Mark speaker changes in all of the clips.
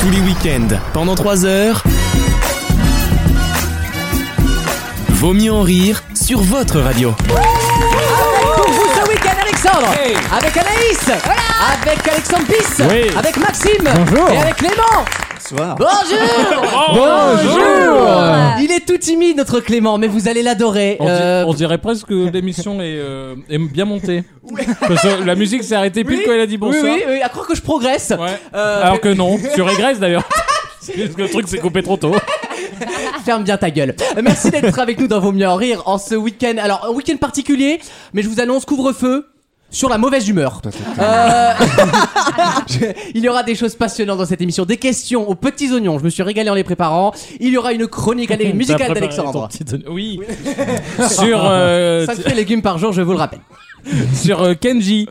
Speaker 1: Tous les week-ends, pendant 3 heures. Vaut mieux en rire sur votre radio.
Speaker 2: Avec pour vous ce week-end, Alexandre Avec Anaïs Avec Alexandre Pisse
Speaker 3: Oui.
Speaker 2: Avec Maxime
Speaker 3: Bonjour.
Speaker 2: Et avec Clément
Speaker 4: Bonsoir.
Speaker 2: Bonjour
Speaker 3: Bonjour.
Speaker 2: Il est tout timide, notre Clément, mais vous allez l'adorer.
Speaker 3: On, di-
Speaker 2: Euh,
Speaker 3: on dirait presque que l'émission est, euh, est bien montée. Parce que la musique s'est arrêtée pile
Speaker 2: Oui.
Speaker 3: quand il a dit
Speaker 2: oui,
Speaker 3: bonsoir.
Speaker 2: oui, oui, à croire que je progresse.
Speaker 3: Ouais.
Speaker 2: Euh,
Speaker 3: Alors que non, tu régresses d'ailleurs. Parce que le truc s'est coupé trop tôt.
Speaker 2: Ferme bien ta gueule. Euh, Merci d'être avec nous dans Vos Mieux en Rire en ce week-end. Alors, un week-end particulier, mais je vous annonce couvre-feu sur la mauvaise humeur. Euh, Il y aura des choses passionnantes dans cette émission, des questions aux petits oignons. Je me suis régalé en les préparant. Il y aura une chronique allez,
Speaker 3: T'as
Speaker 2: musicale
Speaker 3: préparé ton
Speaker 2: d'Alexandre.
Speaker 3: petit don- Oui. sur euh,
Speaker 2: 5 fruits et légumes par jour, je vous le rappelle. Ah
Speaker 3: sur euh, Kenji.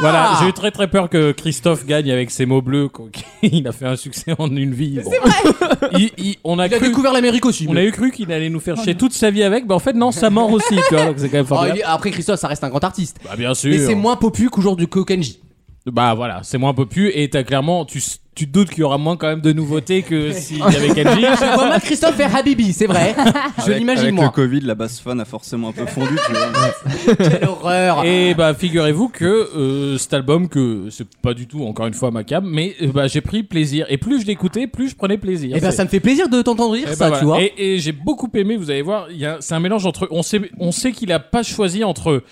Speaker 3: Voilà, j'ai eu très très peur que Christophe gagne avec ses mots bleus. quoi. Il a fait un succès en une vie. C'est vrai. on a
Speaker 2: Il a
Speaker 3: cru.
Speaker 2: découvert l'Amérique aussi.
Speaker 3: On a
Speaker 2: mais-
Speaker 3: eu cru qu'il allait nous faire chier toute sa vie avec, mais en fait non, ça mord aussi, tu vois, donc c'est quand même
Speaker 2: Oh,
Speaker 3: formidable.
Speaker 2: il est- Après Christophe, ça reste un grand artiste.
Speaker 3: Bah bien sûr.
Speaker 2: Mais c'est moins popu qu'aujourd'hui que Kenji.
Speaker 3: Bah voilà, c'est moins popu et t'as clairement, tu, s- tu te doutes qu'il y aura moins quand même de nouveautés que s'il y avait Kenji.
Speaker 2: Je vois mal Christophe faire Habibi, c'est vrai. Je
Speaker 4: Avec-
Speaker 2: l'imagine
Speaker 4: Avec le
Speaker 2: moi.
Speaker 4: Covid, la basse fan a forcément un peu fondu. tu vois.
Speaker 2: Quelle horreur.
Speaker 3: Et bah figurez-vous que euh, cet album, que c'est pas du tout encore une fois ma cam, mais euh, bah, j'ai pris plaisir. Et plus je l'écoutais, plus je prenais plaisir.
Speaker 2: Eh ben,
Speaker 3: C'est-
Speaker 2: ça me fait plaisir de t'entendre dire
Speaker 3: Eh ben
Speaker 2: ça,
Speaker 3: voilà.
Speaker 2: tu vois.
Speaker 3: Et, et j'ai beaucoup aimé, vous allez voir, il y a- c'est un mélange entre. On sait, on sait qu'il a pas choisi entre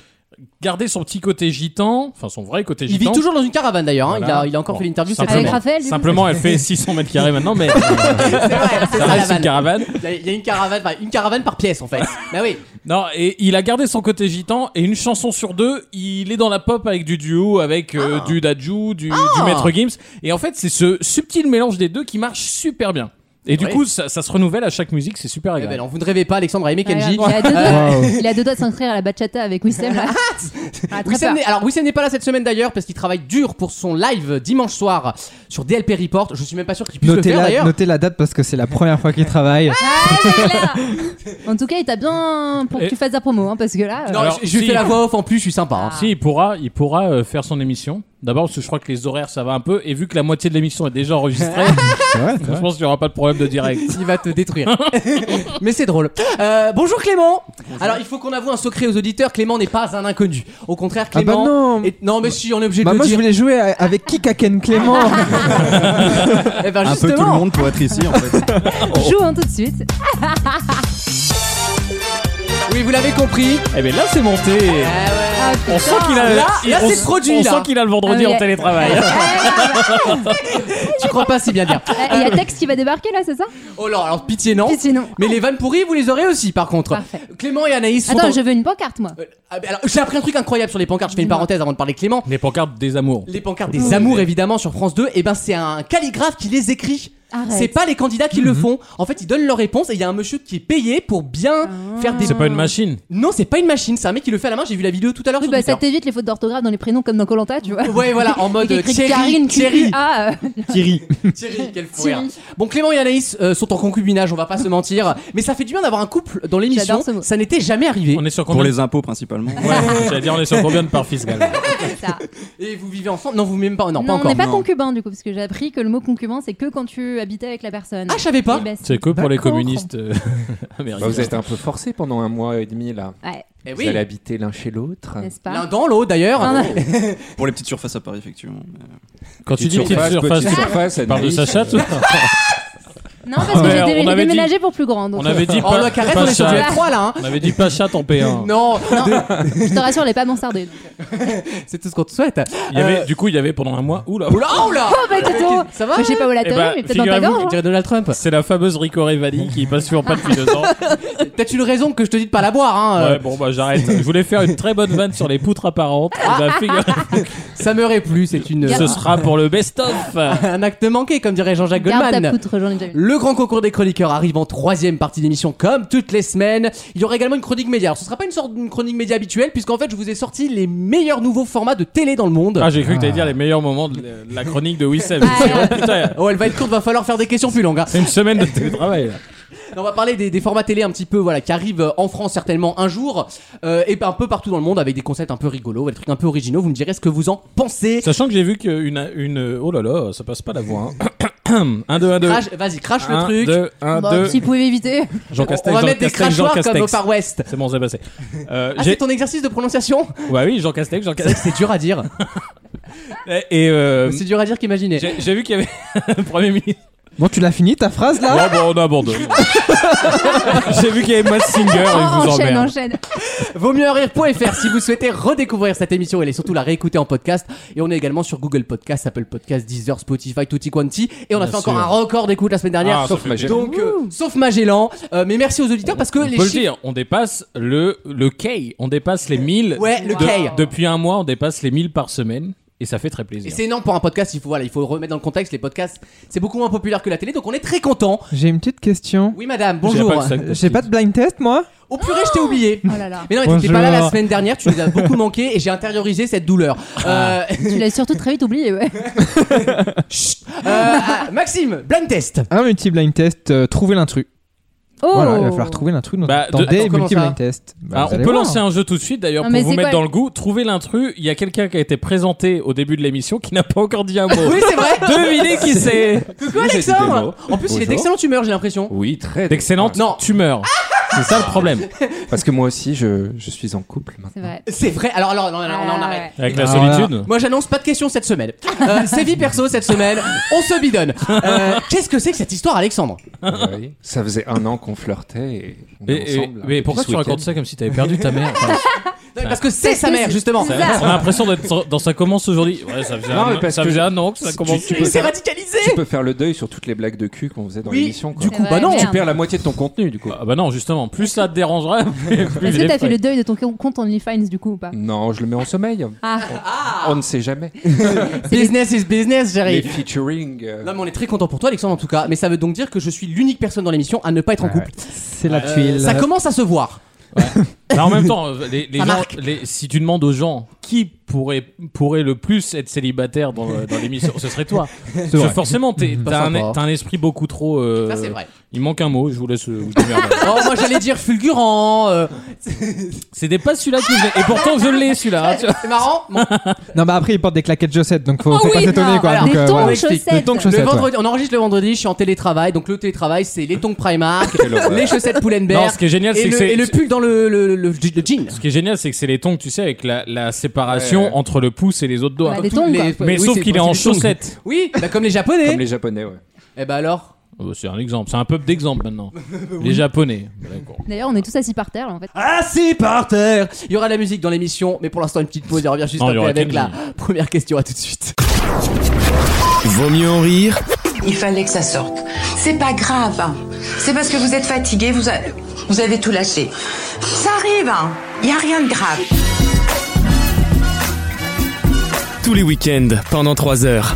Speaker 3: garder son petit côté gitan, enfin son vrai côté
Speaker 2: Il
Speaker 3: gitan.
Speaker 2: vit toujours dans une caravane d'ailleurs, hein.
Speaker 3: Voilà.
Speaker 2: il, a, il a encore
Speaker 3: Bon,
Speaker 2: fait l'interview cette
Speaker 3: simplement.
Speaker 5: Avec
Speaker 2: semaine.
Speaker 5: Raphaël, du coup
Speaker 3: Simplement, elle fait 600 mètres carrés maintenant, mais euh,
Speaker 2: C'est vrai,
Speaker 3: ça
Speaker 2: c'est ça la
Speaker 3: reste une
Speaker 2: vanne.
Speaker 3: caravane.
Speaker 2: Il y a- Il y a une caravane, enfin, une caravane par pièce en fait. bah oui,
Speaker 3: Non, et il a gardé son côté gitan et une chanson sur deux, il est dans la pop avec du duo, avec euh,
Speaker 2: Ah.
Speaker 3: du Dajou, du, du Maître Gims. Et en fait, c'est ce subtil mélange des deux qui marche super bien. Et du
Speaker 2: Oui.
Speaker 3: coup, ça, ça se renouvelle à chaque musique, c'est super
Speaker 2: Eh ben
Speaker 3: agréable.
Speaker 2: non, vous ne rêvez pas, Alexandre a aimé
Speaker 5: Ouais,
Speaker 2: Kenji.
Speaker 5: regarde, il, a deux
Speaker 2: Euh,
Speaker 5: doigts, il a deux doigts de s'inscrire à la bachata avec Wissem. Là. Ah, très
Speaker 2: Wissem
Speaker 5: peur.
Speaker 2: n'est- alors Wissem n'est pas là cette semaine d'ailleurs parce qu'il travaille dur pour son live dimanche soir sur DLP Report. Je suis même pas sûr qu'il puisse
Speaker 6: Notez
Speaker 2: le faire
Speaker 6: la,
Speaker 2: d'ailleurs.
Speaker 6: notez la date parce que c'est la première fois qu'il travaille.
Speaker 5: Ah, c'est clair. En tout cas, il t'a bien pour que
Speaker 3: Et-
Speaker 5: tu fasses la promo, hein, parce que là. euh,
Speaker 2: Non,
Speaker 3: Alors,
Speaker 2: je, je lui
Speaker 3: si.
Speaker 2: fais la voix off en plus, je suis sympa. hein.
Speaker 3: Si, il pourra, il pourra euh, faire son émission. D'abord, parce que je crois que les horaires, ça va un peu. Et vu que la moitié de l'émission est déjà enregistrée,
Speaker 6: C'est vrai,
Speaker 3: je pense qu'il n'y aura pas de problème de direct.
Speaker 2: Il va te détruire. Mais c'est drôle. Euh, bonjour Clément. Alors il faut qu'on avoue un secret aux auditeurs. Clément n'est pas un inconnu. Au contraire,
Speaker 6: Ah bah
Speaker 2: Clément.
Speaker 6: non.
Speaker 2: est- non mais si on est obligé
Speaker 6: Bah
Speaker 2: de
Speaker 6: moi
Speaker 2: le
Speaker 6: je
Speaker 2: dire.
Speaker 6: voulais jouer à- avec Kikaken Clément.
Speaker 2: Eh ben,
Speaker 4: Un peu
Speaker 2: justement.
Speaker 4: tout le monde pour être ici en fait.
Speaker 5: Joue hein, tout de suite.
Speaker 2: Oui, vous l'avez compris.
Speaker 3: Eh bien là, c'est monté.
Speaker 5: Ah,
Speaker 3: On sent qu'il a,
Speaker 2: Là- là,
Speaker 3: on
Speaker 2: c'est
Speaker 3: s-
Speaker 2: produit,
Speaker 3: on
Speaker 2: là.
Speaker 3: sent qu'il a le vendredi
Speaker 5: Ah, mais-
Speaker 3: en télétravail.
Speaker 2: Tu crois pas si bien dire.
Speaker 5: putain. Eh, Il y a Tex qui va débarquer là, c'est ça
Speaker 2: Oh là, alors pitié non.
Speaker 5: Et sinon.
Speaker 2: Mais les vannes pourries, vous les aurez aussi par contre.
Speaker 5: Parfait.
Speaker 2: Clément et Anaïs sont
Speaker 5: Attends,
Speaker 2: en-
Speaker 5: je veux une pancarte moi.
Speaker 2: Euh, ah, mais alors, j'ai appris un truc incroyable sur les pancartes. Je fais une
Speaker 5: Dis-moi.
Speaker 2: parenthèse avant de parler de Clément.
Speaker 3: Les pancartes des amours.
Speaker 2: Les pancartes des amours évidemment sur France 2, et ben c'est un calligraphe qui les écrit.
Speaker 5: Arrête.
Speaker 2: C'est pas les candidats qui
Speaker 3: Mhm.
Speaker 2: le font. En fait, ils donnent leur réponse et il y a un monsieur qui est payé pour bien
Speaker 5: Ah.
Speaker 2: faire des. Mm.
Speaker 3: C'est pas une machine.
Speaker 2: Non, c'est pas une machine, c'est un mec qui le fait à la main. J'ai vu la vidéo tout à l'heure.
Speaker 5: Oui,
Speaker 2: sur
Speaker 5: bah,
Speaker 2: Twitter.
Speaker 5: ça t'évite les fautes d'orthographe dans les prénoms comme dans Colanta, tu vois.
Speaker 2: Ouais, voilà, en mode
Speaker 5: Il y a écrit
Speaker 2: Thierry,
Speaker 5: Karine,
Speaker 2: Thierry.
Speaker 5: Ah,
Speaker 2: Thierry, quel fou
Speaker 5: Thierry.
Speaker 2: rire. Bon, Clément et Anaïs euh, sont en concubinage, on va pas se mentir. Mais ça fait du bien d'avoir un couple dans l'émission.
Speaker 5: J'adore ce mot.
Speaker 2: Ça n'était jamais arrivé.
Speaker 3: On est sur
Speaker 4: Pour
Speaker 3: combien
Speaker 4: les impôts principalement.
Speaker 3: Ouais, j'allais dire, on est sur combien de parts fiscales
Speaker 5: ça.
Speaker 2: Et vous vivez ensemble Non, vous même pas. Non,
Speaker 5: Non,
Speaker 2: pas
Speaker 5: on
Speaker 2: encore.
Speaker 5: n'est pas
Speaker 4: non.
Speaker 5: concubin du coup, parce que j'ai appris que le mot concubin c'est que quand tu habitais avec la personne.
Speaker 2: Ah, je savais pas.
Speaker 5: Eh ben,
Speaker 3: C'est que pour les
Speaker 5: D'accord.
Speaker 3: communistes euh, américains.
Speaker 7: Bah, vous êtes un peu forcé pendant un mois et demi là.
Speaker 5: Ouais,
Speaker 2: Eh
Speaker 7: Vous
Speaker 2: oui.
Speaker 7: allez habiter l'un chez l'autre.
Speaker 5: n'est-ce
Speaker 2: L'un
Speaker 5: pas
Speaker 2: dans l'eau d'ailleurs.
Speaker 5: Non, non.
Speaker 4: Pour les petites surfaces à Paris effectivement. Mais,
Speaker 3: Quand tu dis petite
Speaker 7: surface,
Speaker 3: surface,
Speaker 7: petite
Speaker 3: tu
Speaker 7: surface,
Speaker 3: parles de
Speaker 7: Anaïs,
Speaker 3: Sacha tout
Speaker 5: Non, parce que
Speaker 3: Mais
Speaker 5: j'ai
Speaker 3: on
Speaker 5: dé- j'ai
Speaker 3: avait
Speaker 5: déménagé pour plus grand. Donc euh,
Speaker 3: On avait dit
Speaker 2: Oh,
Speaker 3: pas,
Speaker 2: le carré, on est sur du
Speaker 3: Pacha.
Speaker 2: F3 là. hein.
Speaker 3: On avait dit Pacha en P1.
Speaker 2: Non,
Speaker 5: je te rassure, elle est pas mansardée. donc.
Speaker 2: c'est tout ce qu'on te souhaite.
Speaker 3: Il y avait,
Speaker 2: Euh,
Speaker 3: Du coup, il y avait pendant un mois. Oula
Speaker 2: Oula, oula
Speaker 5: Oh, bah, Toto
Speaker 2: Ça va
Speaker 5: Je sais pas où la
Speaker 3: Eh
Speaker 5: tenue,
Speaker 3: bah,
Speaker 5: mais peut-être dans ta
Speaker 3: figurez-vous,
Speaker 5: gorge. hein.
Speaker 2: On dirait Donald Trump.
Speaker 3: C'est la fameuse Rico Revali qui passe toujours pas depuis deux ans.
Speaker 2: Peut-être une raison que je te dis de pas la boire. Hein. euh,
Speaker 3: Ouais, bon, bah j'arrête. Je voulais faire une très bonne vanne sur les poutres apparentes. Eh bah, figurez-vous
Speaker 2: Ça m'aurait plu, c'est une.
Speaker 3: que ce sera pour le best-of.
Speaker 2: un acte manqué, comme dirait Jean-Jacques
Speaker 5: hein. Garde
Speaker 2: Goldman.
Speaker 5: ta poutre, j'en ai déjà vu.
Speaker 2: Le grand concours des chroniqueurs arrive en troisième partie d'émission, comme toutes les semaines. Il y aura également une chronique média. Alors, ce sera pas une sorte d'une chronique média habituelle, puisqu'en fait, je vous ai sorti les meilleurs nouveaux formats de télé dans le monde.
Speaker 3: Ah, j'ai cru que t'allais dire les meilleurs moments de la- de la chronique de Wissem.
Speaker 5: Ah,
Speaker 3: C'est-
Speaker 5: ouais.
Speaker 3: oh, putain,
Speaker 2: Oh, elle va être courte, va falloir faire des questions plus longues. hein.
Speaker 3: c'est une semaine de télétravail. là.
Speaker 2: On va parler des, des formats télé un petit peu, voilà, qui arrivent euh, en France certainement un jour, euh, et un peu partout dans le monde avec des concepts un peu rigolos, des trucs un peu originaux. Vous me direz ce que vous en pensez.
Speaker 3: Sachant que j'ai vu qu'une. Une, oh là là, ça passe pas la voix. hein. 1, 2, 1, 2.
Speaker 2: Crache- Vas-y, crache le truc.
Speaker 3: 2, 1,
Speaker 5: Bon,
Speaker 3: 2.
Speaker 5: Si vous pouvez éviter.
Speaker 3: Jean
Speaker 2: On-
Speaker 3: Castex,
Speaker 2: On va
Speaker 3: Jean
Speaker 2: mettre des
Speaker 3: Castex, Jean
Speaker 2: crachoirs comme au
Speaker 3: Castex.
Speaker 2: Far West.
Speaker 3: C'est bon, c'est passé. Euh,
Speaker 2: Ah, c'est
Speaker 3: j'ai-
Speaker 2: ton exercice de prononciation
Speaker 3: Bah oui, Jean Castex, Jean
Speaker 2: C'est vrai
Speaker 3: Castex.
Speaker 2: que c'est dur à dire.
Speaker 3: Et euh,
Speaker 2: C'est dur à dire qu'imaginer.
Speaker 3: j'ai j'ai vu qu'il y avait le Premier ministre.
Speaker 6: Bon, tu l'as fini ta phrase là
Speaker 3: Ouais, bon, on abandonne. J'ai vu qu'il y avait Matt Singer, il vous
Speaker 5: Oh, enchaîne,
Speaker 3: emmerde.
Speaker 5: enchaîne.
Speaker 2: Vaut mieux en rire.fr si vous souhaitez redécouvrir cette émission et surtout la réécouter en podcast. Et on est également sur Google Podcast, Apple Podcast, Deezer, Spotify, Tutti Quanti. Et on a
Speaker 3: Bien
Speaker 2: fait
Speaker 3: sûr.
Speaker 2: encore un record d'écoute la semaine dernière.
Speaker 3: Ah, ça fait plaisir.
Speaker 2: Donc, euh, sauf Magellan. Euh, mais merci aux auditeurs parce que
Speaker 3: On
Speaker 2: les
Speaker 3: peut le
Speaker 2: chiffres-
Speaker 3: dire, on dépasse le, le K, on dépasse les 1000.
Speaker 2: Ouais, le
Speaker 3: De-
Speaker 2: K.
Speaker 3: Depuis un mois, on dépasse les 1000 par semaine et ça fait très
Speaker 2: Et
Speaker 3: plaisir.
Speaker 2: c'est énorme pour un podcast, il faut, voilà, il faut remettre dans le contexte, les podcasts, c'est beaucoup moins populaire que la télé, donc on est très content.
Speaker 6: J'ai une petite question.
Speaker 2: Oui madame,
Speaker 3: J'ai
Speaker 2: bonjour.
Speaker 3: pas le sac de
Speaker 6: J'ai pas de blind test moi
Speaker 2: Au purée, je t'ai oublié.
Speaker 5: Oh là là.
Speaker 2: Mais non, mais t'étais pas là la
Speaker 6: Bonjour.
Speaker 2: semaine dernière, tu nous as beaucoup manqué et j'ai intériorisé cette douleur.
Speaker 3: Ah.
Speaker 2: Euh,
Speaker 5: Tu l'as surtout très vite oublié, ouais.
Speaker 2: euh, ah, Maxime, blind test.
Speaker 6: Un multi blind test, euh, trouver l'intrus.
Speaker 5: Oh
Speaker 6: Voilà, il va falloir trouver l'intrus dans,
Speaker 3: Bah,
Speaker 6: dans
Speaker 3: de-
Speaker 6: des
Speaker 2: Attends, comment
Speaker 6: multi
Speaker 2: ça
Speaker 6: blind tests. Bah,
Speaker 3: Ah,
Speaker 6: vous
Speaker 3: on
Speaker 6: allez
Speaker 3: peut
Speaker 6: voir.
Speaker 3: lancer un jeu tout de suite d'ailleurs
Speaker 5: Non,
Speaker 3: pour
Speaker 5: mais
Speaker 3: vous
Speaker 5: c'est
Speaker 3: mettre
Speaker 5: quoi
Speaker 3: dans le goût. Trouver l'intrus. Il y a quelqu'un qui a été présenté au début de l'émission qui n'a pas encore dit un mot.
Speaker 2: Oui, c'est vrai.
Speaker 3: Devinez qui c'est
Speaker 2: Coucou
Speaker 3: Oui, j'ai dit des
Speaker 2: Alexandre
Speaker 3: mots.
Speaker 2: En plus, il est
Speaker 7: Bonjour.
Speaker 2: d'excellente humeur, j'ai l'impression.
Speaker 7: Oui, très.
Speaker 3: D'excellente
Speaker 2: Non.
Speaker 3: tumeur. C'est ça le problème.
Speaker 7: Parce que moi aussi, je, je suis en couple maintenant.
Speaker 5: C'est vrai.
Speaker 2: C'est vrai. Alors, alors, non, non, non, on
Speaker 5: Ah,
Speaker 2: arrête.
Speaker 5: ouais.
Speaker 3: Avec la
Speaker 6: Ah,
Speaker 3: solitude.
Speaker 2: Moi, j'annonce pas de questions cette semaine. Euh, c'est vie perso cette semaine. On se bidonne. Euh, Qu'est-ce que c'est que cette histoire, Alexandre
Speaker 7: Ah oui. Ça faisait un an qu'on flirtait et on
Speaker 3: Et-
Speaker 7: est
Speaker 3: et-
Speaker 7: ensemble. là,
Speaker 3: mais
Speaker 7: depuis
Speaker 3: pourquoi
Speaker 7: ce
Speaker 3: tu racontes
Speaker 7: week-end.
Speaker 3: ça comme si t'avais perdu ta mère Enfin,
Speaker 2: Non, mais Parce que c'est
Speaker 5: Parce
Speaker 2: sa
Speaker 5: que
Speaker 2: mère,
Speaker 5: c'est-
Speaker 2: justement.
Speaker 5: c'est
Speaker 3: On a l'impression d'être dans ça commence aujourd'hui. Ouais, ça faisait,
Speaker 7: Non,
Speaker 3: un,
Speaker 7: mais parce
Speaker 3: ça
Speaker 7: que-
Speaker 3: faisait un an que ça
Speaker 7: Tu-
Speaker 3: commence.
Speaker 7: tu
Speaker 2: Il
Speaker 7: peux
Speaker 2: s'est
Speaker 7: faire-
Speaker 2: radicalisé.
Speaker 7: Tu peux faire le deuil sur toutes les blagues de cul qu'on faisait dans
Speaker 2: Oui,
Speaker 7: l'émission. quoi.
Speaker 2: du coup,
Speaker 5: C'est
Speaker 2: bah
Speaker 5: vrai,
Speaker 2: non.
Speaker 5: merde.
Speaker 7: tu perds la moitié de ton contenu du coup.
Speaker 3: Ah bah non, justement, plus ça te dérangera, plus
Speaker 5: Est-ce
Speaker 3: il
Speaker 5: que
Speaker 3: est
Speaker 5: t'as fait
Speaker 3: frais.
Speaker 5: le deuil de ton compte OnlyFans du coup ou pas
Speaker 7: Non, je le mets en sommeil.
Speaker 5: Ah.
Speaker 7: On, on ne sait jamais.
Speaker 2: Business is business,
Speaker 7: Les
Speaker 2: j'arrive.
Speaker 7: featuring. euh,
Speaker 2: Non mais on est très content pour toi Alexandre en tout cas, mais ça veut donc dire que je suis l'unique personne dans l'émission à ne pas être en
Speaker 7: Ouais,
Speaker 2: couple.
Speaker 6: C'est la
Speaker 2: Euh,
Speaker 6: tuile.
Speaker 2: ça commence à se voir.
Speaker 3: Bah, en même temps, euh, les, les
Speaker 2: Ça
Speaker 3: gens-
Speaker 2: marque.
Speaker 3: les- si tu demandes aux gens qui pourrait, pourrait le plus être célibataire dans, le- dans l'émission, ce serait toi. Parce que
Speaker 6: vrai.
Speaker 3: forcément, t'es-
Speaker 2: Pas
Speaker 3: t'as, un,
Speaker 2: sympa.
Speaker 3: t'as un esprit beaucoup trop. euh,
Speaker 2: Ça c'est vrai.
Speaker 3: Il manque un mot, je vous laisse. euh, vous démerder.
Speaker 2: Oh moi j'allais dire fulgurant. euh,
Speaker 3: C'était pas celui-là qui venait. Et pourtant, je l'ai celui-là. hein, tu vois.
Speaker 2: C'est marrant. Mon-
Speaker 6: Non, bah après, il porte des claquettes Josette, donc faut, faut
Speaker 5: Ah oui,
Speaker 6: pas s'étonner
Speaker 5: non,
Speaker 6: quoi.
Speaker 5: alors,
Speaker 6: donc,
Speaker 5: des
Speaker 6: euh,
Speaker 5: tons
Speaker 6: voilà.
Speaker 5: de chaussettes.
Speaker 6: Des tons de
Speaker 2: Le
Speaker 6: chaussettes. ouais.
Speaker 2: vendredi, on enregistre le vendredi, je suis en télétravail, donc le télétravail c'est les tongs Primark, les chaussettes
Speaker 3: Non,
Speaker 2: Pull&Bear
Speaker 3: ce qui est génial,
Speaker 2: et,
Speaker 3: c'est que
Speaker 2: le,
Speaker 3: c'est.
Speaker 2: et le pull dans le, le, le- le jean.
Speaker 3: Ce qui est génial, c'est que c'est les tongs, tu sais, avec la, la séparation
Speaker 7: Ouais.
Speaker 3: entre le pouce et les autres doigts.
Speaker 5: Bah, des tongs,
Speaker 2: les-
Speaker 5: quoi.
Speaker 3: Mais
Speaker 2: Oui,
Speaker 3: sauf
Speaker 2: c'est-
Speaker 3: qu'il est
Speaker 2: c'est
Speaker 3: en
Speaker 2: des tongs.
Speaker 3: chaussettes.
Speaker 2: Oui, bah, comme les japonais.
Speaker 7: Comme les japonais, ouais.
Speaker 2: Et bah alors
Speaker 3: Oh, c'est un exemple, c'est un peuple d'exemple maintenant. Les japonais. D'accord.
Speaker 5: D'ailleurs, on est tous assis par terre là, en fait.
Speaker 2: Assis par terre Il y aura de la musique dans l'émission, mais pour l'instant une petite pause, et on revient juste
Speaker 3: Non, il y
Speaker 2: après
Speaker 3: aura
Speaker 2: avec
Speaker 3: qu'une
Speaker 2: la première question, à tout de suite.
Speaker 1: Vaut mieux en rire
Speaker 8: Il fallait que ça sorte. C'est pas grave. hein. C'est parce que vous êtes fatigué, vous, a- vous avez tout lâché. Ça arrive, hein. Il n'y a rien de grave.
Speaker 1: tous les week-ends pendant 3 heures.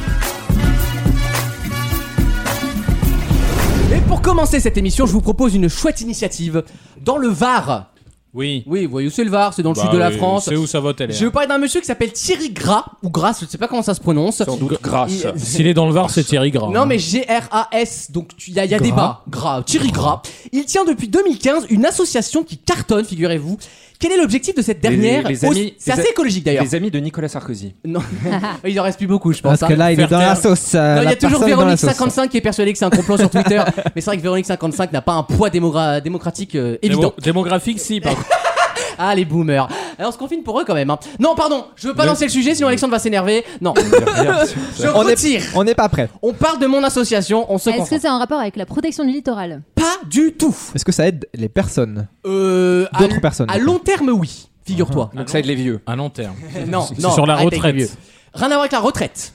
Speaker 2: Et pour commencer cette émission, je vous propose une chouette initiative dans le Var.
Speaker 3: Oui.
Speaker 2: Oui, vous voyez où c'est le Var, c'est dans le
Speaker 3: Bah
Speaker 2: sud de la
Speaker 3: oui,
Speaker 2: France.
Speaker 3: C'est où ça va, t'as l'air.
Speaker 2: Je vais vous parler d'un monsieur qui s'appelle Thierry Gras, ou Gras, je ne sais pas comment ça se prononce.
Speaker 7: Sans doute grâce.
Speaker 2: Il-
Speaker 3: S'il est dans le Var, c'est Thierry Gras.
Speaker 2: Non mais G-R-A-S, donc tu- il y a, il y a débat. Gras, Thierry Gras. Il tient depuis 2015 une association qui cartonne, figurez-vous. Quel est l'objectif de cette
Speaker 7: Les-
Speaker 2: dernière
Speaker 7: les amis-
Speaker 2: C'est
Speaker 7: les
Speaker 2: assez
Speaker 7: a-
Speaker 2: écologique d'ailleurs.
Speaker 7: Les amis de Nicolas Sarkozy.
Speaker 2: Non, il en reste plus beaucoup, je pense.
Speaker 6: Parce que
Speaker 2: hein.
Speaker 6: là, il est
Speaker 3: Faire
Speaker 6: dans la
Speaker 3: taire.
Speaker 6: sauce. euh,
Speaker 2: Non, il y
Speaker 6: la
Speaker 2: a toujours
Speaker 6: personne est dans la sauce.
Speaker 2: Véronique55 qui est persuadée que c'est un complot sur Twitter. Mais c'est vrai que Véronique55 n'a pas un poids démogra- démocratique euh, évident.
Speaker 3: Démo- Démographique, si, par contre.
Speaker 2: Ah les boomers. Alors on se confine pour eux quand même. hein. Non pardon, je veux pas lancer le sujet sinon Alexandre va s'énerver. Non, je
Speaker 6: On est-
Speaker 2: retire.
Speaker 6: On n'est pas prêt.
Speaker 2: On parle de mon association, on se
Speaker 5: Est-ce que
Speaker 2: concentre.
Speaker 5: c'est en rapport avec la protection du littoral
Speaker 2: Pas du tout.
Speaker 6: Est-ce que ça aide les personnes
Speaker 2: Euh, à-
Speaker 6: D'autres personnes,
Speaker 2: À
Speaker 6: d'accord.
Speaker 2: long terme oui, figure-toi.
Speaker 3: Ah,
Speaker 7: Donc Ah ça aide les vieux.
Speaker 3: À long terme.
Speaker 2: non,
Speaker 3: C'est
Speaker 2: non.
Speaker 3: sur la
Speaker 2: arrête avec les
Speaker 3: retraite.
Speaker 2: vieux. Rien à voir avec la retraite.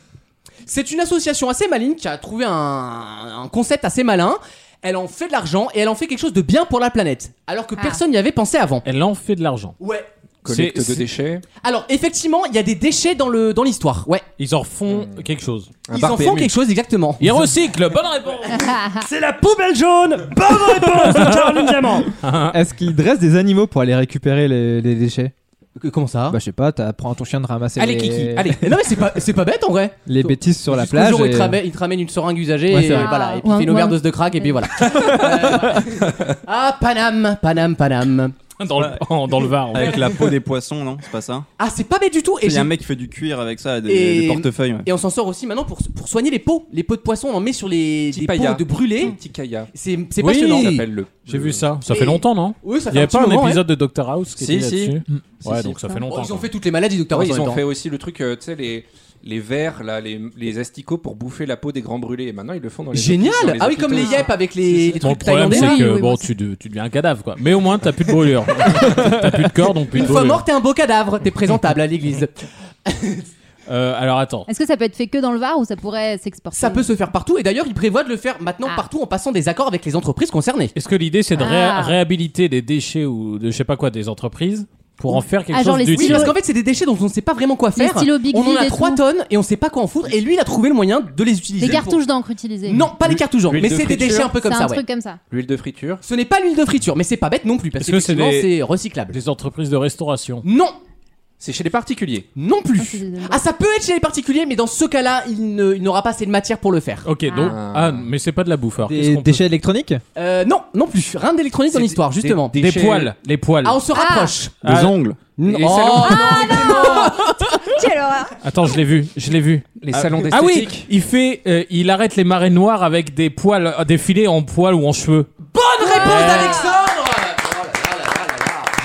Speaker 2: C'est une association assez maligne qui a trouvé un, un concept assez malin. Elle en fait de l'argent et elle en fait quelque chose de bien pour la planète. Alors que
Speaker 5: Ah.
Speaker 2: personne n'y avait pensé avant.
Speaker 3: Elle en fait de l'argent.
Speaker 2: Ouais.
Speaker 7: Collecte
Speaker 3: C'est-
Speaker 7: de
Speaker 3: c'est-
Speaker 7: déchets.
Speaker 2: Alors effectivement, il y a des déchets dans le dans l'histoire. Ouais.
Speaker 3: Ils en font quelque chose.
Speaker 7: Mmh. Un
Speaker 2: Ils
Speaker 7: bar
Speaker 2: en font
Speaker 7: PMU.
Speaker 2: quelque chose exactement.
Speaker 3: Ils recyclent, bonne réponse
Speaker 9: C'est la poubelle jaune Bonne réponse de Caroline Diamant
Speaker 6: Est-ce qu'ils dressent des animaux pour aller récupérer les, les déchets
Speaker 2: Que- Comment ça
Speaker 6: Bah, je sais pas, t'as- prends ton chien de ramasser
Speaker 2: Allez,
Speaker 6: les,
Speaker 2: Kiki, allez. Non, mais c'est pas, c'est pas bête en vrai.
Speaker 6: les
Speaker 2: Tout-
Speaker 6: bêtises sur la
Speaker 2: Jusqu'au
Speaker 6: plage.
Speaker 2: jour où
Speaker 6: et-
Speaker 2: il, te ramène, il te ramène une seringue usagée
Speaker 6: Ouais,
Speaker 2: et,
Speaker 6: c'est vrai.
Speaker 2: voilà, et puis
Speaker 5: Ah,
Speaker 2: il fait une
Speaker 5: ouais,
Speaker 2: overdose de crack et puis voilà. Euh, ah, Paname, Paname, Paname.
Speaker 3: dans, le, en- dans le Var. en fait.
Speaker 4: Avec la peau des poissons, non C'est pas ça
Speaker 2: Ah, c'est pas bête du tout. Et,
Speaker 4: Il y
Speaker 2: j'ai-
Speaker 4: a un mec qui fait du cuir avec ça, des,
Speaker 2: Et-
Speaker 4: des portefeuilles. ouais.
Speaker 2: et on s'en sort aussi maintenant pour, pour soigner les peaux. Les peaux de poisson, on en met sur les
Speaker 7: Petit
Speaker 2: des
Speaker 7: paillas.
Speaker 2: peaux de brûlés.
Speaker 7: Petit Kaya.
Speaker 2: C'est c'est
Speaker 3: Oui.
Speaker 2: passionnant.
Speaker 7: Ça s'appelle le.
Speaker 3: J'ai
Speaker 7: le-
Speaker 3: vu ça. Ça
Speaker 2: Et-
Speaker 3: fait longtemps, non
Speaker 2: Oui, ça
Speaker 3: Il
Speaker 2: fait
Speaker 3: n'y avait
Speaker 2: petit
Speaker 3: pas un
Speaker 2: moment, hein. ouais.
Speaker 3: épisode de Doctor House qui
Speaker 7: Si,
Speaker 3: était
Speaker 7: si.
Speaker 3: là-dessus Ouais,
Speaker 7: si,
Speaker 3: donc ça
Speaker 7: putain.
Speaker 3: fait
Speaker 2: Oh,
Speaker 3: longtemps.
Speaker 2: ils ont
Speaker 3: quoi.
Speaker 2: fait toutes les maladies, docteur.
Speaker 7: Ouais,
Speaker 2: en
Speaker 7: ils
Speaker 2: même
Speaker 7: ont
Speaker 2: temps.
Speaker 7: fait aussi le truc, euh, tu sais, les, les vers, là, les, les asticots pour bouffer la peau des grands brûlés. Et maintenant, ils le font dans les. hôpitaux, dans
Speaker 2: Génial. Ah oui,
Speaker 7: hôpitaux.
Speaker 2: comme les yep avec les, les
Speaker 3: Bon, le
Speaker 2: trucs
Speaker 3: problème,
Speaker 2: thaïlandais.
Speaker 3: c'est
Speaker 5: Oui,
Speaker 3: que
Speaker 5: oui,
Speaker 3: bon,
Speaker 5: moi
Speaker 3: tu, de- tu deviens un cadavre, quoi. Mais au moins, t'as plus de brûlure. t'as plus de corps, donc plus
Speaker 2: Une
Speaker 3: de
Speaker 2: fois
Speaker 3: brûlure.
Speaker 2: mort, t'es un beau cadavre. T'es présentable à l'église.
Speaker 3: Euh, alors attends.
Speaker 5: Est-ce que ça peut être fait que dans le Var ou ça pourrait s'exporter
Speaker 2: Ça peut se faire partout. Et d'ailleurs, ils prévoient de le faire maintenant
Speaker 5: Ah.
Speaker 2: partout en passant des accords avec les entreprises concernées.
Speaker 3: Est-ce que l'idée, c'est de réha-
Speaker 5: Ah.
Speaker 3: réhabiliter des déchets ou de je sais pas quoi des entreprises pour en faire quelque
Speaker 5: Ah,
Speaker 3: chose
Speaker 5: genre les
Speaker 2: Oui,
Speaker 3: d'utile
Speaker 5: stylos.
Speaker 2: parce qu'en fait, c'est des déchets dont on ne sait pas vraiment quoi
Speaker 5: Les
Speaker 2: faire.
Speaker 5: stylos Big
Speaker 2: On en
Speaker 5: League
Speaker 2: a
Speaker 5: et
Speaker 2: 3
Speaker 5: tout.
Speaker 2: tonnes et on sait pas quoi en foutre. Et lui, il a trouvé le moyen de les utiliser.
Speaker 5: Des cartouches d'encre utilisées.
Speaker 2: Non, pas les cartouches, genre,
Speaker 7: L'huile
Speaker 2: mais
Speaker 7: de
Speaker 2: c'est des
Speaker 7: friture.
Speaker 2: déchets un peu
Speaker 5: c'est
Speaker 2: comme
Speaker 5: un
Speaker 2: ça, ouais.
Speaker 5: truc comme ça.
Speaker 7: L'huile de friture.
Speaker 2: Ce n'est pas l'huile de friture, mais c'est pas bête non plus, parce
Speaker 3: Est-ce que c'est
Speaker 2: qu'effectivement,
Speaker 3: des-
Speaker 2: c'est recyclable.
Speaker 3: Des entreprises de restauration.
Speaker 2: Non,
Speaker 7: C'est chez les particuliers.
Speaker 2: non
Speaker 5: Ah, c'est
Speaker 2: plus.
Speaker 5: des-
Speaker 2: Ah, ça peut être chez les particuliers, mais dans ce cas-là, il ne- il n'aura pas assez de matière pour le faire.
Speaker 3: Ok, donc
Speaker 7: Ah.
Speaker 3: ah mais c'est pas de la bouffe. alors. Qu'est-ce
Speaker 6: Des
Speaker 3: qu'on peut-
Speaker 6: déchets électroniques
Speaker 2: Euh, non, non plus. Rien d'électronique dans
Speaker 7: C'est
Speaker 2: l'histoire,
Speaker 7: des-
Speaker 2: justement.
Speaker 7: des-
Speaker 3: Des
Speaker 7: déchets-
Speaker 3: poils, les poils.
Speaker 2: Ah, on se rapproche.
Speaker 4: Des
Speaker 3: Ah.
Speaker 4: ongles.
Speaker 2: Non,
Speaker 7: les
Speaker 2: oh,
Speaker 7: salons-
Speaker 2: non, non.
Speaker 3: Attends, je l'ai vu, je l'ai vu.
Speaker 7: Les salons
Speaker 3: Ah
Speaker 7: d'esthétique.
Speaker 3: oui, il fait, euh, il arrête les marées noires avec des poils, euh, des filets en poils ou en cheveux.
Speaker 2: Bonne réponse d'Alexandre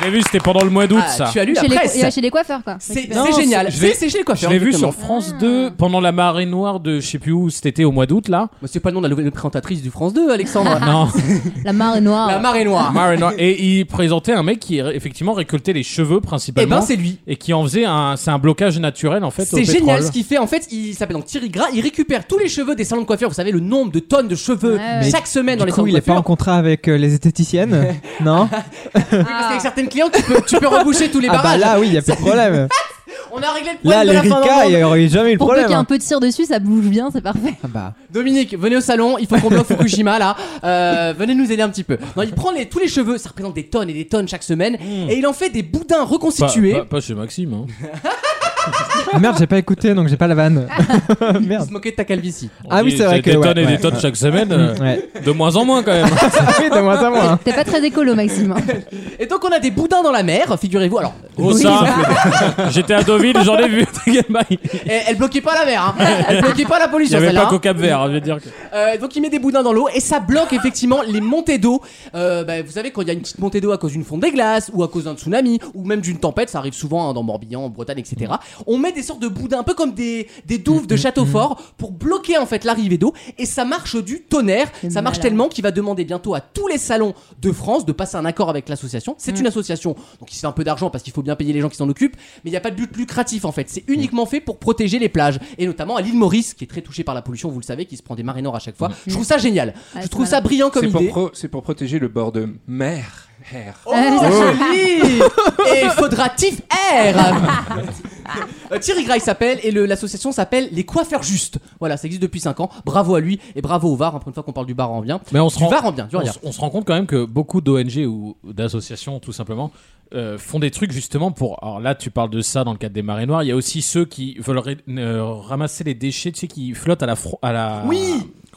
Speaker 3: Je l'ai Eh, vu, c'était pendant le mois d'août
Speaker 2: Ah,
Speaker 3: ça.
Speaker 2: Tu as lu la
Speaker 5: Chez les,
Speaker 2: presse.
Speaker 5: il y a chez les coiffeurs quoi.
Speaker 2: C'est
Speaker 5: Récupérer.
Speaker 2: c'est génial.
Speaker 3: je l'ai-
Speaker 2: C'est c'est chez les
Speaker 3: Je
Speaker 2: coiffeurs.
Speaker 3: l'ai vu
Speaker 2: exactement.
Speaker 3: sur France 2 pendant la marée noire de je sais plus où, cet été au mois d'août là. Ah,
Speaker 2: Mais C'est pas le nom de la nouvelle présentatrice du France 2, Alexandre.
Speaker 3: Non.
Speaker 5: La marée noire.
Speaker 2: La marée noire.
Speaker 3: Marée noire. Et il présentait un mec qui effectivement récoltait les cheveux
Speaker 2: Eh
Speaker 3: principalement.
Speaker 2: ben, c'est lui.
Speaker 3: et qui en faisait un, c'est un blocage naturel en fait. au
Speaker 2: C'est génial
Speaker 3: pétrole.
Speaker 2: ce qu'il fait. En fait, il s'appelle donc Thierry Gras. Il récupère tous les cheveux des salons de coiffure. Vous savez le nombre de tonnes de cheveux
Speaker 5: Ouais, ouais.
Speaker 2: chaque semaine dans
Speaker 6: Du
Speaker 2: les
Speaker 6: coup,
Speaker 2: salons
Speaker 6: il
Speaker 2: de
Speaker 6: est pas en
Speaker 2: coiffure.
Speaker 6: contrat avec euh, les esthéticiennes Non
Speaker 5: Ah.
Speaker 2: Parce qu'avec certaines clients, tu peux, tu peux reboucher tous les
Speaker 6: Ah bah
Speaker 2: barrages.
Speaker 6: là, oui, il y a plus de problème. Ah
Speaker 2: On a réglé le
Speaker 6: Là,
Speaker 2: problème de
Speaker 6: les
Speaker 2: la fin
Speaker 6: Ricas,
Speaker 2: d'année.
Speaker 6: il n'y aurait jamais eu le
Speaker 5: Pour peu
Speaker 6: problème.
Speaker 5: qu'il y ait un peu de cire dessus, ça bouge bien, c'est parfait.
Speaker 6: Ah bah.
Speaker 2: Dominique, venez au salon. Il faut qu'on bloque Fukushima là. Euh, venez nous aider un petit peu. Non, il prend les, tous les cheveux. Ça représente des tonnes et des tonnes chaque semaine.
Speaker 6: Hmm.
Speaker 2: Et il en fait des boudins
Speaker 3: Pas,
Speaker 2: reconstitués.
Speaker 3: pas- pas chez Maxime. hein.
Speaker 6: Merde, j'ai pas écouté, donc j'ai pas la vanne.
Speaker 2: Il
Speaker 6: Bah, Merde.
Speaker 2: se moquait de ta calvitie.
Speaker 3: On
Speaker 6: Ah oui,
Speaker 3: dit,
Speaker 6: c'est vrai que,
Speaker 3: Des
Speaker 6: ouais,
Speaker 3: tonnes et
Speaker 6: ouais,
Speaker 3: des tonnes
Speaker 6: ouais.
Speaker 3: chaque semaine. euh,
Speaker 6: Ouais.
Speaker 3: De moins en moins quand même.
Speaker 6: Oui, de moins en moins.
Speaker 5: T'es pas très écolo, Maxime. hein.
Speaker 2: Et donc on a des boudins dans la mer, figurez-vous. Alors,
Speaker 6: Oh,
Speaker 3: Au simple. Oh, J'étais à Deauville, j'en ai vu. T'inquiète pas, Il
Speaker 2: elle, elle bloquait pas la mer, hein. elle bloquait pas la
Speaker 3: n'y
Speaker 2: pollution.
Speaker 3: avait
Speaker 2: celle-là,
Speaker 3: pas
Speaker 2: hein.
Speaker 3: qu'au Cap Vert. hein, je veux dire. que-
Speaker 2: Euh, donc il met des boudins dans l'eau et ça bloque effectivement les montées d'eau. Euh, bah, vous savez quand il y a une petite montée d'eau à cause d'une fonte des glaces ou à cause d'un tsunami ou même d'une tempête, ça arrive souvent hein, dans Morbihan, en Bretagne, etc. On met des sortes de boudins, un peu comme des, des douves de château fort pour bloquer en fait l'arrivée d'eau et ça marche du tonnerre.
Speaker 5: C'est
Speaker 2: Ça marche
Speaker 5: malin.
Speaker 2: tellement qu'il va demander bientôt à tous les salons de France de passer un accord avec l'association. C'est
Speaker 5: Mm.
Speaker 2: une association donc il se fait un peu d'argent parce qu'il faut bien payer les gens qui s'en occupent, mais il n'y a pas de but lucratif en fait. C'est
Speaker 5: Mm.
Speaker 2: uniquement fait pour protéger les plages et notamment à l'île Maurice qui est très touchée par la pollution, vous le savez, qui se prend des marées noires à chaque fois. Je trouve ça génial.
Speaker 5: Ah,
Speaker 2: Je
Speaker 5: c'est
Speaker 2: trouve
Speaker 5: malin.
Speaker 2: ça brillant comme
Speaker 7: C'est pour,
Speaker 2: idée.
Speaker 7: pro- c'est pour protéger le bord de mer. Air.
Speaker 2: Oh, joli Et faudra TIF R Euh, Thierry Gras il s'appelle et le- l'association s'appelle Les Coiffeurs Justes. Voilà, ça existe depuis 5 ans. Bravo à lui et bravo au VAR. hein, pour une fois qu'on parle du VAR en bien.
Speaker 3: Mais on se
Speaker 2: Du
Speaker 3: rend,
Speaker 2: VAR en bien, du
Speaker 3: on,
Speaker 2: regard.
Speaker 3: se- on se rend compte quand même que beaucoup d'ONG ou d'associations tout simplement euh, font des trucs justement pour. Alors là, tu parles de ça dans le cadre des marées noires. Il y a aussi ceux qui veulent ré- euh, ramasser les déchets, tu sais, qui flottent à la fro- à la.
Speaker 2: Oui.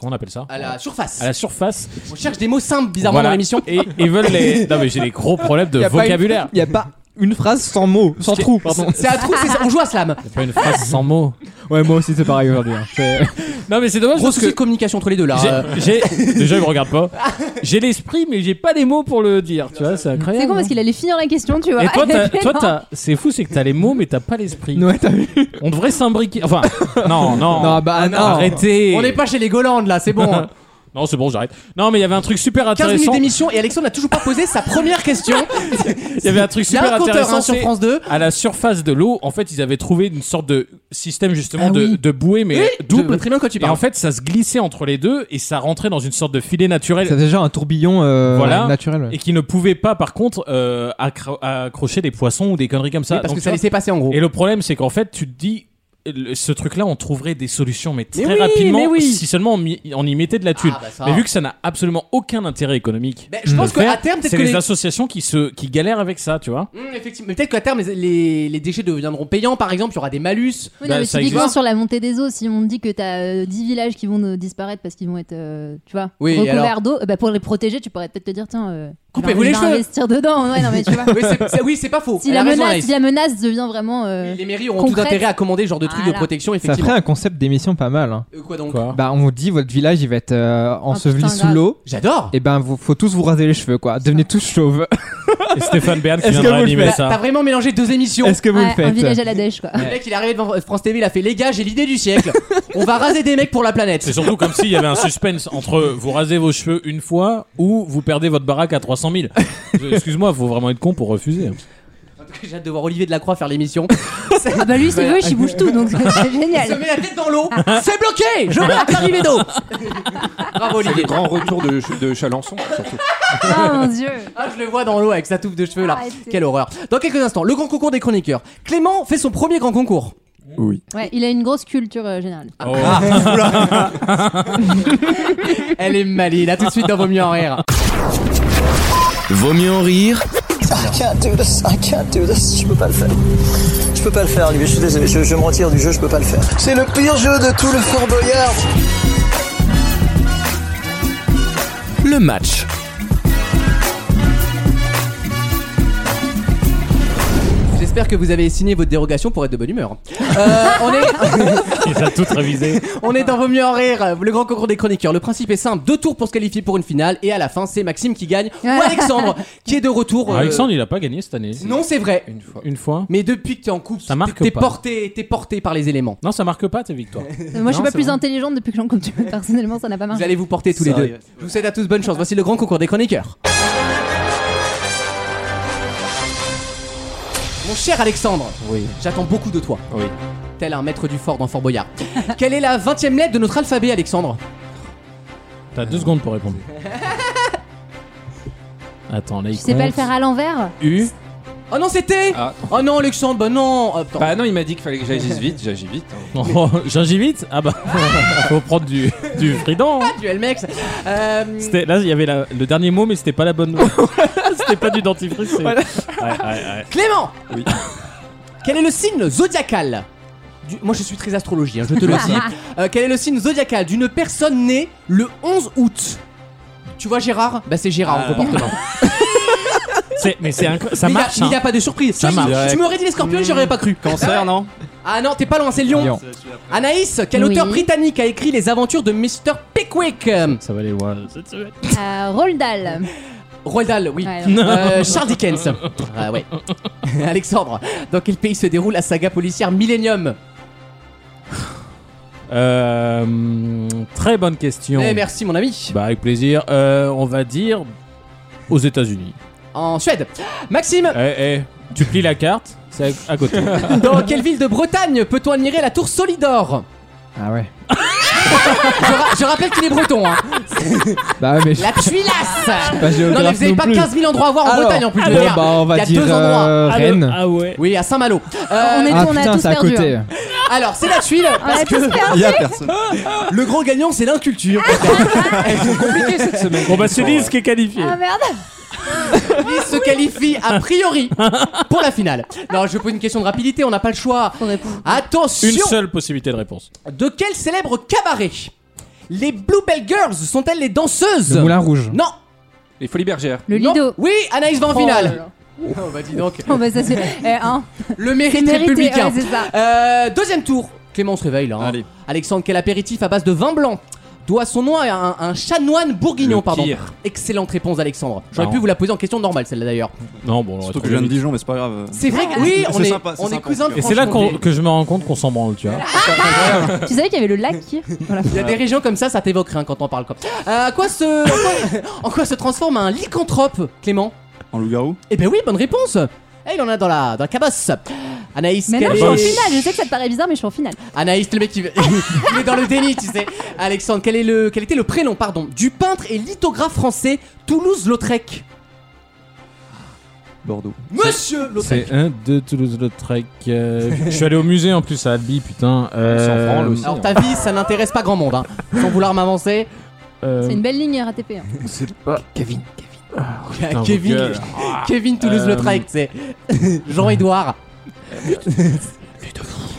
Speaker 3: Comment on appelle ça
Speaker 2: À la surface.
Speaker 3: À la surface.
Speaker 2: On cherche des mots simples bizarrement
Speaker 3: Voilà.
Speaker 2: dans l'émission.
Speaker 3: Et ils veulent les. Non mais j'ai des gros problèmes de
Speaker 6: Y a pas une-
Speaker 3: vocabulaire.
Speaker 6: Il n'y a pas une phrase sans mots, sans trou, pardon.
Speaker 2: C'est à trou, c'est ça. On joue à slam.
Speaker 3: C'est pas une phrase sans mots.
Speaker 6: Ouais, moi aussi, c'est pareil aujourd'hui. hein. C'est-
Speaker 3: Non mais c'est dommage
Speaker 2: Gros
Speaker 3: parce
Speaker 2: souci de
Speaker 3: que
Speaker 2: communication entre les deux là. Euh,
Speaker 3: j'ai j'ai- déjà ils me regardent pas. J'ai l'esprit mais j'ai pas les mots pour le dire. Tu vois, c'est
Speaker 5: C'est con
Speaker 3: incroyable.
Speaker 5: parce qu'il allait finir la question, tu vois.
Speaker 3: Et toi, t'as- toi,
Speaker 5: Non.
Speaker 3: t'as- c'est fou, c'est que t'as les mots mais t'as pas l'esprit.
Speaker 6: Ouais, t'as vu
Speaker 3: On devrait s'imbriquer. Enfin, non, non. Ah,
Speaker 6: Non, bah non.
Speaker 3: Arrêtez.
Speaker 2: On n'est pas chez les Golandes là, c'est bon.
Speaker 3: Non, c'est bon, j'arrête. Non, mais il y avait un truc super
Speaker 2: 15 minutes
Speaker 3: intéressant.
Speaker 2: d'émission et Alexandre n'a toujours pas posé sa première question.
Speaker 3: Il y avait un truc
Speaker 2: Il y a
Speaker 3: super
Speaker 2: un compteur
Speaker 3: intéressant
Speaker 2: hein, sur
Speaker 3: c'est-
Speaker 2: France 2.
Speaker 3: à la surface de l'eau. En fait, ils avaient trouvé une sorte de système justement
Speaker 5: Ah
Speaker 3: de,
Speaker 5: oui.
Speaker 3: de bouée, mais
Speaker 2: Double.
Speaker 3: double.
Speaker 2: très bien quand tu
Speaker 3: Et
Speaker 2: parles.
Speaker 3: en fait, ça se glissait entre les deux et ça rentrait dans une sorte de filet naturel.
Speaker 6: Ça faisait genre un tourbillon euh,
Speaker 3: Voilà.
Speaker 6: naturel. ouais.
Speaker 3: et qui ne pouvait pas par contre euh, accro- accrocher des poissons ou des conneries comme ça.
Speaker 2: Oui, parce
Speaker 3: Donc,
Speaker 2: que
Speaker 3: tu
Speaker 2: ça
Speaker 3: vois,
Speaker 2: laissait passer en gros.
Speaker 3: Et le problème c'est qu'en fait tu te dis le- ce truc là on trouverait des solutions mais très
Speaker 2: oui,
Speaker 3: rapidement
Speaker 2: mais oui.
Speaker 3: si seulement on, mi- on y mettait de la thune.
Speaker 2: Ah, bah, ça.
Speaker 3: mais vu que ça n'a absolument aucun intérêt économique.
Speaker 2: Mais je
Speaker 3: de
Speaker 2: pense
Speaker 3: le faire,
Speaker 2: qu'à terme, peut-être
Speaker 3: c'est
Speaker 2: que
Speaker 3: les,
Speaker 2: les-
Speaker 3: associations qui se qui galèrent avec ça, tu vois.
Speaker 2: Hum, effectivement. Mais peut-être qu'à terme, les- les, les déchets deviendront payants, par exemple, il y aura des malus.
Speaker 5: Oui,
Speaker 3: Bah,
Speaker 5: non, mais
Speaker 3: ça
Speaker 5: typiquement
Speaker 3: existe.
Speaker 5: sur la montée des eaux, si on dit que t'as euh, 10 villages qui vont euh, disparaître parce qu'ils vont être, euh, tu vois,
Speaker 2: Oui, et alors
Speaker 5: recouverts d'eau, euh, bah, pour les protéger, tu pourrais peut-être te dire, tiens, euh,
Speaker 2: Coupez-vous les
Speaker 5: Il va
Speaker 2: cheveux
Speaker 5: investir dedans. Ouais, non, mais tu vois.
Speaker 2: Oui, c'est- c'est- Oui, c'est pas faux.
Speaker 5: Si
Speaker 2: Elle
Speaker 5: la,
Speaker 2: a raison,
Speaker 5: menace,
Speaker 2: Anaïs.
Speaker 5: si la menace devient vraiment. euh,
Speaker 2: Les mairies auront tout
Speaker 5: concrète.
Speaker 2: intérêt à commander ce genre de trucs de
Speaker 5: Voilà.
Speaker 2: protection,
Speaker 6: Ça ferait
Speaker 2: effectivement.
Speaker 6: un concept d'émission pas mal. hein.
Speaker 2: Euh, Quoi donc
Speaker 3: Quoi
Speaker 6: Bah, on vous dit, votre village, il va être euh, enseveli
Speaker 5: Oh, putain,
Speaker 6: sous
Speaker 5: grave.
Speaker 6: l'eau.
Speaker 2: J'adore
Speaker 6: Et ben, vous, faut tous vous raser les cheveux, quoi. Devenez tous chauves.
Speaker 3: Et Stéphane Bern qui
Speaker 6: Est-ce que
Speaker 3: viendra
Speaker 6: vous le
Speaker 3: animer
Speaker 2: T'as
Speaker 6: faites
Speaker 3: ça.
Speaker 2: t'as vraiment mélangé deux émissions.
Speaker 6: Est-ce que vous
Speaker 5: Ah. ouais,
Speaker 6: le
Speaker 5: un village
Speaker 6: faites
Speaker 5: à la dèche, quoi.
Speaker 2: Le mec, il est arrivé devant France TV, il a fait Les gars, j'ai l'idée du siècle. On va raser des mecs pour la planète.
Speaker 3: C'est surtout comme s'il y avait un suspense entre vous rasez vos cheveux une fois ou vous perdez votre baraque à 300 000. Excuse-moi, faut vraiment être con pour refuser. hein.
Speaker 2: En tout cas, J'ai hâte de voir Olivier Delacroix faire l'émission.
Speaker 5: Ah bah lui, c'est gauche, il bouge tout, donc c'est
Speaker 2: Il se
Speaker 5: génial. Ah,
Speaker 2: met la tête dans l'eau. C'est bloqué Je bloque l'arrivée d'eau. Bravo
Speaker 7: C'est le
Speaker 2: Olivier.
Speaker 7: grand retour de, de Chalençon, surtout.
Speaker 5: Oh mon dieu.
Speaker 2: Ah, je le vois dans l'eau avec sa touffe de cheveux là.
Speaker 5: Arrêtez.
Speaker 2: Quelle horreur. Dans quelques instants, le grand concours des chroniqueurs. Clément fait son premier grand concours. Ah.
Speaker 5: Ouais, il a une grosse culture euh, générale.
Speaker 3: Oh.
Speaker 2: Elle est maline. À tout de suite dans Vos mieux en rire.
Speaker 1: Vaut mieux en rire
Speaker 10: I can't do this, I can't do this, je peux pas le faire. Je peux pas le faire, lui, je suis désolé, je, je me retire du jeu, je peux pas le faire. C'est le pire jeu de tout le Fort Boyard
Speaker 1: le match.
Speaker 2: J'espère que vous avez signé votre dérogation pour être de bonne humeur. Euh, on, est,
Speaker 3: Il a tout révisé.
Speaker 2: on est dans Vos mieux en rire, le grand concours des chroniqueurs. Le principe est simple deux tours pour se qualifier pour une finale et à la fin, c'est Maxime qui gagne ou Alexandre qui est de retour. euh,
Speaker 3: Alexandre, il a pas gagné cette année.
Speaker 2: Non, c'est vrai.
Speaker 7: Une fois.
Speaker 3: Une fois
Speaker 2: Mais depuis que t'es en couple,
Speaker 3: Ça marque
Speaker 2: t'es
Speaker 3: pas.
Speaker 2: porté, t'es porté par les éléments.
Speaker 3: Non, ça marque pas tes victoires.
Speaker 5: Euh, Moi, je suis
Speaker 3: Non,
Speaker 5: pas
Speaker 3: c'est
Speaker 5: plus
Speaker 3: vrai.
Speaker 5: intelligente depuis que j'en tu mais personnellement, ça n'a pas
Speaker 2: Vous
Speaker 5: marché.
Speaker 2: allez vous porter tous les deux. Je vous souhaite à tous bonne chance. Voici le grand concours des chroniqueurs. Mon cher Alexandre,
Speaker 7: Oui.
Speaker 2: j'attends beaucoup de toi,
Speaker 7: Oui.
Speaker 2: tel un maître du fort dans Fort Boyard. Quelle est la 20 e lettre de notre alphabet, Alexandre
Speaker 3: T'as deux secondes pour répondre. Attends, là, il
Speaker 5: Tu sais pas le
Speaker 3: compte.
Speaker 5: faire à l'envers
Speaker 3: U.
Speaker 2: Oh non, c'était
Speaker 7: Ah.
Speaker 2: Oh non, Alexandre, bah non Oh, putain.
Speaker 7: Bah non, il m'a dit qu'il fallait que j'agisse vite, j'agis vite. hein.
Speaker 3: Oh, gingivite Ah bah, faut prendre du, du fridon. hein.
Speaker 2: Duel Mex. Euh,
Speaker 3: C'était- Là, il y avait la- le dernier mot, mais c'était pas la bonne. c'était pas du dentifrice. c'est- Ouais, ouais, ouais.
Speaker 2: Clément Quel est le signe zodiacal du- Moi je suis très astrologie, hein, je te le dis. Euh, quel est le signe zodiacal d'une personne née le 11 août Tu vois Gérard Bah c'est Gérard
Speaker 3: Ah.
Speaker 2: en comportement.
Speaker 3: C'est- Mais c'est incroyable. Ça
Speaker 2: Mais y a-
Speaker 3: marche.
Speaker 2: Mais il
Speaker 3: hein.
Speaker 2: a pas de surprise.
Speaker 3: Ça
Speaker 2: Tu-
Speaker 3: marche.
Speaker 2: Tu m'aurais dit les scorpions, j'aurais pas cru.
Speaker 4: Cancer, non
Speaker 2: Ah non, t'es pas loin, c'est Lyon.
Speaker 6: Lion.
Speaker 2: Anaïs, quel
Speaker 5: Oui.
Speaker 2: auteur britannique a écrit Les aventures de Mr. Pickwick Euh,
Speaker 3: Ça va aller voir cette semaine.
Speaker 5: à Roald Dahl.
Speaker 2: Roald Dahl, oui.
Speaker 5: Euh, Ouais,
Speaker 2: Euh, Charles Dickens. Ah ouais. Alexandre, dans quel pays se déroule la saga policière Millennium
Speaker 3: Euh, hum, très bonne question.
Speaker 2: Eh merci mon ami.
Speaker 3: Bah, avec plaisir. Euh, on va dire aux États-Unis.
Speaker 2: En Suède. Maxime,
Speaker 3: Eh, eh, tu plies la carte, c'est à à côté.
Speaker 2: Dans quelle ville de Bretagne peut-on admirer la tour Solidor
Speaker 6: Ah ouais.
Speaker 2: je, ra- je rappelle qu'il est breton, hein.
Speaker 6: Bah ouais, mais je
Speaker 2: La Tuilasse
Speaker 6: pas
Speaker 2: Non, mais
Speaker 6: géographe
Speaker 2: vous avez
Speaker 6: non
Speaker 2: pas
Speaker 6: plus.
Speaker 2: 15 000 endroits à voir en
Speaker 6: Alors,
Speaker 2: Bretagne en plus. je veux
Speaker 6: bon,
Speaker 2: dire.
Speaker 6: bah, on
Speaker 2: Il y
Speaker 6: va
Speaker 2: a deux
Speaker 6: dire
Speaker 2: endroits.
Speaker 6: euh,
Speaker 3: Ah, le-
Speaker 6: Rennes.
Speaker 3: Ah ouais.
Speaker 2: Oui, à Saint-Malo. Euh,
Speaker 5: On est
Speaker 6: Ah
Speaker 5: tous, on a
Speaker 6: putain,
Speaker 5: tous
Speaker 6: c'est à
Speaker 5: perdu.
Speaker 6: côté.
Speaker 5: hein.
Speaker 2: alors, c'est la tuile.
Speaker 5: On a
Speaker 2: Parce que
Speaker 5: tous perdu.
Speaker 4: Il y a personne.
Speaker 2: le grand gagnant, c'est l'inculture.
Speaker 3: Bon, bah, c'est Lise qui est qualifié.
Speaker 5: Ah merde
Speaker 2: Il se qualifie a priori pour la finale. Non, je pose une question de rapidité, on n'a pas le choix.
Speaker 5: Faut répondre.
Speaker 2: Attention
Speaker 3: Une seule possibilité de réponse.
Speaker 2: De quel célèbre cabaret les Bluebell Girls sont-elles les danseuses
Speaker 6: Le Moulin Rouge.
Speaker 2: Non
Speaker 7: Les Folies Bergères.
Speaker 5: Le
Speaker 2: non.
Speaker 5: Lido.
Speaker 2: Oui, Anaïs va en
Speaker 5: Oh là
Speaker 2: finale.
Speaker 5: là.
Speaker 2: Oh, bah dis donc.
Speaker 5: Bon, bah, ça c'est. Eh, hein,
Speaker 2: Le mérite
Speaker 5: mérité,
Speaker 2: républicain.
Speaker 5: ouais, c'est ça.
Speaker 2: Euh, deuxième tour. Clément se réveille là. hein.
Speaker 4: Allez.
Speaker 2: Alexandre, quel apéritif à base de vin blanc doit son nom à un, un chanoine bourguignon,
Speaker 7: Le
Speaker 2: pardon.
Speaker 7: pire.
Speaker 2: Excellente réponse, Alexandre. J'aurais
Speaker 3: Non.
Speaker 2: pu vous la poser en question normale, celle-là d'ailleurs.
Speaker 3: Non, bon, on va
Speaker 4: Surtout que
Speaker 3: trouver
Speaker 4: je viens de
Speaker 3: vite.
Speaker 4: Dijon, mais c'est pas grave.
Speaker 2: C'est vrai que oui, on
Speaker 4: C'est
Speaker 2: est,
Speaker 4: sympa, c'est
Speaker 2: on est
Speaker 4: sympa,
Speaker 2: cousins
Speaker 4: en tout
Speaker 2: de
Speaker 4: cas.
Speaker 3: Et c'est là
Speaker 2: Franche-Comté.
Speaker 3: qu'on- que je me rends compte qu'on s'en branle, tu vois.
Speaker 2: Ah
Speaker 5: Tu savais qu'il y avait le lac qui. Voilà.
Speaker 2: Il y a des régions comme ça, ça t'évoque rien quand on parle comme. Euh, à quoi se, en quoi, en quoi se transforme un lycanthrope, Clément
Speaker 4: En loup-garou
Speaker 2: Eh ben oui, bonne réponse. Eh, il en a dans la, dans la cabosse. Anaïs,
Speaker 5: Mais non,
Speaker 2: quel Euh.
Speaker 5: je suis en
Speaker 2: est-
Speaker 5: finale. Je sais que ça te paraît bizarre, mais je suis en finale.
Speaker 2: Anaïs, le mec qui il est dans le déni, tu sais. Alexandre, quel, est le... quel était le prénom pardon, du peintre et lithographe français Toulouse-Lautrec
Speaker 4: Bordeaux.
Speaker 2: Monsieur Lautrec
Speaker 3: C'est un, deux, Toulouse-Lautrec. euh, je suis allé au musée en plus à Albi, putain. Euh,
Speaker 7: Sans branle aussi. hein.
Speaker 2: Alors ta vie, ça n'intéresse pas grand monde, hein. sans vouloir m'avancer.
Speaker 3: euh,
Speaker 5: C'est une belle ligne RATP. hein.
Speaker 3: putain, vos
Speaker 2: Ah, Kevin,
Speaker 3: gueules.
Speaker 2: Kevin Toulouse-Lautrec, c'est Jean-Édouard.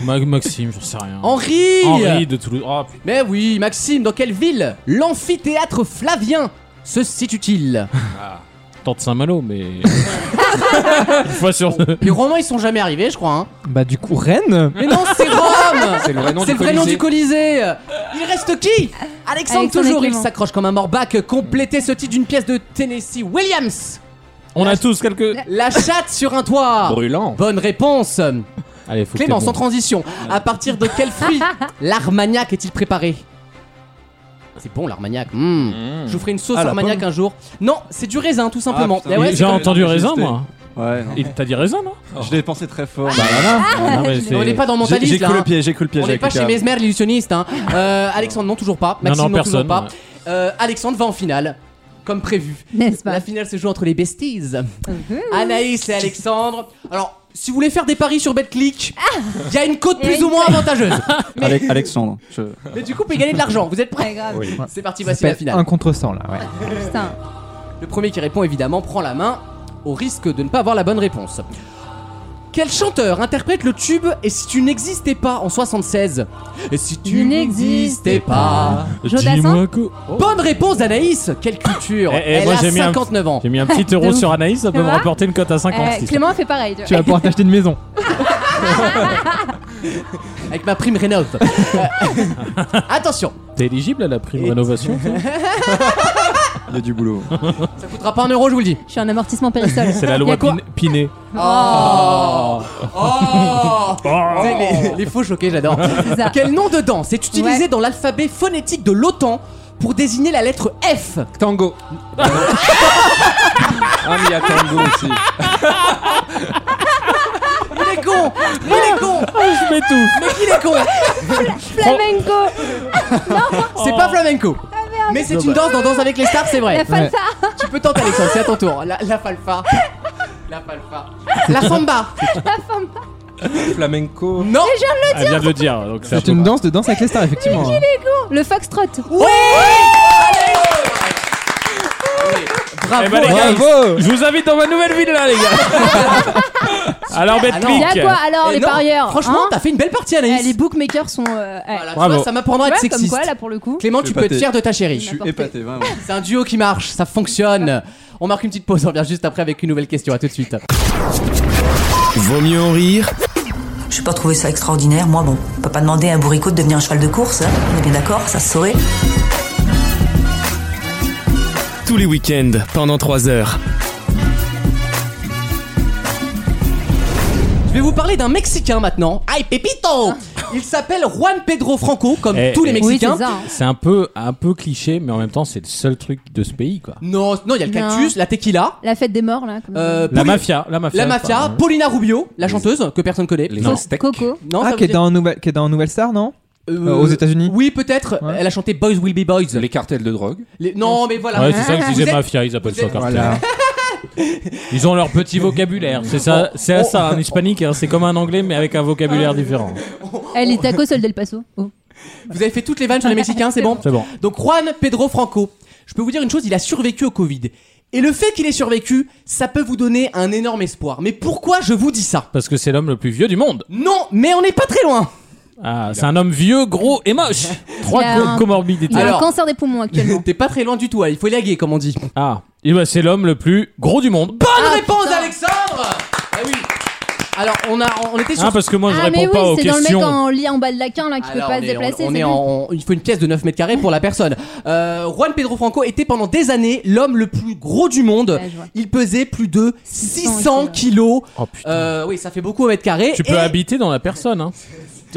Speaker 3: Ma- Maxime, j'en sais rien.
Speaker 2: Henri
Speaker 3: Henri de Toulouse. Oh, putain.
Speaker 2: Mais oui,
Speaker 3: Ah.
Speaker 2: Maxime, dans quelle ville l'amphithéâtre Flavien se situe-t-il
Speaker 3: Tente Saint-Malo, mais. Une fois sur deux.
Speaker 2: Les Romains, ils sont jamais arrivés, je crois. hein.
Speaker 6: Bah, du coup, Rennes
Speaker 2: Mais non, c'est Rome
Speaker 7: C'est le vrai nom
Speaker 2: C'est
Speaker 7: du
Speaker 2: le vrai nom
Speaker 7: Colisée.
Speaker 2: du Colisée Il reste qui Alexandre,
Speaker 5: Alexandre
Speaker 2: toujours, il
Speaker 5: Clément.
Speaker 2: s'accroche comme un morbac, complétez ce titre d'une pièce de Tennessee Williams
Speaker 3: On a tous quelques.
Speaker 2: La chatte sur un toit
Speaker 7: Brûlant.
Speaker 2: Bonne réponse
Speaker 3: Allez, faut que
Speaker 2: Clément,
Speaker 3: t'aies
Speaker 2: sans
Speaker 3: bon.
Speaker 2: transition, à partir de quel fruit l'armagnac est-il préparé C'est bon l'armagnac, mmh.
Speaker 3: Hmm.
Speaker 2: je vous ferai une sauce
Speaker 4: Ah, la
Speaker 2: armagnac un jour. Non, c'est du raisin tout simplement.
Speaker 4: putain.
Speaker 2: Eh
Speaker 3: Et
Speaker 2: ouais, c'est
Speaker 3: Ah, J'ai
Speaker 2: comme-
Speaker 3: entendu
Speaker 4: j'ai
Speaker 3: raisin,
Speaker 4: hésité.
Speaker 3: moi.
Speaker 4: Ouais, non.
Speaker 3: Et T'as dit raisin, non Ah.
Speaker 4: Je l'ai pensé très fort.
Speaker 3: Non, mais c'est-
Speaker 2: Ah, on n'est pas dans
Speaker 4: J'ai-
Speaker 2: mentaliste
Speaker 4: J'ai
Speaker 2: là.
Speaker 4: cru
Speaker 2: hein.
Speaker 4: le piège, j'ai cru le piège.
Speaker 2: On n'est
Speaker 4: avec
Speaker 2: pas
Speaker 4: Lucas.
Speaker 2: chez Mesmer l'illusionniste. Hein. Euh, Alexandre, non, toujours pas. Maxime,
Speaker 3: non,
Speaker 2: toujours
Speaker 3: personne,
Speaker 2: pas.
Speaker 3: ouais.
Speaker 2: Euh, Alexandre va en finale, comme prévu.
Speaker 5: N'est-ce
Speaker 2: La
Speaker 5: pas Mhm.
Speaker 2: finale se joue entre les besties. Anaïs et Alexandre. Alors, si vous voulez faire des paris sur BetClick, il y a une cote
Speaker 5: Ah. Et
Speaker 2: plus
Speaker 5: une-
Speaker 2: ou moins avantageuse.
Speaker 4: Alec- Alexandre. je-
Speaker 2: Mais du coup, vous pouvez gagner de l'argent. Vous êtes prêts
Speaker 5: Très grave,
Speaker 2: Ah, C'est parti, voici la finale.
Speaker 6: Un contre 100 là, ouais.
Speaker 5: putain.
Speaker 2: Le premier qui répond, évidemment, prend la main au risque de ne pas avoir la bonne réponse. Quel chanteur interprète le tube Et si tu n'existais pas en 76 Et si tu
Speaker 5: Je
Speaker 2: n'existais
Speaker 5: n'existais
Speaker 2: pas
Speaker 5: Jodassin
Speaker 3: Euh, Dis-moi que-
Speaker 2: Bonne réponse, Anaïs Quelle culture
Speaker 3: Eh, eh,
Speaker 2: Elle
Speaker 3: moi,
Speaker 2: a
Speaker 3: j'ai mis un-
Speaker 2: 59 ans.
Speaker 3: J'ai mis un petit
Speaker 5: De
Speaker 3: euro
Speaker 5: ouf.
Speaker 3: sur Anaïs, ça peut
Speaker 5: Ça
Speaker 3: me
Speaker 5: va
Speaker 3: rapporter une cote à 50.
Speaker 5: Euh,
Speaker 3: si ça-
Speaker 5: Clément a fait pareil. tu vois.
Speaker 6: Tu vas pouvoir t'acheter une maison.
Speaker 2: Avec ma prime Rénov. Euh, Attention
Speaker 3: T'es éligible à la prime
Speaker 2: Et-
Speaker 3: rénovation toi
Speaker 4: Il y a du boulot.
Speaker 2: Ça coûtera pas un euro, je vous le dis.
Speaker 5: Je suis un amortissement périssol.
Speaker 3: C'est la loi
Speaker 2: quoi
Speaker 3: Pin- Pinet.
Speaker 2: Oh, oh, Tu sais, Les, les faux choqués, j'adore.
Speaker 5: C'est ça.
Speaker 2: Quel nom de danse est utilisé
Speaker 5: Ouais.
Speaker 2: dans l'alphabet phonétique de l'OTAN pour désigner la lettre F
Speaker 7: Tango. ah, mais il y a tango aussi.
Speaker 2: Il est con Il est con
Speaker 3: Ah, Je mets tout.
Speaker 2: Mais qu'il est con
Speaker 5: Flamenco
Speaker 2: C'est pas flamenco mais c'est une danse dans Danse avec les stars, c'est vrai.
Speaker 5: La falsa
Speaker 2: Tu peux tenter, Alexandre, c'est à ton tour. La, la falfa. La falfa. La samba.
Speaker 5: La femme
Speaker 7: Flamenco.
Speaker 2: Non.
Speaker 3: Elle vient de le dire. donc c'est un
Speaker 6: C'est
Speaker 3: peu-
Speaker 6: une danse de danse avec les stars, effectivement.
Speaker 5: Le foxtrot
Speaker 2: Oui Allez Bravo.
Speaker 3: Eh ben, les gars,
Speaker 2: Anaïs.
Speaker 6: Bravo
Speaker 3: Je vous invite dans ma nouvelle villa, les gars. Alors, bête
Speaker 2: Ah non.
Speaker 5: Il y
Speaker 3: clic.
Speaker 5: a quoi alors
Speaker 2: Eh
Speaker 5: les
Speaker 2: non,
Speaker 5: parieurs
Speaker 2: Franchement,
Speaker 5: hein
Speaker 2: t'as fait une belle partie, Anaïs.
Speaker 5: Eh, Les bookmakers sont. euh, eh.
Speaker 2: Voilà, tu
Speaker 3: Bravo.
Speaker 2: vois, ça m'apprendra à être
Speaker 5: Ouais, comme
Speaker 2: sexiste.
Speaker 5: quoi là pour le coup
Speaker 2: Clément,
Speaker 4: Je
Speaker 2: tu
Speaker 4: suis
Speaker 2: peux être
Speaker 4: épaté.
Speaker 2: fier de ta
Speaker 4: Je
Speaker 2: chérie.
Speaker 4: suis épaté, vraiment.
Speaker 2: C'est un duo qui marche, ça fonctionne. On marque une petite pause, on revient juste après avec une nouvelle question. À tout de suite.
Speaker 1: Vaut mieux en rire
Speaker 11: Je n'ai pas trouvé ça extraordinaire, moi bon. On peut pas demander à un bourricot de devenir un cheval de course, hein. on est bien d'accord, ça se saurait.
Speaker 1: tous les week-ends pendant 3 heures.
Speaker 2: Je vais vous parler d'un Mexicain maintenant. Ay, Pepito Il s'appelle Juan Pedro Franco, comme
Speaker 3: Eh,
Speaker 2: tous les
Speaker 3: eh.
Speaker 5: Oui,
Speaker 2: Mexicains.
Speaker 5: c'est ça. hein.
Speaker 3: C'est un peu, un peu cliché, mais en même temps, c'est le seul truc de ce pays, quoi.
Speaker 2: non, non, il y a le
Speaker 5: Non.
Speaker 2: cactus, la tequila,
Speaker 5: La fête des morts là. comme-
Speaker 2: euh,
Speaker 3: La
Speaker 2: Pauli-
Speaker 3: mafia, la mafia.
Speaker 2: la mafia,
Speaker 3: pardon.
Speaker 2: Paulina Rubio, la chanteuse que personne connaît.
Speaker 7: Les
Speaker 3: Non.
Speaker 7: aztèques.
Speaker 5: Coco.
Speaker 2: Non, ça
Speaker 6: Ah,
Speaker 2: vous
Speaker 6: qui est
Speaker 2: dit-
Speaker 6: dans Nouvelle, qui est dans Nouvelle Star, non
Speaker 2: euh,
Speaker 6: aux États-Unis
Speaker 2: Oui, peut-être.
Speaker 6: Ouais.
Speaker 2: Elle a chanté Boys Will Be Boys.
Speaker 7: Les cartels de drogue.
Speaker 2: Les- Non, mais voilà.
Speaker 3: Ouais, c'est ça que je
Speaker 2: Vous
Speaker 3: disais,
Speaker 2: êtes-
Speaker 3: mafia, ils appellent
Speaker 2: vous
Speaker 3: ça
Speaker 2: êtes-
Speaker 3: cartel. Ils ont leur petit vocabulaire. C'est ça, c'est
Speaker 2: on-
Speaker 3: ça, un hispanique, hein, c'est comme un anglais, mais avec un
Speaker 2: Ah.
Speaker 3: vocabulaire différent.
Speaker 5: Elle est tacos Sol del Paso. Oh.
Speaker 2: Vous avez fait toutes les vannes sur les Mexicains, c'est bon
Speaker 3: C'est bon.
Speaker 2: Donc Juan Pedro Franco, je peux vous dire une chose, il a survécu au Covid. Et le fait qu'il ait survécu, ça peut vous donner un énorme espoir. Mais pourquoi je vous dis ça
Speaker 3: Parce que c'est l'homme le plus vieux du monde.
Speaker 2: Non, mais on n'est pas très loin.
Speaker 3: Ah, c'est un homme vieux, gros et moche.
Speaker 5: Il
Speaker 3: Trois
Speaker 5: a
Speaker 3: co-
Speaker 5: un-
Speaker 3: comorbidités.
Speaker 5: Il a
Speaker 2: Alors-
Speaker 5: un cancer des poumons actuellement.
Speaker 2: T'es pas très loin du tout, hein, il faut laguer comme on dit. Bonne
Speaker 3: Ah, et ben c'est l'homme le plus gros du monde.
Speaker 5: Ah,
Speaker 2: réponse
Speaker 5: putain.
Speaker 2: Alexandre Ah oui. Alors on a on était sur
Speaker 3: Hein, parce que moi je
Speaker 5: ah, mais
Speaker 3: réponds
Speaker 5: oui,
Speaker 3: pas aux
Speaker 5: c'est dans le
Speaker 3: questions.
Speaker 5: mec en lit en bas de laquin là qui peut
Speaker 2: Alors,
Speaker 5: pas
Speaker 2: Ah on
Speaker 5: se
Speaker 2: est-
Speaker 5: déplacer.
Speaker 2: on- on
Speaker 5: c'est
Speaker 2: est
Speaker 5: lui.
Speaker 2: en- il faut une pièce de 9 mètres carrés pour la personne. Euh, Juan Pedro Franco était pendant des années l'homme le plus gros du monde.
Speaker 5: Ouais, je vois.
Speaker 2: il pesait plus de 600
Speaker 5: 600
Speaker 2: kilos.
Speaker 3: Oh putain.
Speaker 2: Euh, oui, ça fait beaucoup au mètre carré.
Speaker 3: tu
Speaker 2: Et
Speaker 3: peux habiter dans la personne. Hein.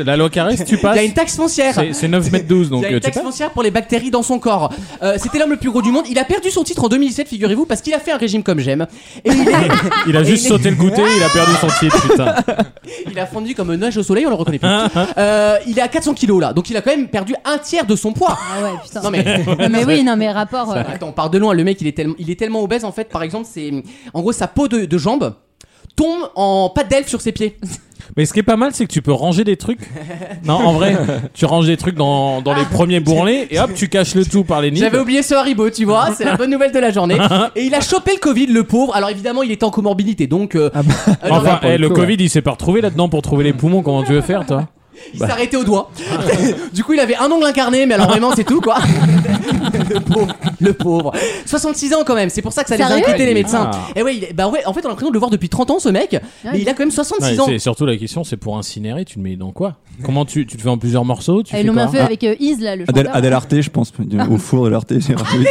Speaker 3: La loi carrée, si tu
Speaker 2: Il y
Speaker 3: passes,
Speaker 2: a une taxe foncière.
Speaker 3: c'est c'est 9 mètres 12 donc
Speaker 2: il y a une
Speaker 3: euh, tu
Speaker 2: taxe
Speaker 3: passes.
Speaker 2: foncière pour les bactéries dans son corps. Euh, C'était l'homme le plus gros du monde. Il a perdu son titre en 2007, figurez-vous, parce qu'il a fait un régime comme j'aime. Et il, est-
Speaker 3: Il a juste
Speaker 2: Et-
Speaker 3: sauté le goûter, il a perdu son titre, putain.
Speaker 2: il a fondu comme une neige au soleil, on le reconnaît plus.
Speaker 3: Hein,
Speaker 2: Euh, il est à 400 kilos là, donc il a quand même perdu un tiers de son poids.
Speaker 5: Ah ouais, putain.
Speaker 2: Non mais
Speaker 5: Non, mais oui, non mais rapport. euh,
Speaker 2: attends, on part de loin. Le mec, il est tellement, il est tellement obèse en fait. Par exemple, c'est en gros sa peau de, de jambe tombe en pas d'elfe sur ses pieds.
Speaker 3: Mais ce qui est pas mal, c'est que tu peux ranger des trucs. Non, en vrai, tu ranges des trucs dans, dans les premiers bourrelets et hop, tu caches le tout par les nids.
Speaker 2: Ah. J'avais oublié ce Haribo, tu vois, c'est la bonne nouvelle de la journée. Et il a chopé le Covid, le pauvre. Alors évidemment, il était en comorbidité, donc euh,
Speaker 6: Ah bah.
Speaker 2: euh, non,
Speaker 3: Enfin,
Speaker 6: pour
Speaker 3: eh,
Speaker 6: le
Speaker 3: le
Speaker 6: coup,
Speaker 3: Covid, il s'est pas retrouvé là-dedans pour trouver les
Speaker 2: Mm.
Speaker 3: poumons. Comment tu veux faire, toi Ah.
Speaker 2: Il s'arrêtait au doigt. du coup, il avait un ongle incarné, mais alors vraiment, c'est tout, quoi. le pauvre, le pauvre. 66 ans quand même, c'est pour ça que ça les a
Speaker 5: Sérieux
Speaker 2: inquiétés les médecins.
Speaker 3: Ah.
Speaker 2: Et oui, bah ouais, en fait on a l'impression de le voir depuis 30 ans ce mec, mais il a quand même 66
Speaker 3: Ouais,
Speaker 2: ans.
Speaker 3: c'est surtout la question, c'est pour incinérer, tu le mets dans quoi Comment tu, tu le fais en plusieurs morceaux tu
Speaker 5: Ah,
Speaker 3: fais
Speaker 5: Ils l'ont
Speaker 3: quoi
Speaker 5: bien fait avec euh, Iz là, le
Speaker 4: Adèle,
Speaker 5: chanteur.
Speaker 4: Adèle Arte, je pense, au four de l'Arte. j'ai rapide.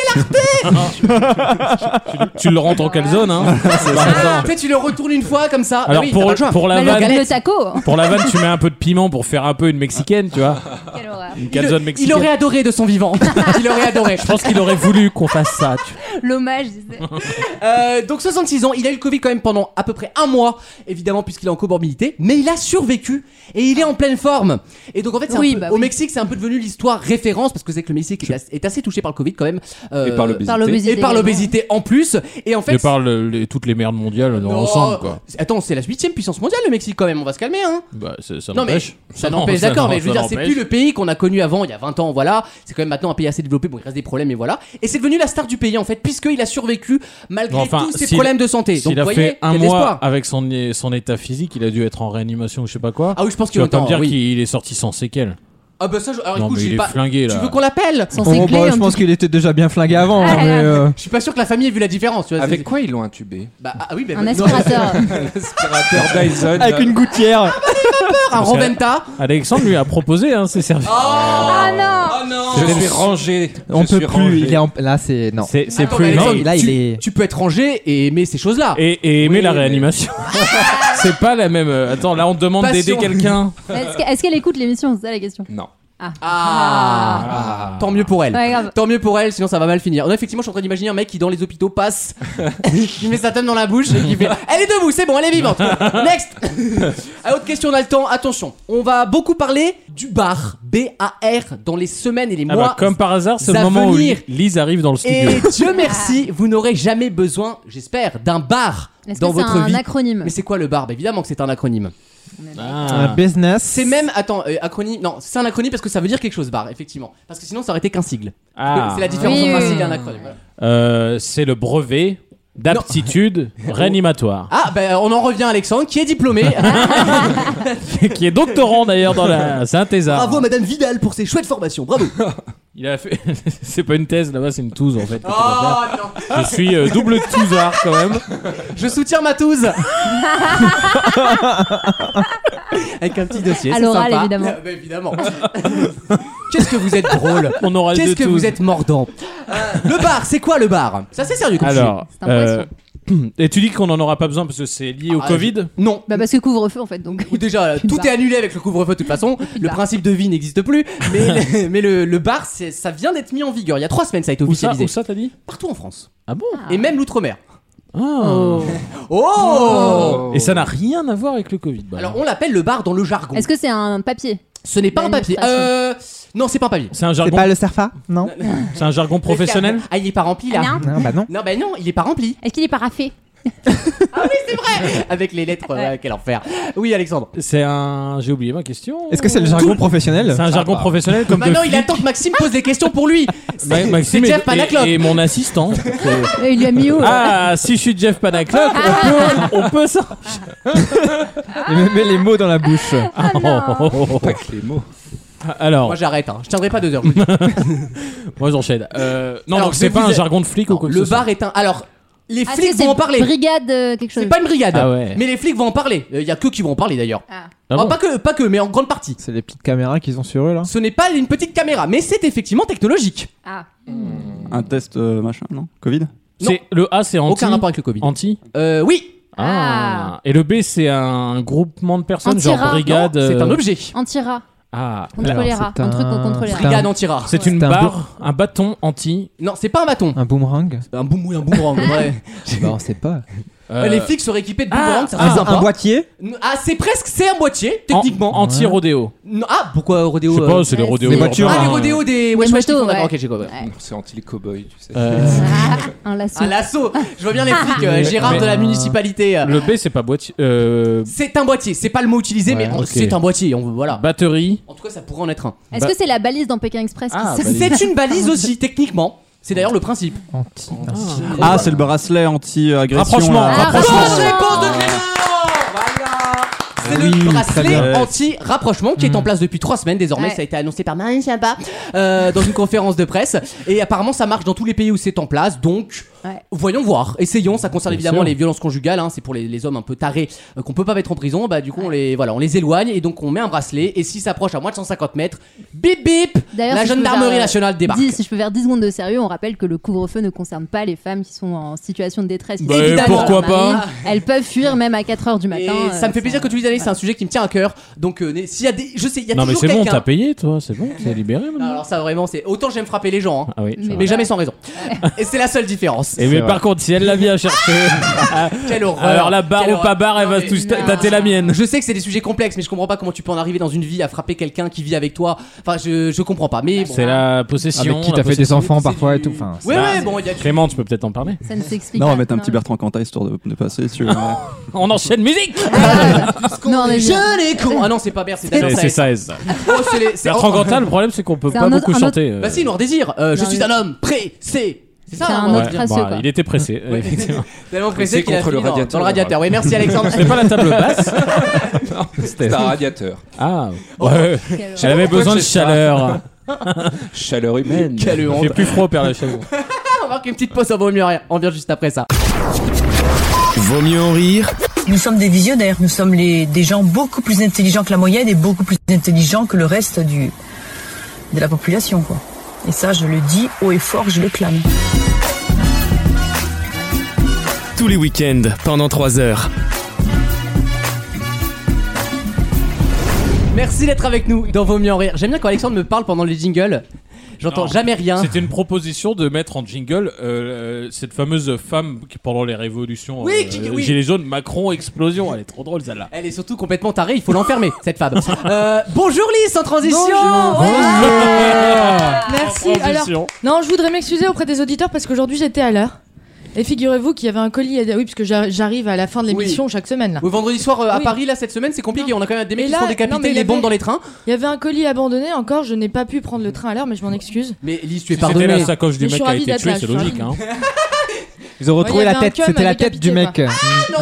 Speaker 3: Tu le rentres en quelle zone hein
Speaker 2: Ah, tu sais, tu le retournes une fois comme ça.
Speaker 3: Alors,
Speaker 2: Bah oui,
Speaker 3: pour-
Speaker 2: t'as pas le choix.
Speaker 3: pour la
Speaker 2: Bah, le
Speaker 3: vanne-
Speaker 2: galette.
Speaker 5: Le taco
Speaker 3: Pour la vanne, tu mets un peu de piment pour faire un peu une mexicaine, tu vois
Speaker 5: Quelle horreur.
Speaker 3: Une
Speaker 2: Il-
Speaker 3: calzone
Speaker 2: il,
Speaker 3: mexicaine.
Speaker 2: aurait adoré de son vivant. il aurait adoré.
Speaker 3: Je pense qu'il aurait voulu qu'on fasse ça. tu-
Speaker 5: L'hommage, je sais.
Speaker 2: Euh, donc 66 ans, il a eu le Covid quand même pendant à peu près un mois, évidemment puisqu'il est en comorbidité, mais il a survécu et il est en pleine forme. Et donc en fait, c'est un
Speaker 5: Oui,
Speaker 2: peu-
Speaker 5: bah
Speaker 2: au
Speaker 5: oui.
Speaker 2: Mexique, c'est un peu devenu l'histoire référence parce que c'est que le Mexique est as- est assez touché par le Covid quand même. euh,
Speaker 7: Et par l'obésité.
Speaker 5: Par l'obésité.
Speaker 2: et par l'obésité en plus. Et en fait,
Speaker 3: Je parle euh, les- toutes les merdes mondiales dans
Speaker 2: Non.
Speaker 3: ensemble, quoi.
Speaker 2: attends, c'est la huitième puissance mondiale le Mexique quand même. On va se calmer, hein.
Speaker 3: Bah, ça ça
Speaker 2: Non mais
Speaker 3: n'empêche.
Speaker 2: ça n'empêche
Speaker 3: ça
Speaker 2: d'accord
Speaker 3: n'en-
Speaker 2: mais je veux
Speaker 3: ça
Speaker 2: dire c'est
Speaker 3: n'empêche.
Speaker 2: plus le pays qu'on a connu avant il y a 20 ans voilà c'est quand même maintenant un pays assez développé bon il reste des problèmes mais voilà et c'est devenu la star du pays en fait puisqu'il a survécu malgré
Speaker 3: Enfin,
Speaker 2: tous ses
Speaker 3: s'il-
Speaker 2: problèmes de santé donc
Speaker 3: S'il
Speaker 2: vous
Speaker 3: a
Speaker 2: voyez
Speaker 3: fait
Speaker 2: il
Speaker 3: un
Speaker 2: y a de
Speaker 3: mois
Speaker 2: l'espoir.
Speaker 3: avec son, é- son état physique, il a dû être en réanimation ou je sais pas quoi.
Speaker 2: ah oui je pense
Speaker 3: tu
Speaker 2: qu'il
Speaker 3: vas pas me
Speaker 2: entend
Speaker 3: dire
Speaker 2: oui.
Speaker 3: qu'il est sorti sans séquelles.
Speaker 2: ah bah ça je- alors
Speaker 3: non,
Speaker 2: écoute
Speaker 3: mais
Speaker 2: j'ai
Speaker 3: il est
Speaker 2: pas
Speaker 3: flingué là.
Speaker 2: tu veux qu'on l'appelle
Speaker 5: Sans
Speaker 6: Bon,
Speaker 5: ses
Speaker 6: bah,
Speaker 5: clés,
Speaker 6: je
Speaker 5: en
Speaker 6: pense
Speaker 5: tout
Speaker 6: qu'il était déjà bien flingué avant, hein,
Speaker 5: Ah,
Speaker 6: mais euh,
Speaker 2: je suis pas sûr que la famille ait vu la différence tu vois
Speaker 7: Avec
Speaker 2: c'est-
Speaker 7: quoi ils l'ont intubé
Speaker 2: bah ah oui bah,
Speaker 5: un
Speaker 2: bah,
Speaker 5: aspirateur.
Speaker 7: L'aspirateur Dyson.
Speaker 6: avec une gouttière.
Speaker 2: un Roventa
Speaker 3: Alexandre lui a proposé hein, ses services.
Speaker 5: Ah non
Speaker 7: Je suis rangé.
Speaker 6: On
Speaker 7: Je suis
Speaker 6: peut
Speaker 7: rangé.
Speaker 6: plus. Il est en- Là, c'est non.
Speaker 3: C'est c'est
Speaker 2: Attends,
Speaker 3: plus.
Speaker 2: mais
Speaker 3: non,
Speaker 2: Alexandre,
Speaker 6: il- là, il
Speaker 2: tu-
Speaker 6: est-
Speaker 2: tu peux être rangé et aimer ces choses là
Speaker 3: Et, et aimer
Speaker 7: Oui,
Speaker 3: la
Speaker 7: mais-
Speaker 3: réanimation. c'est pas la même. euh, Attends, là on te demande d'aider
Speaker 2: Passion.
Speaker 3: quelqu'un.
Speaker 5: Est-ce que- est-ce qu'elle écoute l'émission C'est ça la question.
Speaker 7: Non.
Speaker 2: Ah, Tant mieux pour elle.
Speaker 5: Ouais, grave.
Speaker 2: Tant mieux pour elle, sinon ça va mal finir. Non, effectivement, je suis en train d'imaginer un mec qui, dans les hôpitaux, passe, qui met sa tête dans la bouche et qui fait Elle est debout, c'est bon, elle est vivante. Next À autre question, on a le temps. Attention, on va beaucoup parler du bar, B-A-R, dans les semaines et les
Speaker 3: Ah
Speaker 2: mois.
Speaker 3: bah, comme par hasard, c'est le
Speaker 2: ça
Speaker 3: moment où
Speaker 2: venir.
Speaker 3: Li- Lise arrive dans le studio.
Speaker 2: et Dieu merci, vous n'aurez jamais besoin, j'espère, d'un bar
Speaker 5: Est-ce que
Speaker 2: dans
Speaker 5: c'est
Speaker 2: votre
Speaker 5: un
Speaker 2: vie.
Speaker 5: acronyme
Speaker 2: Mais c'est quoi le bar Bah, Évidemment que c'est un acronyme.
Speaker 6: Un
Speaker 3: Ah.
Speaker 6: business.
Speaker 2: C'est même, attends, euh, acronyme, non, c'est un acronyme parce que ça veut dire quelque chose, bar, effectivement. Parce que sinon, ça aurait été qu'un sigle.
Speaker 3: Ah.
Speaker 2: C'est la différence
Speaker 5: Oui,
Speaker 2: entre un
Speaker 5: oui,
Speaker 2: sigle et un
Speaker 5: oui.
Speaker 2: acronyme. voilà.
Speaker 3: Euh, c'est le brevet d'aptitude
Speaker 2: Oh.
Speaker 3: réanimatoire.
Speaker 2: Ah, bah on en revient à Alexandre qui est diplômé.
Speaker 5: Ah.
Speaker 3: qui est doctorant d'ailleurs dans la. C'est un thésard.
Speaker 2: Bravo à Madame Vidal pour ses chouettes formations, bravo.
Speaker 3: Il a fait. c'est pas une thèse là-bas, c'est une touze en fait.
Speaker 2: Ah, non.
Speaker 3: Je suis euh, double tousard quand même.
Speaker 2: Oh. Je soutiens ma touze. Avec un petit dossier.
Speaker 5: À
Speaker 2: c'est
Speaker 5: l'oral,
Speaker 2: sympa.
Speaker 5: évidemment.
Speaker 2: Euh, bah, évidemment. Qu'est-ce que vous êtes drôle
Speaker 3: On aura deux
Speaker 2: Qu'est-ce que
Speaker 3: touzes.
Speaker 2: vous êtes mordant Euh, Le bar, c'est quoi le bar Ça c'est sérieux comme sujet.
Speaker 3: Alors.
Speaker 5: C'est un poisson.
Speaker 3: euh, et tu dis qu'on en aura pas besoin parce que c'est lié au
Speaker 2: Ah,
Speaker 3: Covid.
Speaker 2: Non.
Speaker 5: Bah parce que couvre-feu en fait donc.
Speaker 2: Ou déjà,
Speaker 5: Plus de
Speaker 2: tout
Speaker 5: bar.
Speaker 2: est annulé avec le couvre-feu de toute façon.
Speaker 5: Plus de
Speaker 2: Le
Speaker 5: bar.
Speaker 2: principe de vie n'existe plus. Mais, mais le, le bar, c'est- ça vient d'être mis en vigueur. Il y a trois semaines, ça a été
Speaker 3: Où ça,
Speaker 2: officialisé.
Speaker 3: où ça t'as dit
Speaker 2: Partout en France.
Speaker 3: Ah bon
Speaker 5: Ah.
Speaker 2: Et même l'outre-mer.
Speaker 3: Ah.
Speaker 2: Oh
Speaker 3: Et ça n'a rien à voir avec le Covid. bah.
Speaker 2: Alors on l'appelle le bar dans le jargon.
Speaker 5: Est-ce que c'est un papier
Speaker 2: Ce n'est pas un papier. Euh non, c'est pas un papier.
Speaker 3: c'est un
Speaker 6: C'est
Speaker 3: jargon,
Speaker 6: pas le Cerfa Non.
Speaker 3: c'est un jargon professionnel.
Speaker 2: Ah, il est pas rempli là.
Speaker 5: Non.
Speaker 6: Non, bah non.
Speaker 2: Non, bah non, il est pas rempli.
Speaker 5: Eh Est-ce qu'il est paraffé
Speaker 2: Avec les lettres, euh, quel enfer. Oui, Alexandre.
Speaker 3: C'est un, j'ai oublié ma question.
Speaker 6: Est-ce que c'est le jargon professionnel Ah, bah.
Speaker 3: C'est un jargon professionnel comme de
Speaker 2: Maintenant, Bah il
Speaker 3: flic.
Speaker 2: attend que Maxime pose des questions pour lui.
Speaker 3: Ma-
Speaker 2: C'est-
Speaker 3: Maxime
Speaker 2: c'est
Speaker 3: est-
Speaker 2: Jeff Panaclock.
Speaker 3: est- est mon assistant.
Speaker 5: Euh, Il lui a mis où là Ah.
Speaker 3: Ah, si je suis Jeff Panaclock, Ah.
Speaker 2: Ah.
Speaker 3: on peut, on peut ça.
Speaker 6: Il me met les mots dans la bouche.
Speaker 3: Oh, oh, oh, oh.
Speaker 7: Pas que les mots.
Speaker 3: Ah, Alors,
Speaker 2: Moi, j'arrête. Hein. Je tiendrai pas deux heures. je vous le dis.
Speaker 3: moi j'enchaîne. Euh, non,
Speaker 2: Alors,
Speaker 3: donc c'est
Speaker 2: je
Speaker 3: pas
Speaker 2: vous
Speaker 3: un
Speaker 2: ai-
Speaker 3: jargon de flic ou quoi que
Speaker 2: le
Speaker 3: ce soit.
Speaker 2: bar est un. Alors, les
Speaker 5: Ah,
Speaker 2: flics
Speaker 5: c'est-
Speaker 2: vont en
Speaker 5: c'est
Speaker 2: parler.
Speaker 5: Brigade euh, quelque chose.
Speaker 2: C'est pas une brigade.
Speaker 3: Ah ouais.
Speaker 2: Mais les flics vont en parler. Il y a que qui vont en parler d'ailleurs.
Speaker 5: Ah.
Speaker 3: Ah
Speaker 2: Ah,
Speaker 3: bon
Speaker 2: pas que, pas que, mais en grande partie.
Speaker 6: C'est les petites caméras qu'ils ont sur eux là.
Speaker 2: Ce n'est pas une petite caméra, mais c'est effectivement technologique.
Speaker 5: Ah.
Speaker 4: Un test euh, machin, non Covid
Speaker 3: C'est le A, c'est anti.
Speaker 2: Aucun rapport avec le Covid.
Speaker 3: Anti.
Speaker 2: Euh, oui,
Speaker 3: Ah. Et le B, c'est un groupement de personnes, genre
Speaker 5: Anti-rat.
Speaker 3: brigade.
Speaker 2: Non, C'est un
Speaker 3: euh,
Speaker 2: objet.
Speaker 5: Anti-rat.
Speaker 3: Ah.
Speaker 5: Contre
Speaker 3: Alors,
Speaker 5: les rats.
Speaker 6: c'est
Speaker 5: Un truc qu'on
Speaker 6: un-
Speaker 5: contrôle les
Speaker 6: c'est
Speaker 5: rats.
Speaker 2: Brigade anti-rats.
Speaker 3: C'est une
Speaker 6: C'est un
Speaker 3: barre, un bâton anti.
Speaker 2: Non, c'est pas un bâton.
Speaker 6: Un boomerang
Speaker 2: Un boum un boomerang, ouais.
Speaker 3: Ah
Speaker 6: Bah on sait pas.
Speaker 3: euh,
Speaker 2: Les flics seraient équipés de
Speaker 3: Ah,
Speaker 2: boomerang, ça
Speaker 6: Un,
Speaker 2: serait
Speaker 6: un
Speaker 2: sympa.
Speaker 6: boîtier
Speaker 2: Ah, c'est presque, c'est un boîtier, techniquement.
Speaker 3: an- Anti-rodéo.
Speaker 2: Non, ah, pourquoi euh, rodéo
Speaker 3: Je sais
Speaker 2: euh,
Speaker 3: pas, c'est les
Speaker 5: Ouais,
Speaker 3: rodéos.
Speaker 5: c'est-
Speaker 6: Des voitures,
Speaker 2: Ah, les
Speaker 6: hein.
Speaker 2: rodéos des. Ouais, je
Speaker 5: Des
Speaker 2: sais pas, je
Speaker 5: motos,
Speaker 2: comprends, d'accord,
Speaker 5: ouais.
Speaker 2: ok, j'ai compris.
Speaker 5: Ouais.
Speaker 7: C'est anti les cow-boys, tu sais.
Speaker 3: Euh,
Speaker 5: Ah, Un lasso. Ah,
Speaker 2: Un lasso Je vois bien les flics, euh,
Speaker 6: Mais-
Speaker 2: Gérard
Speaker 3: mais-
Speaker 2: de la municipalité. euh,
Speaker 3: le B, c'est pas boîtier. euh,
Speaker 2: C'est un boîtier, c'est pas le mot utilisé, mais
Speaker 3: Ouais,
Speaker 2: bon,
Speaker 3: ok.
Speaker 2: c'est un boîtier, on, voilà.
Speaker 3: Batterie.
Speaker 2: En tout cas, ça pourrait en être un.
Speaker 5: ah. Est-ce
Speaker 3: Bah-
Speaker 5: que c'est la balise dans Pékin Express qui
Speaker 3: Ah,
Speaker 5: sort
Speaker 3: balise.
Speaker 2: C'est une balise aussi, techniquement. C'est d'ailleurs le principe.
Speaker 6: Anti.
Speaker 4: Ah, c'est le bracelet anti-agression.
Speaker 3: Rapprochement, Ah
Speaker 4: là.
Speaker 5: Ah,
Speaker 3: rapprochement.
Speaker 5: rapprochement.
Speaker 2: Bonne réponse de Clément Voilà c'est
Speaker 6: Ah Oui,
Speaker 2: le
Speaker 6: très bien.
Speaker 2: bracelet
Speaker 6: Ouais.
Speaker 2: anti-rapprochement qui
Speaker 3: Mm.
Speaker 2: est en place depuis trois semaines désormais.
Speaker 5: Ouais.
Speaker 2: Ça a été annoncé par Marine Schiappa euh, dans une conférence de presse. Et apparemment, ça marche dans tous les pays où c'est en place. Donc,
Speaker 5: Ouais.
Speaker 2: voyons voir. Essayons. Ça concerne
Speaker 3: Bien
Speaker 2: évidemment
Speaker 3: sûr.
Speaker 2: les violences conjugales. hein. C'est pour les, les hommes un peu tarés euh, qu'on peut pas mettre en prison. Bah, du coup, on les, voilà, on les éloigne et donc on met un bracelet. Et s'ils s'approchent à moins de 150 mètres, bip bip,
Speaker 5: D'ailleurs,
Speaker 2: la
Speaker 5: si je peux
Speaker 2: gendarmerie
Speaker 5: faire, euh,
Speaker 2: nationale débarque.
Speaker 5: 10, si je peux faire 10 secondes de sérieux, on rappelle que le couvre-feu ne concerne pas les femmes qui sont en situation de détresse. qui
Speaker 3: Bah,
Speaker 5: sont
Speaker 3: et
Speaker 5: évidemment
Speaker 3: pourquoi
Speaker 5: leur mari.
Speaker 3: pas
Speaker 5: Elles peuvent fuir même à 4h du
Speaker 2: Et
Speaker 5: matin. euh,
Speaker 2: ça me fait plaisir que tu dises, Anaïs, c'est un sujet qui me tient à cœur. Donc, euh, né- s'il y a des. Je sais, il y a
Speaker 3: Non, mais
Speaker 2: toujours
Speaker 3: c'est bon,
Speaker 2: quelqu'un.
Speaker 3: t'as payé, toi, c'est bon, t'es libéré maintenant.
Speaker 2: Alors, ça vraiment, c'est. Autant j'aime frapper les gens, hein,
Speaker 3: Ah oui, c'est
Speaker 2: mais
Speaker 3: vrai.
Speaker 2: jamais sans raison. Et c'est la seule différence.
Speaker 3: Et mais par contre, si elle la vient chercher, ah,
Speaker 2: Quelle horreur.
Speaker 3: alors la barre ou
Speaker 2: Quelle
Speaker 3: pas
Speaker 2: horreur.
Speaker 3: barre, elle va
Speaker 2: mais-
Speaker 3: tous
Speaker 5: non.
Speaker 3: tâter la mienne.
Speaker 2: Je sais que c'est des sujets complexes, mais je comprends pas comment tu peux en arriver dans une vie à frapper quelqu'un qui vit avec toi. Enfin, je, je comprends pas. Mais bon.
Speaker 3: C'est la
Speaker 6: Avec
Speaker 2: Ah,
Speaker 3: possession.
Speaker 6: qui
Speaker 3: la
Speaker 6: t'as fait des
Speaker 3: possession.
Speaker 6: enfants
Speaker 2: c'est
Speaker 6: parfois
Speaker 2: du-
Speaker 6: et tout. Enfin,
Speaker 2: Ouais,
Speaker 3: Bah,
Speaker 2: ouais, bon, il y a du.
Speaker 3: Clément, tu peux peut-être en parler.
Speaker 5: Ça ne s'explique
Speaker 4: Non, on
Speaker 5: pas.
Speaker 4: va mettre un petit Bertrand Cantat histoire de, de passer. Si tu veux.
Speaker 3: On enchaîne musique.
Speaker 5: Non, on est bien.
Speaker 2: Je les con. Ah non, c'est pas Berthe, c'est Daniel
Speaker 3: C'est c'est
Speaker 2: Saez.
Speaker 3: ça, c'est ça.
Speaker 2: Oh, c'est les- c'est-
Speaker 3: Bertrand Cantat, le problème, c'est qu'on peut
Speaker 5: C'est
Speaker 3: pas
Speaker 5: un autre-
Speaker 3: beaucoup
Speaker 5: un autre-
Speaker 3: chanter. euh.
Speaker 2: Bah si, Noir Désir. Euh, je
Speaker 5: Non,
Speaker 2: suis
Speaker 5: mais-
Speaker 2: un homme pressé. C'est ça,
Speaker 5: C'est
Speaker 2: hein,
Speaker 5: un
Speaker 2: on va
Speaker 5: autre
Speaker 2: dire.
Speaker 5: traceux,
Speaker 3: bah,
Speaker 5: quoi.
Speaker 3: il était pressé. euh,
Speaker 2: Ouais.
Speaker 3: effectivement.
Speaker 2: Tellement pressé qu'il a
Speaker 7: contre le
Speaker 2: fini dans- Dans
Speaker 7: radiateur.
Speaker 2: le radiateur. Oui, merci Alexandre.
Speaker 3: C'est pas la table basse.
Speaker 7: C'est un radiateur.
Speaker 3: Ah,
Speaker 2: Oh.
Speaker 3: ouais.
Speaker 5: Quelle
Speaker 3: Elle avait besoin de
Speaker 7: Pourquoi que
Speaker 3: chaleur.
Speaker 7: Chaleur humaine.
Speaker 2: Quelle honte.
Speaker 3: Il fait plus froid au Père Lachaise.
Speaker 2: On marque une petite pause, on vaut mieux rien. On vient juste après ça.
Speaker 1: Vaut mieux en rire
Speaker 11: Nous sommes des visionnaires, nous sommes les, des gens beaucoup plus intelligents que la moyenne et beaucoup plus intelligents que le reste du, de la population. Quoi. Et ça, je le dis haut et fort, je le clame.
Speaker 1: tous les week-ends pendant 3 heures.
Speaker 2: Merci d'être avec nous dans Vaut mieux en rire. J'aime bien quand Alexandre me parle pendant les jingles. J'entends
Speaker 3: Non.
Speaker 2: jamais rien.
Speaker 3: C'était une proposition de mettre en jingle euh, euh, cette fameuse femme qui, pendant les révolutions,
Speaker 2: Oui,
Speaker 3: euh,
Speaker 2: qui- oui.
Speaker 3: gilets jaunes, Macron, explosion. Elle est trop drôle, celle-là.
Speaker 2: Elle est surtout complètement tarée, il faut l'enfermer, cette femme. Euh, bonjour Lise, sans transition
Speaker 12: Bonjour.
Speaker 2: Ouais.
Speaker 12: Merci. Alors,
Speaker 3: Transition.
Speaker 12: non, je voudrais m'excuser auprès des auditeurs parce qu'aujourd'hui j'étais à l'heure. Et figurez-vous qu'il y avait un colis. À... Oui, parce que j'a- j'arrive à la fin de l'émission chaque semaine là.
Speaker 2: Oui, vendredi soir euh, à
Speaker 12: Oui.
Speaker 2: Paris, là, cette semaine, c'est compliqué. On a quand même des mecs
Speaker 12: Et
Speaker 2: qui
Speaker 12: là,
Speaker 2: se font
Speaker 12: non, mais
Speaker 2: décapiter,
Speaker 12: il y
Speaker 2: les bombes
Speaker 12: avait-
Speaker 2: dans les trains.
Speaker 12: Il y avait un colis abandonné encore. Je n'ai pas pu prendre le train à l'heure, mais je m'en excuse.
Speaker 2: Mais Lise, tu es
Speaker 3: C'était
Speaker 2: pardonnée.
Speaker 3: la sacoche du
Speaker 12: Mais je
Speaker 3: mec
Speaker 12: suis
Speaker 3: qui a
Speaker 12: ravie
Speaker 3: été
Speaker 12: d'être
Speaker 3: tué,
Speaker 12: là,
Speaker 3: c'est
Speaker 12: je suis
Speaker 3: logique. Hein.
Speaker 6: Ils ont retrouvé
Speaker 12: Ouais, il y
Speaker 6: la
Speaker 12: avait un
Speaker 6: tête.
Speaker 12: cum
Speaker 6: C'était la
Speaker 12: avec
Speaker 6: tête du
Speaker 12: Capitaine,
Speaker 6: mec euh,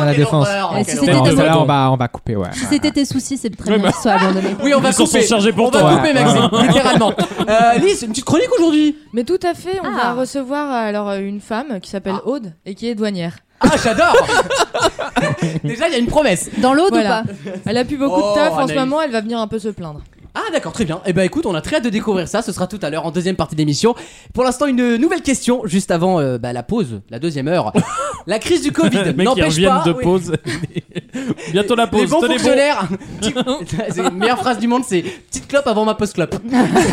Speaker 6: à la
Speaker 2: quelle
Speaker 6: défense.
Speaker 2: horreur,
Speaker 5: Ah,
Speaker 2: quelle
Speaker 5: si c'était
Speaker 2: horreur.
Speaker 5: ta-
Speaker 12: Ouais,
Speaker 6: Voilà,
Speaker 12: ouais.
Speaker 6: on va on va couper. Ouais.
Speaker 5: Si c'était tes soucis, c'est très
Speaker 3: bah.
Speaker 5: bien qu'ils soient abandonnés.
Speaker 2: Oui, on va
Speaker 3: Ils s'en sont
Speaker 2: couper.
Speaker 3: chargés pour
Speaker 2: on va
Speaker 3: toi.
Speaker 2: couper,
Speaker 6: Ouais,
Speaker 12: Ah.
Speaker 2: Maxime, littéralement. Euh, Lise, une petite chronique aujourd'hui
Speaker 12: Mais tout à fait, on
Speaker 5: Ah.
Speaker 12: va recevoir alors euh, une femme qui s'appelle Aude et qui est douanière.
Speaker 2: Ah, j'adore Déjà, il y a une promesse.
Speaker 5: Dans l'eau
Speaker 12: Voilà.
Speaker 5: ou pas
Speaker 12: Elle a plus beaucoup
Speaker 2: Oh,
Speaker 12: de taf en ce
Speaker 2: Anaïs.
Speaker 12: moment. Elle va venir un peu se plaindre.
Speaker 2: Ah d'accord, très bien. Eh ben écoute, on a très hâte de découvrir ça. Ce sera tout à l'heure en deuxième partie d'émission. Pour l'instant, une nouvelle question juste avant euh, bah, la pause, la deuxième heure. la crise du Covid
Speaker 3: Les mecs qui
Speaker 2: n'empêche
Speaker 3: reviennent
Speaker 2: pas.
Speaker 3: de
Speaker 2: oui.
Speaker 3: pause. Bientôt la pause.
Speaker 2: Les bons
Speaker 3: tenez bon.
Speaker 2: fonctionnaires. C'est la meilleure phrase du monde, c'est petite clope avant ma post clope.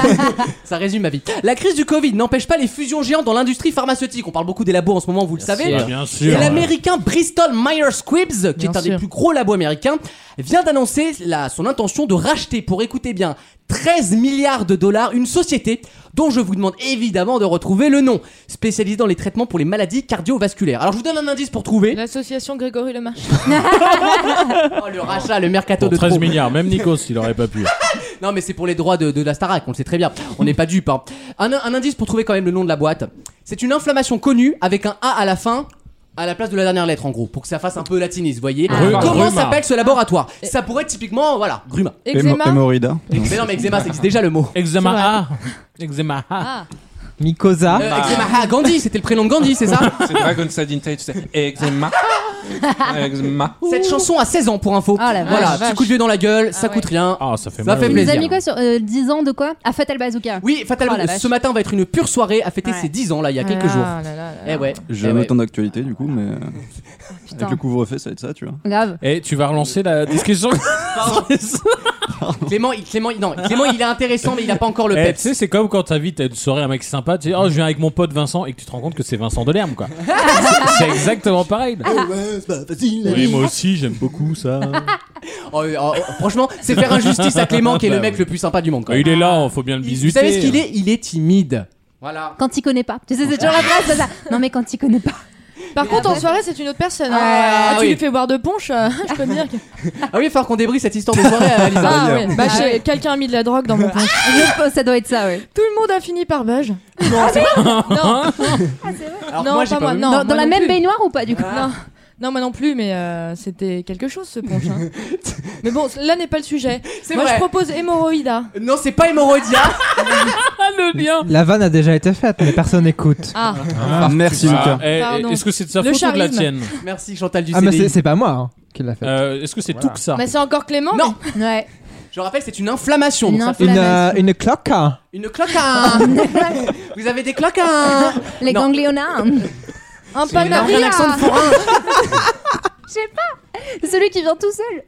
Speaker 2: ça résume ma vie. La crise du Covid n'empêche pas les fusions géantes dans l'industrie pharmaceutique. On parle beaucoup des labos en ce moment, vous le savez.
Speaker 3: Ah, bien
Speaker 2: Et
Speaker 3: sûr.
Speaker 2: l'américain Bristol Myers Squibbs, qui
Speaker 12: Bien
Speaker 2: est un des
Speaker 12: sûr.
Speaker 2: plus gros labos américains, vient d'annoncer la- son intention de racheter, pour écouter bien, 13 milliards de dollars, une société dont je vous demande évidemment de retrouver le nom, spécialisée dans les traitements pour les maladies cardiovasculaires. Alors je vous donne un indice pour trouver.
Speaker 12: L'association Grégory Lemarchand.
Speaker 2: Oh, le rachat, le mercato
Speaker 3: Pour
Speaker 2: de
Speaker 3: 13
Speaker 2: trop.
Speaker 3: milliards, même Nikos, il aurait pas pu.
Speaker 2: Non mais c'est pour les droits de, de la Starac, on le sait très bien. On n'est pas dupes. hein. Un, un indice pour trouver quand même le nom de la boîte. C'est une inflammation connue avec un A à la fin. À la place de la dernière lettre, en gros, pour que ça fasse un peu
Speaker 12: Ah.
Speaker 2: latiniste, vous voyez.
Speaker 3: Gru-
Speaker 2: Comment
Speaker 3: Gruma.
Speaker 2: s'appelle ce laboratoire Ça pourrait typiquement, voilà, Gruma.
Speaker 12: Eczéma.
Speaker 4: Hémorrhida.
Speaker 2: Mais non, mais eczéma, c'est déjà le mot.
Speaker 3: Eczéma A. Eczéma A.
Speaker 12: Ah.
Speaker 6: Mycosa.
Speaker 2: Euh, eczéma, ah, Gandhi, c'était le prénom de Gandhi, c'est ça
Speaker 7: C'est Dragon Sadintai, tu sais. Eczéma. Eczéma.
Speaker 2: Cette chanson à 16 ans pour info.
Speaker 5: Ah, la
Speaker 2: voilà,
Speaker 12: vache.
Speaker 2: petit coup de vieux dans la gueule, ça
Speaker 12: Ah ouais.
Speaker 2: coûte rien.
Speaker 3: Ah, ça fait
Speaker 2: Ça
Speaker 3: mal.
Speaker 2: fait
Speaker 3: au
Speaker 5: Tu nous
Speaker 2: plaisir.
Speaker 5: as mis quoi sur euh, 10 ans de quoi À Fatal Bazooka.
Speaker 2: Oui, Fatal,
Speaker 5: Oh, la vache.
Speaker 2: ce matin va être une pure soirée à fêter
Speaker 5: Ouais.
Speaker 2: ses 10 ans, là, il y a quelques
Speaker 12: Ah
Speaker 2: jours.
Speaker 12: là là là là.
Speaker 2: Eh ouais.
Speaker 4: Je
Speaker 2: eh
Speaker 4: mets
Speaker 2: ouais.
Speaker 4: tant d'actualité du coup, mais euh,
Speaker 5: Putain.
Speaker 4: avec le couvre-feu, ça va être ça, tu vois.
Speaker 5: Grave.
Speaker 3: Et tu vas relancer la discussion.
Speaker 2: Clément, il, Clément, il- non, Clément, il est intéressant, mais il a pas encore le
Speaker 3: Eh,
Speaker 2: peps.
Speaker 3: tu sais, c'est comme quand t'invites à une soirée un mec sympa, tu dis Oh, je viens avec mon pote Vincent et que tu te rends compte que c'est Vincent Delerme, quoi. C'est- c'est exactement pareil.
Speaker 2: Ah
Speaker 3: Oui, moi aussi, j'aime beaucoup ça.
Speaker 2: Oh, oh, oh, franchement, c'est faire injustice à Clément qui est le mec le plus sympa du monde. Quoi.
Speaker 3: Ah, il est là, hein, faut bien le
Speaker 2: Il- Vous
Speaker 3: bisuter.
Speaker 2: savez ce qu'il est Il est timide. Voilà.
Speaker 5: Quand il connaît pas. Tu sais, c'est toujours la phrase de ça. Non, mais quand il connaît pas.
Speaker 12: Par contre, en soirée, c'est une autre personne. hein.
Speaker 2: Ah,
Speaker 12: Ah, tu
Speaker 2: oui.
Speaker 12: lui fais boire de punch, euh, je peux te dire que.
Speaker 2: Ah oui, il va falloir qu'on débrie cette histoire de soirée à euh, Lisa.
Speaker 12: Ah,
Speaker 4: ouais.
Speaker 12: ouais. Bah, j'ai- quelqu'un a mis de la drogue dans mon punch.
Speaker 5: Je pense que Oh, ça doit être ça, ouais.
Speaker 12: Tout le monde a fini par bug.
Speaker 2: Non, c'est-
Speaker 12: Non,
Speaker 2: Alors
Speaker 12: Ah,
Speaker 2: que
Speaker 12: non,
Speaker 2: moi, Ah, j'ai
Speaker 12: pas
Speaker 2: pas
Speaker 12: moi.
Speaker 2: voulu.
Speaker 12: Non,
Speaker 5: dans dans
Speaker 12: moi
Speaker 5: la
Speaker 12: non
Speaker 5: même
Speaker 12: plus.
Speaker 5: baignoire ou pas, du coup
Speaker 12: non. Non, moi non plus, mais euh, c'était quelque chose ce punch. hein. mais bon, là n'est pas le sujet.
Speaker 2: C'est
Speaker 12: Moi,
Speaker 2: vrai.
Speaker 12: je propose hémorroïda. Ah,
Speaker 2: Non, c'est pas hémorroïda.
Speaker 12: le lien.
Speaker 6: La vanne a déjà été faite, mais personne n'écoute.
Speaker 12: Ah.
Speaker 6: Ah, merci, Lucas.
Speaker 3: eh,
Speaker 12: Pardon.
Speaker 3: Est-ce que c'est de sa
Speaker 12: Le
Speaker 3: faute ou de la
Speaker 12: charisme.
Speaker 3: tienne
Speaker 2: Merci Chantal du
Speaker 6: Ah, mais
Speaker 2: CDI.
Speaker 6: c'est c'est pas moi hein, qui l'a fait.
Speaker 3: Euh, Est-ce que c'est tout que ça
Speaker 12: Bah, c'est encore Clément Non
Speaker 5: Ouais.
Speaker 2: Je rappelle, c'est une inflammation. donc ça fait-
Speaker 6: Une, euh, une cloque hein.
Speaker 2: Une cloque à un. Vous avez des cloques à un.
Speaker 5: Les
Speaker 2: Non.
Speaker 5: ganglionnards.
Speaker 12: Un
Speaker 2: panaria. un accent de forain.
Speaker 5: Je sais pas. C'est Celui qui vient tout seul.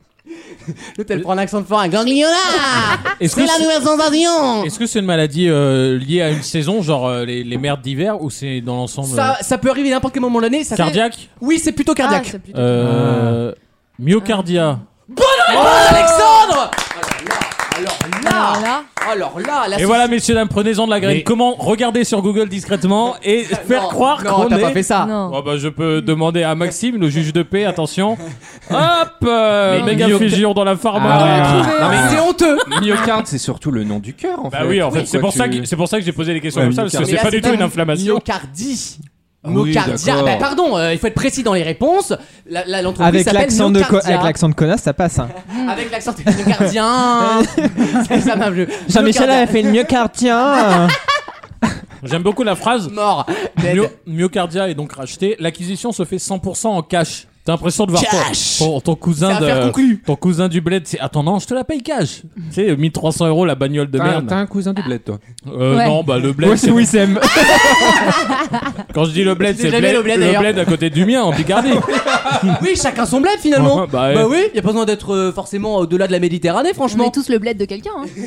Speaker 2: L'autre, elle prend un accent de forain. Ganglionnard
Speaker 3: Est-ce
Speaker 2: C'est
Speaker 3: que
Speaker 2: la
Speaker 3: c'est-
Speaker 2: nouvelle sensation
Speaker 3: Est-ce que c'est une maladie euh, liée à une saison, genre euh, les, les merdes d'hiver, ou c'est dans l'ensemble euh,
Speaker 2: ça, ça peut arriver à n'importe quel moment de l'année. ça fait-
Speaker 3: Cardiaque
Speaker 2: Oui, Ah, c'est plutôt Euh, cardiaque.
Speaker 3: euh, euh, Myocardia.
Speaker 2: Bonne réponse, Alexandre Oh Alors là, alors là, la
Speaker 3: Et voilà, messieurs, dames, prenez-en de la graine. Comment regarder sur Google discrètement et faire croire
Speaker 2: non,
Speaker 3: qu'on
Speaker 2: t'as pas
Speaker 3: est-
Speaker 2: fait ça.
Speaker 12: Non.
Speaker 3: Oh, bah, je peux demander à Maxime, le juge de paix, attention. Hop euh,
Speaker 7: Mais
Speaker 3: Méga
Speaker 7: myoc-
Speaker 3: fusion dans la pharma.
Speaker 7: Ah. Non, mais
Speaker 2: hein. c'est honteux.
Speaker 7: Myocarde, c'est surtout le nom du cœur en
Speaker 3: Bah
Speaker 7: fait.
Speaker 3: oui, en fait, c'est
Speaker 7: Pourquoi
Speaker 3: pour, ça
Speaker 7: tu-
Speaker 3: que- c'est pour ça que j'ai posé les questions
Speaker 7: Ouais,
Speaker 3: comme ça, parce que
Speaker 7: myocarde.
Speaker 3: c'est
Speaker 7: Mais
Speaker 3: pas
Speaker 7: là,
Speaker 3: du
Speaker 7: c'est
Speaker 3: tout
Speaker 7: pas
Speaker 3: une inflammation.
Speaker 2: Myocardie.
Speaker 7: Ah oui,
Speaker 2: Myocardia.
Speaker 7: d'accord.
Speaker 2: Bah, pardon, euh, il faut être précis dans les réponses. La- la- L'entreprise
Speaker 6: Avec
Speaker 2: s'appelle
Speaker 6: l'accent de, co-
Speaker 2: Myocardia.
Speaker 6: avec l'accent de connasse, ça passe. hein.
Speaker 2: Avec l'accent de myocardien. C'est ça, ma bleue.
Speaker 6: Jean-Michel
Speaker 2: Myocardia.
Speaker 6: a fait le miocardien.
Speaker 3: J'aime beaucoup la phrase.
Speaker 2: Mort.
Speaker 3: Myo- myocardia est donc racheté. L'acquisition se fait 100% en cash. T'as l'impression de voir ton-
Speaker 2: Cash
Speaker 3: ton, ton cousin
Speaker 2: C'est affaire
Speaker 3: de, ton cousin du bled. C'est attends non, je te la paye cash. Tu sais, 1300 euros la bagnole de
Speaker 7: T'as-
Speaker 3: merde.
Speaker 7: T'as un cousin du bled, toi.
Speaker 3: Euh,
Speaker 7: Ouais.
Speaker 3: Non, bah le bled.
Speaker 7: Moi, c'est
Speaker 3: Wissem. Quand je dis le bled,
Speaker 2: Je
Speaker 3: c'est
Speaker 2: n'ai
Speaker 3: bled,
Speaker 2: jamais le bled, d'ailleurs.
Speaker 3: à côté du mien en Picardie.
Speaker 2: Oui, chacun son bled finalement.
Speaker 3: Ouais, bah, ouais.
Speaker 2: oui, y a pas besoin d'être euh, forcément au-delà de la Méditerranée,
Speaker 5: On
Speaker 2: franchement.
Speaker 5: est tous le bled de quelqu'un. hein.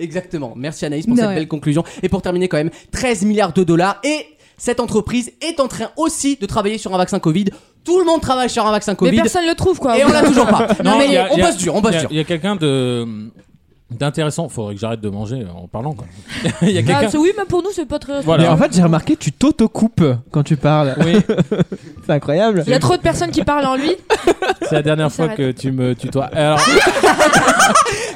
Speaker 2: Exactement. Merci Anaïs pour
Speaker 5: De
Speaker 2: cette
Speaker 5: rien.
Speaker 2: belle conclusion. Et pour terminer quand même, 13 milliards de dollars et cette entreprise est en train aussi de travailler sur un vaccin Covid. Tout le monde travaille sur un vaccin
Speaker 12: Mais
Speaker 2: Covid.
Speaker 12: personne le trouve quoi.
Speaker 2: Et on l'a toujours pas. Non, mais
Speaker 3: y a-
Speaker 2: on
Speaker 3: y a-
Speaker 2: bosse dur, on bosse
Speaker 3: y a-
Speaker 2: dur.
Speaker 3: Il y a quelqu'un de d'intéressant. Faudrait que j'arrête de manger en parlant. Quoi. Il y a quelqu'un.
Speaker 12: Ah, c'est- oui, mais pour nous, c'est pas très.
Speaker 3: Voilà.
Speaker 6: Mais en fait, j'ai remarqué, tu t'auto-coupes quand tu parles.
Speaker 3: Oui.
Speaker 6: c'est incroyable.
Speaker 12: Il y a trop de personnes qui parlent en lui.
Speaker 3: C'est la dernière fois que tu me tutoies. Alors,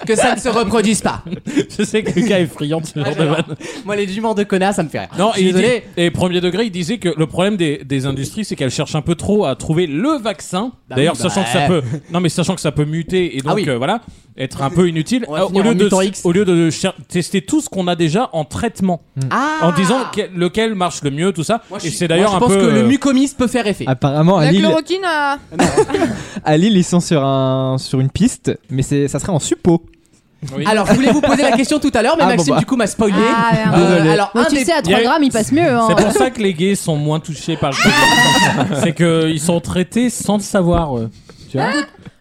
Speaker 2: Que ça ne se reproduise pas.
Speaker 3: je sais que Lucas est friand de ce genre de vanne.
Speaker 2: Moi, les juments de connasse, ça me fait rire.
Speaker 3: Non,
Speaker 2: Je
Speaker 3: et,
Speaker 2: suis
Speaker 3: il dit-
Speaker 2: désolé.
Speaker 3: et premier degré, il disait que le problème des, des industries, c'est qu'elles cherchent un peu trop à trouver le vaccin.
Speaker 2: Bah
Speaker 3: D'ailleurs,
Speaker 2: oui, bah
Speaker 3: sachant que ça
Speaker 2: ouais.
Speaker 3: peut, non mais sachant que ça peut muter et donc
Speaker 2: Ah oui.
Speaker 3: euh, voilà, être un peu inutile.
Speaker 2: On va
Speaker 3: euh,
Speaker 2: finir
Speaker 3: au lieu
Speaker 2: en
Speaker 3: de
Speaker 2: mutant X.
Speaker 3: au lieu de cher- tester tout ce qu'on a déjà en traitement,
Speaker 2: Ah
Speaker 3: en disant quel- lequel marche le mieux, tout ça.
Speaker 2: Moi, je
Speaker 3: et
Speaker 2: suis-
Speaker 3: c'est d'ailleurs
Speaker 2: moi,
Speaker 3: un
Speaker 2: je pense
Speaker 3: peu.
Speaker 2: que le
Speaker 3: euh,
Speaker 2: mucomis peut faire effet.
Speaker 6: Apparemment, à
Speaker 12: La
Speaker 6: Lille,
Speaker 12: chloroquine euh, a.
Speaker 6: à Lille, ils sont sur, un, sur une piste, mais c'est, ça serait en suppôt.
Speaker 3: oui.
Speaker 2: Alors, je voulais vous poser la question tout à l'heure, mais
Speaker 6: Ah, bon,
Speaker 2: Maxime,
Speaker 6: bah.
Speaker 2: du coup, m'a spoilé. Euh,
Speaker 5: Ah, merde.
Speaker 6: Désolé.
Speaker 2: alors,
Speaker 5: Bon,
Speaker 2: un
Speaker 5: tu
Speaker 2: des-
Speaker 5: sais, à
Speaker 3: Il y a
Speaker 5: 3
Speaker 3: eu-
Speaker 5: grammes, il passe mieux. hein.
Speaker 3: C'est pour ça que les gays sont moins touchés par le Covid. c'est qu'ils sont traités sans le savoir. eux. Tu vois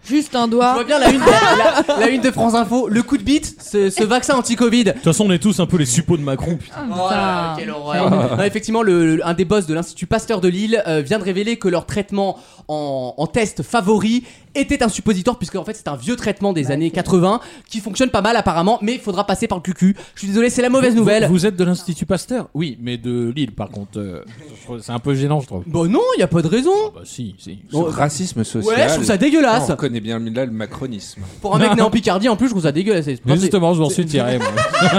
Speaker 12: Juste un
Speaker 2: Je
Speaker 12: doigt.
Speaker 2: vois bien la une, de, la, la une de France Info, le coup de bite, ce, ce vaccin anti-Covid.
Speaker 3: De toute façon, on est tous un peu les suppôts de Macron. putain.
Speaker 2: Oh là là, quelle horreur. Non, effectivement, le, le- un des boss de l'Institut Pasteur de Lille euh, vient de révéler que leur traitement en, en test favori était un suppositoire, puisque en fait c'est un vieux traitement
Speaker 3: Bah,
Speaker 2: des années 80 qui fonctionne pas mal apparemment, mais il faudra passer par le cucu. Je suis désolé, c'est la mauvaise nouvelle.
Speaker 3: Vous, vous êtes de l'Institut Pasteur Oui, mais de Lille, par contre. euh, je trouve- c'est un peu gênant, je trouve.
Speaker 2: Bon Bah, non, il y a pas de raison.
Speaker 3: Bah, si, si.
Speaker 7: Ce racisme social.
Speaker 2: Ouais, je trouve ça dégueulasse.
Speaker 7: On connaît bien là le macronisme.
Speaker 2: Pour un mec né en Picardie, en plus, je trouve ça dégueulasse. C'est-
Speaker 3: Mais justement, je m'en suis tiré. moi. J'ai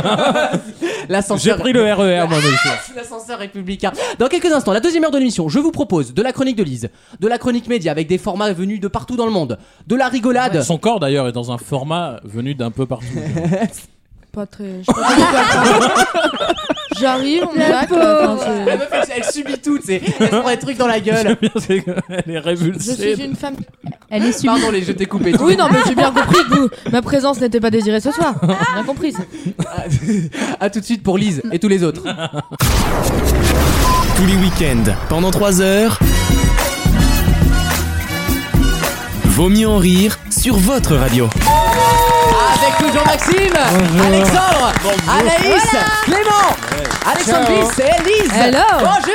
Speaker 2: L'ascenseur-
Speaker 3: pris le RER, moi, monsieur.
Speaker 2: Ah, L'ascenseur républicain. hein. Dans quelques instants, la deuxième heure de l'émission, je vous propose de la chronique de Lise, de la chronique média avec des formats venus de partout dans le monde, de la rigolade.
Speaker 3: Son corps, d'ailleurs, est dans un format venu d'un peu partout.
Speaker 12: Pas très. je sais pas pourquoi. J'arrive, on me laque.
Speaker 3: euh,
Speaker 12: enfin, c'est-
Speaker 2: La meuf, elle, elle subit tout, tu sais. Elle se prend des trucs dans la gueule.
Speaker 3: C'est que Elle est
Speaker 12: Je
Speaker 3: révulsée.
Speaker 12: suis une femme.
Speaker 5: Elle est subie.
Speaker 2: Pardon, les je t'ai coupé. tout.
Speaker 12: Oui, non, mais j'ai bien compris que vous- ma présence n'était pas désirée ce soir. On a compris. ça.
Speaker 2: Ah, À tout de suite pour Lise et tous les autres.
Speaker 1: Tous les week-ends, pendant 3 heures. Vaut mieux en rire sur votre radio.
Speaker 2: Ah, Avec toujours Maxime, Alexandre, Anaïs, Clément, Alexandre
Speaker 12: Ciao.
Speaker 2: Bis et Lise.
Speaker 12: Hello.
Speaker 2: Bonjour.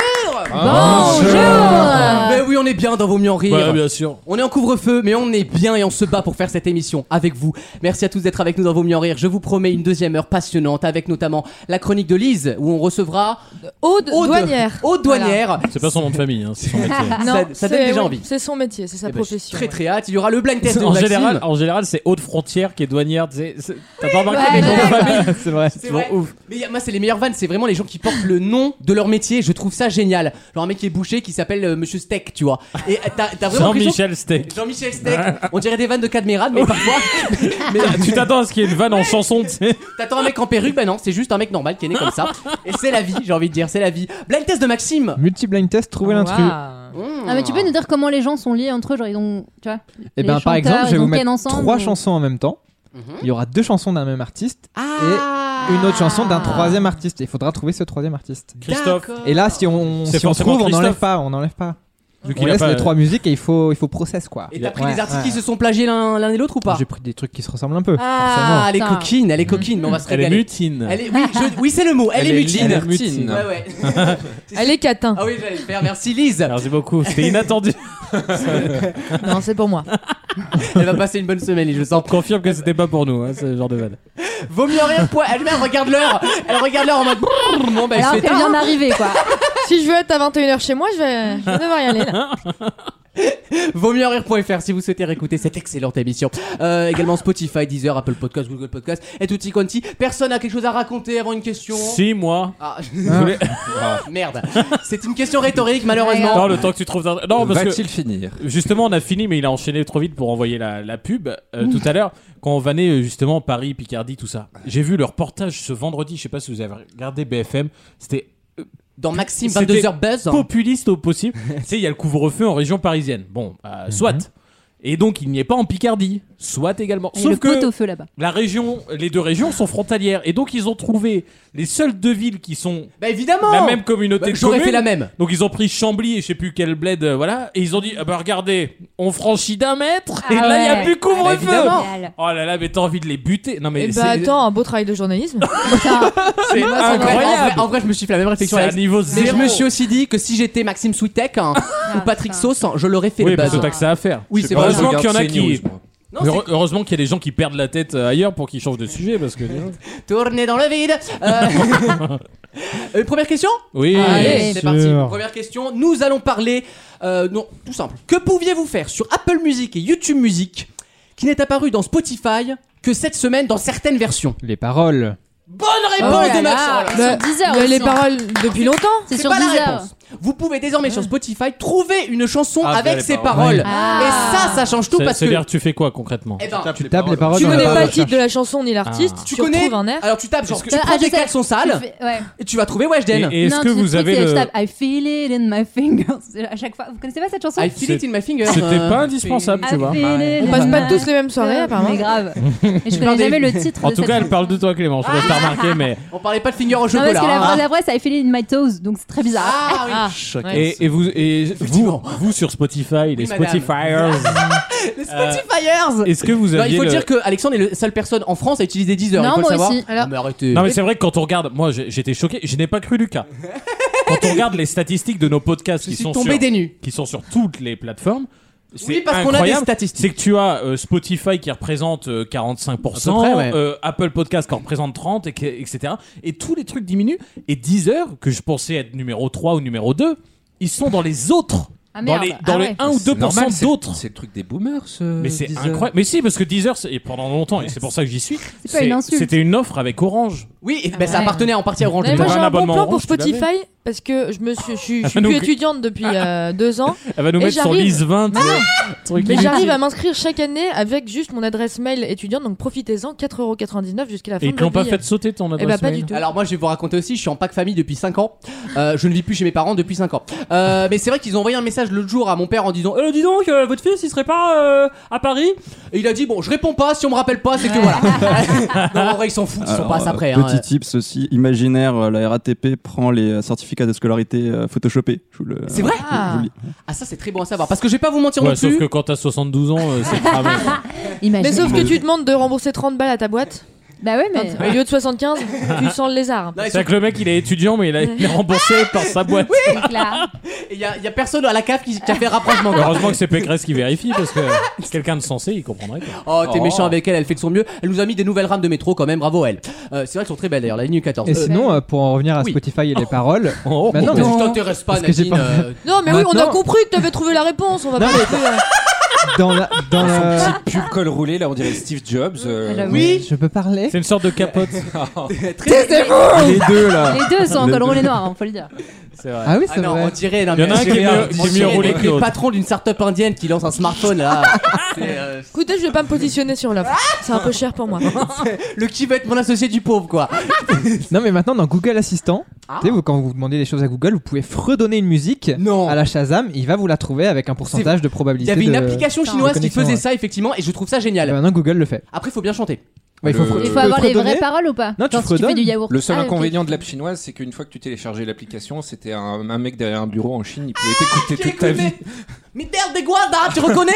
Speaker 12: Bonjour.
Speaker 2: Mais oui, on est bien dans Vos mieux en rire.
Speaker 3: Ouais, bien sûr.
Speaker 2: On est en couvre-feu, mais on est bien et on se bat pour faire cette émission avec vous. Merci à tous d'être avec nous dans Vos Mieux en Rire. Je vous promets une deuxième heure passionnante avec notamment la chronique de Lise où on recevra
Speaker 12: Aude,
Speaker 2: Aude
Speaker 12: douanière.
Speaker 2: Aude Douanière.
Speaker 3: C'est pas son nom de famille, hein, c'est son métier.
Speaker 12: Voilà.
Speaker 2: Ah. Ça-
Speaker 12: Non,
Speaker 2: ça donne
Speaker 12: c'est-
Speaker 2: déjà
Speaker 12: oui,
Speaker 2: envie.
Speaker 12: C'est son métier, c'est sa
Speaker 2: Eh ben, je suis
Speaker 12: profession.
Speaker 2: très très hâte. Il y aura le blind test de
Speaker 3: En
Speaker 2: Maxime.
Speaker 3: général, en général, c'est haute frontière qui est douanière. c'est- c'est- T'as pas remarqué les
Speaker 5: ouais,
Speaker 3: noms de
Speaker 5: ouais.
Speaker 3: famille
Speaker 6: c'est vrai.
Speaker 2: C'est vrai. Mais y a- moi, c'est les meilleurs vannes. C'est vraiment les gens qui portent le nom de leur métier. Je trouve ça génial. Genre un mec qui est bouché qui s'appelle euh, Monsieur Steak, tu tu vois. Et t'as t'as vraiment l'impression-
Speaker 3: Jean-Michel Steak.
Speaker 2: Jean-Michel Steak. On dirait des vannes de Cadmérade, mais parfois. mais
Speaker 3: tu t'attends à ce qu'il y ait une vanne en chanson, tu sais.
Speaker 2: T'attends un mec en perruque, bah non, c'est juste un mec normal qui est né comme ça. Et c'est la vie, j'ai envie de dire, c'est la vie. Blind test de Maxime.
Speaker 6: Multi-blind test, trouver l'intrus.
Speaker 5: Ah, mais tu peux nous dire comment les gens sont liés entre eux Genre, ils ont. Tu vois
Speaker 6: Et
Speaker 5: les
Speaker 6: ben par
Speaker 5: chanteurs,
Speaker 6: exemple, je vais
Speaker 5: ils
Speaker 6: vous
Speaker 5: ont
Speaker 6: mettre
Speaker 5: ken ensemble,
Speaker 6: trois
Speaker 5: ou-
Speaker 6: chansons en même temps.
Speaker 2: Mhm.
Speaker 6: Il y aura deux chansons d'un même artiste
Speaker 2: Ah.
Speaker 6: et une autre chanson d'un troisième artiste. Il faudra trouver ce troisième artiste.
Speaker 3: Christophe.
Speaker 6: Et là, si on,
Speaker 3: C'est
Speaker 6: si on
Speaker 3: forcément
Speaker 6: trouve, on
Speaker 3: Christophe.
Speaker 6: n'enlève pas, on n'enlève pas.
Speaker 3: Vu
Speaker 6: on
Speaker 3: qu'il a
Speaker 6: laisse
Speaker 3: pas-
Speaker 6: les trois musiques et il faut, il faut process quoi.
Speaker 2: Et t'as pris des artistes qui se sont plagiés l'un l'un et l'autre ou pas
Speaker 6: J'ai pris des trucs qui se ressemblent un peu.
Speaker 2: Ah, elle est
Speaker 6: forcément.
Speaker 2: coquine, elle est coquine, mais on va se
Speaker 6: Elle est
Speaker 2: régaler.
Speaker 6: mutine.
Speaker 2: Elle est- oui, je- oui, c'est le mot, elle,
Speaker 3: Elle
Speaker 2: est
Speaker 3: est
Speaker 2: mutine.
Speaker 3: Elle est mutine.
Speaker 2: Ouais, ouais.
Speaker 12: Elle est catin.
Speaker 2: Ah oui, j'allais le faire, merci Lise.
Speaker 3: Merci beaucoup, c'était inattendu.
Speaker 12: non, c'est pour moi.
Speaker 2: Elle va passer une bonne semaine, et je sens.
Speaker 3: Confirme que c'était pas pour nous, hein, ce genre de vanne.
Speaker 2: Vaut mieux en rire, point. Elle, elle regarde l'heure, elle regarde l'heure en mode. Bon, bah,
Speaker 12: Alors
Speaker 2: je fais
Speaker 12: qu'elle
Speaker 2: tard.
Speaker 12: vient d'arriver, quoi. si je veux être à 21h chez moi, je vais, je vais devoir y aller. là.
Speaker 2: Vaut mieux en rire.fr si vous souhaitez réécouter cette excellente émission. Euh, également Spotify, Deezer, Apple Podcast, Google Podcast et tutti quanti. Personne a quelque chose à raconter avant une question
Speaker 3: Si, moi.
Speaker 2: Ah,
Speaker 3: Vous voulez-
Speaker 2: merde. C'est une question rhétorique, malheureusement.
Speaker 3: Non, le temps que tu trouves. un- Non, parce que-
Speaker 7: Va-t-il finir
Speaker 3: Justement, on a fini, mais il a enchaîné trop vite pour envoyer la, la pub euh, tout à l'heure. Quand on vanait euh, justement Paris, Picardie, tout ça. J'ai vu leur reportage ce vendredi. Je sais pas si vous avez regardé BFM. C'était. euh,
Speaker 2: Dans Maxime,
Speaker 3: c'était
Speaker 2: 22h buzz. hein.
Speaker 3: Populiste au possible. tu sais, il y a le couvre-feu en région parisienne. Bon,
Speaker 7: Mhm.
Speaker 3: euh, soit. Et donc, il n'y est pas en Picardie. Soit également.
Speaker 5: Et
Speaker 3: Sauf
Speaker 5: le
Speaker 3: que.
Speaker 5: pot au feu là-bas.
Speaker 3: La région, les deux régions sont frontalières et donc ils ont trouvé les seules deux villes qui sont
Speaker 2: Bah évidemment
Speaker 3: la même communauté
Speaker 2: Bah,
Speaker 3: de
Speaker 2: J'aurais
Speaker 3: communes.
Speaker 2: fait la même.
Speaker 3: Donc ils ont pris Chambly et je sais plus quel bled, euh, voilà, et ils ont dit ah bah regardez, on franchit d'un mètre et
Speaker 12: Ah
Speaker 3: là il y a
Speaker 12: ouais.
Speaker 3: plus couvre-feu.
Speaker 12: Ah bah, évidemment.
Speaker 3: oh là là, mais t'as envie de les buter. Non mais
Speaker 12: Et
Speaker 3: c'est
Speaker 12: bah attends, un beau travail de journalisme. Putain.
Speaker 2: C'est
Speaker 12: Moi, ça m'aurait-
Speaker 2: En vrai, en vrai, je me suis fait la même réflexion.
Speaker 3: C'est à
Speaker 2: Alex.
Speaker 3: niveau
Speaker 2: Mais je
Speaker 3: zéro.
Speaker 2: me suis aussi dit que si j'étais Maxime Souitek hein, ou Patrick Sauce, hein, je l'aurais fait
Speaker 3: oui,
Speaker 2: le
Speaker 3: parce
Speaker 2: buzz.
Speaker 3: que t'as que ça à faire.
Speaker 2: Oui, c'est vrai.
Speaker 3: heureusement
Speaker 2: Je
Speaker 3: qu'il y en a
Speaker 2: regarde
Speaker 3: qui
Speaker 2: CNews, moi. Non,
Speaker 3: Heure- heureusement qu'il y a des gens qui perdent la tête euh, ailleurs pour qu'ils changent de sujet parce que
Speaker 2: Tourner dans le vide. Euh, euh, première question
Speaker 3: Oui.
Speaker 2: Allez,
Speaker 3: Bien
Speaker 2: c'est
Speaker 3: sûr.
Speaker 2: parti. Première question. Nous allons parler. euh, non, tout simple. Que pouviez-vous faire sur Apple Music et YouTube Music qui n'est apparu dans Spotify que cette semaine dans certaines versions
Speaker 6: Les paroles.
Speaker 2: Bonne
Speaker 3: Ah.
Speaker 2: réponse
Speaker 12: Oh là
Speaker 2: de Maxence
Speaker 12: là. Le-
Speaker 2: Ah, Sur Deezer
Speaker 12: le-
Speaker 2: aussi,
Speaker 12: les
Speaker 2: hein.
Speaker 12: paroles depuis longtemps.
Speaker 2: C'est pas la réponse. Vous pouvez désormais sur Spotify trouver une chanson
Speaker 3: Ah,
Speaker 2: avec
Speaker 3: les
Speaker 2: ses
Speaker 3: paroles.
Speaker 2: paroles.
Speaker 12: Ah.
Speaker 2: Et ça, ça change tout
Speaker 3: C'est-
Speaker 2: parce que.
Speaker 3: C'est-à-dire tu fais quoi concrètement
Speaker 2: Eh ben,
Speaker 6: Tu tapes les paroles
Speaker 12: Tu
Speaker 6: dans la
Speaker 12: connais
Speaker 6: barre
Speaker 12: pas
Speaker 6: de
Speaker 12: le titre de la chanson ni l'artiste,
Speaker 3: Ah.
Speaker 2: tu
Speaker 12: tu
Speaker 2: connais.
Speaker 12: retrouves un air.
Speaker 2: Alors tu tapes genre, tu
Speaker 5: Ah,
Speaker 2: prends
Speaker 5: je
Speaker 2: des
Speaker 5: sais.
Speaker 2: caleçons
Speaker 5: Tu
Speaker 2: sales
Speaker 5: fais- Ouais.
Speaker 2: et tu vas trouver Weshden.
Speaker 3: Et est-ce
Speaker 5: Non,
Speaker 3: que
Speaker 5: tu sais,
Speaker 3: vous
Speaker 5: le truc,
Speaker 3: avez
Speaker 5: c'est
Speaker 3: le
Speaker 5: hashtag I feel it in my fingers. C'est À chaque fois, vous connaissez pas cette chanson
Speaker 2: I feel it in my fingers.
Speaker 3: C'était
Speaker 2: Euh,
Speaker 3: pas indispensable, tu vois.
Speaker 5: I feel it
Speaker 12: On
Speaker 5: in
Speaker 12: passe
Speaker 5: my
Speaker 12: pas tous les mêmes soirées,
Speaker 5: fingers.
Speaker 12: apparemment.
Speaker 5: Mais grave. Et je
Speaker 2: Attendez.
Speaker 5: connais jamais le titre.
Speaker 3: En
Speaker 5: de
Speaker 3: tout
Speaker 5: cette
Speaker 3: cas, elle
Speaker 5: chanson.
Speaker 3: parle de toi, Clément. Je sais pas si t'as remarqué, mais
Speaker 2: On parlait pas de finger au
Speaker 5: Non,
Speaker 2: chocolat.
Speaker 5: parce
Speaker 3: Ah.
Speaker 5: que la,
Speaker 2: hein.
Speaker 5: vraie- la vraie, c'est I feel it in my toes, donc c'est très bizarre.
Speaker 2: Ah, oui.
Speaker 3: Et, et vous, et vous, vous sur Spotify, les
Speaker 2: madame.
Speaker 3: Spotifyers,
Speaker 2: Les Spotifyers.
Speaker 3: Euh, est-ce que vous
Speaker 2: Non,
Speaker 3: aviez
Speaker 2: il faut
Speaker 3: le-
Speaker 2: dire que Alexandre est la seule personne en France à utiliser Deezer.
Speaker 5: Non,
Speaker 2: il faut
Speaker 5: moi
Speaker 2: le savoir.
Speaker 5: aussi.
Speaker 12: Alors-
Speaker 2: Non, mais arrêtez.
Speaker 3: Non mais c'est vrai que quand on regarde, moi j'ai- j'étais choqué, je n'ai pas cru Lucas. quand on regarde les statistiques de nos podcasts qui
Speaker 2: suis
Speaker 3: sont
Speaker 2: tombé
Speaker 3: sur,
Speaker 2: des nues.
Speaker 3: qui sont sur toutes les plateformes, c'est
Speaker 2: Oui, parce qu'on a des
Speaker 3: incroyable.
Speaker 2: statistiques.
Speaker 3: C'est que tu as euh, Spotify qui représente euh, 45%,
Speaker 2: À peu près, ouais.
Speaker 3: euh, Apple Podcast qui en représente 30, et que- etc. Et tous les trucs diminuent. Et Deezer, que je pensais être numéro 3 ou numéro 2, ils sont dans les autres.
Speaker 5: Ah,
Speaker 3: dans
Speaker 5: merde.
Speaker 3: les,
Speaker 5: Ah
Speaker 3: dans les
Speaker 5: ouais.
Speaker 3: 1 ou 2% d'autres.
Speaker 7: C'est le truc des boomers, ce
Speaker 3: Mais c'est
Speaker 7: Deezer.
Speaker 3: incroyable. Mais si, parce que Deezer, c'est- et pendant longtemps, et c'est pour ça que j'y suis,
Speaker 5: pas une
Speaker 3: c'est-
Speaker 5: insulte.
Speaker 3: c'était une offre avec Orange.
Speaker 2: Oui, et- ben, ça
Speaker 12: Ouais.
Speaker 2: appartenait en partie à Orange.
Speaker 12: Mais moi
Speaker 3: t'auras
Speaker 12: j'ai
Speaker 3: un
Speaker 12: un bon
Speaker 3: abonnement
Speaker 12: plan pour
Speaker 3: orange, tu l'avais.
Speaker 12: Spotify parce que je me suis, je, suis- je suis
Speaker 3: Ah,
Speaker 12: plus
Speaker 3: donc-
Speaker 12: étudiante depuis euh, deux ans.
Speaker 3: Elle va nous
Speaker 12: Et
Speaker 3: mettre sur
Speaker 12: j'arrive. Ah
Speaker 3: liste euh, 20. tu vois. Truc
Speaker 12: Mais
Speaker 3: inutile.
Speaker 12: j'arrive à m'inscrire chaque année avec juste mon adresse mail étudiante, donc profitez-en, 4,99€ jusqu'à la fin
Speaker 3: Et ils
Speaker 12: de
Speaker 3: te l'ont
Speaker 12: ma
Speaker 3: pas
Speaker 12: vie.
Speaker 3: fait sauter ton adresse
Speaker 12: Eh bah, pas
Speaker 3: mail.
Speaker 12: du tout.
Speaker 2: Alors moi je vais vous raconter aussi, je suis en pack famille depuis 5 ans. Euh, je ne vis plus chez mes parents depuis 5 ans. Euh, mais c'est vrai qu'ils ont envoyé un message l'autre jour à mon père en disant euh, dis donc euh, votre fils il serait pas euh, à Paris Et il a dit bon je réponds pas si on me rappelle pas c'est que voilà. non en vrai ils s'en
Speaker 12: Ah.
Speaker 2: foutent, ils sont
Speaker 4: Alors,
Speaker 2: pas après.
Speaker 3: hein,
Speaker 4: euh, Petit tip, ceci imaginaire, euh, la RATP prend les euh, certificats de scolarité euh, photoshopés. Je vous le-
Speaker 2: C'est vrai
Speaker 4: je vous le dis.
Speaker 2: Ah ça c'est très bon à savoir parce que je vais pas vous mentir
Speaker 3: Ouais,
Speaker 2: non
Speaker 3: sauf
Speaker 2: plus.
Speaker 3: que quand t'as 72 ans, euh, c'est cramé.
Speaker 5: Imagine.
Speaker 12: Mais sauf que tu demandes de rembourser 30 balles à ta boîte.
Speaker 5: Bah ouais, mais.
Speaker 12: Au lieu de 75, tu sens le lézard.
Speaker 2: Non, et
Speaker 3: C'est
Speaker 2: sauf-
Speaker 3: que le mec, il est étudiant, mais il, a, il est remboursé par sa boîte.
Speaker 5: C'est clair.
Speaker 2: et y, a- y a personne à la cave qui, qui a fait rapprochement. quoi.
Speaker 3: Heureusement que c'est Pécresse qui vérifie, parce que quelqu'un de sensé, il comprendrait. quoi.
Speaker 2: Oh t'es
Speaker 7: Oh.
Speaker 2: méchant avec elle, elle fait de son mieux. Elle nous a mis des nouvelles rames de métro quand même, bravo elle. Euh, c'est vrai qu'elles sont très belles d'ailleurs, la ligne 14.
Speaker 6: Et
Speaker 2: Euh,
Speaker 6: sinon, euh, pour en revenir à
Speaker 2: Oui.
Speaker 6: Spotify et les paroles,
Speaker 3: Oh,
Speaker 6: bah non,
Speaker 2: mais
Speaker 6: mais-
Speaker 2: je t'intéresse pas
Speaker 6: Parce que j'ai
Speaker 2: Nadine.
Speaker 6: pas-
Speaker 2: euh,
Speaker 12: Non, mais oui, on a
Speaker 6: Maintenant-
Speaker 12: compris que t'avais trouvé la réponse. On va
Speaker 6: Non,
Speaker 12: pas.
Speaker 6: mais-
Speaker 12: non plus, euh,
Speaker 6: Dans la. Dans
Speaker 7: Son
Speaker 6: la-
Speaker 7: petit pull col roulé, là, on dirait Steve Jobs. euh, Ah.
Speaker 6: Oui, je peux parler.
Speaker 3: C'est une sorte de capote.
Speaker 6: Taisez-vous
Speaker 7: Les deux, là.
Speaker 5: Les deux sont en
Speaker 7: Les
Speaker 5: col
Speaker 7: deux.
Speaker 5: roulé noir, hein, faut le dire.
Speaker 3: C'est vrai.
Speaker 6: Ah oui, c'est
Speaker 2: non,
Speaker 6: vrai.
Speaker 2: On dirait, non,
Speaker 3: Il y en a
Speaker 2: mais-
Speaker 3: un qui est mieux-
Speaker 2: on
Speaker 3: qui est mieux
Speaker 2: dirait
Speaker 3: roulé
Speaker 2: le-
Speaker 3: que l'autre.
Speaker 2: Le patron d'une start-up indienne qui lance un smartphone là. C'est, euh,
Speaker 12: Écoutez, je vais pas me positionner sur l'offre. C'est un peu cher pour moi.
Speaker 2: le qui va être mon associé du pauvre quoi. Ah.
Speaker 6: Non, mais maintenant dans Google Assistant, tu sais, vous, quand vous demandez des choses à Google, vous pouvez fredonner une musique à la Shazam, il va vous la trouver avec un pourcentage de
Speaker 2: Il
Speaker 6: probabilité.
Speaker 2: y avait une
Speaker 6: de-
Speaker 2: application
Speaker 6: de
Speaker 2: chinoise qui
Speaker 6: connexion,
Speaker 2: faisait
Speaker 6: ouais.
Speaker 2: ça effectivement et je trouve ça génial.
Speaker 6: Et Maintenant Eh ben, Google le fait.
Speaker 2: Après, faut bien chanter. Euh,
Speaker 6: Ouais, il faut-
Speaker 7: Le-
Speaker 6: faut-
Speaker 5: Il
Speaker 7: peux
Speaker 5: faut avoir les
Speaker 6: fredonner
Speaker 5: vraies paroles ou pas
Speaker 6: Non, tu
Speaker 5: Genre, si tu fais
Speaker 6: fredonnes.
Speaker 5: du yaourt.
Speaker 7: Le seul
Speaker 5: Ah, ok.
Speaker 7: inconvénient de l'app chinoise, c'est qu'une fois que tu téléchargeais l'application, c'était un, un mec derrière un bureau en Chine, il pouvait t'écouter toute ta vie.
Speaker 2: Mais terre des Guarda, tu reconnais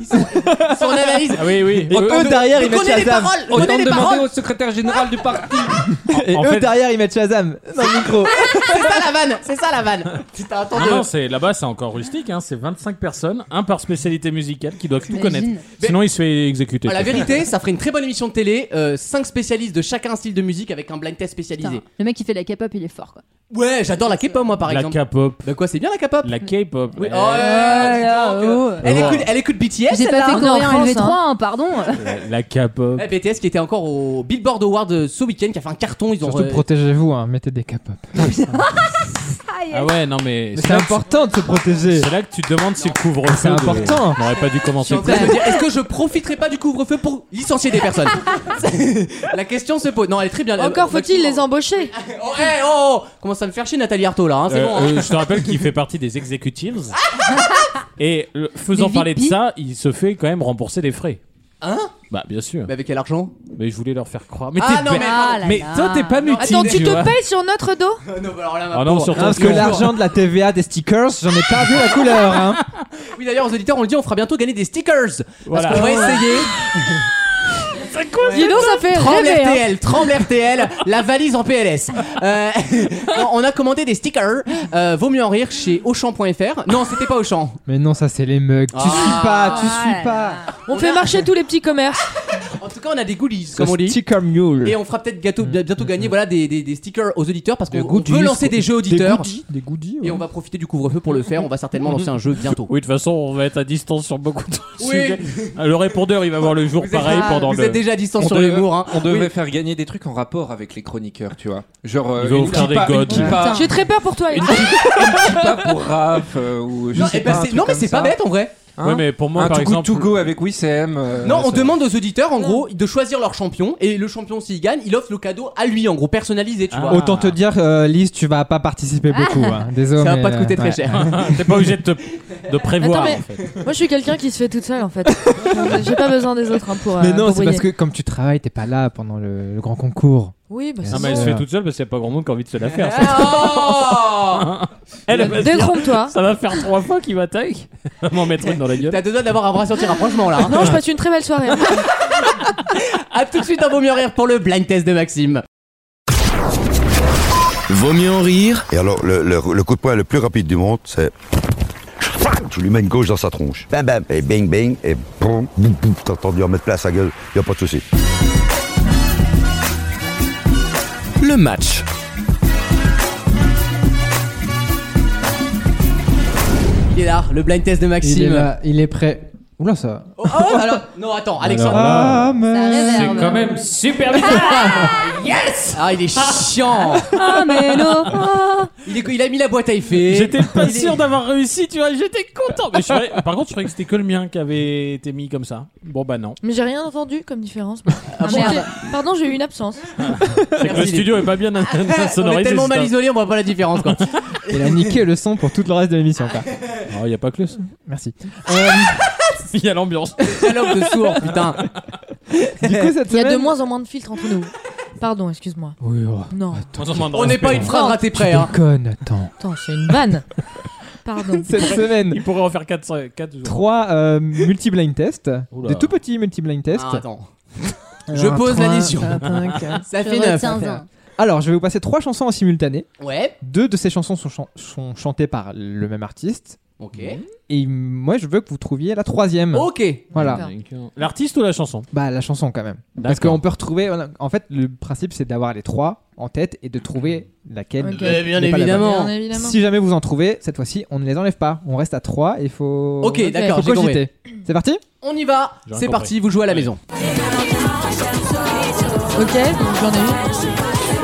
Speaker 2: Ils sont, ils sont en analyse.
Speaker 3: Ah oui, oui.
Speaker 2: Et eux, derrière, ils mettent Reconnais les Shazam. paroles, reconnais
Speaker 6: les paroles.
Speaker 7: au secrétaire général du parti.
Speaker 3: Ah,
Speaker 6: Et
Speaker 3: En
Speaker 6: eux
Speaker 3: fait-
Speaker 6: derrière ils mettent Shazam dans le micro.
Speaker 2: C'est ça la vanne, c'est ça la vanne. Putain, attends,
Speaker 3: Non,
Speaker 2: deux.
Speaker 3: Ah non, c'est- là-bas c'est encore rustique, hein, c'est 25 personnes, un par spécialité musicale qui doivent tout
Speaker 2: T'imagines
Speaker 3: connaître. Sinon il se fait exécuter.
Speaker 2: Ah, la vérité, ça ferait une très bonne émission de télé. 5 spécialistes de chacun style de musique avec un blind test spécialisé.
Speaker 5: Putain, Le mec qui fait de la K-pop, il est fort quoi.
Speaker 2: Ouais, j'adore la K-pop moi par
Speaker 3: La
Speaker 2: exemple.
Speaker 3: K-pop.
Speaker 2: De quoi c'est bien la K-pop
Speaker 3: La K-pop.
Speaker 2: Oui.
Speaker 3: Eh,
Speaker 2: Oh, ouais, dis donc. euh, elle,
Speaker 3: Ouais.
Speaker 2: écoute, elle écoute BTS.
Speaker 5: J'ai pas
Speaker 2: celle-là,
Speaker 5: fait
Speaker 2: hein.
Speaker 5: coréen LV3, hein, pardon.
Speaker 2: Ah,
Speaker 3: La- La K-pop.
Speaker 2: Ouais, BTS qui était encore au Billboard Award euh, ce week-end, qui a fait un carton. Ils ont euh,
Speaker 6: Surtout
Speaker 2: re-
Speaker 6: protégez-vous, hein, mettez des capotes.
Speaker 3: Ah ouais, non mais.
Speaker 6: C'est important de se protéger.
Speaker 3: C'est là que tu te demandes si le
Speaker 2: Ah,
Speaker 3: couvre-feu.
Speaker 6: C'est
Speaker 3: de-
Speaker 6: important.
Speaker 3: On aurait pas dû
Speaker 2: Je suis
Speaker 3: commencer.
Speaker 2: en train de me dire, est-ce que je profiterai pas du couvre-feu pour licencier des personnes La question se pose. Non, elle est très bien. euh,
Speaker 12: Encore faut-il les embaucher
Speaker 2: Oh, hey, oh, oh. Commence à me faire chier Nathalie Arthaud là, hein, c'est
Speaker 3: Euh,
Speaker 2: bon. hein.
Speaker 3: euh, je te rappelle qu'il fait partie des executives. Et euh, faisant
Speaker 2: Des
Speaker 3: parler de
Speaker 2: VIP.
Speaker 3: ça, il se fait quand même rembourser des frais.
Speaker 2: Hein
Speaker 3: Bah bien sûr.
Speaker 2: Mais avec quel argent
Speaker 3: Mais je voulais leur faire croire. Mais
Speaker 2: Ah,
Speaker 3: t'es
Speaker 2: non,
Speaker 3: ba-
Speaker 2: mais- Ah là
Speaker 3: mais
Speaker 2: là.
Speaker 3: toi t'es pas mutile.
Speaker 12: Attends, tu te
Speaker 3: vois.
Speaker 12: payes sur notre dos
Speaker 2: Non, bah alors là, ma
Speaker 3: Ah non,
Speaker 2: pauvre.
Speaker 6: Hein, parce que l'argent de la TVA des stickers, j'en ai pas vu la couleur. Hein.
Speaker 2: Oui, d'ailleurs, aux auditeurs, on le dit, on fera bientôt gagner des stickers.
Speaker 3: Voilà. Ah
Speaker 2: Parce qu'on va essayer.
Speaker 12: Dis donc, ça fait
Speaker 2: Tremble
Speaker 12: rêver. hein.
Speaker 2: RTL, tremble RTL, la valise en PLS. Euh, on a commandé des stickers. euh, vaut mieux en rire chez Auchan.fr. Non, c'était pas Auchan.
Speaker 6: Mais non, ça c'est les mugs. Tu
Speaker 2: Ah.
Speaker 6: suis pas, tu suis pas.
Speaker 12: On fait marcher tous les petits commerces.
Speaker 2: En tout cas, on a des goodies, comme on dit.
Speaker 6: Sticker mule. Mm.
Speaker 2: Et on fera peut-être gâteau- bi- bientôt gagner voilà, des, des- des stickers aux auditeurs parce qu'on
Speaker 6: Des
Speaker 2: on
Speaker 6: goodies,
Speaker 2: veut lancer des jeux auditeurs.
Speaker 6: Des goodies. Des goodies
Speaker 2: Et
Speaker 6: ouais.
Speaker 2: on va profiter du couvre-feu pour le faire. On va certainement lancer un jeu bientôt.
Speaker 3: Oui, de toute façon, on va être à distance sur beaucoup de
Speaker 2: Oui.
Speaker 3: sujets. Ah, Le répondeur, il va voir le jour
Speaker 2: Vous êtes-
Speaker 3: pareil
Speaker 2: ah,
Speaker 3: pendant
Speaker 2: vous
Speaker 3: le.
Speaker 2: êtes déjà à distance
Speaker 7: On
Speaker 2: sur
Speaker 7: devait-
Speaker 2: l'humour. Hein.
Speaker 7: On devrait
Speaker 2: Oui.
Speaker 7: faire gagner des trucs en rapport avec les chroniqueurs, tu vois. Genre euh,
Speaker 3: Il va
Speaker 7: une
Speaker 3: offrir des
Speaker 7: kippa-
Speaker 3: godes.
Speaker 7: une kippa-
Speaker 12: J'ai très peur pour toi. Yann.
Speaker 7: une kippa pour Raph euh, ou je
Speaker 2: Non,
Speaker 7: sais
Speaker 2: eh ben,
Speaker 7: pas,
Speaker 2: c'est-
Speaker 7: un truc
Speaker 2: non, mais
Speaker 7: comme
Speaker 2: c'est
Speaker 7: ça.
Speaker 2: pas bête en vrai.
Speaker 7: Hein
Speaker 3: Ouais, mais pour moi,
Speaker 7: un
Speaker 3: par
Speaker 7: to go
Speaker 3: exemple.
Speaker 7: to go avec Wissem. euh,
Speaker 2: Non, on
Speaker 7: ça-
Speaker 2: demande aux auditeurs en gros de choisir leur champion et le champion s'il gagne, il offre le cadeau à lui en gros personnalisé, tu
Speaker 3: Ah.
Speaker 2: vois.
Speaker 6: Autant te dire, euh, Lise, tu vas pas
Speaker 12: Ah.
Speaker 6: participer beaucoup. hein. Désolé.
Speaker 2: Ça va
Speaker 6: mais,
Speaker 2: pas te coûter
Speaker 6: euh,
Speaker 2: très
Speaker 6: ouais.
Speaker 2: cher.
Speaker 3: T'es pas obligé de, te- de prévoir.
Speaker 12: Attends, mais-
Speaker 3: en fait.
Speaker 12: Moi, je suis quelqu'un qui se fait toute seule en fait. J'ai pas besoin des autres hein, pour. euh,
Speaker 6: Mais non,
Speaker 12: pour
Speaker 6: c'est parce que
Speaker 12: briller.
Speaker 6: comme tu travailles, t'es pas là pendant le, le grand concours.
Speaker 12: Oui, bah
Speaker 6: Ah,
Speaker 12: c'est
Speaker 3: Non, mais elle se fait toute seule parce qu'il n'y a pas grand monde qui a envie de se la faire. ça.
Speaker 2: Oh
Speaker 3: Elle, elle va se dire,
Speaker 12: Détrompe-toi.
Speaker 3: Ça va faire trois fois qu'il m'attaque. Elle va M'en mettre une dans la gueule.
Speaker 2: T'as deux doigts d'avoir un bras sur tes rapprochements là. hein.
Speaker 12: Non, je passe une très belle soirée.
Speaker 2: A tout de suite dans Vaut mieux rire pour le blind test de Maxime.
Speaker 1: Vaut mieux en rire
Speaker 13: Et alors, le, le- le coup de poing le plus rapide du monde, c'est. Je lui mets une gauche dans sa tronche. Bam, bam, et bing, bing, et boum, boum, boum. T'as entendu en mettre plein sa gueule, y a pas de souci.
Speaker 1: le match.
Speaker 2: Il est là, le blind test de Maxime.
Speaker 6: Il est là, il est prêt. Oula, ça.
Speaker 2: Oh, oh, alors, non, attends, Alexandre.
Speaker 3: Alors là,
Speaker 6: Ah, mais.
Speaker 3: C'est quand même super vite.
Speaker 2: yes Ah, il est chiant.
Speaker 12: Ah, mais non. Ah.
Speaker 2: Il, est- il a mis la boîte à effets.
Speaker 3: J'étais pas
Speaker 2: Il est-
Speaker 3: sûr d'avoir réussi, tu vois. J'étais content. Mais je croyais- par contre, je croyais que c'était que le mien qui avait été mis comme ça. Bon, bah non.
Speaker 12: Mais j'ai rien entendu comme différence.
Speaker 2: Ah, bon,
Speaker 12: J'étais- Pardon, j'ai eu une absence.
Speaker 3: C'est que le
Speaker 2: Merci.
Speaker 3: studio est pas bien sonorisé.
Speaker 2: On est tellement
Speaker 3: c'est
Speaker 2: mal
Speaker 3: ça.
Speaker 2: isolé, on voit pas la différence quoi.
Speaker 6: Il a niqué le son pour tout le reste de l'émission. quoi.
Speaker 3: Oh, y a pas que le son.
Speaker 6: Merci.
Speaker 3: Il y a l'ambiance.
Speaker 2: Dialogue de sourd, putain.
Speaker 6: Du coup, cette
Speaker 12: Il y a de
Speaker 6: semaine.
Speaker 12: moins en moins de filtres entre nous. Pardon, excuse-moi.
Speaker 6: Oui, oh,
Speaker 12: Non.
Speaker 2: On n'est pas une phrase ratée
Speaker 6: tu
Speaker 2: près hein.
Speaker 6: déconnes, attends.
Speaker 12: Attends, c'est une vanne. Pardon.
Speaker 6: Cette semaine,
Speaker 3: Il pourrait en faire 4, 4 jours.
Speaker 6: trois euh, multi-blind tests.
Speaker 3: Oula.
Speaker 6: Des tout petits multi-blind tests.
Speaker 2: Ah, attends. je pose la question.
Speaker 6: Ah,
Speaker 2: Ça fait
Speaker 5: Je
Speaker 2: 9.
Speaker 5: retiens un.
Speaker 6: Alors, je vais vous passer trois chansons en simultané.
Speaker 2: Ouais,
Speaker 6: Deux de ces chansons sont, chan- sont chantées par le même artiste.
Speaker 2: ok.
Speaker 6: Et moi, je veux que vous trouviez la troisième.
Speaker 2: Ok.
Speaker 6: Voilà.
Speaker 12: D'accord.
Speaker 3: L'artiste ou la chanson
Speaker 6: Bah, la chanson quand même. Parce qu'on peut retrouver. voilà, En fait, le principe, c'est d'avoir les trois en tête et de trouver laquelle.
Speaker 2: Ok.
Speaker 6: n'est
Speaker 2: Bien
Speaker 6: pas la bonne.
Speaker 2: évidemment. Bien évidemment.
Speaker 6: Si jamais vous en trouvez, cette fois-ci, on ne les enlève pas. On reste à 3 et il faut.
Speaker 2: Ok, Ok. d'accord,
Speaker 6: Faut
Speaker 2: j'ai compris.
Speaker 6: cogiter. C'est parti
Speaker 2: On y va,
Speaker 6: J'ai rien
Speaker 2: c'est
Speaker 6: compris.
Speaker 2: parti, vous jouez à la maison.
Speaker 12: Ok, donc j'en ai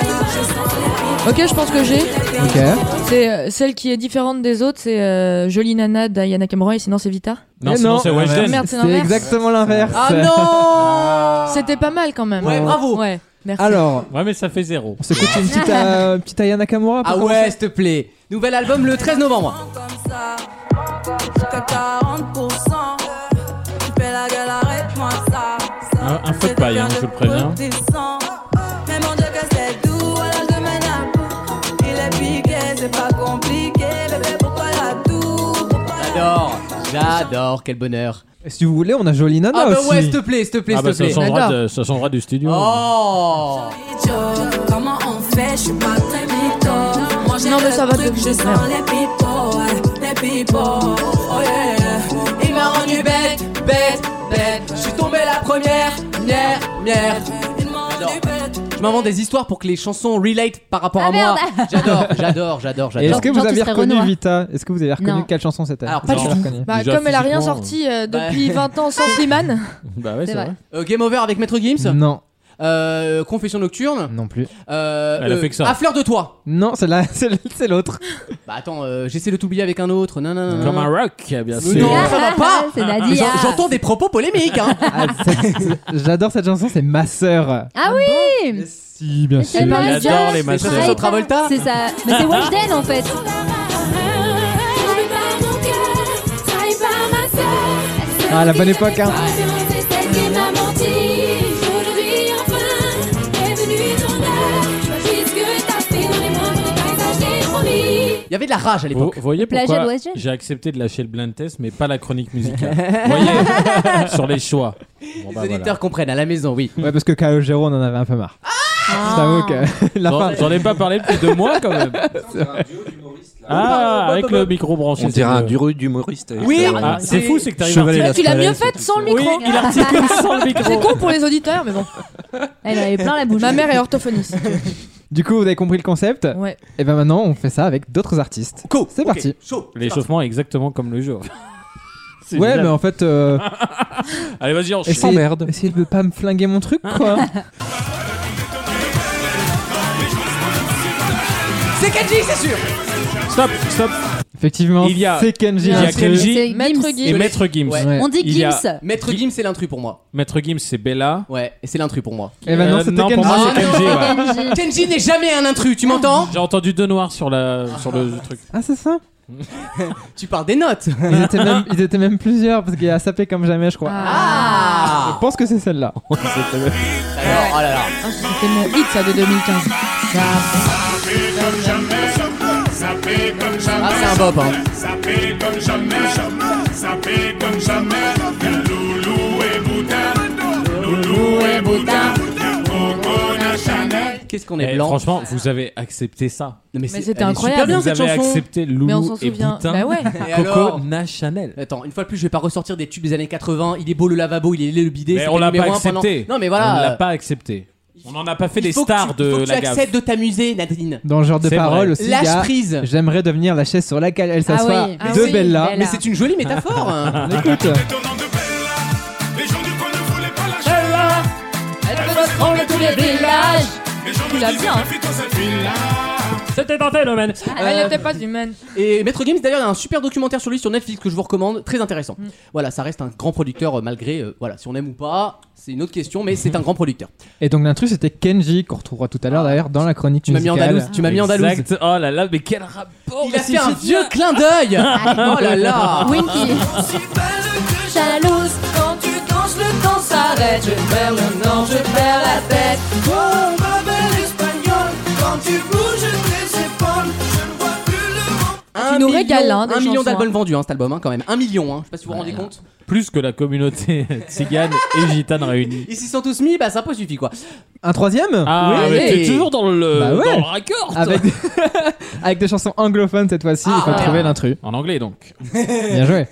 Speaker 12: une. Ok, je pense que j'ai.
Speaker 6: Ok.
Speaker 12: C'est euh, celle qui est différente des autres, c'est euh, Jolie Nana d'Aya Nakamura et sinon c'est Vita. Ah,
Speaker 3: Non,
Speaker 6: Eh
Speaker 3: sinon, c'est Weshden.
Speaker 12: Merde, c'est
Speaker 6: C'est
Speaker 12: l'inverse.
Speaker 6: exactement l'inverse.
Speaker 12: Ah non C'était pas mal quand même.
Speaker 6: Ouais, bravo.
Speaker 12: Ouais, merci.
Speaker 6: Alors.
Speaker 3: Ouais, mais ça fait zéro.
Speaker 6: C'est quoi une petite, euh, petite Aya Nakamura pour
Speaker 2: Ah ouais, s'il te plaît. Nouvel album le 13 novembre.
Speaker 14: Jusqu'à 40%. Tu fais la gueule, arrête-moi ça.
Speaker 3: Un, un feu de paille, hein, je vous le préviens.
Speaker 14: Redescends. Mais mon Dieu, que c'est doux à l'âge de mes nappes. Il est piqué, c'est pas compliqué. Bébé, pourquoi la toux
Speaker 2: J'adore, j'adore, quel bonheur.
Speaker 6: Si vous voulez, on a Jolie Nana
Speaker 2: Ah bah
Speaker 6: aussi.
Speaker 2: ouais, s'il te plaît, s'il te plaît,
Speaker 3: Ah
Speaker 2: s'il
Speaker 3: bah
Speaker 2: te
Speaker 3: ça
Speaker 2: plaît.
Speaker 3: changera, de- ça changera du studio.
Speaker 2: Oh
Speaker 14: Comment on fait Je suis pas très mytho. Moi, j'ai
Speaker 12: Non, mais
Speaker 14: le
Speaker 12: ça va
Speaker 14: truc,
Speaker 12: de-
Speaker 14: je sens
Speaker 12: merde.
Speaker 14: les pipos, ouais, les pipos. Oh yeah.
Speaker 2: Il m'a rendu bête, bête, bête. Je suis tombé la première, mière, mière. J'adore. Je m'invente des histoires pour que les chansons relate par rapport à moi. J'adore, j'adore, j'adore,
Speaker 6: Et
Speaker 2: j'adore.
Speaker 6: est-ce que vous avez reconnu Vita Est-ce que vous avez reconnu
Speaker 2: Non.
Speaker 6: quelle chanson c'était
Speaker 2: Alors, pas
Speaker 6: Vous
Speaker 2: du
Speaker 6: avez
Speaker 2: tout.
Speaker 6: reconnu
Speaker 12: Bah,
Speaker 2: Déjà,
Speaker 12: comme elle a rien
Speaker 2: physiquement,
Speaker 12: sorti euh,
Speaker 2: Bah.
Speaker 12: depuis 20 ans sans Slimane.
Speaker 3: Bah
Speaker 12: C'est c'est vrai. vrai.
Speaker 2: Euh, Game Over avec Maître Gims
Speaker 6: Non.
Speaker 2: Euh, Confession nocturne
Speaker 6: Non plus.
Speaker 2: Euh,
Speaker 6: Elle a
Speaker 2: euh,
Speaker 6: fait que ça.
Speaker 2: À fleur de toi.
Speaker 6: Non, c'est la- c'est c'est l'autre.
Speaker 2: Bah attends, euh, j'essaie de t'oublier avec un autre. Non, non, non.
Speaker 3: Comme
Speaker 2: non.
Speaker 3: un rock, bien
Speaker 2: Mais
Speaker 3: sûr.
Speaker 2: non, ça va pas.
Speaker 5: C'est Nadia.
Speaker 2: Mais j'en- J'entends des propos polémiques. Hein.
Speaker 6: Ah, J'adore cette chanson, c'est ma sœur.
Speaker 5: Ah oui
Speaker 6: Si, bien
Speaker 5: Mais
Speaker 6: sûr.
Speaker 5: c'est Miles Jackson,
Speaker 6: les
Speaker 5: c'est
Speaker 6: masseurs.
Speaker 5: pareil,
Speaker 6: Sosa Travolta
Speaker 5: C'est ça. Mais c'est Weshden en fait.
Speaker 6: Ah, la bonne époque, hein.
Speaker 2: Il y avait de la rage à l'époque.
Speaker 3: Vous voyez
Speaker 2: Plagiat
Speaker 3: pourquoi
Speaker 2: de West Jet.
Speaker 3: j'ai accepté de lâcher le blind test, mais pas la chronique musicale. Vous voyez Sur les choix. Bon, bah,
Speaker 2: Les
Speaker 3: voilà.
Speaker 2: auditeurs comprennent à la maison, oui.
Speaker 6: Ouais, parce que Calogero, on en avait un peu
Speaker 12: Ah.
Speaker 6: marre. Je t'avoue que la
Speaker 3: J'en
Speaker 6: fin.
Speaker 3: j'en ai pas parlé depuis deux mois quand même. Ah, avec le micro branché.
Speaker 7: On dirait un duo d'humoriste.
Speaker 3: Oui, Ah, c'est fou, c'est que t'arrives à
Speaker 12: tu l'as mieux faite sans le micro.
Speaker 3: Oui, il articule sans le micro.
Speaker 12: C'est con pour les auditeurs, mais bon. Elle avait plein la bouche. Ma mère est orthophoniste.
Speaker 6: Du coup, vous avez compris le concept
Speaker 12: Ouais.
Speaker 6: Et ben maintenant, on fait ça avec d'autres artistes. C'est parti.
Speaker 3: L'échauffement est exactement comme le jour. C'est
Speaker 6: Ouais,
Speaker 3: génial.
Speaker 6: mais en fait. euh,
Speaker 3: Allez, vas-y, on
Speaker 6: essayez- Essayez de pas me flinguer mon truc, quoi.
Speaker 2: C'est Kenji, c'est sûr.
Speaker 3: Stop, stop.
Speaker 6: Effectivement,
Speaker 3: Il y a-
Speaker 6: c'est Kenji.
Speaker 3: il y a
Speaker 6: l'intrus.
Speaker 3: Kenji. C'est
Speaker 12: Maître
Speaker 3: Et Maître Gims.
Speaker 2: Ouais.
Speaker 3: Il y a-
Speaker 2: Maître Gims, c'est l'intrus pour moi.
Speaker 3: Maître Gims, c'est Bella.
Speaker 2: Ouais, et c'est l'intrus pour moi.
Speaker 3: Eh ben non, c'était Kenji. pour moi, c'est Kenji, ouais.
Speaker 2: Kenji n'est jamais un intrus, tu m'entends
Speaker 3: J'ai entendu deux noirs sur, la, sur le truc.
Speaker 6: Ah, c'est ça
Speaker 2: Tu parles des notes.
Speaker 6: Ils étaient, même, ils étaient même plusieurs parce qu'il y a sapé comme jamais, je crois.
Speaker 2: Ah.
Speaker 6: Je pense que c'est celle-là.
Speaker 2: Alors, oh là là.
Speaker 12: Ah, C'était mon hit ça de 2015. Bah.
Speaker 2: Ah, c'est un bop, hein.
Speaker 15: Ça fait comme jamais, ça fait comme jamais. Loulou et Boutin, Loulou et Boutin, Coco Chanel.
Speaker 2: Qu'est-ce qu'on est
Speaker 3: Eh,
Speaker 2: blanc
Speaker 3: Franchement, vous avez accepté ça.
Speaker 2: mais
Speaker 12: c'est- c'était elle est incroyable.
Speaker 2: super bien,
Speaker 3: vous
Speaker 2: cette
Speaker 3: avez
Speaker 2: chanson.
Speaker 3: accepté Loulou
Speaker 12: Mais on s'en
Speaker 3: et
Speaker 12: souvient.
Speaker 3: Boutin.
Speaker 12: Bah ouais.
Speaker 2: Et
Speaker 3: Coco
Speaker 2: alors
Speaker 3: Na Chanel.
Speaker 2: Attends, une fois de plus, je vais pas ressortir des tubes des années 80. Il est beau le lavabo, il est laid le bidet.
Speaker 3: Mais
Speaker 2: c'était
Speaker 3: on l'a
Speaker 2: numéro
Speaker 3: pas
Speaker 2: un pendant-
Speaker 3: accepté.
Speaker 2: Non, mais
Speaker 3: On
Speaker 2: voilà.
Speaker 3: l'a pas accepté. On n'en a pas fait
Speaker 2: il
Speaker 3: des
Speaker 2: faut que
Speaker 3: stars
Speaker 2: tu- il faut
Speaker 3: de
Speaker 2: que
Speaker 3: la
Speaker 2: Tu
Speaker 3: gaffe.
Speaker 2: acceptes de t'amuser, Nadine.
Speaker 6: Dans le genre de
Speaker 3: C'est
Speaker 6: parole
Speaker 3: vrai.
Speaker 6: aussi, il y
Speaker 2: Lâche
Speaker 6: a,
Speaker 2: prise.
Speaker 6: J'aimerais devenir la chaise sur laquelle elle
Speaker 2: Ah
Speaker 6: s'assoit
Speaker 2: oui, ah
Speaker 6: de
Speaker 2: oui,
Speaker 6: Bella.
Speaker 2: Bella. Mais c'est une jolie métaphore, hein.
Speaker 6: Écoute.
Speaker 12: tous les villages. Tu l'as bien. hein.
Speaker 3: C'était un phénomène.
Speaker 12: Elle n'était pas humaine.
Speaker 2: Euh, Et Maître Games d'ailleurs il y a un super documentaire sur lui sur Netflix que je vous recommande, très intéressant. Voilà, ça reste un grand producteur euh, malgré euh, voilà, si on aime ou pas, c'est une autre question mais c'est un grand producteur.
Speaker 6: Et donc l'intrus c'était Kenji qu'on retrouvera tout à l'heure d'ailleurs dans la chronique
Speaker 2: Tu m'as mis
Speaker 6: musicale.
Speaker 2: andalouse, tu m'as mis andalouse.
Speaker 3: Exact. Oh là là, mais quel rap.
Speaker 2: Il a fait un vieux clin d'œil. oh là là. Ah.
Speaker 14: Jalouse quand tu danses, le temps s'arrête. Je perds le nord, je perds la tête. Oh, ma belle espagnole, quand tu bouges tes épaules, je ne vois plus
Speaker 2: Un
Speaker 12: nous
Speaker 2: million-
Speaker 12: régales, hein, des
Speaker 2: un million
Speaker 12: chansons,
Speaker 2: d'albums vendus hein, cet album hein, quand même. Un million hein, je sais pas si vous vous rendez compte.
Speaker 3: Plus que la communauté tzigane et gitane réunie.
Speaker 2: Ils s'y sont tous mis, bah ça peut suffit quoi.
Speaker 6: Un troisième
Speaker 3: Ah,
Speaker 2: Oui.
Speaker 3: mais
Speaker 2: Et-
Speaker 3: t'es toujours dans le,
Speaker 6: Bah ouais.
Speaker 3: dans le raccord. toi.
Speaker 6: Avec, avec des chansons anglophones cette fois-ci,
Speaker 2: Ah,
Speaker 6: il faut
Speaker 3: ouais.
Speaker 6: trouver l'intrus.
Speaker 3: En anglais donc.
Speaker 6: Bien joué.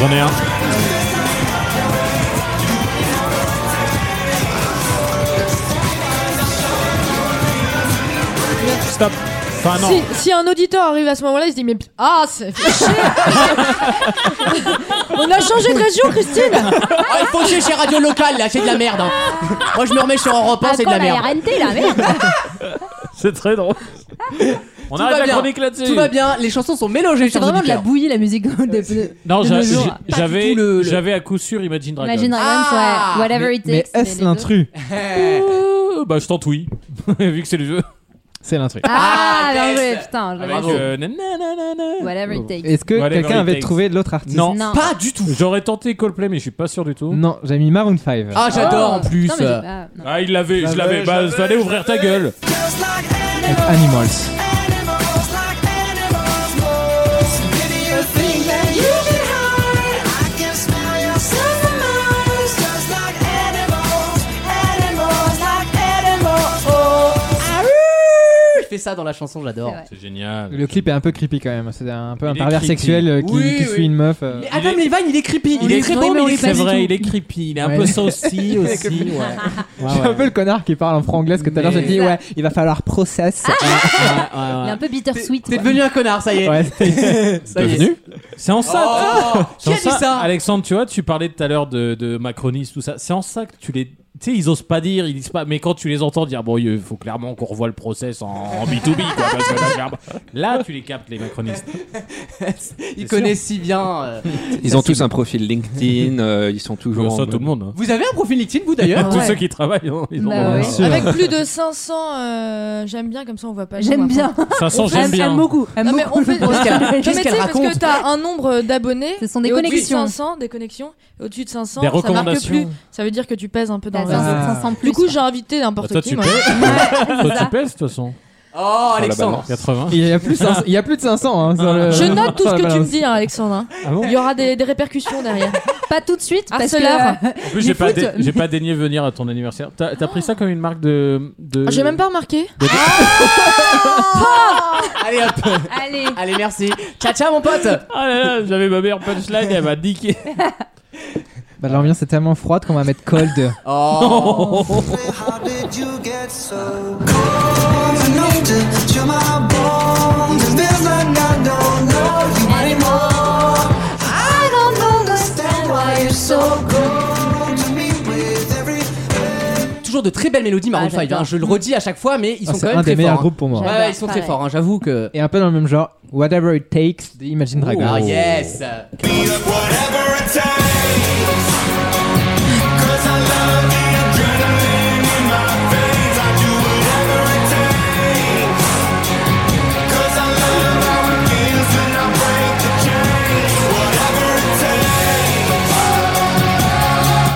Speaker 3: J'en ai un. stop. Enfin, non.
Speaker 12: Si, si un auditeur arrive à ce moment-là, il se dit mais ah c'est fait chier. On a changé de région, Christine.
Speaker 2: Ah, il faut chier chez Radio Locale là, c'est de la merde. hein. Moi je me remets sur Europe 1, c'est de la merde.
Speaker 5: RNT là, merde.
Speaker 3: C'est très drôle. On
Speaker 2: Tout
Speaker 3: arrête
Speaker 2: va
Speaker 3: la
Speaker 2: bien.
Speaker 3: chronique là-dessus.
Speaker 2: Tout va bien, les chansons sont mélangées.
Speaker 5: C'est
Speaker 2: chers
Speaker 5: vraiment de la
Speaker 2: auditeurs.
Speaker 5: bouillie la musique de, de-
Speaker 3: Non,
Speaker 5: de
Speaker 3: j'a-
Speaker 5: nos
Speaker 3: j'ai-
Speaker 5: jours.
Speaker 3: j'avais j'avais à coup sûr Imagine Dragons. Ah,
Speaker 5: Imagine Dragons,
Speaker 2: Ah
Speaker 5: ouais. Whatever it takes. les deux.
Speaker 3: Ouh, Bah, je t'entouille. Vu que c'est le jeu.
Speaker 6: C'est l'intrus.
Speaker 5: Ah, non, mais putain, je
Speaker 3: Avec,
Speaker 5: bravo.
Speaker 3: euh, nan-
Speaker 5: Whatever it takes.
Speaker 6: Est-ce que
Speaker 3: Whatever
Speaker 6: quelqu'un
Speaker 3: it
Speaker 6: avait
Speaker 3: takes.
Speaker 6: trouvé l'autre artiste
Speaker 3: Non.
Speaker 5: Non.
Speaker 2: Pas du tout.
Speaker 3: J'aurais tenté Coldplay, mais je suis pas sûr du tout.
Speaker 6: Non, j'ai mis Maroon 5.
Speaker 3: Ah, j'adore
Speaker 2: Oh,
Speaker 6: Oh.
Speaker 3: en plus.
Speaker 5: Non, mais j'ai pas- non.
Speaker 3: Ah, il l'avait, je
Speaker 6: J'avais,
Speaker 3: l'avais. Bah, fallait ouvrir ta gueule.
Speaker 6: bah. Avec Animals.
Speaker 2: Je fais ça dans la chanson, j'adore.
Speaker 3: C'est génial.
Speaker 6: Le clip est un peu creepy quand même. C'est un peu un
Speaker 3: euh, est
Speaker 6: pervers
Speaker 3: creepy.
Speaker 6: sexuel euh, qui,
Speaker 3: Oui,
Speaker 6: qui
Speaker 3: oui.
Speaker 6: suit une meuf. euh.
Speaker 2: Mais Adam Levine, il est creepy. Il, est très beau, mais il est pas
Speaker 3: C'est
Speaker 2: du
Speaker 3: vrai,
Speaker 2: tout.
Speaker 3: il est creepy. Il est un
Speaker 6: Ouais.
Speaker 3: peu saucy
Speaker 6: Il est
Speaker 3: aussi.
Speaker 6: creepy.
Speaker 3: ouais.
Speaker 6: Je suis un peu le connard qui parle en franglais parce que tout à l'heure j'ai
Speaker 3: Mais-
Speaker 6: dit ouais, il va falloir process.
Speaker 2: Ah.
Speaker 5: Il est un peu bittersweet.
Speaker 2: T'es
Speaker 5: quoi.
Speaker 2: devenu un connard, ça y est.
Speaker 6: Ouais.
Speaker 2: Ça y est.
Speaker 3: Devenu C'est en ça. Ah
Speaker 2: Oh
Speaker 3: C'est
Speaker 2: Qui
Speaker 3: en
Speaker 2: a dit ça
Speaker 3: Alexandre, tu vois, tu parlais tout à l'heure de, de Macronis, tout ça. C'est en ça que tu les. Tu sais, ils osent pas dire, ils disent pas. Mais quand tu les entends dire, bon, il faut clairement qu'on revoie le process en, en B2B, quoi, parce que là, clairement- là, tu les captes, les Macronistes.
Speaker 2: Il
Speaker 3: sûr.
Speaker 2: connaît si bien. euh,
Speaker 7: Ils ont tous un profil LinkedIn, euh, ils sont toujours.
Speaker 3: Ça, tout le monde. hein.
Speaker 2: Vous avez un profil LinkedIn, vous
Speaker 6: Ah
Speaker 2: d'ailleurs
Speaker 3: Tous
Speaker 12: Ouais.
Speaker 3: ceux qui travaillent, hein, ils ont.
Speaker 5: Bah ouais.
Speaker 12: Avec plus de 500, euh, j'aime bien comme ça on voit pas. le nom
Speaker 5: J'aime
Speaker 12: après.
Speaker 5: bien.
Speaker 3: 500, j'aime bien.
Speaker 5: J'aime
Speaker 12: Non
Speaker 5: beaucoup.
Speaker 12: Ah, mais on fait.
Speaker 2: Qu'est-ce qu'elle-
Speaker 12: Non, mais
Speaker 2: qu'est-ce
Speaker 12: tu sais,
Speaker 2: qu'elle
Speaker 12: parce que
Speaker 2: raconte
Speaker 12: t'as un nombre d'abonnés.
Speaker 5: Ce sont des
Speaker 12: et au-dessus de
Speaker 5: connexions.
Speaker 12: 500, des connexions. et Au-dessus de 500,
Speaker 3: Des
Speaker 12: ça marque
Speaker 3: recommandations.
Speaker 12: plus. Ça veut dire que tu pèses un peu dans
Speaker 5: T'as
Speaker 12: le
Speaker 6: Ah.
Speaker 5: 500 500 plus.
Speaker 12: Du coup,
Speaker 5: quoi.
Speaker 12: j'ai invité
Speaker 3: Bah,
Speaker 12: n'importe
Speaker 3: toi,
Speaker 12: qui.
Speaker 3: tu
Speaker 12: moi.
Speaker 3: pèses. toi, tu pèses, de toute façon.
Speaker 2: Oh,
Speaker 7: Alexandre.
Speaker 2: Alexandre.
Speaker 3: 80.
Speaker 6: Il y a plus, de- il y a plus de 500 hein, sur le-
Speaker 12: Je note tout ce
Speaker 6: sur la
Speaker 3: Euh,
Speaker 12: que tu me
Speaker 6: balance.
Speaker 12: dis, hein, Alexandre. hein.
Speaker 6: Ah bon
Speaker 12: Il y aura des, des répercussions derrière. Ah,
Speaker 5: pas tout de suite parce que
Speaker 12: Harceleur.
Speaker 5: euh,
Speaker 3: En plus,
Speaker 5: les
Speaker 3: j'ai pas,
Speaker 5: foot-
Speaker 3: dé- j'ai pas daigné venir à ton anniversaire. T'as t'as pris ça comme une marque de. de...
Speaker 12: Ah, J'ai même pas Ah remarqué.
Speaker 2: Allez hop.
Speaker 5: Allez.
Speaker 2: Allez, merci. Ciao, ciao, mon pote.
Speaker 3: Ah là là, j'avais ma meilleure punchline, elle m'a niqué.
Speaker 6: Bah, L'ambiance est tellement froide qu'on va mettre cold.
Speaker 2: Oh. Toujours de très belles mélodies, Maroon
Speaker 5: Ah,
Speaker 2: 5. hein.
Speaker 5: j'adore.
Speaker 2: Je le redis à chaque fois, mais ils
Speaker 6: Ah,
Speaker 2: sont
Speaker 6: c'est
Speaker 2: quand même
Speaker 6: un
Speaker 2: très
Speaker 6: des meilleurs
Speaker 2: forts, hein.
Speaker 6: groupes pour moi.
Speaker 2: Ouais, ouais, ils sont très
Speaker 5: Pareil.
Speaker 2: forts, hein, j'avoue que.
Speaker 6: Et un peu dans le même genre, Whatever It Takes, de Imagine Dragons.
Speaker 2: Ah yes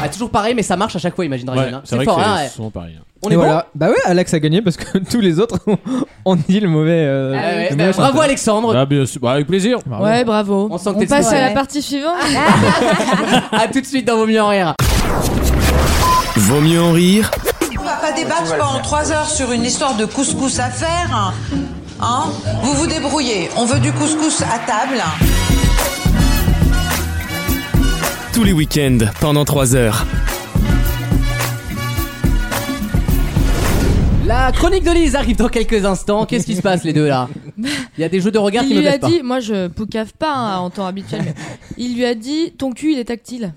Speaker 2: Ah, Toujours pareil, mais ça marche à chaque fois, Imagine Dragon.
Speaker 3: Ouais,
Speaker 2: hein.
Speaker 3: c'est vrai
Speaker 2: fort,
Speaker 3: que
Speaker 2: hein,
Speaker 3: c'est
Speaker 2: ouais.
Speaker 3: souvent pareil.
Speaker 2: On
Speaker 6: Et
Speaker 2: est bon
Speaker 6: voilà. Bah ouais, Alex a gagné parce que tous les autres ont dit le mauvais. euh,
Speaker 2: Ah ouais,
Speaker 6: le
Speaker 2: bah,
Speaker 6: mauvais chanteur.
Speaker 2: Bravo, Alexandre
Speaker 3: Bah, bien sûr, bah, avec plaisir.
Speaker 6: Bravo.
Speaker 12: Ouais, bravo.
Speaker 2: On sent que t'es le
Speaker 12: passe
Speaker 2: soir.
Speaker 12: à la
Speaker 5: Ouais.
Speaker 12: partie suivante.
Speaker 5: Ah,
Speaker 2: A tout de suite dans Vos mieux en rire.
Speaker 1: Vaut mieux en rire
Speaker 8: On va pas débattre pendant trois heures sur une histoire de couscous à faire. Hein Vous vous débrouillez. On veut du couscous à table.
Speaker 1: tous les week-ends pendant 3 heures.
Speaker 2: La chronique de Lise arrive dans quelques instants. Qu'est-ce qui se passe, les deux là Il y a des jeux de regard qui
Speaker 12: Il
Speaker 2: me
Speaker 12: lui a
Speaker 2: plaisent pas.
Speaker 12: dit, moi je poucave pas hein, en temps habituel, mais il lui a dit ton cul il est tactile.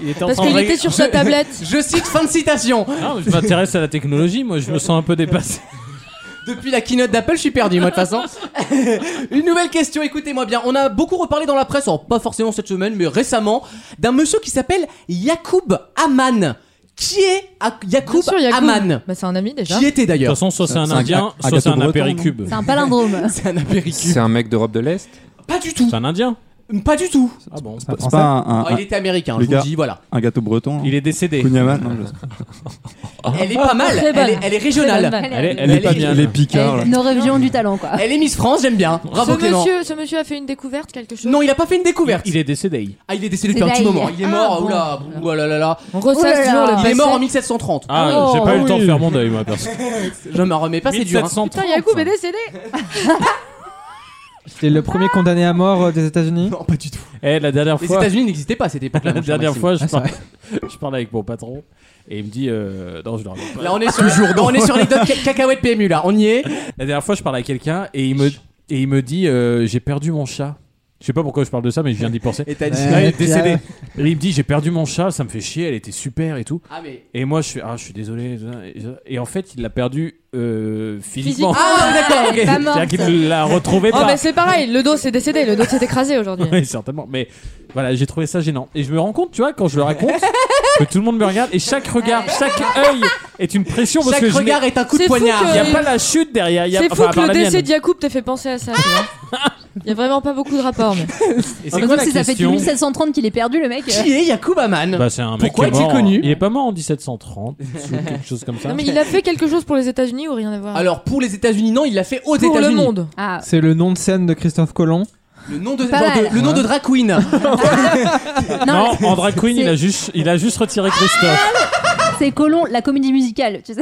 Speaker 3: Il était en
Speaker 12: Parce
Speaker 3: train de
Speaker 12: qu'il
Speaker 3: reg-
Speaker 12: était sur sa tablette.
Speaker 2: Je cite fin de citation.
Speaker 3: Non, mais je m'intéresse à la technologie, moi je me sens un peu dépassé.
Speaker 2: Depuis la keynote d'Apple, je suis perdu, moi, de toute façon. Une nouvelle question, écoutez-moi bien. On a beaucoup reparlé dans la presse, alors pas forcément cette semaine, mais récemment, d'un monsieur qui s'appelle Yacoub Aman. Qui est Ac-
Speaker 12: Bien
Speaker 2: Yacoub
Speaker 12: sûr, Yacoub.
Speaker 2: Aman
Speaker 12: Bah, c'est un ami déjà.
Speaker 2: Qui était
Speaker 3: De toute
Speaker 2: d'ailleurs
Speaker 3: façon, soit c'est un
Speaker 7: C'est un
Speaker 3: indien,
Speaker 7: gâ- un
Speaker 3: soit c'est un
Speaker 7: gâteau breton,
Speaker 3: apéricube.
Speaker 5: C'est un palindrome.
Speaker 2: C'est un apéricule.
Speaker 7: C'est un mec d'Europe de l'Est
Speaker 2: Pas du tout.
Speaker 3: C'est un indien
Speaker 2: Mm, Pas du tout.
Speaker 3: Ah bon
Speaker 4: C'est pas un, un-
Speaker 2: Oh, il était américain,
Speaker 4: Les
Speaker 2: je vous le
Speaker 4: gars.
Speaker 2: dis, voilà.
Speaker 4: un gâteau breton.
Speaker 3: Il est décédé.
Speaker 4: Kunyaman, non, je-
Speaker 2: Elle est pas mal,
Speaker 12: Très
Speaker 2: elle
Speaker 12: bonne.
Speaker 2: est, elle est
Speaker 12: Très bonne
Speaker 2: régionale.
Speaker 12: vanne.
Speaker 3: Elle est, elle
Speaker 2: Elle
Speaker 3: est pas
Speaker 2: est-
Speaker 3: bien.
Speaker 4: Il est picard. là.
Speaker 5: Eh, Nos reviews du talent quoi.
Speaker 2: Elle est Miss France, j'aime bien. Bravo
Speaker 12: ce,
Speaker 2: Clément.
Speaker 12: monsieur, ce monsieur a fait une découverte, quelque chose
Speaker 2: Non, il a pas fait une découverte.
Speaker 3: Il est décédé.
Speaker 2: Ah, il est décédé
Speaker 5: C'est
Speaker 2: depuis un petit
Speaker 5: dingue.
Speaker 2: moment. Il est mort,
Speaker 5: Ah, bon.
Speaker 2: oula, ouah là là là.
Speaker 12: On
Speaker 5: Oh là
Speaker 12: ressasse toujours
Speaker 5: là.
Speaker 12: le
Speaker 2: Il
Speaker 12: passé.
Speaker 2: est mort en 1730.
Speaker 3: Ah,
Speaker 12: Oh,
Speaker 3: j'ai pas eu le
Speaker 12: oui.
Speaker 3: temps de faire mon deuil, moi, perso.
Speaker 2: hein. Je me remets pas, c'est dur. hein.
Speaker 3: 1730.
Speaker 12: Putain, Yacoub est décédé
Speaker 6: C'était le premier condamné à mort euh, des États-Unis Non,
Speaker 2: pas du tout.
Speaker 3: Eh, la dernière
Speaker 2: Les
Speaker 3: fois.
Speaker 2: États-Unis n'existaient pas à cette époque-là,
Speaker 3: La
Speaker 2: mon cher
Speaker 3: dernière
Speaker 2: Maxime.
Speaker 3: fois, je,
Speaker 2: Ah, c'est
Speaker 3: parlais- je parlais avec mon patron et il me dit. euh, Non, je ne raconte pas.
Speaker 2: Là, on est sur, on est sur les dots ca- cacahuètes PMU, là. On y est.
Speaker 3: La dernière fois, je parlais à quelqu'un et il me, et il me dit euh, J'ai perdu mon chat. Je sais pas pourquoi je parle de ça, mais je viens d'y penser.
Speaker 2: Et t'as dit-
Speaker 3: Non, il est
Speaker 2: Tiens.
Speaker 3: décédé. Et il me dit J'ai perdu mon chat, ça me fait chier, elle était super et tout.
Speaker 2: Ah, mais-
Speaker 3: Et moi, je suis, ah, je suis désolé. Et en fait, il l'a perdu euh, physiquement.
Speaker 12: Ah, d'accord, ok. Pas
Speaker 3: C'est-à-dire
Speaker 12: morte.
Speaker 3: qu'il l'a retrouvé
Speaker 12: Oh,
Speaker 3: par.
Speaker 12: mais c'est pareil, le dos s'est décédé, le dos s'est écrasé aujourd'hui.
Speaker 3: Oui, certainement. Mais voilà, j'ai trouvé ça gênant. Et je me rends compte, tu vois, quand je le raconte, que tout le monde me regarde et chaque regard, chaque œil est une pression parce
Speaker 2: Chaque
Speaker 3: que je
Speaker 2: regard
Speaker 3: n'ai-
Speaker 2: est un coup
Speaker 12: de C'est fou poignard. que-
Speaker 3: Il n'y a pas la chute derrière. il y a-
Speaker 12: C'est fou
Speaker 3: enfin, à
Speaker 12: que
Speaker 3: part
Speaker 12: le
Speaker 3: la mienne.
Speaker 12: décès d'Yacoub t'ait fait penser à ça. tu vois. Il y a vraiment pas beaucoup de rapport. Mais...
Speaker 3: Et
Speaker 5: Surtout
Speaker 3: quoi
Speaker 5: que
Speaker 3: la
Speaker 5: si ça fait depuis
Speaker 3: question
Speaker 5: 1730 qu'il est perdu, le mec.
Speaker 2: Qui est Yacoub Aman
Speaker 3: Bah, c'est un mec
Speaker 2: Pourquoi
Speaker 3: qui est
Speaker 2: est-il
Speaker 3: mort en-
Speaker 2: connu
Speaker 3: Il est pas mort en 1730, ou quelque chose comme ça.
Speaker 12: Non, mais il a fait quelque chose pour les États-Unis ou rien à voir
Speaker 2: Alors, pour les États-Unis, non, il l'a fait aux
Speaker 12: Pour
Speaker 2: États-Unis.
Speaker 12: le monde. Ah.
Speaker 6: C'est le nom de scène de Christophe Colomb.
Speaker 2: Le nom de,
Speaker 12: Pas
Speaker 2: genre de-
Speaker 12: mal.
Speaker 2: le nom de drag queen.
Speaker 3: Non, Oh, en drag queen, il a juste, il a juste retiré Christophe.
Speaker 5: C'est Colomb, la comédie musicale, tu sais.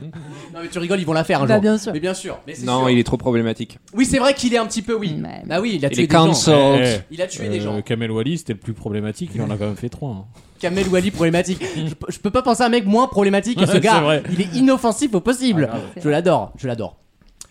Speaker 2: non, mais tu rigoles, ils vont la faire un
Speaker 5: Bah,
Speaker 2: jour.
Speaker 5: bien sûr.
Speaker 2: Mais bien sûr. Mais c'est
Speaker 7: Non,
Speaker 2: sûr.
Speaker 7: il est trop problématique.
Speaker 2: Oui, c'est vrai qu'il est un petit peu, oui. Bah oui, il a
Speaker 7: Il
Speaker 2: tué
Speaker 7: est
Speaker 2: des gens.
Speaker 7: cancelled.
Speaker 2: Il a tué des
Speaker 3: Euh,
Speaker 2: gens.
Speaker 3: Kamel Wally, c'était le plus problématique, il en a quand même fait trois. hein.
Speaker 2: Kamel Wally problématique. je, peux- je peux pas penser à un mec moins problématique que ce
Speaker 3: Ouais, c'est
Speaker 2: gars.
Speaker 3: vrai.
Speaker 2: Il est inoffensif au possible.
Speaker 3: Ah, grave.
Speaker 2: je l'adore, je l'adore.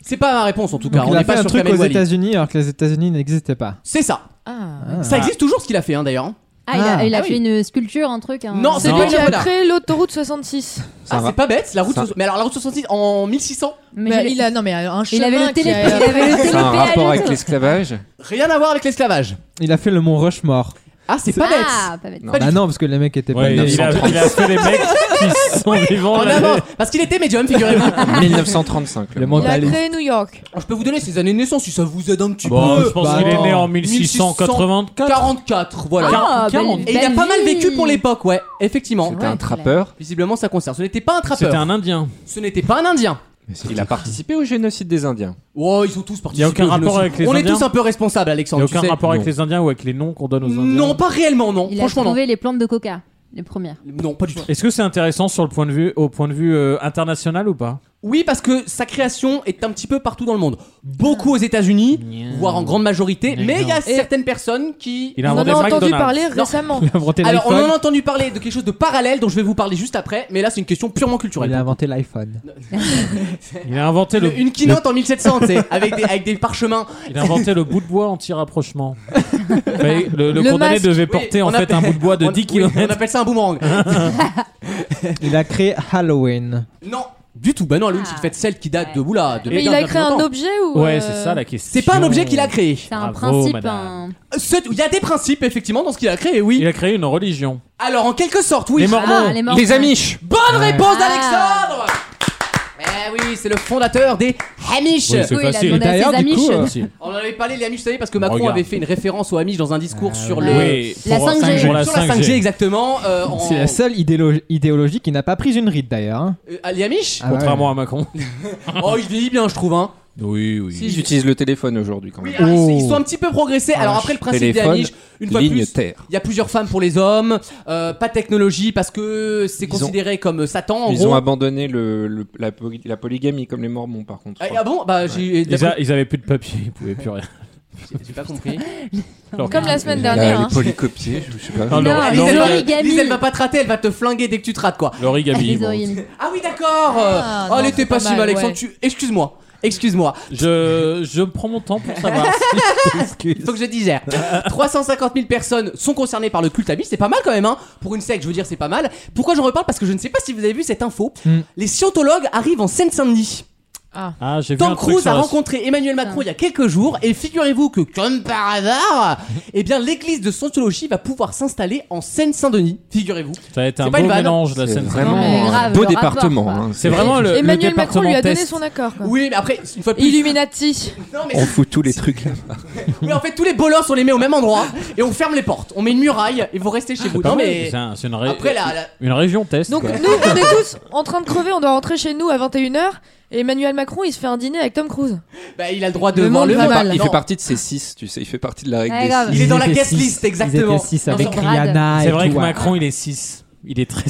Speaker 2: C'est pas ma réponse en tout cas.
Speaker 6: Donc, il
Speaker 2: On
Speaker 6: a
Speaker 2: n'est
Speaker 6: fait
Speaker 2: pas
Speaker 6: un
Speaker 2: sur
Speaker 6: truc
Speaker 2: Kamel
Speaker 6: aux
Speaker 2: Wally.
Speaker 6: États-Unis alors que les États-Unis n'existaient pas.
Speaker 2: C'est ça.
Speaker 6: Ah.
Speaker 2: Ça existe toujours ce qu'il a fait hein, d'ailleurs.
Speaker 5: Ah, il a, il a
Speaker 2: Ah
Speaker 5: fait
Speaker 2: oui.
Speaker 5: une sculpture, un truc. un-
Speaker 2: Non,
Speaker 12: C'est
Speaker 2: Non.
Speaker 12: lui qui a
Speaker 2: Carbonara.
Speaker 12: créé l'autoroute 66.
Speaker 2: Ah, c'est pas bête, la route.
Speaker 7: Ça-
Speaker 2: soix- Mais alors la route 66 en 1600
Speaker 5: Mais
Speaker 12: Bah,
Speaker 5: j'ai-
Speaker 12: il a non mais un
Speaker 5: Il
Speaker 12: chemin
Speaker 5: avait le
Speaker 12: qui
Speaker 5: télé-
Speaker 12: a-
Speaker 5: il avait le
Speaker 7: C'est un
Speaker 5: télépéage.
Speaker 7: rapport avec l'esclavage.
Speaker 2: Rien à voir avec l'esclavage.
Speaker 6: Il a fait le Mont Rushmore.
Speaker 2: Ah, c'est pas bête.
Speaker 5: Ah, pas bête.
Speaker 2: Pas du
Speaker 6: Bah
Speaker 2: tout.
Speaker 6: non, parce que les mecs étaient
Speaker 3: Ouais,
Speaker 6: pas
Speaker 3: il, a, il a fait les mecs qui sont vivants.
Speaker 2: En
Speaker 3: là.
Speaker 2: avance, parce qu'il était médium, figurez-vous.
Speaker 7: 1935.
Speaker 6: Le
Speaker 12: Il a créé New York.
Speaker 2: Ah, Je peux vous donner ses années de naissance si ça vous aide un petit
Speaker 3: Bon,
Speaker 2: peu.
Speaker 3: je
Speaker 7: Bah,
Speaker 3: pense qu'il est né en 1684.
Speaker 2: 44, voilà.
Speaker 5: Ah, belle-
Speaker 2: Et il a
Speaker 5: belle
Speaker 2: pas mal
Speaker 5: vie.
Speaker 2: vécu pour l'époque, ouais, effectivement.
Speaker 7: C'était un trappeur.
Speaker 2: Visiblement, ça concerne. Ce n'était pas un trappeur.
Speaker 3: C'était un indien.
Speaker 2: Ce n'était pas un indien.
Speaker 7: Il a participé au génocide des Indiens.
Speaker 2: Oh, ils ont tous
Speaker 3: Il y
Speaker 2: participé.
Speaker 3: a aucun
Speaker 2: au
Speaker 3: rapport
Speaker 2: génocide.
Speaker 3: avec les
Speaker 2: On est
Speaker 3: Indiens
Speaker 2: tous un peu responsables,
Speaker 3: Il n'y
Speaker 2: Alexandre.
Speaker 3: a
Speaker 2: tu
Speaker 3: aucun
Speaker 2: sais.
Speaker 3: rapport avec
Speaker 2: Non.
Speaker 3: les Indiens ou avec les noms qu'on donne aux Indiens
Speaker 2: Non, pas réellement, non.
Speaker 5: Il a
Speaker 2: Franchement, non.
Speaker 5: trouvé les plantes de coca, les premières.
Speaker 2: Non, pas du tout.
Speaker 3: Est-ce que c'est intéressant sur le point de vue, au point de vue euh, international ou pas
Speaker 2: Oui, parce que sa création est un petit peu partout dans le monde. Beaucoup aux États-Unis, voire en grande majorité.
Speaker 3: Nya.
Speaker 2: Mais il y a
Speaker 12: Et-
Speaker 2: certaines personnes qui.
Speaker 3: Il a
Speaker 12: On en
Speaker 3: inventé
Speaker 12: a entendu
Speaker 3: McDonald's.
Speaker 12: parler récemment.
Speaker 2: Alors, on en a entendu parler de quelque chose de parallèle dont je vais vous parler juste après, mais là, c'est une question purement culturelle.
Speaker 6: Il a inventé l'iPhone.
Speaker 3: Il a inventé le,
Speaker 2: Le- une keynote en 1700, tu sais, avec des, avec des parchemins.
Speaker 3: il a inventé le bout de bois anti-rapprochement. Mais le, le
Speaker 2: Le
Speaker 3: condamné
Speaker 2: masque.
Speaker 3: devait
Speaker 2: Oui,
Speaker 3: porter en
Speaker 2: on
Speaker 3: fait
Speaker 2: appelle-
Speaker 3: un bout de bois de
Speaker 2: on-
Speaker 3: 10
Speaker 2: oui,
Speaker 3: km.
Speaker 2: on appelle ça un boomerang.
Speaker 6: Il a créé Halloween.
Speaker 2: non, du tout. Bah non, Halloween, c'est une fête celle qui date de oula. De
Speaker 12: Ah. Mais il a créé un objet ou
Speaker 3: Ouais,
Speaker 12: euh,
Speaker 3: c'est ça la question.
Speaker 2: C'est pas un objet qu'il a créé.
Speaker 5: C'est un
Speaker 3: Bravo,
Speaker 5: principe. hein.
Speaker 3: madame.
Speaker 5: un-
Speaker 2: C'est- Euh, Il y a des principes, effectivement, dans ce qu'il a créé, oui.
Speaker 3: Il a créé une religion.
Speaker 2: Alors, en quelque sorte, oui.
Speaker 3: Les Mormons.
Speaker 5: Ah, les Mormons. Les
Speaker 3: Amish.
Speaker 2: Bonne
Speaker 6: Ouais.
Speaker 2: réponse
Speaker 5: Ah.
Speaker 2: d'Alexandre Eh oui, c'est le fondateur des Hamish.
Speaker 3: Oui, c'est
Speaker 5: Oui, il a
Speaker 3: facile.
Speaker 5: demandé à ses
Speaker 6: D'ailleurs, du
Speaker 5: amis.
Speaker 6: coup, euh,
Speaker 3: Facile.
Speaker 2: On en avait parlé, les Amish, vous savez, parce que Macron
Speaker 3: Regarde. Ah
Speaker 2: avait fait une référence aux Amish dans un discours sur le.
Speaker 3: Oui,
Speaker 5: La
Speaker 3: pour,
Speaker 5: 5G.
Speaker 3: pour la
Speaker 2: sur la 5G,
Speaker 3: 5G.
Speaker 2: exactement. euh, en-
Speaker 6: C'est la seule idéolo- idéologie qui n'a pas pris une ride d'ailleurs. hein.
Speaker 2: Euh, à les Amish
Speaker 6: Ah ouais.
Speaker 3: Contrairement à Macron.
Speaker 2: Oh, il vieillit bien, je trouve, hein.
Speaker 3: Oui, oui.
Speaker 7: Ils utilisent le téléphone aujourd'hui quand
Speaker 2: Oui,
Speaker 7: même.
Speaker 2: alors,
Speaker 6: Oh.
Speaker 2: ils sont un petit peu progressés.
Speaker 3: Ah,
Speaker 2: Alors après le principe des
Speaker 7: Téléphone,
Speaker 2: Amish, une fois de
Speaker 7: ligne
Speaker 2: plus,
Speaker 7: terre.
Speaker 2: il y a plusieurs femmes pour les hommes, euh, pas de technologie parce que c'est
Speaker 7: ont-
Speaker 2: considéré comme Satan en
Speaker 7: Ils
Speaker 2: gros.
Speaker 7: ont abandonné le, le- la, poly- la polygamie comme les Mormons par contre. je
Speaker 2: Ah,
Speaker 7: crois.
Speaker 2: ah bon Bah j'ai
Speaker 3: Ils, a- ils avaient plus de papier, ils pouvaient plus rien.
Speaker 2: j'ai pas compris.
Speaker 3: Leur-
Speaker 12: Comme la semaine
Speaker 7: Là,
Speaker 12: dernière.
Speaker 7: Euh, les
Speaker 12: hein.
Speaker 7: polycopiés, je, je sais pas.
Speaker 3: Non, leur-
Speaker 2: Lise,
Speaker 3: leur-
Speaker 2: elle va-
Speaker 5: l'origami.
Speaker 2: Lise, elle va pas te rater, elle va te flinguer dès que tu te rates quoi.
Speaker 3: L'origami.
Speaker 5: Les
Speaker 3: bon.
Speaker 5: origines.
Speaker 2: Ah oui d'accord.
Speaker 12: Ah,
Speaker 2: oh,
Speaker 12: non,
Speaker 2: elle était
Speaker 12: c'est
Speaker 2: pas,
Speaker 12: pas
Speaker 2: si
Speaker 12: mal,
Speaker 2: mal, Alexandre.
Speaker 12: ouais.
Speaker 2: tu- Excuse-moi. Excuse-moi.
Speaker 3: Je, je prends mon temps pour savoir.
Speaker 2: Faut que je digère. 350 000 personnes sont concernées par le culte à vie. C'est pas mal quand même, hein. Pour une secte, je veux dire, c'est pas mal. Pourquoi j'en reparle Parce que je ne sais pas si vous avez vu cette info.
Speaker 3: Hmm.
Speaker 6: Mm.
Speaker 2: Les scientologues arrivent en Seine-Saint-Denis.
Speaker 3: Ah, j'ai vu un
Speaker 2: Tom
Speaker 3: truc
Speaker 2: Cruise
Speaker 3: sur
Speaker 2: a
Speaker 3: la-
Speaker 2: rencontré Emmanuel Macron il y a quelques jours et figurez-vous que comme par hasard, eh bien l'église de Scientologie va pouvoir s'installer en Seine-Saint-Denis, figurez-vous.
Speaker 3: Ça va être
Speaker 2: C'est
Speaker 3: un
Speaker 2: pas
Speaker 3: beau
Speaker 2: une vanne. hein.
Speaker 3: mélange la
Speaker 7: C'est
Speaker 3: scène.
Speaker 7: vraiment
Speaker 5: Non, mais
Speaker 7: un
Speaker 5: grave,
Speaker 7: beau
Speaker 5: le rapport,
Speaker 7: département.
Speaker 5: quoi.
Speaker 7: hein.
Speaker 3: C'est vraiment le. le
Speaker 12: Emmanuel Macron lui a donné
Speaker 3: département
Speaker 12: son accord. quoi.
Speaker 2: Oui, mais après une fois de plus,
Speaker 12: Illuminati.
Speaker 2: non mais
Speaker 7: On fout tous les trucs là.
Speaker 2: oui, en fait tous les bolosses on les met au même endroit et on ferme les portes, on met une muraille et vous restez chez vous.
Speaker 3: Pas
Speaker 2: Non
Speaker 3: mal,
Speaker 2: mais
Speaker 3: c'est un- c'est une, ré-
Speaker 2: après la, la-
Speaker 3: une région test.
Speaker 12: Donc
Speaker 3: quoi.
Speaker 12: nous, on est tous en train de crever, on doit rentrer chez nous à 21h. Et Emmanuel Macron, il se fait un dîner avec Tom Cruise.
Speaker 2: bah, il a le droit de
Speaker 12: Le
Speaker 2: voir
Speaker 12: monde
Speaker 2: le
Speaker 12: va
Speaker 2: monde.
Speaker 12: mal.
Speaker 7: Il
Speaker 2: Non,
Speaker 7: fait partie de ces 6, tu sais, il fait partie de la règle
Speaker 5: Ouais,
Speaker 7: des
Speaker 5: grave.
Speaker 2: Il est dans la
Speaker 6: Ils étaient
Speaker 2: guest
Speaker 6: six.
Speaker 2: list, exactement.
Speaker 6: Ils étaient 6
Speaker 2: Non,
Speaker 6: avec
Speaker 2: sur
Speaker 5: Brad.
Speaker 6: Rihanna et
Speaker 3: C'est vrai
Speaker 6: tout, hein.
Speaker 3: que
Speaker 6: ouais.
Speaker 3: Macron il est 6. Il est très.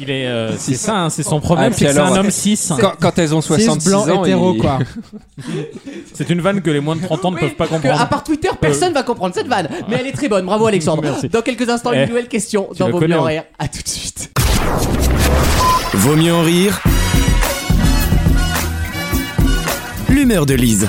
Speaker 3: il est. euh, c'est ça, hein, c'est son problème,
Speaker 7: Ah,
Speaker 3: c'est que
Speaker 7: puis
Speaker 3: c'est un
Speaker 7: alors,
Speaker 3: homme 6.
Speaker 7: quand- quand elles ont Six 66 blancs ans, hétéros, il- quoi.
Speaker 3: c'est une vanne que les moins de 30 ans ne peuvent pas
Speaker 2: Que,
Speaker 3: comprendre.
Speaker 2: à part Twitter, personne va comprendre cette vanne. Mais elle est très bonne. Bravo Alexandre. Dans quelques instants,
Speaker 1: Eh,
Speaker 2: une nouvelle question
Speaker 1: tu
Speaker 2: dans
Speaker 1: le
Speaker 2: vos
Speaker 1: connais,
Speaker 2: mieux en
Speaker 1: hein.
Speaker 2: rire. À tout de suite.
Speaker 1: Vaut mieux en rire. L'humeur de Lise.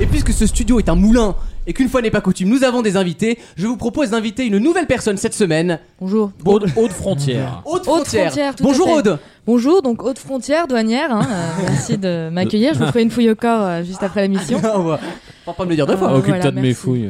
Speaker 2: Et puisque ce studio est un moulin et qu'une fois n'est pas coutume, nous avons des invités, je vous propose d'inviter une nouvelle personne cette semaine.
Speaker 12: Bonjour.
Speaker 2: Aude,
Speaker 3: Frontière.
Speaker 2: Aude
Speaker 12: Haute
Speaker 2: Frontière.
Speaker 12: tout à
Speaker 2: Bonjour
Speaker 12: fait.
Speaker 2: Aude.
Speaker 12: Bonjour, donc haute frontière douanière. hein, euh, merci de m'accueillir. Je vous ferai une fouille au corps euh, juste après la
Speaker 3: Ah,
Speaker 12: mission.
Speaker 7: Ah,
Speaker 2: Non, bah, faut pas me le dire deux fois.
Speaker 12: Ah, occupe-toi voilà, de mes merci.
Speaker 3: fouilles.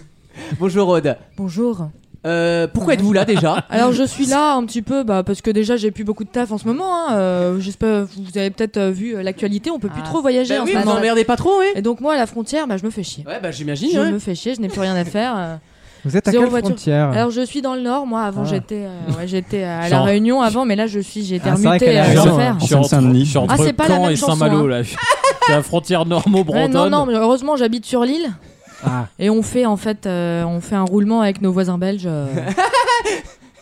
Speaker 2: Bonjour Aude.
Speaker 12: Bonjour.
Speaker 2: Euh, pourquoi êtes-vous là déjà
Speaker 12: Alors je suis là un petit peu bah, parce que déjà j'ai plus beaucoup de taf en ce moment. hein, euh, J'espère vous avez peut-être euh, vu euh, l'actualité, on peut plus trop voyager
Speaker 2: Bah
Speaker 12: en
Speaker 2: oui,
Speaker 12: ce
Speaker 2: vous
Speaker 12: moment.
Speaker 2: emmerdez pas trop, oui.
Speaker 12: Et donc moi à la frontière, bah, je me fais chier.
Speaker 2: Ouais, bah j'imagine.
Speaker 12: Je
Speaker 2: ouais.
Speaker 12: me fais chier, je n'ai plus rien à faire. euh,
Speaker 6: Vous êtes à
Speaker 12: zéro
Speaker 6: quelle
Speaker 12: voiture.
Speaker 6: frontière
Speaker 12: Alors je suis dans le nord, moi avant
Speaker 6: Ah.
Speaker 12: j'étais euh, ouais, j'étais à la
Speaker 6: Genre-
Speaker 12: Réunion avant, mais là je suis j'ai été euh,
Speaker 6: Ah, c'est vrai
Speaker 12: remutée
Speaker 2: euh,
Speaker 6: qu'elle est
Speaker 12: à
Speaker 6: à la Réunion,
Speaker 12: l'enfer.
Speaker 6: hein. En Seine-Saint-Denis.
Speaker 3: Je suis
Speaker 12: Ah,
Speaker 3: entre
Speaker 12: c'est pas la
Speaker 3: Caen
Speaker 12: même
Speaker 3: et
Speaker 12: chanson,
Speaker 3: Saint-Malo,
Speaker 12: hein.
Speaker 3: là. C'est la frontière
Speaker 12: Ouais,
Speaker 3: normand-bretonne.
Speaker 12: non non, mais heureusement j'habite sur l'île.
Speaker 3: Ah.
Speaker 12: Et on fait en fait, euh, on fait un roulement avec nos voisins belges. euh.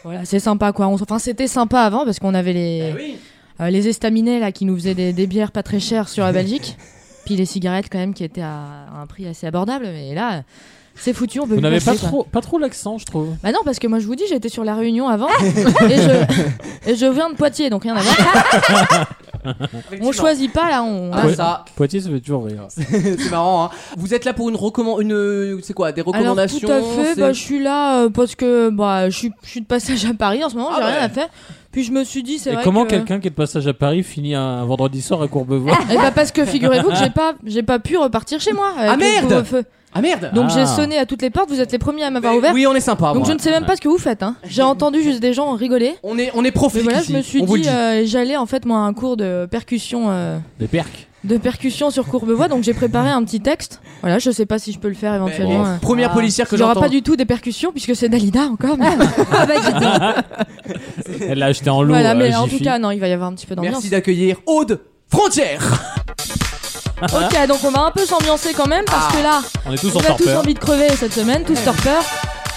Speaker 12: voilà, c'est sympa quoi. On s- Enfin, c'était sympa avant parce qu'on avait
Speaker 2: Bah
Speaker 12: les euh, les estaminets là qui nous faisaient des, des bières pas très chères sur la Belgique, puis les cigarettes quand même qui étaient à, un prix assez abordable. Mais là, euh, c'est foutu. On peut
Speaker 3: Vous
Speaker 12: plus
Speaker 3: n'avez pas
Speaker 12: passer, quoi.
Speaker 3: trop, pas trop l'accent, je trouve.
Speaker 12: Bah non, parce que moi je vous dis, j'étais sur la Réunion avant et, je, et je viens de Poitiers, donc rien à voir. On choisit pas là, on.
Speaker 2: Ah,
Speaker 3: Poi-
Speaker 2: ça.
Speaker 3: Poitiers, ça fait toujours rire.
Speaker 2: c'est marrant. Hein. Vous êtes là pour une recommande, une, euh, c'est quoi, des recommandations
Speaker 12: Alors, tout à fait,
Speaker 2: c'est-
Speaker 12: bah, je suis là euh, parce que bah, je, suis, je suis de passage à Paris en ce
Speaker 2: Ah
Speaker 12: moment, j'ai rien à faire. Puis je me suis dit, c'est
Speaker 3: Et
Speaker 12: vrai
Speaker 3: comment
Speaker 12: que...
Speaker 3: quelqu'un qui est de passage à Paris finit un, un vendredi soir à Courbevoie
Speaker 12: Eh bah parce que figurez-vous que j'ai pas, j'ai pas pu repartir chez moi. avec
Speaker 2: Ah,
Speaker 12: le
Speaker 2: merde
Speaker 12: couvre-feu.
Speaker 2: Ah merde
Speaker 12: Donc j'ai
Speaker 2: Ah.
Speaker 12: sonné à toutes les portes, vous êtes les premiers à m'avoir ouvert.
Speaker 2: Oui, on est sympa.
Speaker 12: Donc je ne sais même pas ce que vous faites. hein. J'ai entendu juste des gens rigoler.
Speaker 2: On est, on est profil
Speaker 12: voilà,
Speaker 2: ici,
Speaker 12: je me suis
Speaker 2: on vous le
Speaker 12: dit,
Speaker 2: dit.
Speaker 12: euh, j'allais en fait moi à un cours de percussion. euh,
Speaker 3: Des percs.
Speaker 12: de percussion sur Courbevoie, donc j'ai préparé un petit texte. Voilà, je sais pas si je peux le faire éventuellement.
Speaker 2: Mais,
Speaker 12: euh.
Speaker 2: Bah, première policière que
Speaker 12: Il y aura
Speaker 2: j'entends.
Speaker 12: pas du tout des percussions puisque c'est Dalida encore. mais-
Speaker 3: Elle l'a acheté en euh, lot.
Speaker 12: voilà,
Speaker 3: à
Speaker 12: mais en
Speaker 3: Jiffy.
Speaker 12: tout cas, non, il va y avoir un petit peu d'ambiance.
Speaker 2: Merci d'accueillir Aude Frontière.
Speaker 12: Ok, donc on va un peu s'ambiancer quand même parce que là,
Speaker 3: Ah. On est tous
Speaker 12: on
Speaker 3: en
Speaker 12: a tous
Speaker 3: torpeur.
Speaker 12: envie de crever cette semaine, tous torpeurs.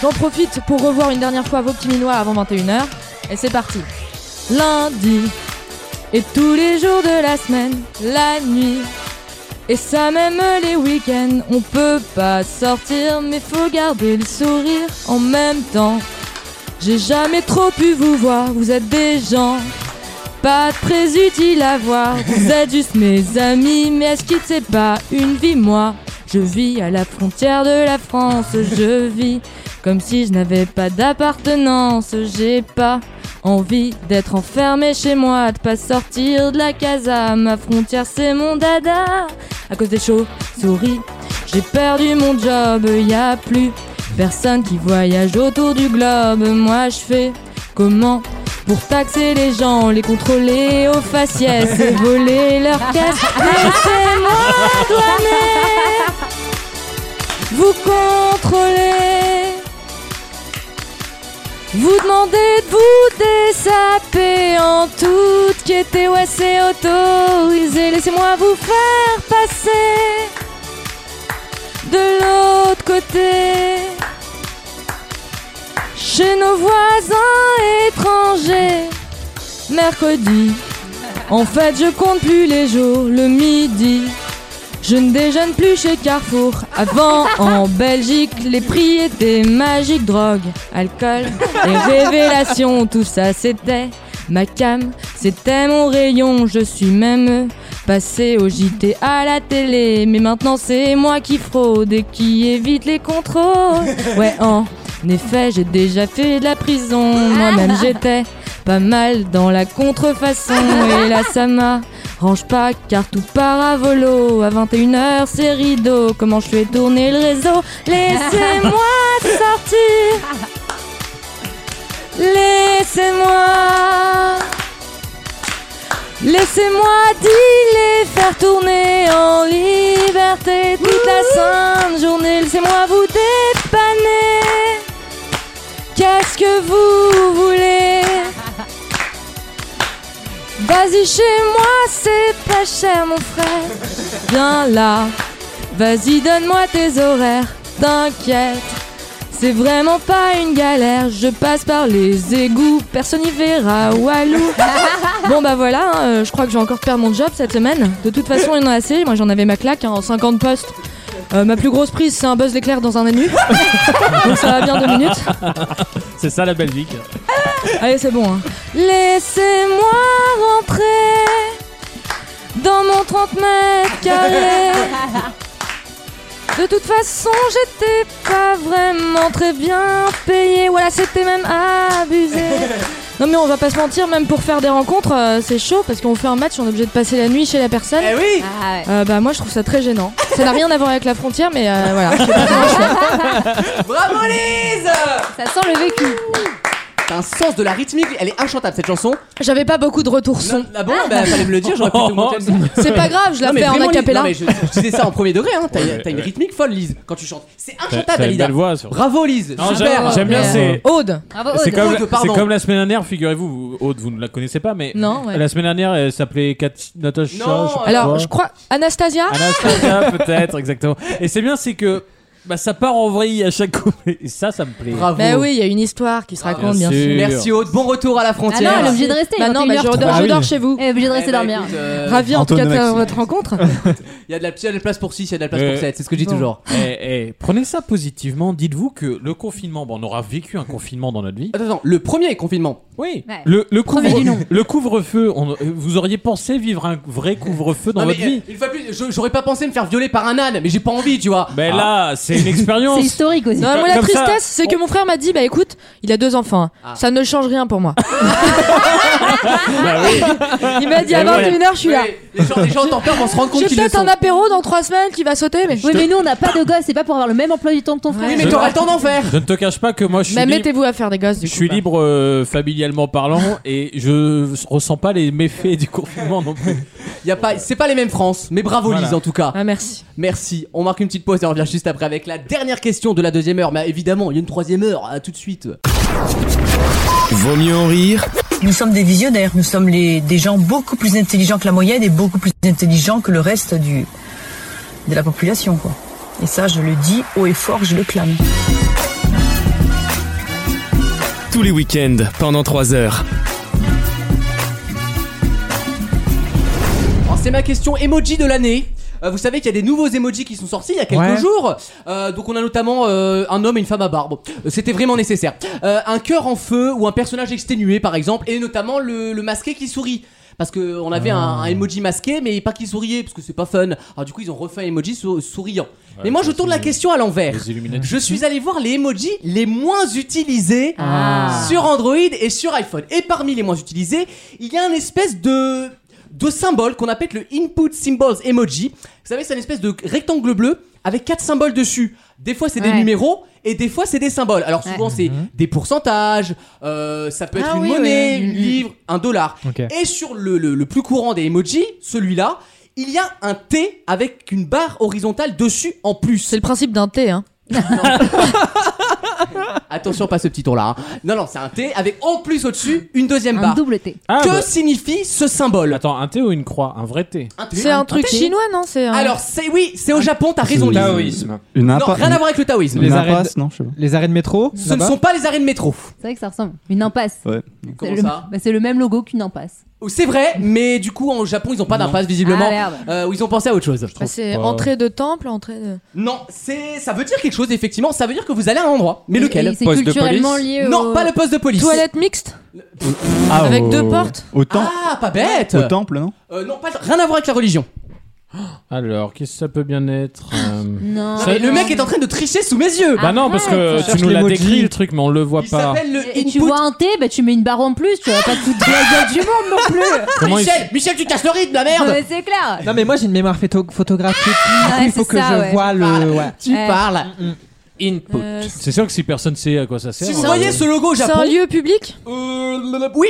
Speaker 12: J'en profite pour revoir une dernière fois vos petits minois avant 21h. Et c'est parti. Lundi et tous les jours de la semaine, la nuit. Et ça même les week-ends, on peut pas sortir, mais faut garder le sourire en même temps. J'ai jamais trop pu vous voir, vous êtes des gens pas très utiles à voir. Vous êtes juste mes amis, mais est-ce qu'il ne sait pas une vie, moi Je vis à la frontière de la France, je vis comme si je n'avais pas d'appartenance. J'ai pas envie d'être enfermé chez moi, de pas sortir de la casa. Ma frontière, c'est mon dada. À cause des chauves-souris, j'ai perdu mon job, y a plus personne qui voyage autour du globe. Moi, je fais comment pour taxer les gens, les contrôler aux faciès et voler leur caisse. Laissez-moi douaner, vous contrôler, vous demander de vous dessaper en toute quiété, ouais c'est autorisé. Laissez-moi vous faire passer de l'autre côté chez nos voisins étrangers. Mercredi, en fait, je compte plus les jours. Le midi, je ne déjeune plus chez Carrefour. Avant, en Belgique, les prix étaient magiques. Drogue, alcool, les révélations, tout ça, c'était ma cam, c'était mon rayon. Je suis même passé au JT à la télé, mais maintenant c'est moi qui fraude et qui évite les contrôles. Ouais, en effet, j'ai déjà fait de la prison. Moi-même, j'étais pas mal dans la contrefaçon. Et là, ça m'arrange pas, car tout part à volo. À 21h, c'est rideau. Comment je fais tourner le réseau Laissez-moi sortir Laissez-moi Laissez-moi dealer, faire tourner en liberté toute la sainte journée. Laissez-moi vous dépanner. Qu'est-ce que vous voulez Vas-y chez moi, c'est pas cher mon frère. Viens là, vas-y donne-moi tes horaires. t'inquiète. C'est vraiment pas une galère, je passe par les égouts, personne n'y verra, walou. bon bah voilà, hein, euh, je crois que je vais encore perdre mon job cette semaine. De toute façon, il y en a assez, moi j'en avais ma claque hein, en 50 postes. Euh, ma plus grosse prise, c'est un buzz d'éclair dans un anus. Donc ça va bien deux minutes.
Speaker 3: C'est ça la Belgique.
Speaker 12: Allez, c'est bon. hein. Laissez-moi rentrer dans mon 30 mètres carrés. De toute façon, j'étais pas vraiment très bien payé. Voilà, c'était même abusé. Non mais on va pas se mentir, même pour faire des rencontres, euh, c'est chaud parce qu'on fait un match, on est obligé de passer la nuit chez la personne. Eh oui. bah moi je trouve ça très gênant. Ça n'a rien à voir avec la frontière, mais euh, voilà.
Speaker 2: Bravo Lise Ça sent le vécu. T'as un sens de la rythmique, elle est inchantable cette chanson.
Speaker 12: J'avais pas beaucoup de retours son.
Speaker 2: Ah bon Bah fallait me le dire, j'aurais pu te montrer.
Speaker 12: C'est pas grave, je la
Speaker 2: Non, mais
Speaker 12: fais en
Speaker 2: vraiment, Lise,
Speaker 12: acapella.
Speaker 2: non, mais je, je disais ça en premier degré, hein. t'as
Speaker 3: Ouais,
Speaker 2: t'as une
Speaker 3: ouais.
Speaker 2: rythmique folle Lise quand tu chantes. C'est
Speaker 3: T'as- t'as
Speaker 2: inchantable
Speaker 3: une
Speaker 2: Alida.
Speaker 3: belle voix, surtout.
Speaker 2: Bravo Lise,
Speaker 3: Non,
Speaker 2: super. Euh,
Speaker 3: j'aime- j'aime bien, c'est-
Speaker 12: Aude.
Speaker 3: C'est comme,
Speaker 2: Aude,
Speaker 3: la-
Speaker 2: pardon.
Speaker 3: c'est comme la semaine dernière, figurez-vous, vous- Aude, vous ne la connaissez pas, mais
Speaker 12: Non, ouais.
Speaker 3: la semaine dernière, elle s'appelait Kat... Natacha.
Speaker 12: Non,
Speaker 3: sais pas
Speaker 12: Alors
Speaker 3: quoi.
Speaker 12: je crois Anastasia.
Speaker 2: Ah
Speaker 3: Anastasia, peut-être, exactement. Et c'est bien, c'est que bah, ça part en vrille à chaque coup. Et ça, ça me plaît.
Speaker 2: Bravo.
Speaker 12: Bah oui, il y a une histoire qui se raconte bien,
Speaker 3: Bien
Speaker 12: sûr.
Speaker 3: sûr.
Speaker 2: Merci Aude, bon retour à la frontière.
Speaker 12: Ah non, elle est obligée
Speaker 5: de rester,
Speaker 12: Bah non, bah, je,
Speaker 2: 21h03.
Speaker 12: dors,
Speaker 2: Ah
Speaker 12: je
Speaker 2: oui.
Speaker 12: dors chez vous.
Speaker 5: Elle est obligée de
Speaker 2: Eh
Speaker 5: rester
Speaker 2: bah,
Speaker 5: dormir.
Speaker 2: écoute, euh,
Speaker 12: Ravi en tout cas
Speaker 2: Antoine
Speaker 12: de
Speaker 2: Maxime.
Speaker 12: faire votre rencontre.
Speaker 2: Il y a de la il y a de la place pour 6, il y a de la place
Speaker 3: Euh,
Speaker 2: pour 7, c'est ce que je dis
Speaker 3: bon.
Speaker 2: toujours.
Speaker 3: Eh, eh, prenez ça positivement. Dites-vous que le confinement, bon, on aura vécu un confinement dans notre vie.
Speaker 2: Attends, attends, le premier confinement.
Speaker 3: Oui.
Speaker 5: Ouais.
Speaker 3: Le, le couvre-
Speaker 2: Premier du nom.
Speaker 3: le couvre-feu, on- euh, vous auriez pensé vivre un vrai couvre-feu dans
Speaker 2: Non, mais,
Speaker 3: votre vie
Speaker 2: euh, Une fois de plus, je- j'aurais pas pensé me faire violer par un âne, mais j'ai pas envie, tu vois. Ah.
Speaker 3: Mais là, c'est une
Speaker 12: C'est
Speaker 3: expérience.
Speaker 12: historique aussi. Non, moi, la
Speaker 3: Comme ça,
Speaker 12: tristesse, c'est que mon frère m'a dit Bah écoute, il a deux enfants. hein.
Speaker 2: Ah.
Speaker 12: Ça ne change rien pour moi.
Speaker 3: Bah
Speaker 12: Il m'a dit à
Speaker 2: Eh ouais.
Speaker 12: 21h, je suis là.
Speaker 2: Les gens, les gens ont peur, vont se rendre compte
Speaker 12: J'ai
Speaker 2: qu'ils le
Speaker 12: peut-être
Speaker 2: sont.
Speaker 12: un apéro dans trois semaines qui va sauter, mais.
Speaker 5: Oui, mais nous on n'a pas de gosse, c'est pas pour avoir le même emploi du temps que ton frère.
Speaker 3: mais Je- t'auras le temps
Speaker 2: d'en faire.
Speaker 3: Je ne te cache pas que moi, je suis
Speaker 12: Mais
Speaker 3: libre,
Speaker 12: Bah, mettez-vous à faire des gosses du
Speaker 3: je
Speaker 12: coup. bah.
Speaker 3: suis libre euh, familialement parlant et je s- ressens pas les méfaits du confinement non plus.
Speaker 2: Y a pas, c'est pas les mêmes France, mais bravo
Speaker 3: Voilà.
Speaker 2: Lise en tout cas.
Speaker 12: Ah, merci.
Speaker 2: Merci. On marque une petite pause et on revient juste après avec la dernière question de la deuxième heure. Mais évidemment, il y a une troisième heure. À tout de suite.
Speaker 11: Vaut mieux en rire. Nous sommes des visionnaires, nous sommes les, des gens beaucoup plus intelligents que la moyenne et beaucoup plus intelligents que le reste du, de la population. Quoi. Et ça, je le dis haut et fort, je le clame.
Speaker 1: Tous les week-ends pendant 3 heures.
Speaker 2: Alors, C'est ma question emoji de l'année. Euh, vous savez qu'il y a des nouveaux emojis qui sont sortis il y a quelques
Speaker 1: Ouais.
Speaker 2: jours. Euh, donc on a notamment euh, un homme et une femme à barbe. Euh, C'était vraiment nécessaire. Euh, un cœur en feu ou un personnage exténué par exemple, et notamment le, le masqué qui sourit. Parce que on avait un, un emoji masqué, mais pas qui souriait, parce que c'est pas fun. Alors du coup ils ont refait un emoji sou- souriant. mais moi je tourne la question à l'envers. Je suis allé voir les emojis les moins utilisés
Speaker 14: Ah.
Speaker 2: sur Android et sur iPhone. Et parmi les moins utilisés, il y a une espèce de de symbole qu'on appelle le Input Symbols Emoji. Vous savez, c'est une espèce de rectangle bleu avec quatre symboles dessus. Des fois, c'est des
Speaker 14: Ouais.
Speaker 2: numéros et des fois, c'est des symboles. Alors souvent, c'est
Speaker 14: Mhm.
Speaker 2: des pourcentages, euh, ça peut être
Speaker 14: Ah
Speaker 2: une
Speaker 14: oui,
Speaker 2: monnaie,
Speaker 14: ouais.
Speaker 2: une livre, un dollar.
Speaker 14: Ok.
Speaker 2: Et sur le, le- le plus courant des emojis, celui-là, il y a un T avec une barre horizontale dessus en plus. C'est
Speaker 12: le principe d'un T, hein.
Speaker 2: Attention, pas ce petit tour-là. hein. Non, non, c'est un T avec en plus au-dessus une deuxième
Speaker 5: Un
Speaker 2: barre.
Speaker 5: double T.
Speaker 12: Ah,
Speaker 14: Ah,
Speaker 2: que
Speaker 12: bah.
Speaker 14: bah.
Speaker 2: signifie ce symbole
Speaker 3: Attends, un T ou une croix Un vrai T
Speaker 2: Un T,
Speaker 12: C'est un truc
Speaker 2: T.
Speaker 12: chinois, non C'est un-
Speaker 2: Alors, c'est oui, c'est au Japon, t'as raison, Lise.
Speaker 4: Une
Speaker 2: Non,
Speaker 4: impa-
Speaker 2: rien à voir avec le taoïsme.
Speaker 4: Une impasse, non, je sais pas.
Speaker 6: Les arrêts de métro
Speaker 2: Ce ne sont pas les arrêts de métro.
Speaker 5: C'est vrai que ça ressemble. Une impasse.
Speaker 4: Ouais.
Speaker 5: C'est
Speaker 2: Comment
Speaker 5: le-
Speaker 2: ça Oh,
Speaker 5: bah, C'est le même logo qu'une impasse.
Speaker 2: C'est vrai, mais du coup, en Japon, ils n'ont pas d'impasse visiblement.
Speaker 5: Ah, merde.
Speaker 2: Euh, ils ont pensé à autre chose.
Speaker 12: Bah, c'est entrée de temple, entrée de.
Speaker 2: Non, c'est ça veut dire quelque chose effectivement. Ça veut dire que vous allez à un endroit, mais lequel
Speaker 12: et c'est Poste de culturellement police lié au-
Speaker 2: Non, pas le poste de police.
Speaker 12: Toilette mixte Avec deux portes
Speaker 4: Au temple
Speaker 2: Ah, pas bête.
Speaker 4: Au temple, non
Speaker 2: Euh, non, pas, rien à voir avec la religion.
Speaker 3: Alors, qu'est-ce que ça peut bien être euh,
Speaker 2: Non,
Speaker 3: ça-
Speaker 2: Ah, mais le mec est en train de tricher sous mes yeux.
Speaker 3: Bah non, parce que
Speaker 2: Arrête.
Speaker 3: tu nous l'as
Speaker 2: Cherche l'emoji.
Speaker 3: décrit le truc, mais on le voit
Speaker 6: Ah.
Speaker 3: pas.
Speaker 2: s'appelle le
Speaker 5: Et tu vois un T, bah, tu mets une barre en plus, tu vas pas toute la gueule du monde non plus.
Speaker 6: Comment il-
Speaker 2: Michel, Michel, tu casses le rythme, la merde.
Speaker 5: Ouais, C'est clair.
Speaker 6: Non mais moi j'ai une mémoire photo- photographique.
Speaker 5: Ah,
Speaker 6: Il faut
Speaker 5: c'est
Speaker 6: que
Speaker 5: ça,
Speaker 6: je
Speaker 5: ouais.
Speaker 2: Bah,
Speaker 6: vois le. ouais. Mm,
Speaker 2: Tu
Speaker 5: Eh.
Speaker 2: parles. Euh,
Speaker 3: Input. C'est sûr que si personne sait à quoi ça sert. hein.
Speaker 2: Si vous voyez ce logo au
Speaker 5: C'est un
Speaker 2: Japon, Euh,
Speaker 12: lieu public
Speaker 2: Oui.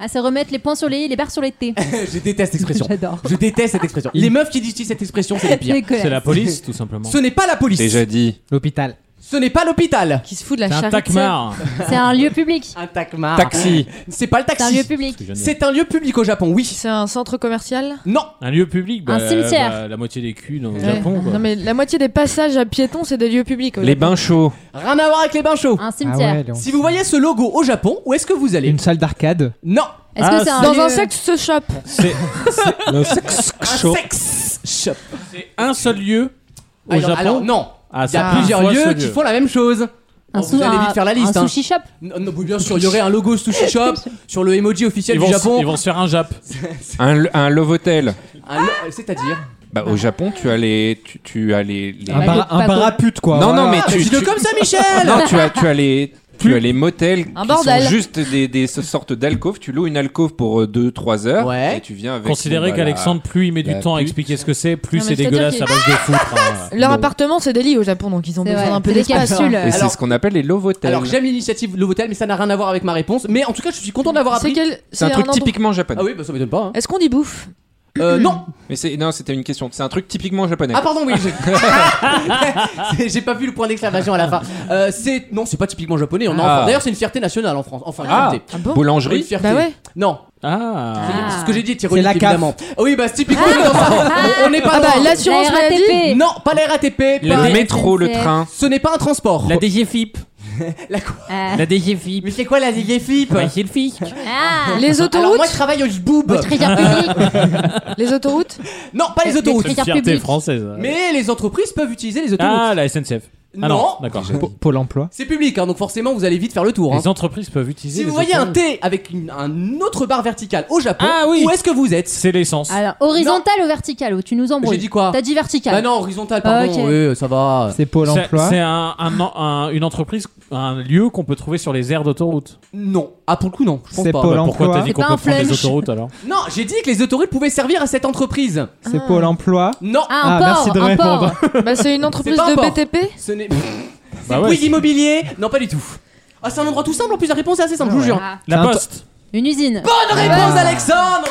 Speaker 5: Ah, c'est remettre les points sur les i, les barres sur les t.
Speaker 2: je déteste cette expression.
Speaker 5: J'adore.
Speaker 2: Je déteste cette expression. Les meufs qui disent cette expression, c'est les pires.
Speaker 5: Dégueulasse.
Speaker 3: C'est la police, tout simplement.
Speaker 2: Ce n'est pas la police.
Speaker 7: Déjà dit.
Speaker 6: L'hôpital.
Speaker 2: Ce n'est pas l'hôpital.
Speaker 12: Qui se fout de la
Speaker 2: C'est un
Speaker 12: charité.
Speaker 2: takmar.
Speaker 5: C'est un lieu public.
Speaker 2: Un tacmar.
Speaker 3: Taxi.
Speaker 2: C'est pas le taxi.
Speaker 5: C'est un lieu public.
Speaker 2: C'est un lieu public au Japon, oui.
Speaker 12: C'est un centre commercial
Speaker 2: Non.
Speaker 3: Un lieu public, bah,
Speaker 12: Un cimetière.
Speaker 3: bah, la moitié des culs dans le
Speaker 12: Ouais.
Speaker 3: Japon. quoi.
Speaker 12: Non mais la moitié des passages à piétons c'est des lieux publics. au Japon.
Speaker 3: chauds.
Speaker 2: Rien à voir avec les bains chauds. Un
Speaker 12: cimetière. Ah ouais, donc.
Speaker 2: si vous voyez ce logo au Japon, où est-ce que vous allez
Speaker 6: Une salle d'arcade. Ah,
Speaker 2: Non.
Speaker 12: Est-ce que c'est un dans un sex shop
Speaker 6: Le
Speaker 3: sex
Speaker 2: shop. sex shop.
Speaker 3: C'est un seul lieu au
Speaker 2: alors,
Speaker 3: Japon.
Speaker 2: alors, non.
Speaker 3: Ah,
Speaker 2: Il y
Speaker 3: c'est
Speaker 2: a
Speaker 3: un
Speaker 2: plusieurs
Speaker 3: fois
Speaker 2: lieux
Speaker 3: ce
Speaker 2: qui
Speaker 3: lieu.
Speaker 2: font la même chose.
Speaker 5: Un
Speaker 2: vous
Speaker 5: sou-
Speaker 2: allez vite
Speaker 5: un-
Speaker 2: faire la
Speaker 5: un
Speaker 2: liste. hein.
Speaker 5: sushi shop
Speaker 2: Non, non, bien sûr, il y aurait un logo sushi shop sur le emoji officiel
Speaker 7: Ils
Speaker 2: du
Speaker 7: vont se-
Speaker 2: Japon.
Speaker 7: ils vont
Speaker 3: se faire un Jap.
Speaker 7: Un, un Lovotel.
Speaker 2: Un lo-
Speaker 12: Ah.
Speaker 2: C'est-à-dire
Speaker 7: Bah,
Speaker 2: Ah.
Speaker 7: au Japon, tu as les. Tu, tu as les, les-
Speaker 6: Un bar- un bar à pute, quoi.
Speaker 7: Non, non, mais
Speaker 6: Voilà.
Speaker 2: Ah, bah,
Speaker 7: tu.
Speaker 6: Dis-le
Speaker 7: tu-
Speaker 6: comme ça, Michel
Speaker 7: Non, tu as, tu as les. Tu as les motels
Speaker 12: Un
Speaker 7: qui
Speaker 12: bordel.
Speaker 7: sont juste des, des sortes d'alcôves. Tu loues une alcôve pour 2-3 heures et tu viens avec.
Speaker 3: Considérez
Speaker 7: bah,
Speaker 3: qu'Alexandre,
Speaker 7: la-
Speaker 3: plus il met du
Speaker 7: la
Speaker 3: temps à
Speaker 7: pute.
Speaker 3: expliquer ce que c'est, plus
Speaker 12: Non, mais je
Speaker 3: c'est
Speaker 12: veux
Speaker 3: dégueulasse
Speaker 12: dire
Speaker 3: à
Speaker 12: qu'il-
Speaker 3: base de foutre.
Speaker 2: Ah.
Speaker 3: hein.
Speaker 12: Leur appartement c'est des lits au Japon donc ils ont
Speaker 2: C'est
Speaker 12: besoin
Speaker 2: vrai.
Speaker 12: un peu
Speaker 2: C'est des
Speaker 12: d'espace.
Speaker 2: capsules.
Speaker 7: Et c'est
Speaker 2: Alors-
Speaker 7: ce qu'on appelle les Lovotel.
Speaker 2: Alors j'aime l'initiative Lovotel, mais ça n'a rien à voir avec ma réponse. Mais en tout cas, je suis content de l'avoir
Speaker 12: C'est
Speaker 2: appris.
Speaker 12: quel- C'est un c'est un truc endroit- typiquement
Speaker 7: japonais.
Speaker 2: Ah oui, bah ça m'étonne pas. hein.
Speaker 12: Est-ce qu'on y bouffe
Speaker 2: Euh, non.
Speaker 7: Mais c'est non, c'était une question. C'est un truc typiquement japonais.
Speaker 2: Ah pardon, oui. je- C'est- J'ai pas vu le point d'exclamation à la fin. Euh, c'est non, c'est pas typiquement japonais. On en-
Speaker 7: Ah.
Speaker 2: D'ailleurs, c'est une fierté nationale en France. Enfin, une
Speaker 7: Ah.
Speaker 2: fierté.
Speaker 7: Ah bon Boulangerie
Speaker 2: Une fierté.
Speaker 7: Bah ouais.
Speaker 2: Non.
Speaker 3: Ah.
Speaker 2: C'est ce que j'ai dit, Thierry.
Speaker 6: C'est la CAF.
Speaker 2: évidemment. Oui, bah c'est typiquement. on est dans ça. On n'est pas
Speaker 12: Ah bah,
Speaker 2: dans-
Speaker 12: l'assurance La RATP. maladie.
Speaker 2: Non, pas la RATP.
Speaker 3: Le
Speaker 2: pas-
Speaker 3: métro, le train.
Speaker 2: Ce n'est pas un transport.
Speaker 3: La DGFIP.
Speaker 2: La quoi
Speaker 3: La DGFIP.
Speaker 2: Mais c'est quoi la DGFIP
Speaker 3: Bah, c'est le fisc.
Speaker 2: Ah.
Speaker 12: Les autoroutes
Speaker 2: Alors, moi, je travaille au Jboob.
Speaker 12: Les autoroutes
Speaker 2: Non, pas les autoroutes.
Speaker 3: C'est une fierté française. hein.
Speaker 2: Mais les entreprises peuvent utiliser les autoroutes.
Speaker 3: Ah, la SNCF. Ah
Speaker 2: Non.
Speaker 3: non, d'accord.
Speaker 6: Pôle emploi.
Speaker 2: C'est public, hein, donc forcément, vous allez vite faire le tour. hein.
Speaker 3: Les entreprises peuvent utiliser.
Speaker 2: Si vous
Speaker 3: les
Speaker 2: voyez un
Speaker 3: autoroutes.
Speaker 2: T avec une- un autre barre verticale au Japon,
Speaker 3: Ah oui.
Speaker 2: où est-ce que vous êtes
Speaker 3: C'est l'essence.
Speaker 2: Ah,
Speaker 5: Alors, horizontal ou vertical oh, Tu nous embrouilles.
Speaker 2: J'ai dit quoi
Speaker 5: T'as dit vertical.
Speaker 2: Bah non, horizontal, pardon. Euh,
Speaker 5: Ok.
Speaker 2: Oui, ça va.
Speaker 6: C'est Pôle
Speaker 3: C'est-
Speaker 6: emploi.
Speaker 3: C'est un, un en- un- une entreprise, un lieu qu'on peut trouver sur les aires d'autoroute.
Speaker 2: Non. Ah, pour le coup, non. Je pense
Speaker 3: C'est
Speaker 2: pas.
Speaker 3: Pôle Bah, pourquoi emploi. t'as dit
Speaker 2: C'est
Speaker 3: qu'on
Speaker 2: pas
Speaker 3: peut
Speaker 2: un
Speaker 3: prendre les
Speaker 2: flunch.
Speaker 3: autoroutes, alors
Speaker 2: Non, j'ai dit que les autoroutes pouvaient servir à cette entreprise.
Speaker 6: C'est Pôle emploi.
Speaker 2: Non.
Speaker 6: Ah, merci de répondre.
Speaker 12: Bah, c'est une entreprise
Speaker 2: C'est pas un
Speaker 12: de
Speaker 2: port.
Speaker 12: BTP
Speaker 2: Ce n'est. C'est
Speaker 3: Bah ouais,
Speaker 2: Bouygues
Speaker 3: c'est-
Speaker 2: Immobilier Non, pas du tout. Ah, c'est un endroit tout simple en plus, la réponse est assez
Speaker 6: Ah,
Speaker 2: simple, je vous jure.
Speaker 3: La poste.
Speaker 5: Une usine.
Speaker 2: Bonne réponse, Alexandre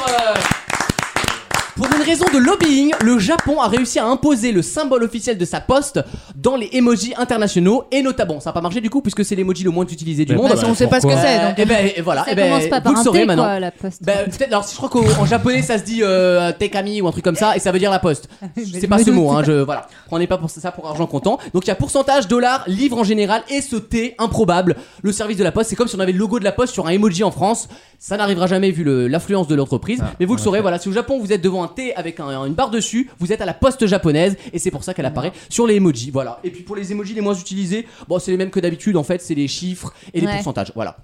Speaker 2: Pour une raison de lobbying, le Japon a réussi à imposer le symbole officiel de sa poste dans les emojis internationaux et notamment, ça n'a pas marché du coup puisque c'est l'emoji le moins utilisé du
Speaker 3: Mais
Speaker 2: monde.
Speaker 3: bah, Parce qu'on sait pas ce que pourquoi c'est, donc.
Speaker 2: Eh ben, eh, voilà,
Speaker 5: Ça
Speaker 2: eh ben,
Speaker 5: commence pas
Speaker 2: vous
Speaker 5: par
Speaker 2: le
Speaker 5: un
Speaker 2: saurez
Speaker 5: T,
Speaker 2: maintenant.
Speaker 5: quoi, la poste.
Speaker 2: Ben, peut-être, alors si je crois qu'au en japonais ça se dit euh, Tekami ou un truc comme ça et ça veut dire la poste.
Speaker 5: je
Speaker 2: C'est pas
Speaker 5: Ah, me
Speaker 2: ce mot,
Speaker 5: doute.
Speaker 2: hein, je, voilà. Prenez pas pour ça pour argent comptant. Donc il y a pourcentage, dollars, livres en général et ce T improbable. Le service de la poste, c'est comme si on avait le logo de la poste sur un emoji en France. Ça n'arrivera jamais vu le- l'affluence de l'entreprise.
Speaker 6: Ah,
Speaker 2: Mais vous le saurez, voilà. Si au Japon vous êtes devant un T avec un- une barre dessus, vous êtes à la poste japonaise et c'est pour ça qu'elle
Speaker 6: Ah.
Speaker 2: apparaît sur les emojis. Voilà. Et puis pour les emojis les moins utilisés, bon, c'est les mêmes que d'habitude en fait, c'est les chiffres et les
Speaker 5: Ouais.
Speaker 2: pourcentages. Voilà.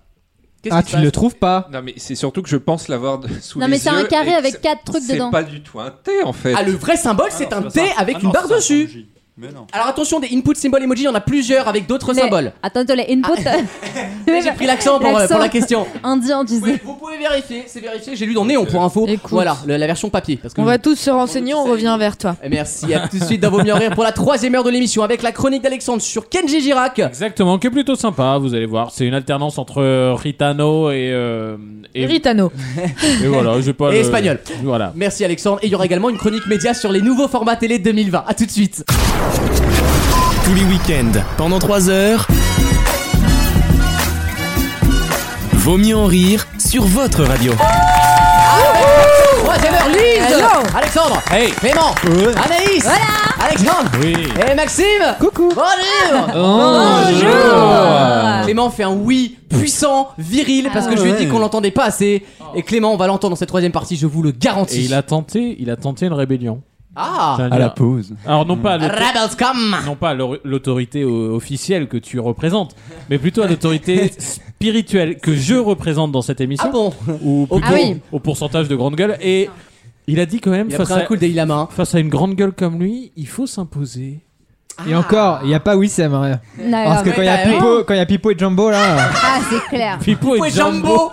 Speaker 2: Qu'est-ce
Speaker 6: Ah,
Speaker 2: qui se
Speaker 6: tu le
Speaker 2: passe
Speaker 6: trouves pas
Speaker 7: Non, mais c'est surtout que je pense l'avoir de- sous
Speaker 5: Non,
Speaker 7: les
Speaker 5: mais c'est un
Speaker 7: yeux
Speaker 5: carré
Speaker 7: et que
Speaker 5: avec
Speaker 7: c'est-
Speaker 5: quatre trucs dedans.
Speaker 7: C'est pas du tout un T en fait.
Speaker 2: Ah, le vrai symbole, c'est un T
Speaker 3: Ah
Speaker 2: avec une barre dessus. Alors attention, des input symboles emoji, il y en a plusieurs avec d'autres
Speaker 5: Les-
Speaker 2: symboles.
Speaker 5: Attends, attends, les input.
Speaker 2: Ah. J'ai pris l'accent pour, euh, pour la question.
Speaker 5: Indien, tu sais.
Speaker 2: Vous pouvez vérifier, c'est vérifié. J'ai lu dans Néon pour info. Voilà, le- la version papier. Parce que
Speaker 12: On va tous se renseigner, on revient vers toi.
Speaker 2: Merci, à tout de suite dans Vos Mieux en Rire pour la troisième heure de l'émission avec la chronique d'Alexandre sur Kenji Girac.
Speaker 3: Exactement, qui est plutôt sympa, vous allez voir. C'est une alternance entre euh, Ritano et. euh, et,
Speaker 12: Ritano.
Speaker 3: et voilà, j'ai pas.
Speaker 2: Et
Speaker 3: le-
Speaker 2: espagnol.
Speaker 3: Voilà.
Speaker 2: Merci Alexandre. Et il y aura également une chronique média sur les nouveaux formats télé de 2020. À tout de suite.
Speaker 1: Tous les week-ends, pendant 3 heures. Vaut mieux en rire sur votre radio.
Speaker 2: Troisième heure, Lise Alexandre
Speaker 3: Hey
Speaker 2: Clément Anaïs Alexandre
Speaker 3: Oui
Speaker 2: Et Eh, Maxime Coucou Bonjour Clément fait un oui puissant, viril, parce que je lui ai dit qu'on l'entendait pas assez. Et Clément, on va l'entendre dans cette troisième partie, je vous le garantis.
Speaker 3: Et il a tenté, il a tenté une rébellion.
Speaker 2: Ah
Speaker 3: Tiens,
Speaker 4: À la
Speaker 3: dire-
Speaker 4: pause.
Speaker 3: Alors non pas à l'auto-
Speaker 2: Rebels come
Speaker 3: non pas à l'or- l'autorité o- officielle que tu représentes, mais plutôt à l'autorité spirituelle que je représente dans cette émission.
Speaker 2: Ah bon
Speaker 3: Ou plutôt
Speaker 2: Ah oui. Ah.
Speaker 3: au pourcentage de grande gueule. Et il a dit quand même
Speaker 2: Il a
Speaker 3: face
Speaker 2: pris un
Speaker 3: à,
Speaker 2: coup le Dalai Lama.
Speaker 3: face à une grande gueule comme lui, il faut s'imposer.
Speaker 6: Et encore, il n'y a pas Wissem. hein.
Speaker 5: Non,
Speaker 6: Parce que
Speaker 5: mais
Speaker 6: quand il y a
Speaker 5: t'as raison.
Speaker 6: Pipo- quand il y a Pipo et Jumbo là.
Speaker 5: Ah, c'est clair.
Speaker 3: Pipo
Speaker 2: et Jumbo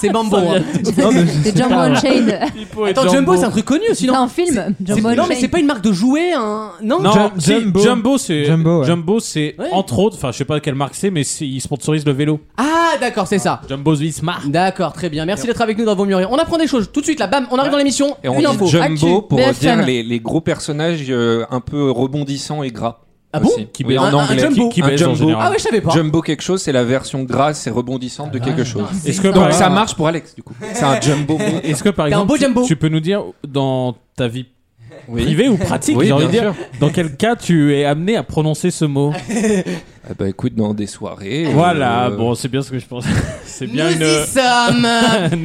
Speaker 2: C'est Mambo hein.
Speaker 5: C'est Jumbo Unchained.
Speaker 2: Attends, Jumbo, c'est un truc connu aussi,
Speaker 5: C'est
Speaker 2: non
Speaker 5: un film.
Speaker 2: C'est-
Speaker 5: Jumbo
Speaker 2: Non, mais c'est
Speaker 5: Unchained.
Speaker 2: pas une marque de jouets, hein Non,
Speaker 3: Non,
Speaker 6: Jum-
Speaker 3: si,
Speaker 6: Jumbo.
Speaker 3: Jumbo. c'est
Speaker 6: Jumbo, ouais.
Speaker 3: Jumbo, c'est
Speaker 2: Ouais.
Speaker 3: entre autres, enfin je sais pas quelle marque c'est, mais c'est- ils sponsorisent le vélo.
Speaker 2: Ah, d'accord, c'est ça.
Speaker 3: Jumbo's Visma.
Speaker 2: D'accord, très bien. Merci d'être avec nous dans Vos Murs. On apprend des choses tout de suite là. Bam, on arrive dans l'émission.
Speaker 7: Et on
Speaker 2: Une
Speaker 7: dit
Speaker 2: info.
Speaker 7: Jumbo
Speaker 2: Actu,
Speaker 7: pour
Speaker 2: BFM.
Speaker 7: dire les, les gros personnages euh, un peu rebondissants et gras.
Speaker 2: Ah bon
Speaker 7: aussi.
Speaker 2: Qui
Speaker 7: Oui,
Speaker 2: baise. Un-
Speaker 7: en
Speaker 2: un
Speaker 7: anglais.
Speaker 2: jumbo.
Speaker 7: Qui,
Speaker 2: Un
Speaker 7: baise en
Speaker 2: jumbo.
Speaker 7: général.
Speaker 2: Ah ouais, je savais pas. Ah,
Speaker 7: Jumbo quelque chose, c'est la version grasse et rebondissante de quelque chose.
Speaker 3: c'est Est-ce que ça.
Speaker 7: donc
Speaker 3: par
Speaker 7: ça
Speaker 3: exemple-
Speaker 7: marche pour Alex du coup C'est un jumbo.
Speaker 3: Est-ce que par
Speaker 7: T'es un
Speaker 3: exemple,
Speaker 7: beau
Speaker 3: tu-
Speaker 7: jumbo.
Speaker 3: tu peux nous dire dans ta vie
Speaker 7: Oui.
Speaker 3: privée ou pratique,
Speaker 7: Oui,
Speaker 3: j'ai envie de
Speaker 7: bien
Speaker 3: dire,
Speaker 7: sûr.
Speaker 3: dans quel cas tu es amené à prononcer ce mot
Speaker 7: Ah bah écoute, dans des soirées.
Speaker 3: Voilà,
Speaker 7: euh,
Speaker 3: bon, c'est bien ce que je pense. C'est bien
Speaker 12: Nous
Speaker 3: une.
Speaker 12: y sommes.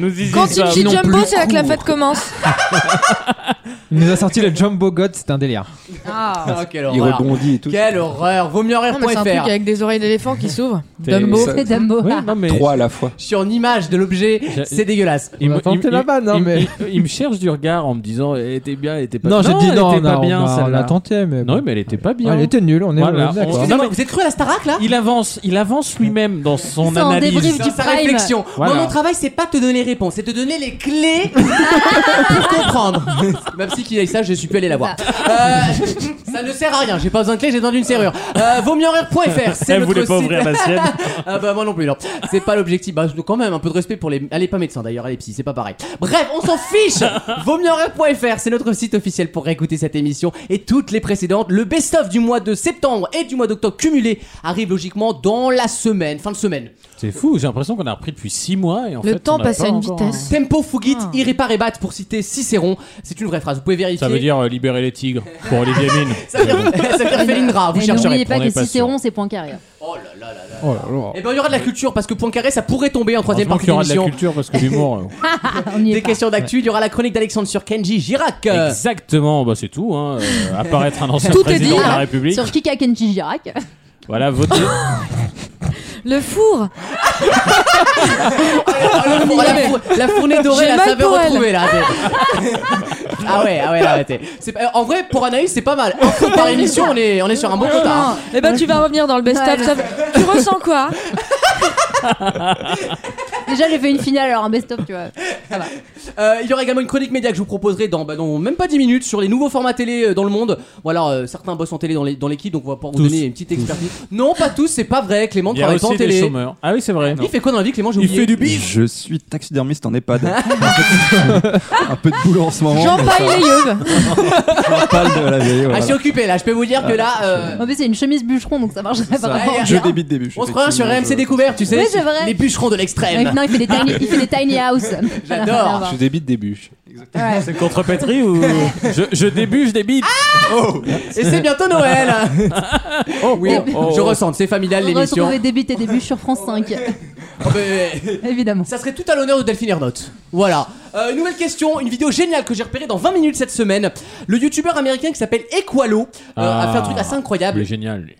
Speaker 3: Nous y
Speaker 12: Quand
Speaker 3: sommes.
Speaker 12: une petite jumbo, c'est là que la fête commence.
Speaker 6: Il nous a sorti le Jumbo God, c'est un délire.
Speaker 2: Ah, quelle
Speaker 6: Il
Speaker 2: horreur.
Speaker 6: rebondit et tout.
Speaker 2: Quelle horreur. Vaut mieux en
Speaker 12: Non, mais C'est un truc
Speaker 2: rire.fr.
Speaker 12: avec des oreilles d'éléphant qui s'ouvrent.
Speaker 3: T'es-
Speaker 12: Dumbo.
Speaker 3: ça- C'est Dumbo. Oui, non, mais-
Speaker 7: Trois à la fois.
Speaker 2: Sur une image de l'objet,
Speaker 3: J'ai-
Speaker 2: c'est dégueulasse.
Speaker 3: Il, me- il- il- il-
Speaker 2: mais.
Speaker 3: il- il me cherche du regard en me disant elle était bien, elle était pas
Speaker 6: Non, j'ai dit
Speaker 3: elle
Speaker 6: non,
Speaker 3: était
Speaker 6: on a-
Speaker 3: pas bien,
Speaker 6: on a- on a
Speaker 3: celle-là.
Speaker 6: tenté, mais Ah,
Speaker 3: Non, mais elle était pas bien.
Speaker 6: Elle était nulle, on est-
Speaker 3: Voilà,
Speaker 6: on est d'accord.
Speaker 3: on-
Speaker 6: Excusez-moi,
Speaker 3: mais-
Speaker 2: Vous êtes cru à la Starac là
Speaker 3: Il avance, il avance lui-même dans son
Speaker 2: Ça en
Speaker 3: analyse.
Speaker 2: débrief du sa
Speaker 5: prime.
Speaker 2: réflexion.
Speaker 3: Voilà.
Speaker 2: Moi, mon travail, c'est pas te donner les réponses, c'est te donner les clés pour comprendre. Ma psy qui a eu ça, je suis plus allé la voir. Euh, ça ne sert à rien, j'ai pas besoin de clés, j'ai besoin d'une serrure. Euh, vaut mieux en rire.fr, c'est
Speaker 3: Ah. Elle
Speaker 2: notre
Speaker 3: voulait pas
Speaker 2: site.
Speaker 3: ouvrir la sienne.
Speaker 2: ah bah moi non plus, non. C'est pas l'objectif. Bah, quand même, un peu de respect pour les. Elle est pas médecin d'ailleurs, elle est psy, c'est pas pareil. Bref, on s'en fiche Vaut mieux en rire.fr, c'est notre site officiel pour réécouter cette émission et toutes les précédentes. Le best-of du mois de septembre et du mois d'octobre cumulé arrive logiquement dans la semaine, fin de semaine.
Speaker 3: C'est fou, j'ai l'impression qu'on a repris depuis 6 mois et en
Speaker 2: Le
Speaker 3: fait,
Speaker 2: temps
Speaker 3: on a
Speaker 2: passe
Speaker 3: pas
Speaker 2: à une
Speaker 3: encore- hein.
Speaker 2: vitesse. Ah. Tempo fugit, irréparébat pour citer Cicéron. C'est une vraie phrase, vous pouvez vérifier.
Speaker 3: Ça veut dire euh, libérer les tigres pour Olivier Mine.
Speaker 2: Ça veut dire- ça veut dire Felindra, vous
Speaker 5: Et
Speaker 2: chercherez.
Speaker 5: N'oubliez pas
Speaker 3: on
Speaker 5: que
Speaker 3: est pas
Speaker 5: Cicéron, c'est Poincaré.
Speaker 3: Oh là là.
Speaker 2: Eh ben il y aura de la culture parce que Poincaré ça pourrait tomber en troisième
Speaker 3: Heureusement
Speaker 2: partie
Speaker 3: qu'il y aura de la
Speaker 2: d'émission.
Speaker 3: culture parce que l'humour. euh,
Speaker 2: Des questions d'actu, il y aura la chronique d'Alexandre sur Kenji Girac.
Speaker 3: euh,
Speaker 2: Euh,
Speaker 3: Exactement, bah c'est tout. Hein. euh, apparaître un ancien
Speaker 5: Tout est dit
Speaker 3: président de la
Speaker 5: hein,
Speaker 3: République.
Speaker 5: sur Kika Kenji Girac.
Speaker 3: Voilà, voter.
Speaker 12: Le four. Ah,
Speaker 2: la, four- la four- la fournée dorée,
Speaker 12: J'ai
Speaker 2: la
Speaker 12: mal
Speaker 2: saveur
Speaker 12: pour elle.
Speaker 2: retrouvée là. attendez. ah ouais, ah ouais, là, arrêtez. C'est pas- En vrai, pour Anaïs, c'est pas mal. Un truc par émission, on est, on est sur un bon quota. hein.
Speaker 12: Et ben tu vas revenir dans le best-of.
Speaker 5: Ouais.
Speaker 12: ça fait- Tu ressens quoi
Speaker 5: Déjà, j'ai fait une finale, alors un best-of, tu vois. Ça va.
Speaker 2: Euh, il y aura également une chronique média que je vous proposerai dans, bah, dans même pas 10 minutes sur les nouveaux formats télé euh, dans le monde. Voilà, euh, certains bossent en télé dans les- dans l'équipe, donc on va pouvoir vous
Speaker 3: Tous.
Speaker 2: donner une petite expertise. Non, pas tous, c'est pas vrai. Clément
Speaker 3: Il y a
Speaker 2: travaille pas en
Speaker 3: aussi
Speaker 2: télé.
Speaker 3: des chômeurs. Ah oui, c'est vrai.
Speaker 2: Il fait quoi dans la vie, Clément J'ai
Speaker 3: Il
Speaker 2: oublié.
Speaker 3: fait du bif.
Speaker 4: Je suis taxidermiste en EHPad. un peu de boulot en ce moment.
Speaker 2: Oh,
Speaker 4: mais ça- J'en parle de la vieille,
Speaker 2: Ah,
Speaker 4: voilà.
Speaker 2: je suis Ah, occupé là, je peux vous dire que là. euh,
Speaker 5: En plus, c'est une chemise bûcheron, donc ça marcherait pas vraiment.
Speaker 4: Je débite des bûches.
Speaker 2: On se croirait sur
Speaker 4: effectivement,
Speaker 2: RMC
Speaker 4: je-
Speaker 2: Découvert, tu sais.
Speaker 5: Oui, c'est vrai.
Speaker 2: Les bûcherons de l'extrême.
Speaker 5: Ouais, non, il fait des tiny, il fait des tiny house.
Speaker 2: J'adore.
Speaker 7: Je débite des bûches.
Speaker 5: Ouais.
Speaker 3: C'est contrepétrie ou. je, je débuche des bites.
Speaker 2: Ah Et c'est bientôt Noël.
Speaker 3: oh oui,
Speaker 2: Je ressens, c'est familial l'émission.
Speaker 5: Retrouver des bites et des bûches sur France 5.
Speaker 2: Oh, mais-
Speaker 5: Évidemment.
Speaker 2: Ça serait tout à l'honneur de Delphine Ernotte. Voilà. Euh, une nouvelle question, une vidéo géniale que j'ai repérée dans 20 minutes cette semaine. Le youtubeur américain qui s'appelle Equalo euh, a fait un truc assez
Speaker 3: Ah. Il
Speaker 2: incroyable.
Speaker 3: est génial, lui.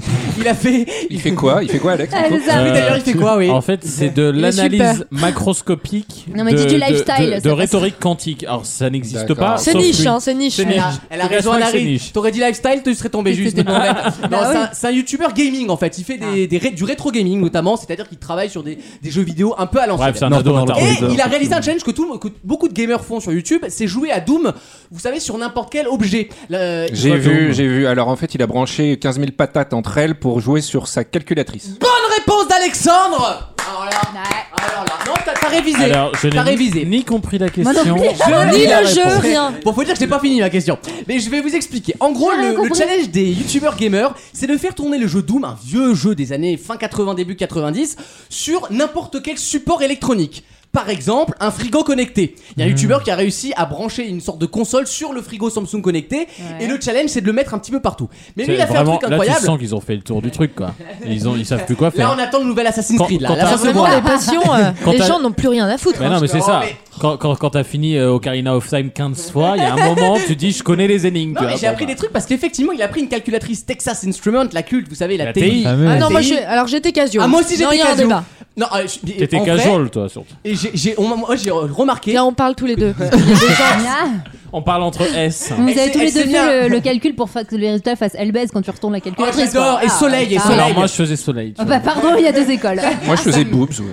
Speaker 2: Il a fait.
Speaker 7: Il fait quoi Il fait quoi, Alex
Speaker 2: Ah, c'est ça. Oui, d'ailleurs, il fait quoi, oui
Speaker 3: En fait, c'est de
Speaker 2: Il est super.
Speaker 3: l'analyse macroscopique
Speaker 5: Non, mais
Speaker 3: de,
Speaker 5: dis du
Speaker 3: de-
Speaker 5: lifestyle,
Speaker 3: de- de
Speaker 5: ça passe.
Speaker 3: rhétorique quantique. Alors, ça n'existe
Speaker 7: D'accord.
Speaker 3: pas.
Speaker 12: C'est
Speaker 3: sauf
Speaker 12: niche,
Speaker 3: que-
Speaker 12: hein, c'est niche.
Speaker 3: C'est
Speaker 2: Elle a,
Speaker 3: niche.
Speaker 2: elle a
Speaker 3: Il reste
Speaker 2: raison, elle
Speaker 3: pas
Speaker 2: a
Speaker 3: que c'est
Speaker 2: raison.
Speaker 3: niche.
Speaker 2: T'aurais dit lifestyle, tu serais tombé juste. mais en fait, non,
Speaker 5: Bah
Speaker 2: c'est
Speaker 5: oui.
Speaker 2: un- c'est un, youtubeur gaming en fait. Il fait
Speaker 3: Ah.
Speaker 2: des, des ré- du rétro gaming notamment, c'est-à-dire qu'il travaille sur des, des jeux vidéo un peu à l'ancienne.
Speaker 3: Bref, c'est un
Speaker 4: Non,
Speaker 3: ado
Speaker 4: dans le
Speaker 3: retardé.
Speaker 2: Et il a réalisé un challenge que, tout, le- que beaucoup de gamers font sur YouTube, c'est jouer à Doom, vous savez, sur n'importe quel objet. Le-
Speaker 7: J'ai vu, j'ai vu. Alors en fait, il a branché 15 000 patates entre elles pour jouer sur sa calculatrice.
Speaker 2: Bonne réponse d'Alexandre Alors là, alors là, non, t'as t'as révisé.
Speaker 3: Alors, je
Speaker 2: T'as
Speaker 3: n'ai
Speaker 2: révisé.
Speaker 3: ni, ni compris la
Speaker 2: Moi non
Speaker 3: question.
Speaker 2: plus. Je
Speaker 12: Ah Ni
Speaker 2: lis la
Speaker 12: le jeu,
Speaker 2: réponse.
Speaker 12: rien.
Speaker 2: Bon, faut dire que j'ai pas fini ma question. Mais je vais vous expliquer. En gros,
Speaker 12: J'ai rien
Speaker 2: le, le
Speaker 12: compris.
Speaker 2: challenge des youtubeurs gamers, c'est de faire tourner le jeu Doom, un vieux jeu des années fin 80, début 90, sur n'importe quel support électronique. Par exemple, un frigo connecté. Il y a un
Speaker 3: Hmm.
Speaker 2: youtubeur qui a réussi à brancher une sorte de console sur le frigo Samsung connecté. Et le challenge, c'est de le mettre un petit peu partout. Mais lui, il a fait un
Speaker 3: vraiment,
Speaker 2: truc
Speaker 3: Là, tu
Speaker 2: incroyable.
Speaker 3: sens qu'ils ont fait le tour du truc, quoi. Ils, ont, ils savent plus quoi faire.
Speaker 2: Là, on attend le nouvel Assassin's
Speaker 3: Quand-
Speaker 2: Creed. Là,
Speaker 3: quand
Speaker 2: la
Speaker 3: t'as-
Speaker 2: fin
Speaker 12: Vraiment,
Speaker 2: seconde.
Speaker 12: les passions, euh,
Speaker 3: Quand
Speaker 12: les
Speaker 3: t'as-
Speaker 12: gens n'ont plus rien à foutre.
Speaker 3: Mais
Speaker 12: hein.
Speaker 3: non, mais c'est
Speaker 2: Oh,
Speaker 3: ça.
Speaker 2: mais-
Speaker 3: Quand, quand, quand t'as fini euh, Ocarina of Time 15 fois, il y a un moment, tu dis je connais les énigmes.
Speaker 2: Non,
Speaker 3: tu
Speaker 2: mais
Speaker 3: vois,
Speaker 2: j'ai
Speaker 3: bon,
Speaker 2: appris
Speaker 3: bah.
Speaker 2: des trucs parce qu'effectivement, il a pris une calculatrice Texas Instrument, la culte, vous savez, la,
Speaker 3: La
Speaker 2: TI.
Speaker 3: TI. Ah, oui.
Speaker 12: Ah non, moi,
Speaker 2: TI.
Speaker 12: je- alors j'étais casual.
Speaker 2: Ah, moi aussi
Speaker 12: Non,
Speaker 2: j'étais
Speaker 12: il y a un
Speaker 2: casual.
Speaker 12: débat.
Speaker 2: Non, euh, je-
Speaker 3: T'étais
Speaker 2: en vrai,
Speaker 3: casual, toi, surtout.
Speaker 2: Et j'ai, j'ai- on m'a- moi j'ai remarqué.
Speaker 12: Là, on parle tous les deux. Parce qu'il y a des gens-
Speaker 5: Ah.
Speaker 3: On parle entre S.
Speaker 5: Vous avez
Speaker 2: c'est-
Speaker 5: tous
Speaker 2: et
Speaker 5: les
Speaker 2: c'est
Speaker 5: deux fait
Speaker 2: bien.
Speaker 5: le, le calcul pour fa- que les résultats fassent Elbez quand tu retournes la
Speaker 2: Oh,
Speaker 5: calculatrice.
Speaker 2: j'adore
Speaker 5: quoi.
Speaker 2: et
Speaker 5: Ah,
Speaker 2: soleil et
Speaker 5: ah.
Speaker 2: soleil.
Speaker 3: Alors, moi, je faisais Soleil. tu
Speaker 5: Ah
Speaker 3: vois.
Speaker 5: bah pardon, il y a deux écoles.
Speaker 7: Moi, je faisais boobs. ouais.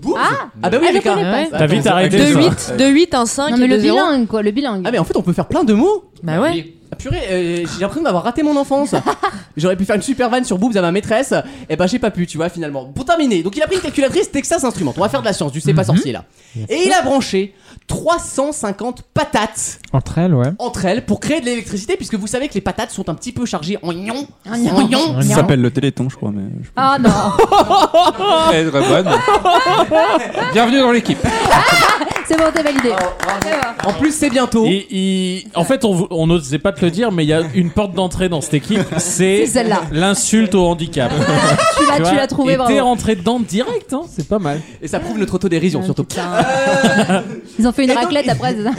Speaker 2: Boobs
Speaker 5: Ah,
Speaker 2: Ah bah oui,
Speaker 5: Ah, je
Speaker 2: avec un-
Speaker 5: connais pas.
Speaker 12: Ouais.
Speaker 3: T'as vite arrêté.
Speaker 12: De
Speaker 3: ça.
Speaker 12: 8, de 8, un 5
Speaker 5: Non
Speaker 12: et
Speaker 5: mais
Speaker 12: de
Speaker 5: le
Speaker 12: 0.
Speaker 5: bilingue quoi, le bilingue.
Speaker 2: Ah mais en fait on peut faire plein de mots.
Speaker 12: Bah ouais.
Speaker 2: Ah, purée, euh, j'ai l'impression d'avoir raté mon enfance. J'aurais pu faire une super vanne sur boobs à ma maîtresse. Et ben j'ai pas pu, tu vois, finalement. Pour terminer, donc il a pris une calculatrice Texas Instruments. On va faire de la science, du sais pas sorcier là. Et il a branché 350 patates
Speaker 6: Entre elles, ouais.
Speaker 2: entre elles pour créer de l'électricité, puisque vous savez que les patates sont un petit peu chargées en ion. En
Speaker 4: Ça s'appelle le Téléthon, je crois, mais.
Speaker 5: Ah non
Speaker 2: Ah.
Speaker 7: Très, très bonne. Bienvenue dans l'équipe.
Speaker 5: C'est bon, t'es validé.
Speaker 2: Oh, En plus, c'est bientôt.
Speaker 3: En fait, on vou- on n'osait pas te le dire, mais il y a une porte d'entrée dans cette équipe. C'est
Speaker 5: C'est celle-là.
Speaker 3: l'insulte au handicap.
Speaker 5: Tu l'as-
Speaker 3: vois,
Speaker 5: tu l'as
Speaker 3: Et
Speaker 5: trouvé,
Speaker 3: t'es
Speaker 5: bravo.
Speaker 3: rentré dedans direct, hein, c'est pas mal.
Speaker 2: Et ça prouve notre autodérision surtout.
Speaker 5: Ils ont fait une raclette après, c'est ça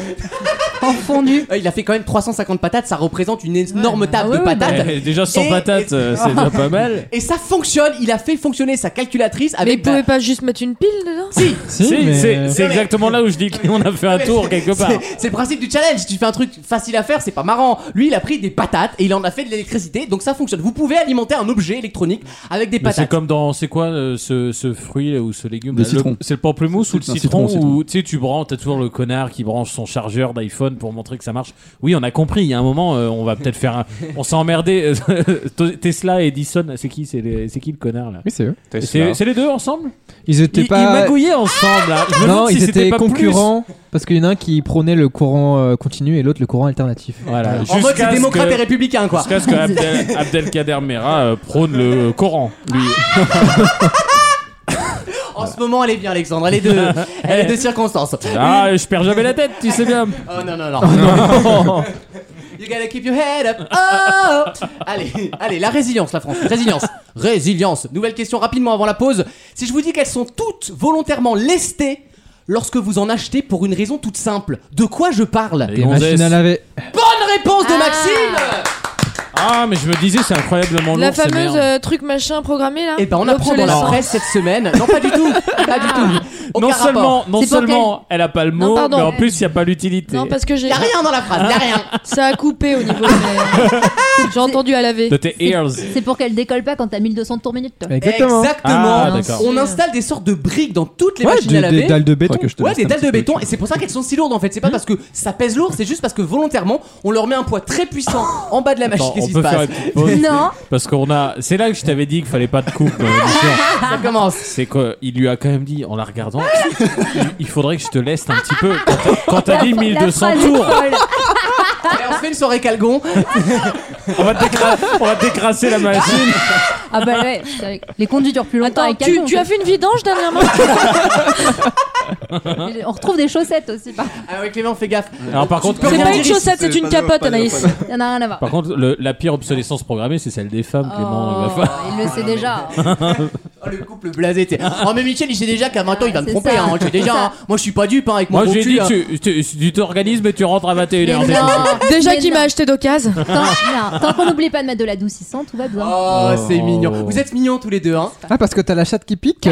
Speaker 2: En fondu. Euh, Il a fait quand même 350 patates, ça représente une énorme
Speaker 12: bah
Speaker 2: table de patates.
Speaker 3: Eh, déjà 100
Speaker 2: Et-
Speaker 3: patates, euh, c'est déjà pas mal.
Speaker 2: Et ça fonctionne, il a fait fonctionner sa calculatrice avec. bah
Speaker 12: Vous pouvez pas juste mettre une pile dedans
Speaker 2: Si
Speaker 3: Si, c'est c'est exactement là où je dis qu'on a fait un tour quelque part.
Speaker 2: C'est- C'est le principe du challenge. Si tu fais un truc facile à faire, c'est pas marrant. Lui, il a pris des patates et il en a fait de l'électricité, donc ça fonctionne. Vous pouvez alimenter un objet électronique avec des
Speaker 3: Mais c'est
Speaker 2: patates.
Speaker 3: comme dans c'est quoi euh, ce, ce fruit ou ce légume
Speaker 4: Le
Speaker 3: là,
Speaker 4: citron.
Speaker 3: C'est le pamplemousse ou le
Speaker 4: Non,
Speaker 3: citron,
Speaker 4: citron,
Speaker 3: ou tu sais tu branches t'as toujours le connard qui branche son chargeur d'iPhone pour montrer que ça marche. Oui on a compris. Il y a un moment euh, on va peut-être faire un. On s'est emmerdé. euh, Tesla et Edison c'est qui c'est les- c'est qui le connard là
Speaker 6: Oui, c'est eux.
Speaker 3: Et C'est c'est les deux ensemble
Speaker 6: Ils étaient
Speaker 3: Ils-
Speaker 6: pas.
Speaker 3: ils magouillaient ensemble. là. Je me
Speaker 6: Non,
Speaker 3: demande si
Speaker 6: ils
Speaker 3: c'était
Speaker 6: étaient
Speaker 3: pas plus.
Speaker 6: concurrents parce qu'il y en a un qui prônait le courant euh, continu et l'autre le courant alternatif.
Speaker 3: Voilà.
Speaker 2: En mode, c'est
Speaker 3: Jusqu'à ce
Speaker 2: démocrate
Speaker 3: que-
Speaker 2: et républicain, quoi.
Speaker 3: Jusqu'à ce que Abdel- Abdelkader Mera euh, prône le Coran lui.
Speaker 2: En ce moment, elle est bien, Alexandre. Elle est de, elle est de circonstance.
Speaker 3: Ah je perds jamais la tête tu sais bien. Oh,
Speaker 2: Oh non, non, non.
Speaker 3: non.
Speaker 2: You gotta keep your head up. Oh allez, allez, la résilience, la France. Résilience. Résilience. Nouvelle question rapidement avant la pause. Si je vous dis qu'elles sont toutes volontairement lestées lorsque vous en achetez pour une raison toute simple, de quoi je parle
Speaker 6: Des machines à laver.
Speaker 2: Bonne réponse de Maxime
Speaker 3: Ah, mais je me disais, c'est incroyablement
Speaker 12: La
Speaker 3: lourd, ces
Speaker 12: fameuse
Speaker 3: merdes.
Speaker 12: euh, truc machin programmé là
Speaker 2: Eh ben, on apprend dans la
Speaker 12: L'obsolescence.
Speaker 2: presse cette semaine. Non, pas du tout. Pas du tout. Aucun
Speaker 3: non
Speaker 2: rapport.
Speaker 3: seulement, non
Speaker 12: C'est pour
Speaker 3: seulement elle a pas le
Speaker 12: Non,
Speaker 3: mot,
Speaker 12: pardon.
Speaker 3: mais en plus il n'y a pas l'utilité.
Speaker 12: Non, parce que j'ai.
Speaker 2: Y a rien dans la phrase, y a rien.
Speaker 12: Ah. Ça a coupé au niveau. de- J'ai entendu à laver.
Speaker 3: De tes ears.
Speaker 5: C'est pour qu'elle décolle pas quand t'as 1200 tours minutes, toi.
Speaker 2: Exactement.
Speaker 3: Ah, d'accord.
Speaker 2: on installe des sortes de briques dans toutes les
Speaker 6: Ouais,
Speaker 2: machines
Speaker 6: des-
Speaker 2: à laver.
Speaker 6: des dalles de béton. Faudrait que je te
Speaker 2: Ouais,
Speaker 6: laisse
Speaker 2: des
Speaker 6: un
Speaker 2: dalles
Speaker 6: petit
Speaker 2: de
Speaker 6: peu,
Speaker 2: béton. Et c'est pour ça qu'elles sont si lourdes en fait. C'est
Speaker 3: Mmh.
Speaker 2: pas parce que ça pèse lourd, c'est juste parce que volontairement on leur met un poids très puissant en bas de la machine.
Speaker 3: Attends,
Speaker 2: Qu'est-ce
Speaker 3: on
Speaker 2: qui se
Speaker 3: peut faire
Speaker 2: passe
Speaker 3: une petite pause Parce qu'on a. C'est là que je t'avais dit qu'il fallait pas de coupe. euh, Lucien.
Speaker 2: Ça commence.
Speaker 3: C'est quoi Il lui a quand même dit en la regardant il- il faudrait que je te laisse un petit peu. Quand t'as- Quand t'as dit 1200 tours,
Speaker 2: Et on se fait une soirée calgon.
Speaker 3: on va, décra- on va décrasser la machine.
Speaker 5: Ah bah ouais, c'est vrai que les conduits durent plus longtemps
Speaker 12: Attends,
Speaker 5: avec
Speaker 12: tu,
Speaker 5: Calgon,
Speaker 12: tu
Speaker 5: en
Speaker 12: as fait une vidange dernièrement
Speaker 5: fait. On retrouve des chaussettes aussi. par-
Speaker 2: Ah ouais, Clément, fais gaffe.
Speaker 3: Alors par contre.
Speaker 2: peux
Speaker 12: C'est
Speaker 2: rien
Speaker 12: pas
Speaker 2: dire
Speaker 12: une
Speaker 2: ici.
Speaker 12: chaussette, c'est une capote, Anaïs.
Speaker 5: Il y en a rien à voir.
Speaker 3: Par contre, le- la pire obsolescence programmée, c'est celle des femmes,
Speaker 5: Oh.
Speaker 3: Clément. il va falloir-
Speaker 5: Il le sait déjà.
Speaker 2: Oh, le couple blasé. t'es- Oh mais Michel, il sait déjà qu'à 20 ans il va me
Speaker 5: C'est
Speaker 2: tromper.
Speaker 5: ça.
Speaker 2: hein. Je sais déjà. hein. Moi, je suis pas dupe hein, avec mon
Speaker 3: Moi,
Speaker 2: gros
Speaker 3: j'ai
Speaker 2: cul,
Speaker 3: dit,
Speaker 2: hein.
Speaker 3: tu- tu tu t'organises, mais tu rentres à 21h.
Speaker 5: Mais non.
Speaker 12: Déjà
Speaker 5: Mais
Speaker 12: qu'il
Speaker 5: non.
Speaker 12: m'a acheté d'occasion.
Speaker 5: Tant, non, tant qu'on n'oublie pas de mettre de la doucissante, tout va bien.
Speaker 2: Oh, c'est
Speaker 3: Oh.
Speaker 2: mignon. Vous êtes mignons tous les deux, hein.
Speaker 6: Ah, parce que t'as la chatte qui pique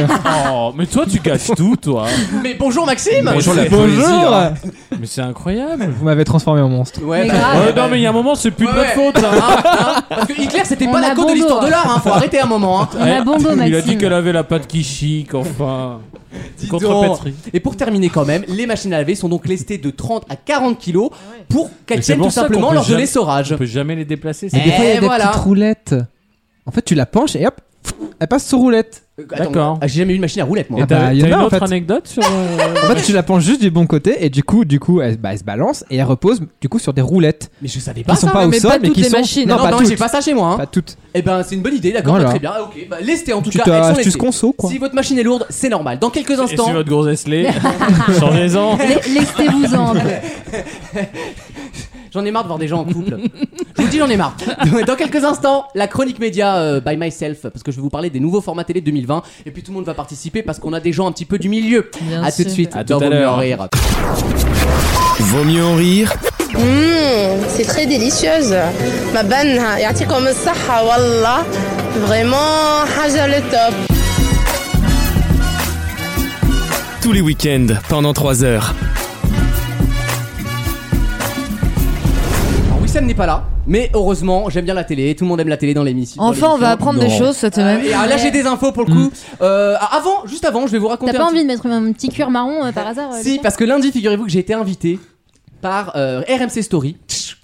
Speaker 3: Oh, mais toi, tu gâches tout, toi.
Speaker 2: Mais bonjour Maxime.
Speaker 3: Bonjour, la hein.
Speaker 6: Bonjour
Speaker 3: Mais c'est incroyable.
Speaker 6: hein. Vous m'avez transformé en monstre.
Speaker 2: Ouais,
Speaker 5: Mais
Speaker 2: bah,
Speaker 5: grave.
Speaker 3: Ouais, non, mais il y a un moment, c'est plus de
Speaker 2: Ouais,
Speaker 3: notre faute. hein.
Speaker 2: hein, hein. Parce que Hitler, c'était
Speaker 5: On
Speaker 2: pas
Speaker 5: a
Speaker 2: la
Speaker 5: bon
Speaker 2: cause de
Speaker 5: dos,
Speaker 2: l'histoire de
Speaker 5: hein.
Speaker 2: l'art, hein. faut arrêter un moment. Hein.
Speaker 5: On a bon dos,
Speaker 3: Eh, Il a dit
Speaker 5: Maxime.
Speaker 3: qu'elle avait la patte qui chic, enfin.
Speaker 2: Dis donc.
Speaker 3: Contrepétrie.
Speaker 2: Et pour terminer quand même, les machines à laver sont donc lestées de 30 à 40 kilos pour
Speaker 3: Mais
Speaker 2: qu'elles
Speaker 3: c'est
Speaker 2: tiennent
Speaker 3: pour
Speaker 2: tout
Speaker 3: ça qu'on
Speaker 2: simplement
Speaker 3: peut
Speaker 2: lors de
Speaker 3: jamais-
Speaker 2: l'essorage.
Speaker 3: On peut jamais les déplacer.
Speaker 6: Mais
Speaker 3: c'est-
Speaker 6: des fois, il y a
Speaker 2: Eh,
Speaker 6: des
Speaker 2: voilà.
Speaker 6: petites roulettes. En fait, tu la penches et hop, elle passe sous roulette.
Speaker 2: Euh, attends,
Speaker 3: D'accord.
Speaker 2: ah, J'ai jamais eu une machine à roulettes moi.
Speaker 6: Et
Speaker 3: T'as
Speaker 6: bah,
Speaker 3: t'as
Speaker 6: il y en
Speaker 3: une
Speaker 6: a, en
Speaker 3: autre
Speaker 6: fait.
Speaker 3: anecdote sur. euh,
Speaker 2: Bah,
Speaker 6: En fait, tu la penches juste du bon côté et du coup, du coup, elle, bah, elle se balance et elle repose du coup sur des roulettes
Speaker 2: Mais je savais
Speaker 6: qui
Speaker 2: pas
Speaker 6: sont
Speaker 2: bah, ça.
Speaker 6: pas au
Speaker 12: mais
Speaker 6: sol
Speaker 12: pas
Speaker 6: mais
Speaker 12: toutes
Speaker 6: qui
Speaker 12: les
Speaker 6: sont
Speaker 12: machines.
Speaker 6: non
Speaker 2: non,
Speaker 6: pas
Speaker 2: non,
Speaker 6: toutes.
Speaker 2: j'ai pas ça chez moi.
Speaker 6: Pas
Speaker 2: Hein.
Speaker 6: toutes.
Speaker 2: Eh ben, c'est une bonne idée, d'accord,
Speaker 6: Voilà.
Speaker 2: bah, très bien. Ah, ok, bah, lestez en tout
Speaker 6: Tu
Speaker 2: cas,
Speaker 6: te-
Speaker 2: elles sont
Speaker 6: tu te
Speaker 2: lestées.
Speaker 6: conso, quoi.
Speaker 2: Si votre machine est lourde, c'est normal. Dans quelques
Speaker 3: Et si
Speaker 2: instants,
Speaker 3: votre grosse lait Changez-en.
Speaker 5: Laissez-vous en.
Speaker 2: J'en ai marre de voir des gens en couple. je vous dis, j'en ai marre. Dans quelques instants, la chronique média euh, by myself, parce que je vais vous parler des nouveaux formats télé 2020. Et puis tout le monde va participer parce qu'on a des gens un petit peu du milieu.
Speaker 12: Bien
Speaker 2: à tout de
Speaker 12: sûr.
Speaker 2: suite
Speaker 3: À
Speaker 2: dans
Speaker 3: tout à
Speaker 2: Vaut mieux
Speaker 3: l'heure.
Speaker 2: en rire.
Speaker 1: Vaut mieux en rire
Speaker 16: Mmh, c'est très délicieuuse. Ma banne, يعطيكم الصحة والله. Vraiment, حاجة le top.
Speaker 1: tous les week-ends pendant 3 heures.
Speaker 2: Alors, Wissem n'est pas là, mais heureusement, j'aime bien la télé. Tout le monde aime la télé dans l'émission. dans
Speaker 12: Enfin, on va
Speaker 2: l'émission.
Speaker 12: apprendre des choses cette semaine.
Speaker 2: Et alors là, j'ai des infos pour le coup. Euh, ah, avant, juste avant, je vais vous raconter.
Speaker 5: T'as
Speaker 2: un
Speaker 5: pas
Speaker 2: petit-
Speaker 5: envie de mettre un petit cuir marron euh, par hasard euh,
Speaker 2: Si,
Speaker 5: Lucas
Speaker 2: parce que lundi, figurez-vous que j'ai été invité par euh, RMC Story.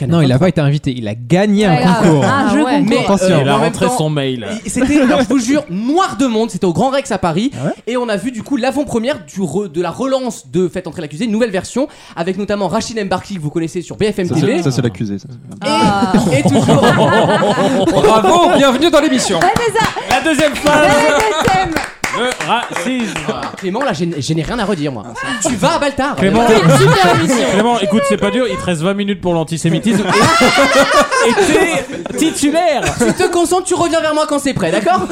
Speaker 6: Non, il a pas été invité, il a gagné un
Speaker 2: Ouais, grave.
Speaker 6: concours.
Speaker 2: Ah, ouais. Mais, euh,
Speaker 3: il a
Speaker 2: en même
Speaker 3: rentré
Speaker 2: temps,
Speaker 3: son mail.
Speaker 2: il- C'était, alors, je vous jure, noir de monde. C'était au Grand Rex à Paris. Et on a vu du coup l'avant-première du re- de la relance de Faites entrer l'accusé, une nouvelle version, avec notamment Rachid Embarki que vous connaissez sur BFM
Speaker 4: Ça,
Speaker 2: TV.
Speaker 4: c'est- ça, c'est l'accusé. ça.
Speaker 2: Et toujours.
Speaker 7: Bravo, bienvenue dans l'émission.
Speaker 3: La deuxième phase. Le racisme.
Speaker 2: Clément, là, j'ai j'ai n'ai rien à redire, moi. tu vas à Baltar.
Speaker 3: Clément,
Speaker 2: Voilà.
Speaker 3: Clément, écoute, c'est pas dur, il te reste 20 minutes pour l'antisémitisme. Et t'es titulaire
Speaker 2: Tu te concentres, tu reviens vers moi quand c'est prêt, d'accord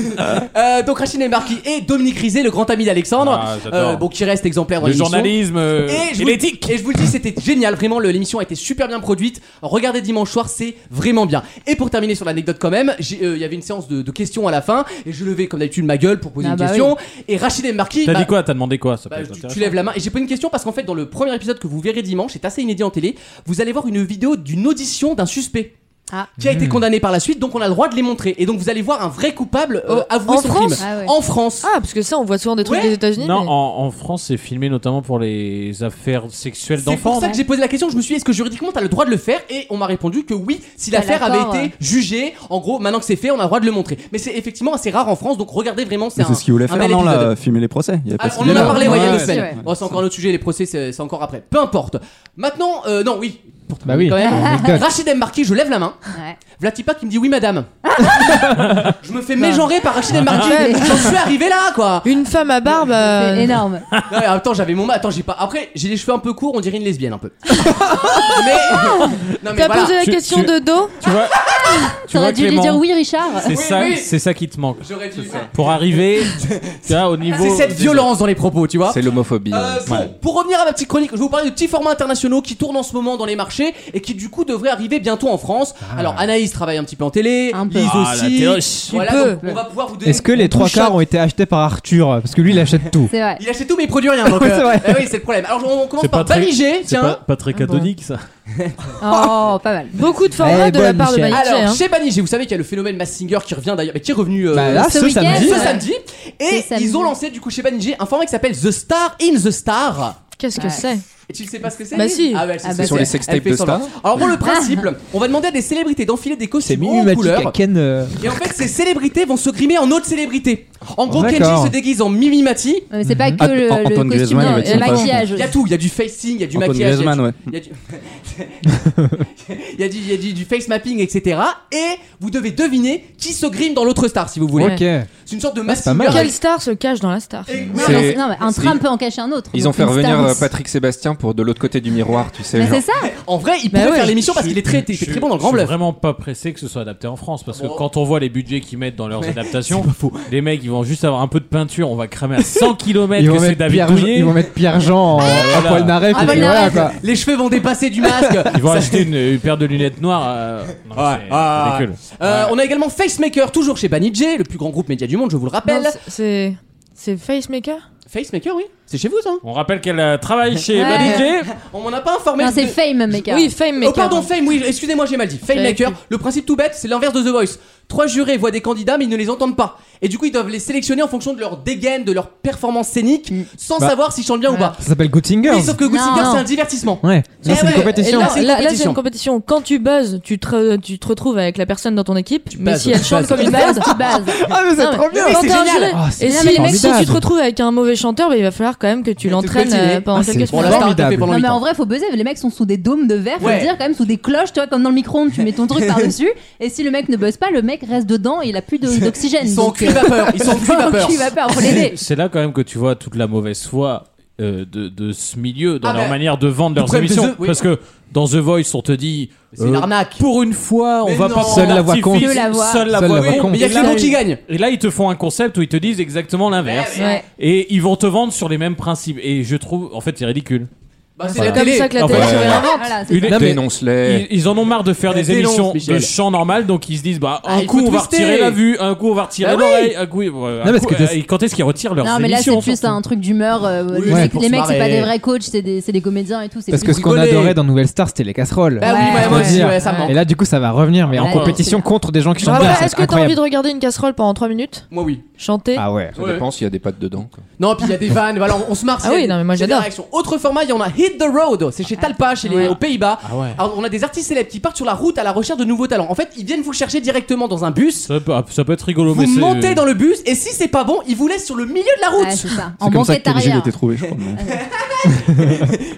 Speaker 2: Euh, Donc Rachid Embarki et Dominique Rizet, le grand ami d'Alexandre, Euh,
Speaker 3: Ah, j'adore.
Speaker 2: bon qui reste exemplaire dans
Speaker 3: Le
Speaker 2: l'émission.
Speaker 3: journalisme euh,
Speaker 2: Et Eh, je
Speaker 3: et
Speaker 2: vous-
Speaker 3: l'éthique.
Speaker 2: Et je vous le dis, c'était génial, vraiment, le- l'émission a été super bien produite. Regardez dimanche soir, c'est vraiment bien. Et pour terminer sur l'anecdote quand même, j'ai- euh, il y avait une séance de, de questions à la fin, et je levais comme d'habitude ma gueule pour poser
Speaker 3: Ah
Speaker 2: une
Speaker 3: bah
Speaker 2: question. Et Rachid Embarki...
Speaker 3: T'as
Speaker 2: bah,
Speaker 3: dit quoi T'as demandé quoi ça peut
Speaker 2: bah,
Speaker 3: être
Speaker 2: tu, tu
Speaker 3: intéressant.
Speaker 2: lèves la main et j'ai pas une question parce qu'en fait dans le premier épisode que vous verrez dimanche, c'est assez inédit en télé, vous allez voir une vidéo d'une audition d'un suspect.
Speaker 12: Ah.
Speaker 2: Qui a été
Speaker 3: Hmm.
Speaker 2: condamné par la suite, donc on a le droit de les montrer. Et donc vous allez voir un vrai coupable euh, avouer
Speaker 12: Oh, en
Speaker 2: son
Speaker 12: France
Speaker 2: crime. En France.
Speaker 12: Ah, parce que ça, on voit souvent des trucs
Speaker 2: Ouais.
Speaker 12: des États-Unis.
Speaker 3: Non,
Speaker 12: mais-
Speaker 3: en, en France, c'est filmé notamment pour les affaires sexuelles
Speaker 2: C'est
Speaker 3: d'enfants.
Speaker 2: pour ça que
Speaker 3: non
Speaker 2: j'ai posé la question. Je me suis dit, est-ce que juridiquement t'as le droit de le faire Et on m'a répondu que oui, si
Speaker 12: T'as
Speaker 2: l'affaire avait
Speaker 12: l'accord,
Speaker 2: été
Speaker 12: ouais.
Speaker 2: jugée, en gros, maintenant que c'est fait, on a le droit de le montrer. Mais c'est effectivement assez rare en France, donc regardez vraiment. C'est
Speaker 4: Mais
Speaker 2: un-
Speaker 4: C'est ce qu'il voulait
Speaker 2: un
Speaker 4: faire,
Speaker 2: bel
Speaker 4: non,
Speaker 2: épisode.
Speaker 4: là, filmer les procès. Il y a
Speaker 2: Ah,
Speaker 4: pas ce
Speaker 2: on en a
Speaker 4: délai-là.
Speaker 2: parlé ouais, il y a
Speaker 4: Ouais,
Speaker 2: deux
Speaker 4: ouais.
Speaker 2: semaines. Bon, c'est encore un autre sujet, les procès, c'est c'est encore après. Peu importe. Maintenant, euh, non, oui. Pour
Speaker 6: Bah oui,
Speaker 2: quand même.
Speaker 6: anecdote.
Speaker 2: Rachid Embarki, je lève la main. Vlatipa qui me dit oui, madame. je me fais mégenrer par Rachid Embarki.
Speaker 12: Ah, Ouais.
Speaker 2: J'en suis arrivé là, quoi.
Speaker 12: Une femme à barbe. euh,
Speaker 5: C'est énorme.
Speaker 2: Non, mais attends, j'avais mon ma- Attends, j'ai pas. Après, j'ai les cheveux un peu courts, on dirait une lesbienne un peu. mais. Non, mais
Speaker 12: T'as
Speaker 2: voilà.
Speaker 12: posé la
Speaker 3: Tu-
Speaker 12: question
Speaker 3: tu-
Speaker 12: de dos
Speaker 3: Tu vois, tu vois
Speaker 5: T'aurais dû lui
Speaker 3: Clément,
Speaker 5: dire oui, Richard.
Speaker 3: c'est ça, c'est ça qui te manque. Pour arriver, tu vois, au niveau.
Speaker 2: C'est cette
Speaker 3: des-
Speaker 2: violence dans les propos, tu vois.
Speaker 7: C'est l'homophobie.
Speaker 2: Euh, bon,
Speaker 7: Ouais.
Speaker 2: Pour revenir à ma petite chronique, je vais vous parler de petits formats internationaux qui tournent en ce moment dans les marchés et qui du coup devraient arriver bientôt en France.
Speaker 6: Ah.
Speaker 2: Alors Anaïs travaille un petit peu en télé, Lise
Speaker 3: Ah, la
Speaker 2: aussi.
Speaker 3: théoche.
Speaker 2: Voilà,
Speaker 3: Un peu.
Speaker 2: donc on va pouvoir vous donner
Speaker 6: Est-ce que les
Speaker 2: une
Speaker 6: trois
Speaker 2: touche à-
Speaker 6: quarts ont été achetés par Arthur Parce que lui, il achète tout.
Speaker 5: C'est vrai.
Speaker 2: Il achète tout mais il produit rien. donc, euh,
Speaker 6: C'est vrai.
Speaker 2: eh oui, c'est le problème. Alors on commence par Baligé, tiens.
Speaker 3: très catholique ça.
Speaker 5: Oh, pas mal.
Speaker 12: Beaucoup
Speaker 3: Eh
Speaker 12: de formats
Speaker 6: Eh,
Speaker 12: de la part de Maniche.
Speaker 2: Alors,
Speaker 12: hein.
Speaker 2: chez Banijé, vous savez qu'il y a le phénomène Massinger qui revient d'ailleurs, mais qui est revenu euh,
Speaker 6: Bah là, ce Ce week-end, samedi.
Speaker 2: ce
Speaker 6: ouais.
Speaker 2: samedi. Et ils ont lancé du coup chez Banijé un format qui s'appelle The Star in the Star.
Speaker 12: Qu'est-ce que
Speaker 2: Ouais.
Speaker 12: c'est
Speaker 2: Et tu ne sais pas ce que c'est
Speaker 12: Bah
Speaker 2: Lise
Speaker 12: si.
Speaker 2: Ah ouais, elle sait
Speaker 12: Ah
Speaker 2: ce
Speaker 12: bah
Speaker 2: que
Speaker 12: sur
Speaker 2: c'est.
Speaker 12: les sextapes
Speaker 2: Elle fait
Speaker 12: de
Speaker 2: semblant.
Speaker 12: stars.
Speaker 2: Alors pour le principe, on va demander à des célébrités d'enfiler des costumes en
Speaker 6: Minimatique
Speaker 2: couleur.
Speaker 6: à Ken. euh,
Speaker 2: Et en fait, ces célébrités vont se grimer en autres célébrités. En gros, Kenji
Speaker 6: D'accord.
Speaker 2: se déguise en Mimi Mati.
Speaker 5: Mais c'est pas que
Speaker 4: Ah,
Speaker 5: le, le
Speaker 4: Antoine
Speaker 5: costume,
Speaker 4: Griezmann, il
Speaker 5: non,
Speaker 4: va
Speaker 5: le
Speaker 4: être sympa.
Speaker 5: maquillage.
Speaker 2: Il y a tout, il y a du facing, il y a du
Speaker 4: Antoine
Speaker 2: maquillage. il y a
Speaker 4: Griezmann,
Speaker 2: du- Il y a du, il y a du- du face mapping, etc. Et vous devez deviner qui se grime dans l'autre star, si vous voulez.
Speaker 6: Ok.
Speaker 2: C'est une sorte de masse.
Speaker 12: Quelle star se cache dans la star
Speaker 5: Non,
Speaker 7: C'est-
Speaker 5: non, c'est- non, mais un
Speaker 7: c'est-
Speaker 5: train peut en cacher un autre.
Speaker 7: Ils ont
Speaker 5: donc
Speaker 7: fait
Speaker 5: une
Speaker 7: revenir
Speaker 5: star
Speaker 7: euh,
Speaker 5: aussi.
Speaker 7: Patrick Sébastien pour de l'autre côté du miroir, tu sais.
Speaker 5: Mais
Speaker 7: genre.
Speaker 5: c'est ça.
Speaker 2: En vrai, il
Speaker 12: Bah
Speaker 2: pourrait
Speaker 12: ouais.
Speaker 2: faire l'émission parce
Speaker 3: Je-
Speaker 2: qu'il est très, il
Speaker 3: je-
Speaker 2: était très bon dans le grand
Speaker 3: Je suis
Speaker 2: bluff. Oh.
Speaker 3: vraiment pas pressé que ce soit adapté en France parce que quand on voit les budgets qu'ils mettent dans leurs adaptations, les mecs ils vont juste avoir un peu de peinture, on va cramer à 100 km
Speaker 6: Ils
Speaker 3: que
Speaker 6: vont,
Speaker 3: c'est
Speaker 6: mettre
Speaker 3: David
Speaker 6: Pierre,
Speaker 3: Douillet.
Speaker 6: ils vont mettre Pierre Jean en, en poil naref,
Speaker 2: Ah,
Speaker 6: et
Speaker 2: bah,
Speaker 6: puis
Speaker 2: il
Speaker 6: voilà,
Speaker 2: arrête.
Speaker 6: quoi.
Speaker 2: Les cheveux vont dépasser du masque.
Speaker 3: Ils vont acheter une, une paire de lunettes noires. euh, non, c'est
Speaker 2: Ah,
Speaker 3: ridicule.
Speaker 2: Euh, On a également Facemaker, toujours chez Banijay, le plus grand groupe média du monde, je vous le rappelle.
Speaker 12: Non, c'est- C'est. C'est Facemaker
Speaker 2: Facemaker, oui. C'est chez vous, ça
Speaker 3: On rappelle qu'elle euh, travaille chez
Speaker 2: Ouais.
Speaker 3: Banijé.
Speaker 2: On m'en a pas informé.
Speaker 5: Non, c'est hein.
Speaker 2: de-
Speaker 5: Fame, mec.
Speaker 12: Oui, Facemaker.
Speaker 2: Oh pardon, Fame, oui, excusez-moi, j'ai mal dit. Fame
Speaker 12: J'avais
Speaker 2: Maker,
Speaker 12: plus.
Speaker 2: le principe tout bête, c'est l'inverse de The Voice. Trois jurés voient des candidats mais ils ne les entendent pas. Et du coup, ils doivent les sélectionner en fonction de leur dégaine, de leur performance scénique, sans
Speaker 6: Bah.
Speaker 2: savoir s'ils chantent bien ou pas.
Speaker 6: Ça s'appelle Good Singers.
Speaker 2: Oui, sauf que Good
Speaker 12: Non.
Speaker 2: Singer, c'est un divertissement.
Speaker 6: Ouais,
Speaker 2: Eh
Speaker 6: ça c'est
Speaker 2: ouais,
Speaker 6: une compétition.
Speaker 12: Non,
Speaker 2: et là, c'est une
Speaker 12: là, là, c'est
Speaker 2: compétition.
Speaker 12: une compétition. Quand tu buzzes, tu te, tu te retrouves avec la personne dans ton équipe. mais
Speaker 2: buzzes,
Speaker 12: si elle
Speaker 2: tu
Speaker 12: chante
Speaker 2: buzzes.
Speaker 12: comme une base,
Speaker 5: Tu bases.
Speaker 6: Ah, mais c'est trop bien!
Speaker 2: Mais
Speaker 12: Quand
Speaker 2: c'est
Speaker 12: t'es un
Speaker 2: génial.
Speaker 12: juré-
Speaker 6: Ah, c'est
Speaker 12: Et si, les mecs, si tu te
Speaker 6: formidable.
Speaker 12: retrouves avec un mauvais chanteur, bah, il va falloir quand même que tu l'entraînes
Speaker 2: coltiner.
Speaker 12: euh, pendant
Speaker 6: Ah,
Speaker 12: quelques
Speaker 6: c'est
Speaker 2: Bon,
Speaker 12: semaines.
Speaker 2: la star, elle te
Speaker 6: Formidable.
Speaker 2: fait pendant
Speaker 5: Non,
Speaker 2: huit
Speaker 5: mais en
Speaker 2: ans.
Speaker 5: vrai, faut buzzer. Les mecs sont sous des dômes de verre, faut
Speaker 2: Ouais.
Speaker 5: le dire quand même, sous des cloches, toi, comme dans le micro-ondes, tu mets ton truc par-dessus. Et si le mec ne buzz pas, le mec reste dedans et il a plus de- d'oxygène.
Speaker 2: Ils sont en
Speaker 5: donc, euh,
Speaker 2: cul-vapeur. Ils sont en cul-vapeur.
Speaker 5: en cul-vapeur, faut l'aider.
Speaker 3: C'est là quand même que tu vois toute la mauvaise foi euh, de, de ce milieu dans
Speaker 2: Ah,
Speaker 3: leur
Speaker 2: mais-
Speaker 3: manière de vendre leurs
Speaker 2: problème de
Speaker 3: émissions.
Speaker 2: The- oui.
Speaker 3: Parce que dans The Voice, on te dit.
Speaker 2: C'est une
Speaker 3: euh,
Speaker 2: arnaque.
Speaker 3: Pour une fois, on
Speaker 2: Mais
Speaker 3: va
Speaker 2: non.
Speaker 3: pas
Speaker 2: Seule
Speaker 3: prendre
Speaker 6: la voix compte.
Speaker 3: d'artifice,
Speaker 5: Seule la voix.
Speaker 3: Seule la
Speaker 6: Seule
Speaker 3: voix
Speaker 6: la voix
Speaker 3: compte.
Speaker 6: compte.
Speaker 2: Mais il y a
Speaker 3: Et là-
Speaker 2: Clément qui gagne.
Speaker 3: Et là, ils te font un concept où ils te disent exactement l'inverse.
Speaker 12: Ouais.
Speaker 3: Et ils vont te vendre sur les mêmes principes. Et je trouve, en fait, c'est ridicule.
Speaker 2: Bah, c'est
Speaker 12: C'est
Speaker 2: la
Speaker 12: comme
Speaker 2: télé.
Speaker 12: ça que la
Speaker 3: Ah,
Speaker 12: télé
Speaker 3: bah,
Speaker 12: se
Speaker 3: ouais.
Speaker 12: réinvente.
Speaker 5: Voilà, c'est
Speaker 3: Ils,
Speaker 6: Non, mais-
Speaker 7: Dénonce-les.
Speaker 3: ils- ils en ont marre de faire des
Speaker 2: Dénonce,
Speaker 3: émissions de
Speaker 2: Michel.
Speaker 3: chant normal, donc ils se disent bah
Speaker 2: Ah,
Speaker 3: un
Speaker 2: il
Speaker 3: coup
Speaker 2: faut
Speaker 3: on va
Speaker 2: twister.
Speaker 3: retirer la vue, un coup on va retirer
Speaker 2: Bah oui.
Speaker 3: l'oreille, un coup, ouais, un
Speaker 6: Non, parce
Speaker 3: coup- euh,
Speaker 6: que t'es-
Speaker 3: et quand est-ce qu'ils retirent leurs
Speaker 5: Non, mais là, c'est
Speaker 3: émissions
Speaker 5: plus un truc d'humeur. euh, les
Speaker 2: Oui, c'est
Speaker 5: mecs-
Speaker 2: pour
Speaker 5: les
Speaker 2: se
Speaker 5: mecs, c'est pas
Speaker 2: marrer.
Speaker 5: des vrais coachs, c'est des, c'est des comédiens et tout. c'est
Speaker 6: Parce
Speaker 5: plus-
Speaker 6: que ce qu'on
Speaker 2: rigoler.
Speaker 6: adorait dans Nouvelle Star, c'était les casseroles.
Speaker 2: Bah oui,
Speaker 5: Ouais.
Speaker 2: bah, moi
Speaker 6: Je veux
Speaker 2: aussi,
Speaker 6: dire.
Speaker 2: ouais, ça me manque. Ah
Speaker 6: Et là, du coup, ça va revenir, mais en
Speaker 5: Ouais.
Speaker 6: compétition contre des gens qui
Speaker 12: Ah
Speaker 6: chantent
Speaker 12: ouais,
Speaker 6: bien. c'est
Speaker 12: Est-ce que t'as
Speaker 6: incroyable.
Speaker 12: envie de regarder une casserole pendant 3 minutes
Speaker 2: Moi, oui.
Speaker 12: Chanter
Speaker 6: Ah ouais.
Speaker 7: Ça dépend s'il y a des pattes dedans. quoi.
Speaker 5: Ah,
Speaker 2: Non, puis il y a des vannes, voilà, on, on se marre.
Speaker 12: Ah
Speaker 2: c'est-
Speaker 12: oui, non, mais moi,
Speaker 2: c'est des
Speaker 12: j'adore. Ah,
Speaker 2: réactions. Autre format, il y en a Hit Hit the Road. C'est chez Talpa, chez les, aux Pays-Bas.
Speaker 3: Ah ouais.
Speaker 2: Alors, on a des artistes célèbres qui partent sur la route à la recherche de nouveaux talents. En fait, ils viennent vous chercher directement dans un bus.
Speaker 3: Ça peut, ah, ça peut être rigolo, mais
Speaker 2: Vous
Speaker 3: c'est. euh,
Speaker 2: montez dans le bus et si c'est pas bon, ils vous laissent sur le milieu de la route.
Speaker 4: C'est comme ça que Gilles a été trouvé, je crois.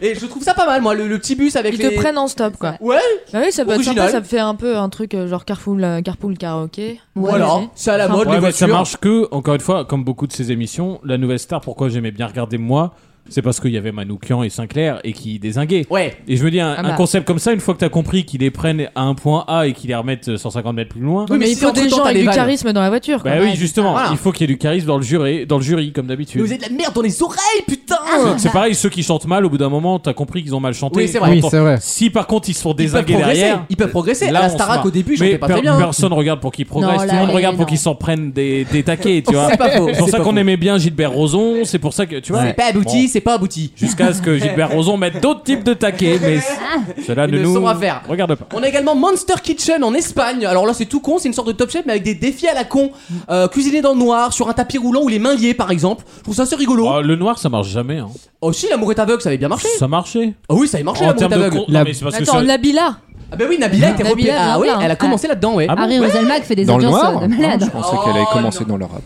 Speaker 2: Et je trouve ça pas mal, moi, le, le petit bus avec
Speaker 12: Ils
Speaker 2: les.
Speaker 12: te prennent en stop quoi.
Speaker 2: Ouais.
Speaker 12: Bah oui, ça peut être
Speaker 2: Original.
Speaker 12: sympa, ça me fait un peu un truc euh, genre carpool, euh, carpool karaoké.
Speaker 2: Voilà,
Speaker 12: Ouais.
Speaker 2: c'est à la
Speaker 12: Enfin,
Speaker 2: mode,
Speaker 3: Ouais,
Speaker 2: les
Speaker 3: mais ça
Speaker 2: voitures.
Speaker 3: marche que, encore une fois, comme beaucoup de ces émissions, la nouvelle star, pourquoi j'aimais bien regarder moi c'est parce qu'il y avait Manoukian et Sinclair et qui désinguaient.
Speaker 2: Ouais.
Speaker 3: Et je me dis, un,
Speaker 12: Ah
Speaker 3: un
Speaker 12: bah.
Speaker 3: concept comme ça, une fois que t'as compris qu'ils les prennent à un point A et qu'ils les remettent euh, 150 mètres plus loin.
Speaker 12: Oui, mais il faut des gens avec du charisme dans la voiture. quoi.
Speaker 3: Bah oui, justement,
Speaker 12: Voilà.
Speaker 3: il faut qu'il y ait du charisme dans le jury, dans le jury comme d'habitude.
Speaker 2: Mais Ah, vous êtes de la merde dans les oreilles, putain
Speaker 12: Ah,
Speaker 3: C'est- C'est pareil, ceux qui chantent mal, au bout d'un moment, t'as compris qu'ils ont mal chanté.
Speaker 2: Oui, c'est vrai. Oui,
Speaker 3: Entends-
Speaker 2: c'est vrai.
Speaker 3: Si par contre ils se font
Speaker 2: peuvent
Speaker 3: désinguer
Speaker 2: progresser,
Speaker 3: derrière.
Speaker 2: ils peuvent progresser.
Speaker 3: là,
Speaker 2: À
Speaker 3: on
Speaker 2: la
Speaker 3: se
Speaker 2: Starac,
Speaker 3: marre.
Speaker 2: au début, ils
Speaker 3: Mais
Speaker 2: chantaient pas
Speaker 3: per-
Speaker 2: très bien.
Speaker 3: Personne regarde pour qu'ils progressent,
Speaker 2: Non,
Speaker 3: tout le monde
Speaker 2: là,
Speaker 3: regarde
Speaker 2: et
Speaker 3: pour qu'ils s'en prennent des, des taquets, tu vois.
Speaker 2: C'est pas faux,
Speaker 3: C'est pour
Speaker 2: c'est
Speaker 3: ça
Speaker 2: pas
Speaker 3: qu'on
Speaker 2: faux.
Speaker 3: aimait bien Gilbert Rozon, c'est pour ça que, tu vois.
Speaker 2: C'est pas abouti, c'est pas abouti.
Speaker 3: Jusqu'à ce que Gilbert Rozon mette d'autres types de taquets, mais
Speaker 2: Ah.
Speaker 3: c- cela
Speaker 2: Une
Speaker 3: ne nous
Speaker 2: leçon à faire.
Speaker 3: regarde pas.
Speaker 2: On a également Monster Kitchen en Espagne. Alors là, c'est tout con, c'est une sorte de top chef, mais avec des défis à la con. Euh, cuisiner dans le noir, sur un tapis roulant ou les mains liées, par exemple. Je trouve ça assez rigolo.
Speaker 3: Ah, le noir, ça marche jamais. Hein.
Speaker 2: Oh, si, l'amour est aveugle, ça avait bien marché.
Speaker 3: Ça marchait.
Speaker 2: Ah oui, ça avait marché,
Speaker 3: En
Speaker 2: l'amour est
Speaker 3: termes de
Speaker 2: aveugle.
Speaker 3: con- non, mais c'est parce que
Speaker 12: Attends,
Speaker 3: ça-
Speaker 12: Nabila
Speaker 2: Ah bah oui, Nabila était
Speaker 12: Nabila
Speaker 2: repérée. Ah
Speaker 12: vient
Speaker 2: oui,
Speaker 12: là, hein.
Speaker 2: elle a commencé là-dedans,
Speaker 3: Ah
Speaker 2: ouais. Ah,
Speaker 5: Harry Roselmack Ah, fait des
Speaker 7: Dans le
Speaker 5: audiences
Speaker 7: noir
Speaker 5: euh, de malade.
Speaker 7: Je pensais qu'elle avait commencé dans le rap.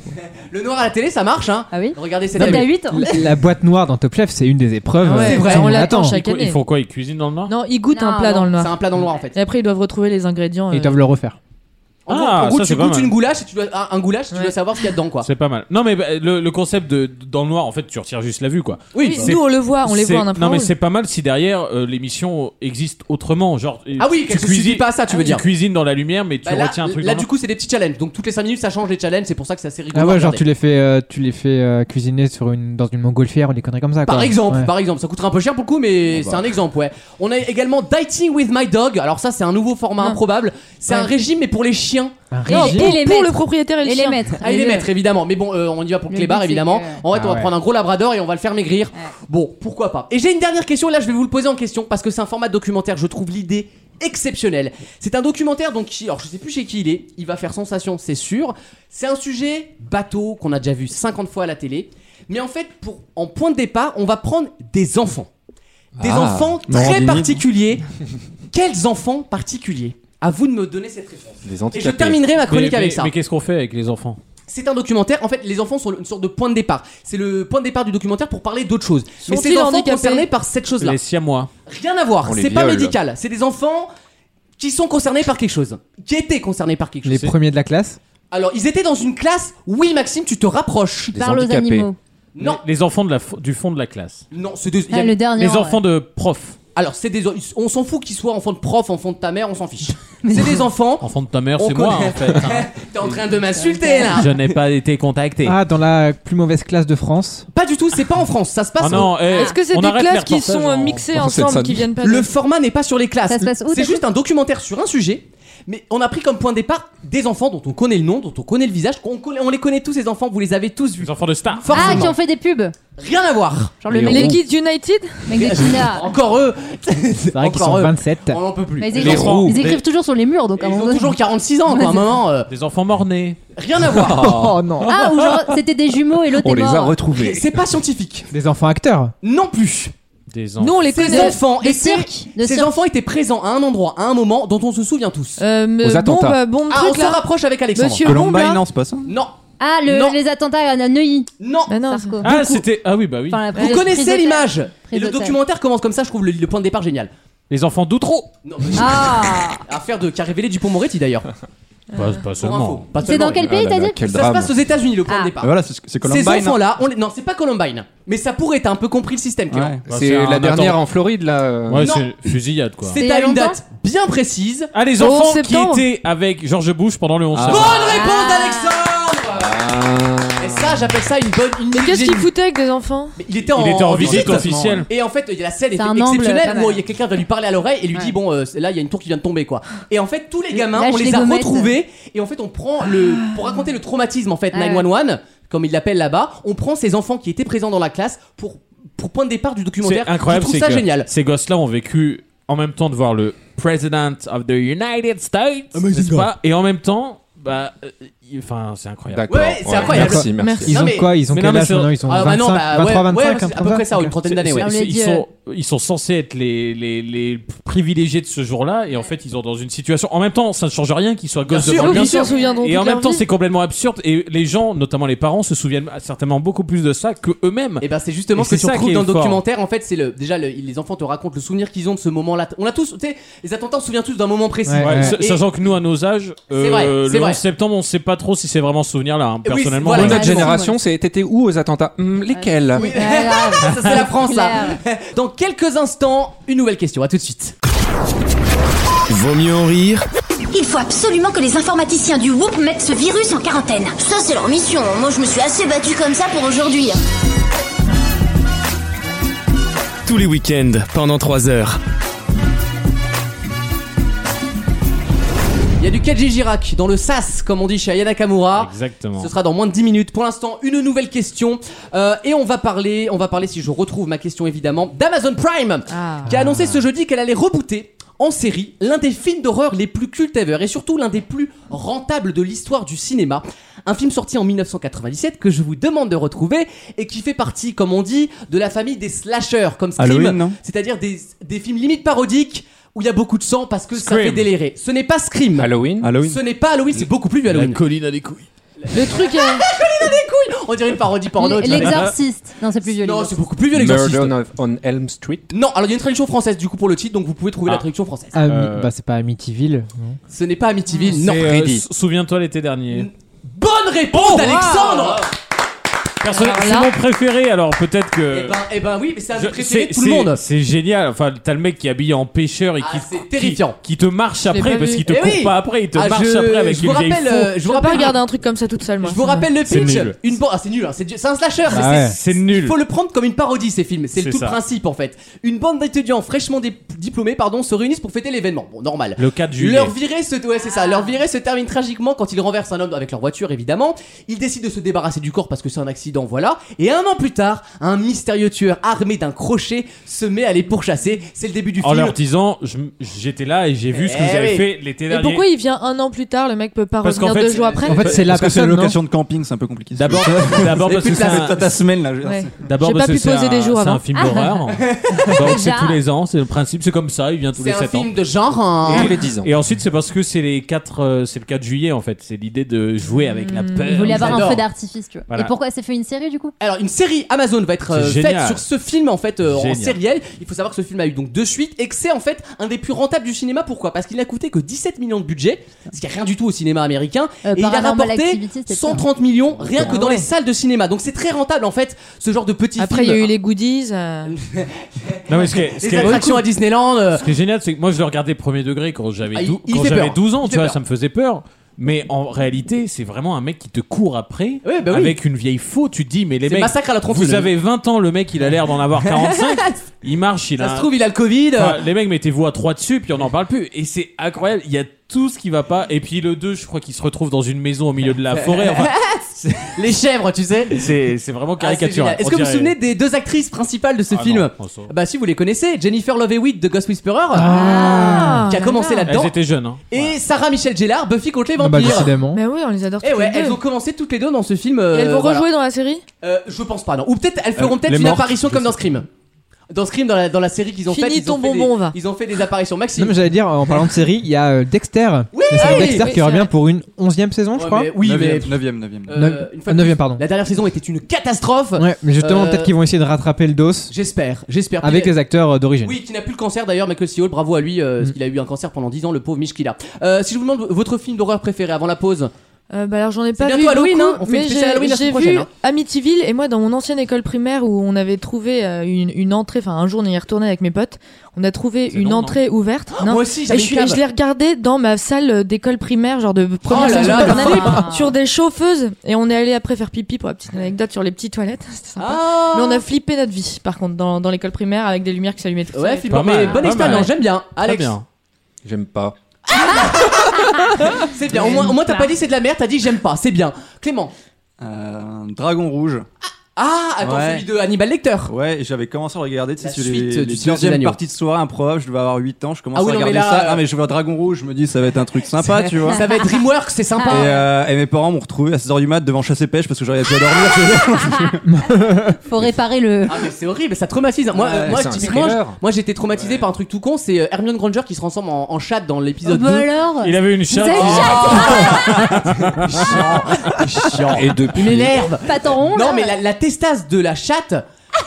Speaker 2: Le noir à la télé, ça marche, hein.
Speaker 5: Ah oui.
Speaker 2: Regardez cette
Speaker 5: Non, mais-
Speaker 2: télé.
Speaker 5: 8
Speaker 6: La, la boîte noire dans Top Chef, c'est une des épreuves.
Speaker 12: Ah ouais,
Speaker 6: euh,
Speaker 12: c'est vrai,
Speaker 6: tout le
Speaker 12: on
Speaker 6: monde
Speaker 12: l'attend
Speaker 6: attend.
Speaker 12: chaque Ils- année. ils font
Speaker 3: quoi Ils cuisinent dans le noir
Speaker 12: Non, ils goûtent un
Speaker 2: Non,
Speaker 12: plat
Speaker 2: non,
Speaker 12: dans le noir.
Speaker 2: c'est un plat dans le noir, en fait.
Speaker 12: Et après, ils doivent retrouver les ingrédients.
Speaker 6: Et
Speaker 12: euh,
Speaker 6: ils doivent le refaire.
Speaker 2: En
Speaker 3: Ah,
Speaker 2: gros, en gros,
Speaker 3: ça,
Speaker 2: tu
Speaker 3: c'est pas
Speaker 2: goûtes
Speaker 3: mal.
Speaker 2: une goulash, et tu dois, un un goulash, tu dois savoir ce qu'il y a dedans, quoi.
Speaker 3: C'est pas mal. Non, mais bah, le, le concept de, de- dans le noir, en fait, tu retires juste la vue, quoi.
Speaker 2: Oui,
Speaker 3: C'est-
Speaker 12: nous, on le voit, on les
Speaker 3: c'est-
Speaker 12: voit en
Speaker 3: Non, mais
Speaker 12: infrarouge.
Speaker 3: c'est pas mal si derrière euh, l'émission existe autrement. Genre, euh,
Speaker 2: Ah oui, qu'elle se suffit pas à ça, tu veux dire.
Speaker 3: Tu cuisines dans la lumière, mais tu
Speaker 2: Bah là,
Speaker 3: retiens un truc. hein.
Speaker 2: là
Speaker 3: dans
Speaker 2: du
Speaker 3: le-
Speaker 2: coup, c'est des petits challenges. Donc toutes les 5 minutes, ça change les challenges. C'est pour ça que c'est assez rigolo.
Speaker 6: Ah
Speaker 2: à
Speaker 6: ouais, genre
Speaker 2: regarder.
Speaker 6: tu les fais, euh, tu les fais euh, cuisiner sur une, dans une montgolfière ou des conneries comme ça.
Speaker 2: Par
Speaker 6: quoi.
Speaker 2: exemple,
Speaker 6: Ouais. Ah bah.
Speaker 2: par exemple, ça coûtera un peu cher pour le coup, mais c'est un exemple, ouais. On a également Dating with My Dog. Alors ça, c'est un nouveau format improbable. C'est un régime, mais pour les chiens.
Speaker 6: Un
Speaker 12: Non,
Speaker 2: régime.
Speaker 12: pour, pour le propriétaire et le
Speaker 5: Et les
Speaker 12: chien.
Speaker 5: maîtres.
Speaker 2: Ah, il les maître évidemment, mais bon, euh, on y va pour
Speaker 12: Le euh.
Speaker 2: Clébar
Speaker 12: but, c'est
Speaker 2: évidemment.
Speaker 12: que-
Speaker 2: En fait, on
Speaker 6: Ah
Speaker 2: va
Speaker 6: ouais.
Speaker 2: prendre un gros labrador et on va le faire maigrir. Bon, pourquoi pas. Et j'ai une dernière question, et là je vais vous le poser en question parce que c'est un format documentaire, je trouve l'idée exceptionnelle. C'est un documentaire donc qui, alors je sais plus chez qui il est, il va faire sensation, c'est sûr. C'est un sujet bateau qu'on a déjà vu 50 fois à la télé, mais en fait, pour en point de départ, on va prendre des enfants. Des
Speaker 14: Ah,
Speaker 2: enfants très
Speaker 14: Morandini.
Speaker 2: particuliers. Quels enfants particuliers À vous de me donner cette réponse.
Speaker 7: Les
Speaker 2: Et je terminerai ma chronique
Speaker 3: Mais-
Speaker 2: avec
Speaker 3: mais-
Speaker 2: ça.
Speaker 3: Mais qu'est-ce qu'on fait avec les enfants
Speaker 2: C'est un documentaire. En fait, les enfants sont une sorte de point de départ. C'est le point de départ du documentaire pour parler d'autre chose. Mais
Speaker 3: Sont-ils
Speaker 2: c'est des enfants
Speaker 3: handicapés
Speaker 2: concernés par cette chose-là.
Speaker 3: Les siamois.
Speaker 2: Rien à voir.
Speaker 3: On les
Speaker 2: C'est pas
Speaker 3: viole.
Speaker 2: médical. C'est des enfants qui sont concernés par quelque chose. Qui étaient concernés par quelque chose.
Speaker 6: Les premiers de la classe.
Speaker 2: Alors, ils étaient dans une classe. Oui, Maxime, tu te rapproches.
Speaker 3: Des handicapés.
Speaker 2: Non.
Speaker 3: Les, les enfants de la fo- du fond de la classe.
Speaker 2: Non, c'est des.
Speaker 5: Ah, le dernier,
Speaker 3: Les
Speaker 5: ouais.
Speaker 3: enfants de prof.
Speaker 2: Alors, c'est des. On s'en fout qu'ils soient enfants de prof, enfants de ta mère, on s'en fiche. c'est des enfants.
Speaker 3: Enfants de ta mère,
Speaker 2: On
Speaker 3: c'est moi
Speaker 2: connaît.
Speaker 3: en fait. hein.
Speaker 2: T'es en train de m'insulter là.
Speaker 3: Je n'ai pas été contacté.
Speaker 6: Ah, dans la plus mauvaise classe de France.
Speaker 2: Pas du tout. C'est pas en France. Ça se passe.
Speaker 3: Ah non,
Speaker 2: au-
Speaker 3: eh, Est-ce que c'est on des arrête les classes qui reportages sont, euh, en- mixées en ensemble, Seine-Saint-Denis. qui viennent pas de-
Speaker 2: Le format n'est pas sur les classes.
Speaker 5: Ça se passe où,
Speaker 2: C'est
Speaker 5: t'as
Speaker 2: juste un documentaire sur un sujet. Mais on a pris comme point de départ des enfants dont on connaît le nom, dont on connaît le visage, qu'on connaît- on les connaît tous ces enfants, vous les avez tous vus. Les
Speaker 3: enfants de stars.
Speaker 5: Ah, qui ont fait des pubs.
Speaker 2: Rien à voir.
Speaker 5: Genre le Les mec-
Speaker 12: Les Kids United
Speaker 5: Mec de China.
Speaker 2: Encore eux. C'est
Speaker 6: vrai qu'ils sont 27.
Speaker 2: On n'en peut plus.
Speaker 5: Mais ils, écrivent- ils écrivent toujours sur les murs, donc à un
Speaker 2: Ils
Speaker 5: moment
Speaker 2: ont
Speaker 5: donné-
Speaker 2: toujours 46 ans, quoi, à un moment. euh,
Speaker 3: Des enfants morts-nés.
Speaker 2: Rien à voir.
Speaker 6: Oh non.
Speaker 5: Ah, ou genre c'était des jumeaux et l'autre est mort.
Speaker 6: retrouvés.
Speaker 2: C'est pas scientifique.
Speaker 6: Des enfants acteurs.
Speaker 2: Non plus.
Speaker 3: Des
Speaker 12: Nous, on les
Speaker 2: Ces
Speaker 12: connaît.
Speaker 2: enfants
Speaker 12: Des
Speaker 2: étaient-
Speaker 12: cirques, de
Speaker 2: ces
Speaker 12: cirques.
Speaker 2: enfants étaient présents à un endroit, à un moment dont on se souvient tous.
Speaker 12: Euh, me-
Speaker 2: Aux attentats.
Speaker 12: Bombe, bombe
Speaker 2: Ah, on
Speaker 12: truc
Speaker 2: se
Speaker 12: là.
Speaker 2: rapproche avec Alexandre.
Speaker 12: Monsieur Columbine, Bombe, là. non,
Speaker 4: c'est pas ça
Speaker 2: Non.
Speaker 5: Ah, le-
Speaker 2: Non.
Speaker 5: les attentats à Neuilly.
Speaker 2: Non.
Speaker 5: Sarko.
Speaker 3: Ah, c'était. Ah oui, bah oui.
Speaker 5: Enfin, la
Speaker 2: Vous
Speaker 5: prise- prise
Speaker 2: connaissez
Speaker 5: d'otage.
Speaker 2: l'image. Et
Speaker 5: Prise
Speaker 2: le
Speaker 5: d'otage.
Speaker 2: documentaire commence comme ça, je trouve le, le point de départ génial.
Speaker 3: Les enfants d'outreau.
Speaker 2: Non, mais-
Speaker 5: Ah.
Speaker 2: Affaire de qui a révélé Dupont Moretti d'ailleurs.
Speaker 3: Pas, pas seulement.
Speaker 2: Pas
Speaker 5: C'est
Speaker 2: seulement,
Speaker 5: dans quel
Speaker 2: oui.
Speaker 5: pays, Ah là là, t'as dit Ah.
Speaker 2: Ça
Speaker 5: quel
Speaker 2: se
Speaker 5: drame.
Speaker 2: passe aux États-Unis le point de départ.
Speaker 4: Bah voilà, c'est ce que- c'est Columbine,
Speaker 2: Ces
Speaker 4: hein.
Speaker 2: enfants-là, on les- non, c'est pas Columbine, mais ça pourrait être un peu compris le système. Clément.
Speaker 3: Bah,
Speaker 7: C'est
Speaker 3: un
Speaker 7: la dernière
Speaker 3: attentat.
Speaker 7: en Floride là. euh.
Speaker 3: Ouais,
Speaker 2: Non.
Speaker 3: c'est fusillade quoi.
Speaker 2: C'est
Speaker 7: il y
Speaker 2: à
Speaker 7: a
Speaker 2: une
Speaker 7: longtemps
Speaker 2: date bien précise.
Speaker 3: Ah, les enfants qui étaient avec George Bush pendant le 11
Speaker 5: Ah.
Speaker 2: Bonne
Speaker 3: septembre.
Speaker 2: réponse, Alexandre Ah. Et ça, j'appelle ça une bonne. Une
Speaker 12: Qu'est-ce
Speaker 2: une-
Speaker 12: qu'ils foutaient avec des enfants
Speaker 2: Il était en,
Speaker 3: Il était en visite officielle.
Speaker 2: Et en fait, il y a la scène était
Speaker 12: un angle pas
Speaker 2: exceptionnelle
Speaker 12: mal.
Speaker 2: où il y a quelqu'un qui va lui parler à l'oreille et lui
Speaker 12: Ouais.
Speaker 2: dit Bon, euh, là, il y a une tour qui vient de tomber, quoi. Et en fait, tous les gamins,
Speaker 12: Lâche
Speaker 2: on les
Speaker 12: les
Speaker 2: a
Speaker 12: gommettes. Ah.
Speaker 2: retrouvés et en fait, on prend le.
Speaker 5: Ah.
Speaker 2: Pour raconter le traumatisme, en fait,
Speaker 12: Ouais.
Speaker 2: 911, comme ils l'appellent là-bas, on prend ces enfants qui étaient présents dans la classe pour, pour point de départ du documentaire.
Speaker 3: C'est incroyable,
Speaker 2: Je trouve
Speaker 3: c'est
Speaker 2: ça
Speaker 3: que
Speaker 2: génial.
Speaker 3: ces gosses-là ont vécu en même temps de voir le President of the United States, n'est-ce pas Et en même temps, bah, euh, il- enfin, c'est incroyable.
Speaker 7: D'accord, Ouais, c'est ouais. incroyable. Merci, merci.
Speaker 6: Ils
Speaker 3: Non,
Speaker 6: ont
Speaker 3: mais-
Speaker 6: quoi Ils ont
Speaker 3: mais
Speaker 6: quel
Speaker 3: non, mais
Speaker 6: âge
Speaker 3: c'est-
Speaker 6: maintenant Ils ont
Speaker 3: Ah, bah non,
Speaker 6: 25,
Speaker 3: bah ouais,
Speaker 6: 23,
Speaker 3: ouais,
Speaker 6: 25,
Speaker 3: c'est à peu près ça, une trentaine d'années. ouais.
Speaker 6: C'est-
Speaker 3: Ils, sont, ils sont censés être les, les, les privilégiés de ce jour-là, et en fait, ils sont dans une situation. En même temps, ça ne change rien qu'ils soient gosses
Speaker 2: sûr,
Speaker 3: de
Speaker 2: oui,
Speaker 3: bien
Speaker 2: ils s'en souviendront
Speaker 3: Et
Speaker 2: toute
Speaker 3: en même
Speaker 2: leur
Speaker 3: temps,
Speaker 2: vie.
Speaker 3: c'est complètement absurde, et les gens, notamment les parents, se souviennent certainement beaucoup plus de ça que eux-mêmes.
Speaker 2: Et ben, c'est justement ce que tu
Speaker 3: ça
Speaker 2: retrouves
Speaker 3: qui est
Speaker 2: dans le
Speaker 3: fort.
Speaker 2: documentaire. En fait, c'est le déjà le- les enfants te racontent le souvenir qu'ils ont de ce moment-là. On a tous, tu sais, les attentats, on se souvient tous d'un moment précis.
Speaker 3: Ouais, sa-
Speaker 2: Et-
Speaker 3: Sachant que nous, à nos âges, euh,
Speaker 2: vrai, c'est
Speaker 3: le
Speaker 2: vrai.
Speaker 3: 11 septembre, on ne sait pas trop si c'est vraiment ce souvenir-là, hein,
Speaker 2: Oui,
Speaker 3: personnellement.
Speaker 2: voilà,
Speaker 7: Dans notre génération, c'est été où aux attentats Hum, Lesquels
Speaker 2: ça c'est la France là. Dans quelques instants, une nouvelle question. À tout de suite.
Speaker 1: Vaut mieux en rire
Speaker 17: Il faut absolument que les informaticiens du WHOOP mettent ce virus en quarantaine. Ça, c'est leur mission. Moi, je me suis assez battu comme ça pour aujourd'hui. hein.
Speaker 1: tous les week-ends pendant 3 heures.
Speaker 2: Il y a du KG Girac dans le SAS, comme on dit chez Ayana Kamura.
Speaker 3: Exactement.
Speaker 2: Ce sera dans moins de 10 minutes. Pour l'instant, une nouvelle question. Euh, et on va parler, on va parler, si je retrouve ma question évidemment, d'Amazon Prime, qui a annoncé ce jeudi qu'elle allait rebooter en série l'un des films d'horreur les plus cultes ever et surtout l'un des plus rentables de l'histoire du cinéma. Un film sorti en 1997 que je vous demande de retrouver et qui fait partie, comme on dit, de la famille des slashers, comme Scream,
Speaker 4: Halloween, non
Speaker 2: c'est-à-dire des, des films limite parodiques où il y a beaucoup de sang parce que ça
Speaker 4: Scream.
Speaker 2: fait délirer. Ce n'est pas Scream.
Speaker 7: Halloween.
Speaker 4: Halloween.
Speaker 2: Ce n'est pas Halloween, c'est beaucoup plus du Halloween.
Speaker 3: La colline a des couilles.
Speaker 2: Le truc est. La colline a des couilles On dirait une parodie porno. tu vois.
Speaker 5: L'exorciste. Non, c'est plus vieux.
Speaker 2: Non,
Speaker 5: l'exorciste.
Speaker 2: Oh, c'est beaucoup plus vieux l'exorciste.
Speaker 7: Murder on, on Elm Street.
Speaker 2: Non, alors il y a une traduction française du coup pour le titre, donc vous pouvez trouver la traduction française.
Speaker 6: Ami-
Speaker 3: Ah. Euh,
Speaker 6: Bah, c'est pas Amityville. non
Speaker 2: Ce n'est pas Amityville, non.
Speaker 3: C'est, euh, Oh, s- Souviens-toi l'été dernier.
Speaker 2: Bonne réponse, Alexandre
Speaker 3: Personne-
Speaker 2: Alors
Speaker 3: C'est
Speaker 2: là-
Speaker 3: mon préféré, alors peut-être que.
Speaker 2: Eh ben, eh ben oui, mais c'est un
Speaker 3: Je-
Speaker 2: des préférés
Speaker 3: c'est-
Speaker 2: de tout le
Speaker 3: c'est-
Speaker 2: monde. Ah,
Speaker 3: C'est génial. Enfin, t'as le mec qui est habillé en pêcheur et qui, qui- Qui, te marche après parce qu'il te
Speaker 2: Eh
Speaker 3: court
Speaker 2: oui.
Speaker 3: pas après, il te
Speaker 2: Ah,
Speaker 3: marche
Speaker 2: je-
Speaker 3: après avec
Speaker 2: je
Speaker 3: une
Speaker 2: vous
Speaker 3: vieille
Speaker 2: rappelle,
Speaker 3: faux.
Speaker 2: euh, je vous rappelle-
Speaker 12: regarder un truc comme ça toute seule, moi.
Speaker 2: Je vous rappelle le
Speaker 3: C'est
Speaker 2: pitch.
Speaker 3: nul.
Speaker 2: Une ban- ah, c'est nul, hein, c'est du- c'est un slasher.
Speaker 3: Ah
Speaker 2: c'est-
Speaker 3: ouais.
Speaker 2: c'est-
Speaker 3: C'est nul.
Speaker 2: Il faut le prendre comme une parodie ces films. C'est
Speaker 3: C'est
Speaker 2: le tout
Speaker 3: ça.
Speaker 2: le principe en fait. Une bande d'étudiants fraîchement dé- diplômés pardon se réunissent pour fêter l'événement. Bon, normal.
Speaker 3: Le 4 juillet.
Speaker 2: Leur virée se ouais, c'est
Speaker 12: Ah.
Speaker 2: ça. Leur virée se termine tragiquement quand ils renversent un homme avec leur voiture évidemment. Ils décident de se débarrasser du corps parce que c'est un accident, voilà. Et un an plus tard, un mystérieux tueur armé d'un crochet se met à les pourchasser. C'est le début du
Speaker 3: en
Speaker 2: film.
Speaker 3: leur disant, je- j'étais là et j'ai vu ce que
Speaker 2: Eh
Speaker 3: vous avez
Speaker 2: oui.
Speaker 3: fait l'été
Speaker 12: Et
Speaker 3: dernier.
Speaker 12: pourquoi il vient un an plus tard Le mec peut pas
Speaker 3: Parce qu'en
Speaker 12: revenir
Speaker 3: fait,
Speaker 12: deux jours après.
Speaker 3: en fait, c'est la
Speaker 4: Parce que c'est
Speaker 3: personne,
Speaker 4: une
Speaker 3: non
Speaker 4: location de camping, c'est un peu compliqué.
Speaker 3: D'abord- d'abord parce que c'est un-
Speaker 4: ta semaine là. je veux dire,
Speaker 12: Ouais.
Speaker 4: c'est-
Speaker 3: D'abord
Speaker 12: J'ai
Speaker 3: parce
Speaker 12: pas
Speaker 3: que
Speaker 12: pu
Speaker 3: c'est
Speaker 12: poser
Speaker 3: un,
Speaker 12: des jours
Speaker 3: Ah, c'est un
Speaker 12: avant.
Speaker 3: film d'horreur. Donc c'est tous les ans, c'est le principe, c'est comme ça, il vient tous
Speaker 2: Eh ben. C'est
Speaker 3: les
Speaker 2: un
Speaker 3: 7 ans.
Speaker 2: film de genre, hein.
Speaker 3: Et-
Speaker 2: Tous les 10 ans.
Speaker 3: Et ensuite c'est parce que c'est les 4 euh, c'est le 4 juillet en fait, c'est l'idée de jouer avec
Speaker 2: Hmm.
Speaker 3: la peur.
Speaker 5: Il voulait avoir un
Speaker 2: j'adore.
Speaker 5: feu d'artifice, tu vois.
Speaker 3: Voilà.
Speaker 5: Et pourquoi c'est fait une série du coup
Speaker 2: Alors une série Amazon va être euh,
Speaker 3: C'est
Speaker 2: faite
Speaker 3: génial.
Speaker 2: sur ce film en fait euh, en
Speaker 3: Génial.
Speaker 2: sériel. Il faut savoir que ce film a eu donc deux suites et que c'est en fait un des plus rentables du cinéma. Pourquoi Parce qu'il n'a coûté que 17 millions de budget, ce qui est rien du tout au cinéma américain,
Speaker 5: Euh,
Speaker 2: et il a
Speaker 5: Paranormal
Speaker 2: rapporté
Speaker 5: Activity, c'était ça, hein.
Speaker 2: 130 millions rien que
Speaker 5: Ah
Speaker 2: dans
Speaker 5: ouais.
Speaker 2: les salles de cinéma. Donc c'est très rentable en fait ce genre de petit
Speaker 12: Après, il y
Speaker 2: film.
Speaker 12: a eu les goodies. euh,
Speaker 3: Non mais ce qui est, ce
Speaker 2: Les
Speaker 3: qui est-
Speaker 2: attractions à Disneyland. euh,
Speaker 3: Ce qui est génial, c'est que moi je le regardais premier degré quand j'avais
Speaker 2: Ah, il-
Speaker 3: dou-
Speaker 2: il
Speaker 3: quand
Speaker 2: fait
Speaker 3: j'avais
Speaker 2: peur.
Speaker 3: 12 ans,
Speaker 2: Il
Speaker 3: tu
Speaker 2: fait
Speaker 3: vois,
Speaker 2: peur.
Speaker 3: ça me faisait peur. Mais en réalité, c'est vraiment un mec qui te court après
Speaker 2: Ouais, bah oui.
Speaker 3: avec une vieille faux. Tu te dis, mais les
Speaker 2: C'est
Speaker 3: mecs,
Speaker 2: massacre à la tronçonneuse.
Speaker 3: vous avez 20 ans, le mec il a l'air d'en avoir 45. il marche, il a.
Speaker 2: Ça
Speaker 3: un-
Speaker 2: se trouve il a le Covid. euh,
Speaker 3: Enfin, les mecs, mettez-vous à 3 dessus, puis on n'en parle plus. Et c'est incroyable, il y a tout ce qui va pas. Et puis le 2, je crois qu'il se retrouve dans une maison au milieu de la forêt. Enfin,
Speaker 2: les chèvres, tu sais.
Speaker 3: c'est c'est vraiment
Speaker 2: Ah, c'est
Speaker 3: caricatural.
Speaker 12: hein.
Speaker 2: génial. Est-ce
Speaker 3: On
Speaker 2: que vous vous
Speaker 3: dirait-
Speaker 2: souvenez des deux actrices principales de ce
Speaker 3: Ah
Speaker 2: film
Speaker 3: non, en soi.
Speaker 2: Bah si vous les connaissez, Jennifer Love Hewitt de Ghost Whisperer,
Speaker 12: Ah.
Speaker 2: qui a commencé là-dedans.
Speaker 3: Elles étaient jeunes, hein.
Speaker 2: Et Sarah Michelle Gellar, Buffy contre les
Speaker 6: Ah,
Speaker 3: Non, bah,
Speaker 2: vampires.
Speaker 3: décidément.
Speaker 12: Mais oui, on les adore
Speaker 2: Et
Speaker 12: toutes
Speaker 2: Eh ouais,
Speaker 12: les deux.
Speaker 2: elles ont commencé toutes les deux dans ce film.
Speaker 12: Et
Speaker 2: euh,
Speaker 12: elles vont
Speaker 2: voilà.
Speaker 12: rejouer dans la série
Speaker 2: Euh, je pense pas, non. Ou peut-être elles feront
Speaker 12: Euh,
Speaker 2: peut-être
Speaker 12: les
Speaker 2: une
Speaker 12: mortes,
Speaker 2: apparition comme dans Scream. Dans Scream, dans la, dans la série qu'ils ont
Speaker 12: Fini
Speaker 2: faite, ils, ont
Speaker 12: ton
Speaker 2: fait
Speaker 12: bonbon,
Speaker 2: des-
Speaker 12: va.
Speaker 2: ils ont fait des apparitions. Maxime.
Speaker 6: Non, mais j'allais dire, en parlant de série, il y a euh, Dexter.
Speaker 2: Oui,
Speaker 6: La
Speaker 2: ah
Speaker 6: série
Speaker 2: oui,
Speaker 6: Dexter
Speaker 2: oui,
Speaker 6: qui
Speaker 2: c'est
Speaker 6: revient pour une onzième saison, je
Speaker 2: Ouais,
Speaker 6: crois.
Speaker 2: mais oui,
Speaker 4: Neuvième,
Speaker 2: mais-
Speaker 4: neuvième, neuvième.
Speaker 2: Euh,
Speaker 6: Neuf-
Speaker 2: une fois de
Speaker 6: neuvième,
Speaker 2: plus,
Speaker 6: pardon.
Speaker 2: La dernière saison était une catastrophe.
Speaker 6: Ouais, mais justement,
Speaker 2: Euh,
Speaker 6: peut-être qu'ils vont essayer de rattraper le dos.
Speaker 2: J'espère, j'espère.
Speaker 6: Avec
Speaker 2: Puis-
Speaker 6: les acteurs euh, d'origine.
Speaker 2: Oui, qui n'a plus le cancer d'ailleurs, Michael Cole, bravo à lui, euh, parce qu'il a eu un cancer pendant 10 ans, le pauvre Mitch qu'il a. Euh, si je vous demande votre film d'horreur préféré avant la pause,
Speaker 12: Euh, bah alors j'en ai pas
Speaker 2: bientôt
Speaker 12: vu
Speaker 2: Halloween,
Speaker 12: beaucoup,
Speaker 2: hein. On fait
Speaker 12: mais
Speaker 2: une spéciale
Speaker 12: j'ai-
Speaker 2: Halloween la
Speaker 12: j'ai
Speaker 2: semaine
Speaker 12: vu
Speaker 2: prochaine, hein.
Speaker 12: Amityville et moi dans mon ancienne école primaire où on avait trouvé euh, une, une entrée, enfin un jour on y est retourné avec mes potes, on a trouvé une entrée ouverte.
Speaker 2: Oh, moi aussi, j'avais
Speaker 12: et je, suis-
Speaker 2: une
Speaker 12: et
Speaker 2: cave.
Speaker 12: je l'ai regardé dans ma salle euh, d'école primaire, genre de première
Speaker 2: Oh là
Speaker 12: section
Speaker 2: là,
Speaker 12: qu'on
Speaker 2: la
Speaker 12: avait,
Speaker 2: fin.
Speaker 12: sur des chauffeuses et on est allé après faire pipi pour la petite anecdote sur les petites toilettes. C'était sympa.
Speaker 2: Ah.
Speaker 12: Mais on a flippé notre vie par contre dans, dans l'école primaire avec des lumières qui s'allumaient. tout
Speaker 2: Ouais,
Speaker 12: ça.
Speaker 2: flippant, mais bonne expérience, j'aime bien. Alex,
Speaker 7: J'aime pas.
Speaker 2: c'est bien. Au moins, au moins, t'as pas dit c'est de la merde, t'as dit j'aime pas, c'est bien. Clément,
Speaker 4: Euh, un dragon rouge.
Speaker 2: Ah, attends,
Speaker 4: Ouais.
Speaker 2: celui de Hannibal Lecter.
Speaker 4: Ouais, et j'avais commencé à regarder, tu sais,
Speaker 2: La
Speaker 4: sur
Speaker 2: suite,
Speaker 4: les,
Speaker 2: euh,
Speaker 4: les
Speaker 2: du Silence des
Speaker 4: deuxième
Speaker 2: Agneaux.
Speaker 4: partie de soirée improbable, je devais avoir 8 ans, je commence
Speaker 2: Ah oui,
Speaker 4: à
Speaker 2: non, mais
Speaker 4: regarder
Speaker 2: là,
Speaker 4: ça.
Speaker 2: euh,
Speaker 4: Ah, mais je vois Dragon Rouge, je me dis, ça va être un truc sympa, tu vois.
Speaker 2: Ça va être Dreamworks, c'est
Speaker 4: Et,
Speaker 2: sympa.
Speaker 5: Ah,
Speaker 4: euh, et mes parents m'ont retrouvé à 6h du mat devant Chasse et Pêche parce que j'arrivais plus à dormir. tu vois.
Speaker 5: Faut réparer le.
Speaker 2: Ah mais c'est horrible, ça traumatise. Moi, euh,
Speaker 4: Ouais,
Speaker 2: moi,
Speaker 4: c'est un
Speaker 2: typiquement,
Speaker 4: thriller.
Speaker 2: je- moi, j'étais traumatisé par un truc tout con, c'est euh, Hermione Granger qui se transforme en, en chatte dans l'épisode
Speaker 5: Oh, bah
Speaker 2: 2.
Speaker 5: alors
Speaker 3: Il avait une chatte.
Speaker 2: Oh.
Speaker 7: Et depuis.
Speaker 2: Il m'énerve.
Speaker 5: Ah Pas tant hein. rond.
Speaker 2: Non mais la, la testasse de la chatte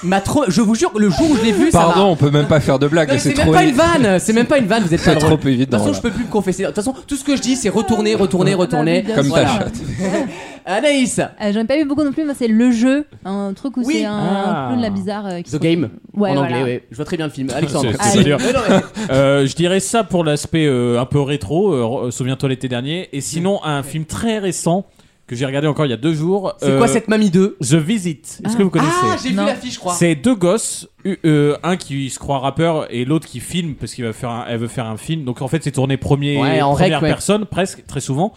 Speaker 2: m'a trop. Je vous jure, le jour où je l'ai vu, ça m'a-
Speaker 7: Pardon, on peut même pas faire de blague.
Speaker 2: Non, mais
Speaker 7: c'est
Speaker 2: c'est même
Speaker 7: trop
Speaker 2: pas une
Speaker 7: évident.
Speaker 2: vanne, c'est même pas une vanne, vous êtes pas
Speaker 7: C'est
Speaker 2: drôle.
Speaker 7: trop
Speaker 2: De
Speaker 7: évident,
Speaker 2: toute façon,
Speaker 7: là.
Speaker 2: je peux plus me confesser. De toute façon, tout ce que je dis, c'est retourner, retourner,
Speaker 5: Bah,
Speaker 2: retourner.
Speaker 7: Comme ta chatte.
Speaker 2: Anaïs,
Speaker 5: Euh, J'en ai pas vu beaucoup non plus, moi c'est le jeu, un truc où c'est un,
Speaker 3: Ah.
Speaker 5: un clown de la bizarre euh, qui
Speaker 2: The
Speaker 5: se-
Speaker 2: Game.
Speaker 5: Ouais,
Speaker 2: en
Speaker 5: voilà.
Speaker 2: anglais, ouais. Je vois très bien le film. Alexandre.
Speaker 3: C'est- c'est pas dur.
Speaker 2: Mais non, mais-
Speaker 3: Euh, je dirais ça pour l'aspect euh, un peu rétro. euh, re- euh, Souviens-toi l'été dernier. Et sinon, un film très récent que j'ai regardé encore il y a deux jours. euh,
Speaker 2: C'est quoi cette mamie 2
Speaker 3: The Visit. Est-ce que vous connaissez
Speaker 2: Ah, j'ai vu l'affiche, je crois.
Speaker 3: C'est deux gosses, eu- euh, un qui se croit rappeur et l'autre qui filme parce qu'il va faire, un- elle veut faire un film. Donc en fait, c'est tourné premier,
Speaker 2: Ouais, en
Speaker 3: première
Speaker 2: rec, ouais.
Speaker 3: personne presque très souvent.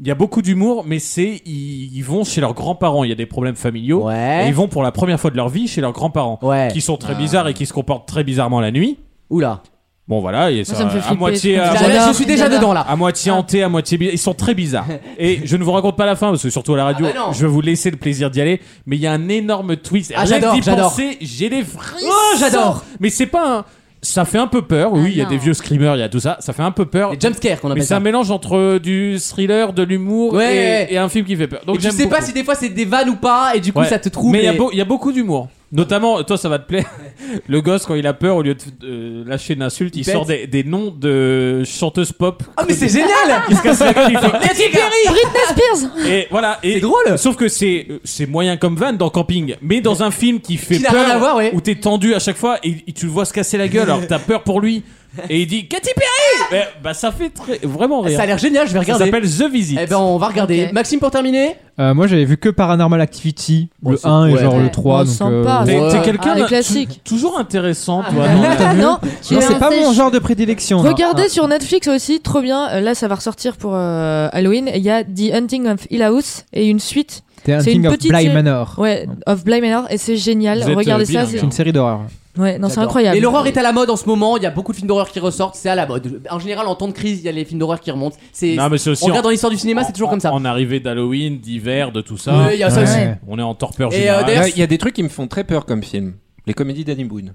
Speaker 3: Il y a beaucoup d'humour, mais c'est ils, ils vont chez leurs grands-parents. Il y a des problèmes familiaux. Et ils vont pour la première fois de leur vie chez leurs grands-parents, qui sont très
Speaker 2: Ah.
Speaker 3: bizarres et qui se comportent très bizarrement la nuit.
Speaker 2: Oula.
Speaker 3: Bon voilà, et
Speaker 2: Moi,
Speaker 3: ça,
Speaker 2: ça me fait
Speaker 3: à
Speaker 2: flipper,
Speaker 3: moitié,
Speaker 2: ce
Speaker 3: à
Speaker 2: truc.
Speaker 3: moitié-
Speaker 2: J'adore, Je suis déjà j'adore. dedans, là.
Speaker 3: À moitié
Speaker 2: Ah.
Speaker 3: hanté, à moitié bi- ils sont très bizarres. et je ne vous raconte pas la fin parce que surtout à la radio,
Speaker 2: Ah bah non.
Speaker 3: je vais vous laisser le plaisir d'y aller. Mais il y a un énorme twist. Rien
Speaker 2: Ah,
Speaker 3: que
Speaker 2: j'adore,
Speaker 3: d'y
Speaker 2: j'adore.
Speaker 3: penser, j'ai les frissons.
Speaker 2: Oh, j'adore. Ah
Speaker 3: Mais c'est pas un. Ça fait un peu peur, oui, il y a des vieux screamers, il y a tout ça, ça fait un peu peur. Les
Speaker 2: jumpscares qu'on
Speaker 3: Mais
Speaker 2: appelle
Speaker 3: c'est un
Speaker 2: ça.
Speaker 3: mélange entre du thriller, de l'humour
Speaker 2: Ouais,
Speaker 3: et,
Speaker 2: ouais.
Speaker 3: et un film qui fait peur. Donc
Speaker 2: et tu sais pas si des fois c'est des vannes ou pas, et du coup ça te trouve.
Speaker 3: trouve. Mais il y a beau- il y, a beaucoup d'humour. Notamment, toi ça va te plaire, le gosse quand il a peur, au lieu de euh, lâcher une insulte, il,
Speaker 2: Il
Speaker 3: sort des,
Speaker 2: pète.
Speaker 3: des noms de chanteuses pop.
Speaker 2: Ah, mais c'est génial
Speaker 3: Il se casse la gueule, il fait
Speaker 2: Katy Perry
Speaker 12: Britney Spears
Speaker 3: et voilà, et drôle. Sauf que c'est euh, c'est moyen comme van dans camping, mais dans un film qui fait
Speaker 2: Qui n'a
Speaker 3: peur,
Speaker 2: rien à voir, ouais.
Speaker 3: où t'es tendu à chaque fois et, et tu le vois se casser la gueule, alors que t'as peur pour lui. Et il dit Katy Perry. Mais, bah ça fait très, vraiment rire.
Speaker 2: Ça a l'air génial, je vais regarder.
Speaker 3: Ça s'appelle The Visit.
Speaker 2: Eh ben on va regarder. Maxime pour terminer
Speaker 6: Euh, moi j'avais vu que Paranormal Activity, le
Speaker 3: c'est-
Speaker 6: 1 et
Speaker 3: ouais.
Speaker 6: genre
Speaker 3: Ouais,
Speaker 6: le
Speaker 12: Oh,
Speaker 6: 3.
Speaker 3: on
Speaker 6: donc, euh,
Speaker 3: sent pas. T'es- t'es quelqu'un Ah, les de-
Speaker 12: classiques.
Speaker 3: Toujours intéressant, toi.
Speaker 12: Ah,
Speaker 3: non, t'as vu
Speaker 12: non, tu
Speaker 6: Non,
Speaker 12: es
Speaker 6: c'est
Speaker 12: un
Speaker 6: pas
Speaker 12: sèche.
Speaker 6: mon genre de prédilection. non.
Speaker 12: Regardez
Speaker 6: Ah.
Speaker 12: sur Netflix aussi, trop bien. euh, Là, ça va ressortir pour euh, Halloween. Il y a The Hunting of Hill House et une suite.
Speaker 6: The
Speaker 12: C'est
Speaker 6: Hunting
Speaker 12: une
Speaker 6: of
Speaker 12: petite
Speaker 6: Bly
Speaker 12: série-
Speaker 6: Manor.
Speaker 12: Ouais, of Bly Manor et c'est génial.
Speaker 6: Vous êtes,
Speaker 12: Regardez
Speaker 6: euh,
Speaker 12: ça.
Speaker 6: bilingue,
Speaker 12: c'est-
Speaker 6: hein. C'est une série d'horreur.
Speaker 12: Ouais, Eh, non, c'est
Speaker 2: J'adore.
Speaker 12: incroyable.
Speaker 2: Et l'horreur est à la mode en ce moment, il y a beaucoup de films d'horreur qui ressortent, c'est à la mode. En général, en temps de crise, il y a les films d'horreur qui remontent. C'est
Speaker 3: Non, mais c'est aussi
Speaker 2: on regarde
Speaker 3: en-
Speaker 2: dans l'histoire du cinéma,
Speaker 3: en-
Speaker 2: c'est toujours comme ça.
Speaker 3: En arrivée d'Halloween, d'hiver, de tout ça.
Speaker 2: Ouais, il y a ça aussi. Ouais.
Speaker 3: On est en torpeur
Speaker 2: Et, euh,
Speaker 3: générale.
Speaker 2: d'ailleurs,
Speaker 7: Ouais, Il y a des trucs qui me font très peur comme film. Les comédies d'Annie Boone.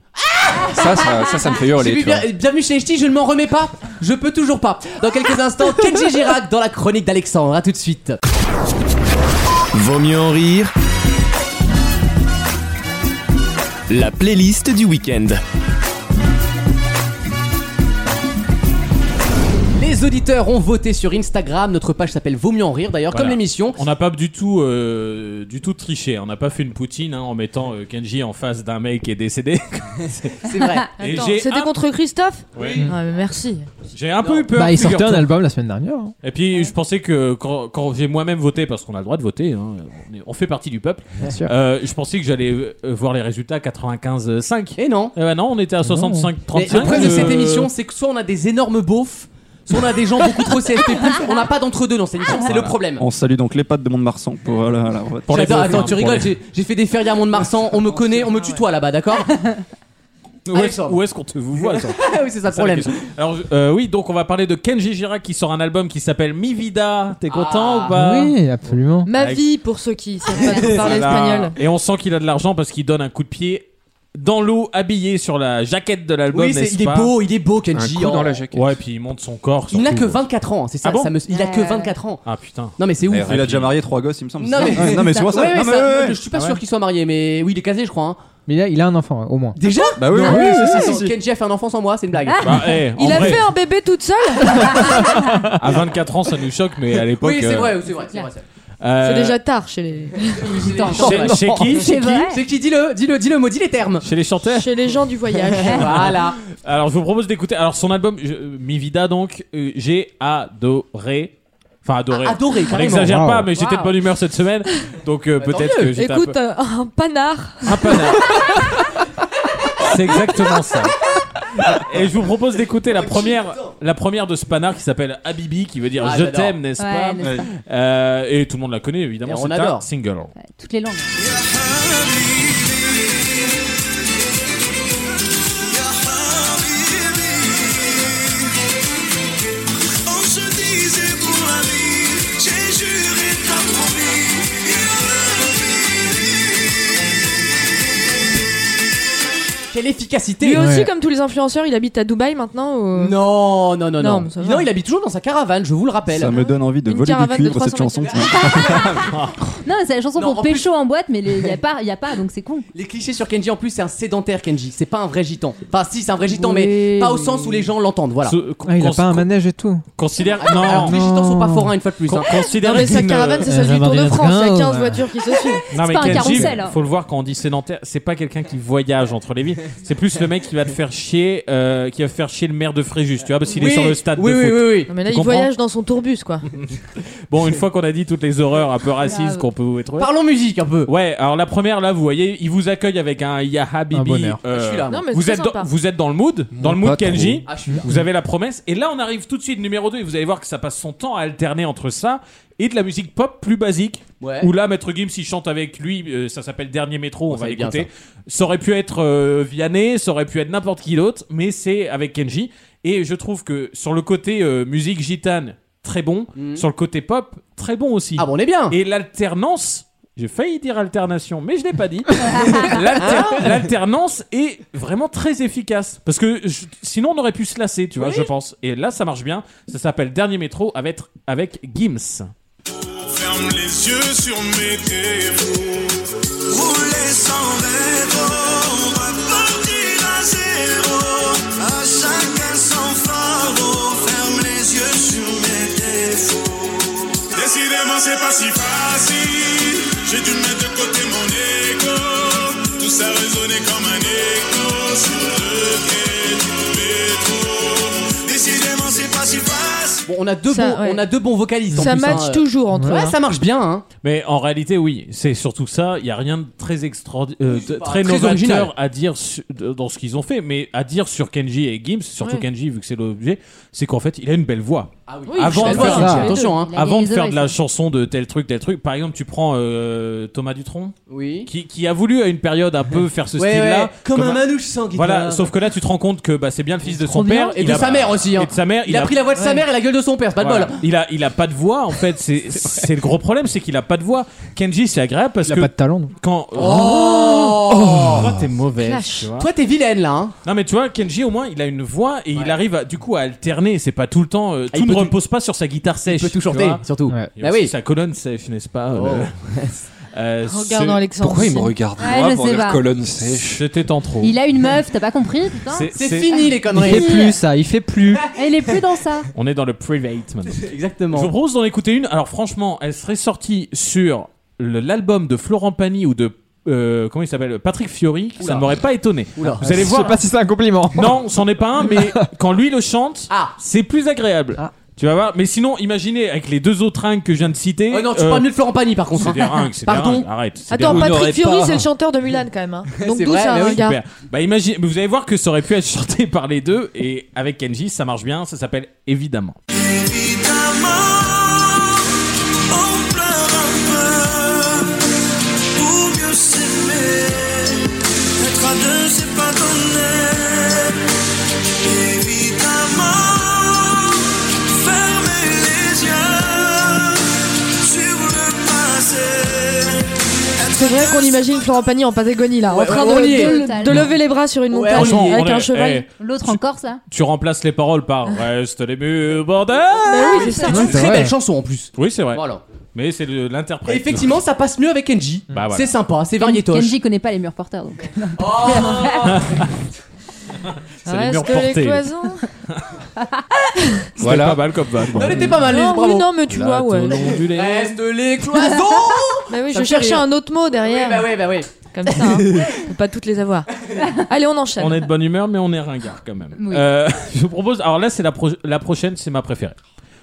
Speaker 7: ça, ça, ça, ça me fait
Speaker 2: J'ai
Speaker 7: hurler.
Speaker 2: vu
Speaker 7: tu vois.
Speaker 2: bien- bienvenue chez Echti, je ne m'en remets pas. Je peux toujours pas. Dans quelques instants, Kenji Girac dans la chronique d'Alexandre. À tout de suite.
Speaker 1: Vaut mieux en rire. La playlist du week-end.
Speaker 2: Les auditeurs ont voté sur Instagram. Notre page s'appelle Vaut mieux en rire d'ailleurs,
Speaker 3: Voilà.
Speaker 2: comme l'émission.
Speaker 3: On n'a pas du tout, euh, du tout triché. On n'a pas fait une poutine hein, en mettant euh, Kenji en face d'un mec qui est décédé.
Speaker 2: C'est vrai.
Speaker 3: Et
Speaker 12: Attends,
Speaker 3: j'ai
Speaker 12: C'était
Speaker 3: un-
Speaker 12: contre Christophe
Speaker 3: Oui.
Speaker 12: Ah, mais merci.
Speaker 3: J'ai un peu eu peur.
Speaker 6: Bah, il sortait un
Speaker 3: figure-toi.
Speaker 6: album la semaine dernière. hein.
Speaker 3: Et puis je pensais que quand, quand j'ai moi-même voté, parce qu'on a le droit de voter, hein, on, est- on fait partie du peuple,
Speaker 6: Bien sûr.
Speaker 3: euh, je pensais que j'allais euh, voir les résultats 95-5.
Speaker 2: Et non.
Speaker 3: Eh ben non, on était
Speaker 6: Ah
Speaker 3: à
Speaker 2: Mais
Speaker 3: 65-35.
Speaker 2: le problème de cette
Speaker 3: euh,
Speaker 2: émission, c'est que soit on a des énormes beaufs, soit on a des gens beaucoup trop CSP+, on n'a pas d'entre-deux dans cette émission, c'est le
Speaker 4: Voilà.
Speaker 2: problème.
Speaker 4: On salue donc les pattes de Monde Marsan pour euh, la, la vote.
Speaker 2: J'adore, attends,
Speaker 3: hein,
Speaker 2: tu rigoles, j'ai- j'ai fait des férias à Mont-de-Marsan, on me connaît, on me tutoie là-bas, d'accord
Speaker 3: Où est-ce
Speaker 2: Alexandre. Ah
Speaker 3: où est-ce qu'on te vous voit attends
Speaker 2: Oui, c'est ça le
Speaker 3: la
Speaker 2: problème.
Speaker 3: question. Alors euh, oui, donc on va parler de Kenji Girac qui sort un album qui s'appelle Mi Vida. T'es
Speaker 2: Ah.
Speaker 3: content ou pas
Speaker 6: Oui, absolument.
Speaker 12: Ah. Ma
Speaker 3: Avec-
Speaker 12: vie pour ceux qui savent pas trop parler
Speaker 3: Voilà.
Speaker 12: espagnol.
Speaker 3: Et on sent qu'il a de l'argent parce qu'il donne un coup de pied dans l'eau habillé sur la jaquette de l'album.
Speaker 2: Oui, c'est-
Speaker 3: n'est-ce
Speaker 2: il est
Speaker 3: pas
Speaker 2: beau, il est beau, Kenji, Un coup dans hein. la jaquette.
Speaker 3: Ouais, puis il monte son corps.
Speaker 2: Il n'a
Speaker 3: surtout.
Speaker 2: que 24 ans, c'est ça,
Speaker 3: Ah bon
Speaker 2: ça me- il a que 24 ans.
Speaker 3: Ah putain.
Speaker 2: Non mais c'est ouf.
Speaker 4: Il a déjà marié trois gosses, il me semble.
Speaker 2: Non
Speaker 4: c'est
Speaker 2: mais,
Speaker 4: ça Ouais, non mais c'est moi ça.
Speaker 2: Ouais, ouais,
Speaker 4: Non, mais
Speaker 2: ça-
Speaker 4: ouais,
Speaker 2: non,
Speaker 4: ouais.
Speaker 2: Je suis pas
Speaker 4: Ah
Speaker 2: sûr
Speaker 4: ouais.
Speaker 2: qu'il soit marié, mais oui, il est casé, je crois. hein.
Speaker 6: Mais il a, il a un enfant, au moins.
Speaker 2: Déjà
Speaker 4: Bah oui,
Speaker 2: Non,
Speaker 4: oui, oui,
Speaker 2: non,
Speaker 4: si,
Speaker 2: non,
Speaker 4: si,
Speaker 2: non,
Speaker 4: si.
Speaker 2: Kenji a fait un enfant sans moi, c'est une blague.
Speaker 4: Ah.
Speaker 3: Bah, eh, en
Speaker 12: Il a
Speaker 3: vrai,
Speaker 12: fait un bébé toute seule
Speaker 3: à 24 ans, ça nous choque, mais à l'époque.
Speaker 2: Oui, c'est
Speaker 3: euh,
Speaker 2: vrai, c'est vrai, c'est vrai. c'est vrai.
Speaker 3: euh,
Speaker 12: C'est déjà tard chez les.
Speaker 3: Chez- chez qui
Speaker 2: C'est
Speaker 3: Chez qui
Speaker 2: vrai. C'est qui Dis-le, dis-le, dis-le mot, dis les termes.
Speaker 3: Chez les chanteurs
Speaker 12: Chez les gens du voyage.
Speaker 2: Voilà.
Speaker 3: Alors, je vous propose d'écouter. Alors, son album, je- Mi Vida, donc, euh, j'ai adoré. Enfin, adoré.
Speaker 12: Ah, adoré,
Speaker 3: On
Speaker 12: carrément.
Speaker 3: n'exagère
Speaker 12: Wow.
Speaker 3: pas, mais j'étais
Speaker 12: Wow.
Speaker 3: de bonne humeur cette semaine. Donc,
Speaker 2: Bah,
Speaker 3: euh, peut-être que j'étais un peu-
Speaker 12: Écoute, euh, un panard.
Speaker 3: C'est exactement ça. Et je vous propose d'écouter la première, la première de ce panard qui s'appelle Habibi, qui veut dire
Speaker 5: Ah,
Speaker 3: Je
Speaker 5: j'adore.
Speaker 3: t'aime, n'est-ce
Speaker 5: Ouais,
Speaker 3: pas
Speaker 5: n'est-ce pas
Speaker 3: Euh, Et tout le monde la connaît évidemment,
Speaker 5: Et on
Speaker 3: c'est un
Speaker 5: adore.
Speaker 3: single.
Speaker 5: Toutes les langues.
Speaker 15: On se disait pour ami, j'ai juré ta promis.
Speaker 2: Quelle efficacité
Speaker 12: Lui aussi, comme tous les influenceurs, il habite à Dubaï maintenant ou...
Speaker 2: Non, Oh, non, non, non.
Speaker 12: mais ça va.
Speaker 2: Non, il habite toujours dans sa caravane, je vous le rappelle.
Speaker 4: Ça me donne envie de
Speaker 12: Une
Speaker 4: voler du
Speaker 12: caravane de
Speaker 4: cuivre cette
Speaker 12: 300
Speaker 4: chanson.
Speaker 12: mètres
Speaker 5: Non, mais c'est la chanson
Speaker 2: Non, en
Speaker 5: pour pécho en boîte, mais il n'y a, pas- y a pas, donc c'est con.
Speaker 2: Les clichés sur Kenji en plus, c'est un sédentaire Kenji, c'est pas un vrai gitan. Enfin, si, c'est un vrai gitan, mais
Speaker 6: Oui,
Speaker 2: pas au
Speaker 6: oui.
Speaker 2: sens où les gens l'entendent, voilà.
Speaker 4: euh,
Speaker 3: Ce-
Speaker 6: Ah, il a
Speaker 3: cons-
Speaker 6: pas un manège et tout.
Speaker 3: Considère.
Speaker 2: Ah,
Speaker 3: Non,
Speaker 2: alors, les gitans sont pas forains, une fois de plus. hein.
Speaker 3: Considère. euh,
Speaker 12: Non, mais sa caravane, c'est celle du Tour de France. Il y a 15 voitures qui se suivent.
Speaker 3: Non, mais
Speaker 12: pas un
Speaker 3: Kenji,
Speaker 12: carrousel. hein.
Speaker 3: faut le voir quand on dit sédentaire, c'est pas quelqu'un qui voyage entre les villes, c'est plus le mec qui va te faire chier, euh, qui va faire chier le maire de Fréjus, tu vois, parce qu'il est sur le stade de foot.
Speaker 12: Non, mais là,
Speaker 3: Tu
Speaker 12: il
Speaker 3: comprends
Speaker 12: voyage dans son tourbus, quoi.
Speaker 3: Bon, une fois qu'on a dit toutes les horreurs un peu racistes qu'on peut vous trouver.
Speaker 2: Parlons musique un peu.
Speaker 3: Ouais, alors la première là, vous voyez, il vous accueille avec un Yahabibi.
Speaker 6: Un bonheur.
Speaker 3: euh,
Speaker 6: Je suis là, moi. Non, mais
Speaker 3: vous
Speaker 6: c'est
Speaker 3: êtes
Speaker 6: sympa.
Speaker 3: dans, vous êtes dans le mood, dans le mood
Speaker 6: pas trop.
Speaker 3: Kenji.
Speaker 2: Ah, je suis là.
Speaker 3: Vous avez la promesse et là on arrive tout de suite numéro 2 et vous allez voir que ça passe son temps à alterner entre ça et de la musique pop plus basique.
Speaker 2: Ouais.
Speaker 3: Où là, Maître Gims, il chante avec lui, euh, ça s'appelle Dernier Métro, on
Speaker 2: ça
Speaker 3: va
Speaker 2: va être bien,
Speaker 3: l'écouter. Ça aurait pu être euh, Vianney, ça aurait pu être n'importe qui d'autre, mais c'est avec Kenji. Et je trouve que sur le côté euh, musique gitane, très bon.
Speaker 2: Mhm.
Speaker 3: Sur le côté pop, très bon aussi.
Speaker 2: Ah bon, on est bien.
Speaker 3: Et l'alternance, j'ai failli dire alternation, mais je l'ai pas dit. L'alter- L'alternance est vraiment très efficace. Parce que je- sinon, on aurait pu se lasser, tu vois,
Speaker 2: Oui.
Speaker 3: je pense. Et là, ça marche bien. Ça s'appelle Dernier Métro avec, avec Gims.
Speaker 15: Ferme les yeux sur mes défauts. Rouler sans rétro, on va partir à zéro. À chacun son fardeau. Ferme les yeux sur mes défauts. Décidément, c'est pas si facile. J'ai dû mettre de côté mon écho. Tout ça résonnait comme un écho sur le quai du métro. Décidément, c'est pas si facile.
Speaker 2: Bon, on a deux,
Speaker 12: Ça,
Speaker 2: bons,
Speaker 12: ouais.
Speaker 2: on a deux bons vocalistes en
Speaker 12: Ça
Speaker 2: plus,
Speaker 12: match
Speaker 2: hein.
Speaker 12: toujours entre
Speaker 2: Ouais,
Speaker 12: eux, hein.
Speaker 2: ça marche bien, hein.
Speaker 3: Mais en réalité, oui, c'est surtout ça. Il n'y a rien de très extraordinaire,
Speaker 2: pas
Speaker 3: très,
Speaker 2: très
Speaker 3: novateur
Speaker 2: original.
Speaker 3: à dire su- de- dans ce qu'ils ont fait, mais à dire sur Kenji et Gims, surtout
Speaker 2: Ouais. Ah
Speaker 3: Kenji vu que c'est l'objet, c'est qu'en fait, il a une belle voix.
Speaker 2: oui. Oui,
Speaker 3: avant
Speaker 2: je
Speaker 3: de
Speaker 2: suis
Speaker 3: faire,
Speaker 2: d'accord, j'ai les Attention, deux. hein.
Speaker 3: avant
Speaker 2: Il a
Speaker 3: de
Speaker 2: les
Speaker 3: faire de la
Speaker 2: oreilles.
Speaker 3: chanson de tel truc, tel truc. Par exemple, tu prends euh, Thomas Dutronc,
Speaker 2: Oui.
Speaker 3: qui, qui a voulu à une période un peu faire ce
Speaker 2: Ouais,
Speaker 3: style-là,
Speaker 2: ouais, comme un manouche sans guitare.
Speaker 3: Voilà, sauf que là, tu te rends compte que bah, c'est bien le fils de son
Speaker 2: bien.
Speaker 3: père
Speaker 2: Et de sa mère aussi, hein.
Speaker 3: Et de sa mère,
Speaker 2: Il a pris la voix de sa
Speaker 3: Ouais.
Speaker 2: mère et la gueule de son père, c'est pas de
Speaker 3: Voilà.
Speaker 2: bol.
Speaker 3: Il a, il a pas de voix en fait. C'est, c'est le gros problème, c'est qu'il a pas de voix. Kenji, c'est agréable parce
Speaker 6: Il a
Speaker 2: euh,
Speaker 3: que
Speaker 6: pas de talent.
Speaker 3: quand
Speaker 2: Oh
Speaker 3: toi t'es mauvais.
Speaker 2: Clash. Toi, t'es vilaine là. Hein.
Speaker 3: Non mais tu vois, Kenji au moins il a une voix et il arrive à, du coup à alterner. C'est pas tout le temps. euh,
Speaker 2: Ah,
Speaker 3: tout
Speaker 2: il
Speaker 3: ne
Speaker 2: peut
Speaker 3: repose pas sur sa guitare sèche.
Speaker 2: peut tout
Speaker 3: tu
Speaker 2: chanter,
Speaker 3: vois.
Speaker 2: surtout.
Speaker 6: Ouais.
Speaker 3: Et
Speaker 2: Bah
Speaker 3: aussi
Speaker 2: oui.
Speaker 3: Sa colonne sèche, n'est-ce pas
Speaker 2: Oh.
Speaker 3: euh, euh,
Speaker 12: Regardant
Speaker 3: c'est-
Speaker 12: Alexandre Pourquoi il me Dussin.
Speaker 7: regarde,
Speaker 2: Ah,
Speaker 5: Ouais, moi, je pour sais dire pas. colonne
Speaker 3: sèche C'était en trop.
Speaker 5: Il a une meuf, t'as pas compris, putain
Speaker 3: C'est-
Speaker 2: C'est fini les
Speaker 6: Il
Speaker 2: conneries.
Speaker 6: fait plus ça, il fait plus.
Speaker 5: Elle est plus dans ça.
Speaker 3: On est dans le private maintenant.
Speaker 2: Exactement.
Speaker 3: Je vous propose d'en écouter une. Alors franchement, elle serait sortie sur le- l'album de Florent Pagny ou de euh, comment il s'appelle Patrick Fiori. Ça
Speaker 6: Oula.
Speaker 3: ne m'aurait pas étonné.
Speaker 6: Oula.
Speaker 3: Vous allez
Speaker 6: Je
Speaker 3: voir.
Speaker 6: sais pas si c'est un compliment.
Speaker 3: Non, c'en est pas un, mais quand lui le chante, c'est plus agréable. Tu vas voir. Mais sinon, imaginez avec les deux autres ringues que je viens de citer.
Speaker 2: Ouais, Oh non, tu
Speaker 3: euh,
Speaker 2: parles mieux de Florent Pagny par contre.
Speaker 3: C'est
Speaker 2: hein.
Speaker 3: des ringues, c'est des
Speaker 2: Pardon.
Speaker 3: ringues. Arrête. c'est des
Speaker 12: Attends,
Speaker 3: ringues.
Speaker 12: Patrick Fiori, c'est le chanteur de Mulan quand même. hein. Donc
Speaker 2: C'est
Speaker 12: d'où
Speaker 2: vrai,
Speaker 12: ça,
Speaker 2: mais oui.
Speaker 12: un gars
Speaker 3: Super. Bah imagine, mais vous allez voir que ça aurait pu être chanté par les deux et avec Kenji, ça marche bien. Ça s'appelle évidemment.
Speaker 15: Évidemment, on pleure un peu pour mieux s'aimer. Être à deux, c'est pas donné. Évidemment, fermer les yeux sur le passé.
Speaker 12: C'est vrai qu'on imagine Florent Pagny en Patagonie là,
Speaker 2: Ouais,
Speaker 12: en train
Speaker 2: on
Speaker 12: de,
Speaker 2: y est.
Speaker 12: de- de
Speaker 5: Totalement.
Speaker 12: lever les bras sur une
Speaker 3: Ouais,
Speaker 12: montagne
Speaker 3: franchement,
Speaker 12: avec
Speaker 3: on
Speaker 12: un
Speaker 3: est-
Speaker 12: cheval.
Speaker 3: eh,
Speaker 5: L'autre encore, ça
Speaker 3: Tu remplaces les paroles par reste les murs, bordel.
Speaker 12: Mais oui, c'est ça.
Speaker 2: Ah. C'est une très belle chanson en plus.
Speaker 3: Oui, c'est vrai.
Speaker 2: Voilà.
Speaker 3: Mais c'est le- l'interprète.
Speaker 2: Effectivement, ça passe mieux avec Kenji.
Speaker 3: Bah voilà.
Speaker 2: C'est sympa, c'est variétoche.
Speaker 5: Kenji connaît pas les murs porteurs, donc.
Speaker 2: Oh
Speaker 3: C'est les murs
Speaker 12: Reste les
Speaker 3: portés.
Speaker 12: cloisons.
Speaker 3: C'était pas mal comme vanne.
Speaker 2: Elle était pas mal,
Speaker 12: Non,
Speaker 2: Lise, bravo.
Speaker 12: oui, non, mais tu vois, ouais.
Speaker 2: Reste les cloisons
Speaker 12: Bah oui, je
Speaker 2: Ça me fait
Speaker 12: cherchais
Speaker 2: rire.
Speaker 12: un autre mot derrière.
Speaker 2: Bah oui, bah oui.
Speaker 12: Comme ça, hein. On peut pas toutes les avoir. Allez, on enchaîne.
Speaker 3: On est de bonne humeur, mais on est ringard quand même.
Speaker 12: Oui.
Speaker 3: Euh, je vous propose. Alors là, c'est la, pro- la prochaine, c'est ma préférée.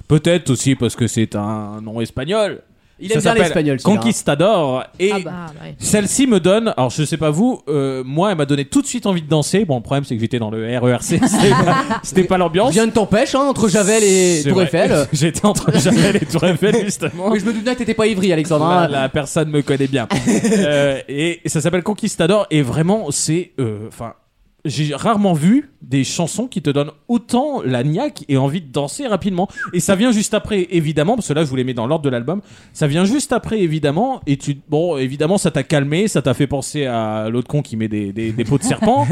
Speaker 3: Peut-être aussi parce que c'est un nom espagnol.
Speaker 2: Il
Speaker 3: Ça
Speaker 2: aime bien
Speaker 3: s'appelle
Speaker 2: l'espagnol, celui-là, hein.
Speaker 3: Conquistador. Et
Speaker 2: Ah bah. Ah bah oui.
Speaker 3: celle-ci me donne, alors je sais pas vous, euh, moi elle m'a donné tout de suite envie de danser. Bon, le problème c'est que j'étais dans le RERC, c'était pas- c'était pas l'ambiance. Viens
Speaker 2: de t'empêche, hein, entre Javel et Tour Eiffel.
Speaker 3: J'étais entre Javel et Tour Eiffel, justement.
Speaker 2: Mais je me doute bien que t'étais pas ivri, Alexandre. hein.
Speaker 3: La, la personne me connaît bien. Euh, et ça s'appelle Conquistador. Et vraiment, c'est. euh, Enfin, j'ai rarement vu des chansons qui te donnent autant la niaque et envie de danser rapidement. Et ça vient juste après, évidemment, parce que là, je vous les mets dans l'ordre de l'album. Ça vient juste après, évidemment. Et tu. Bon, évidemment, ça t'a calmé, ça t'a fait penser à l'autre con qui met des, des, des peaux de serpent.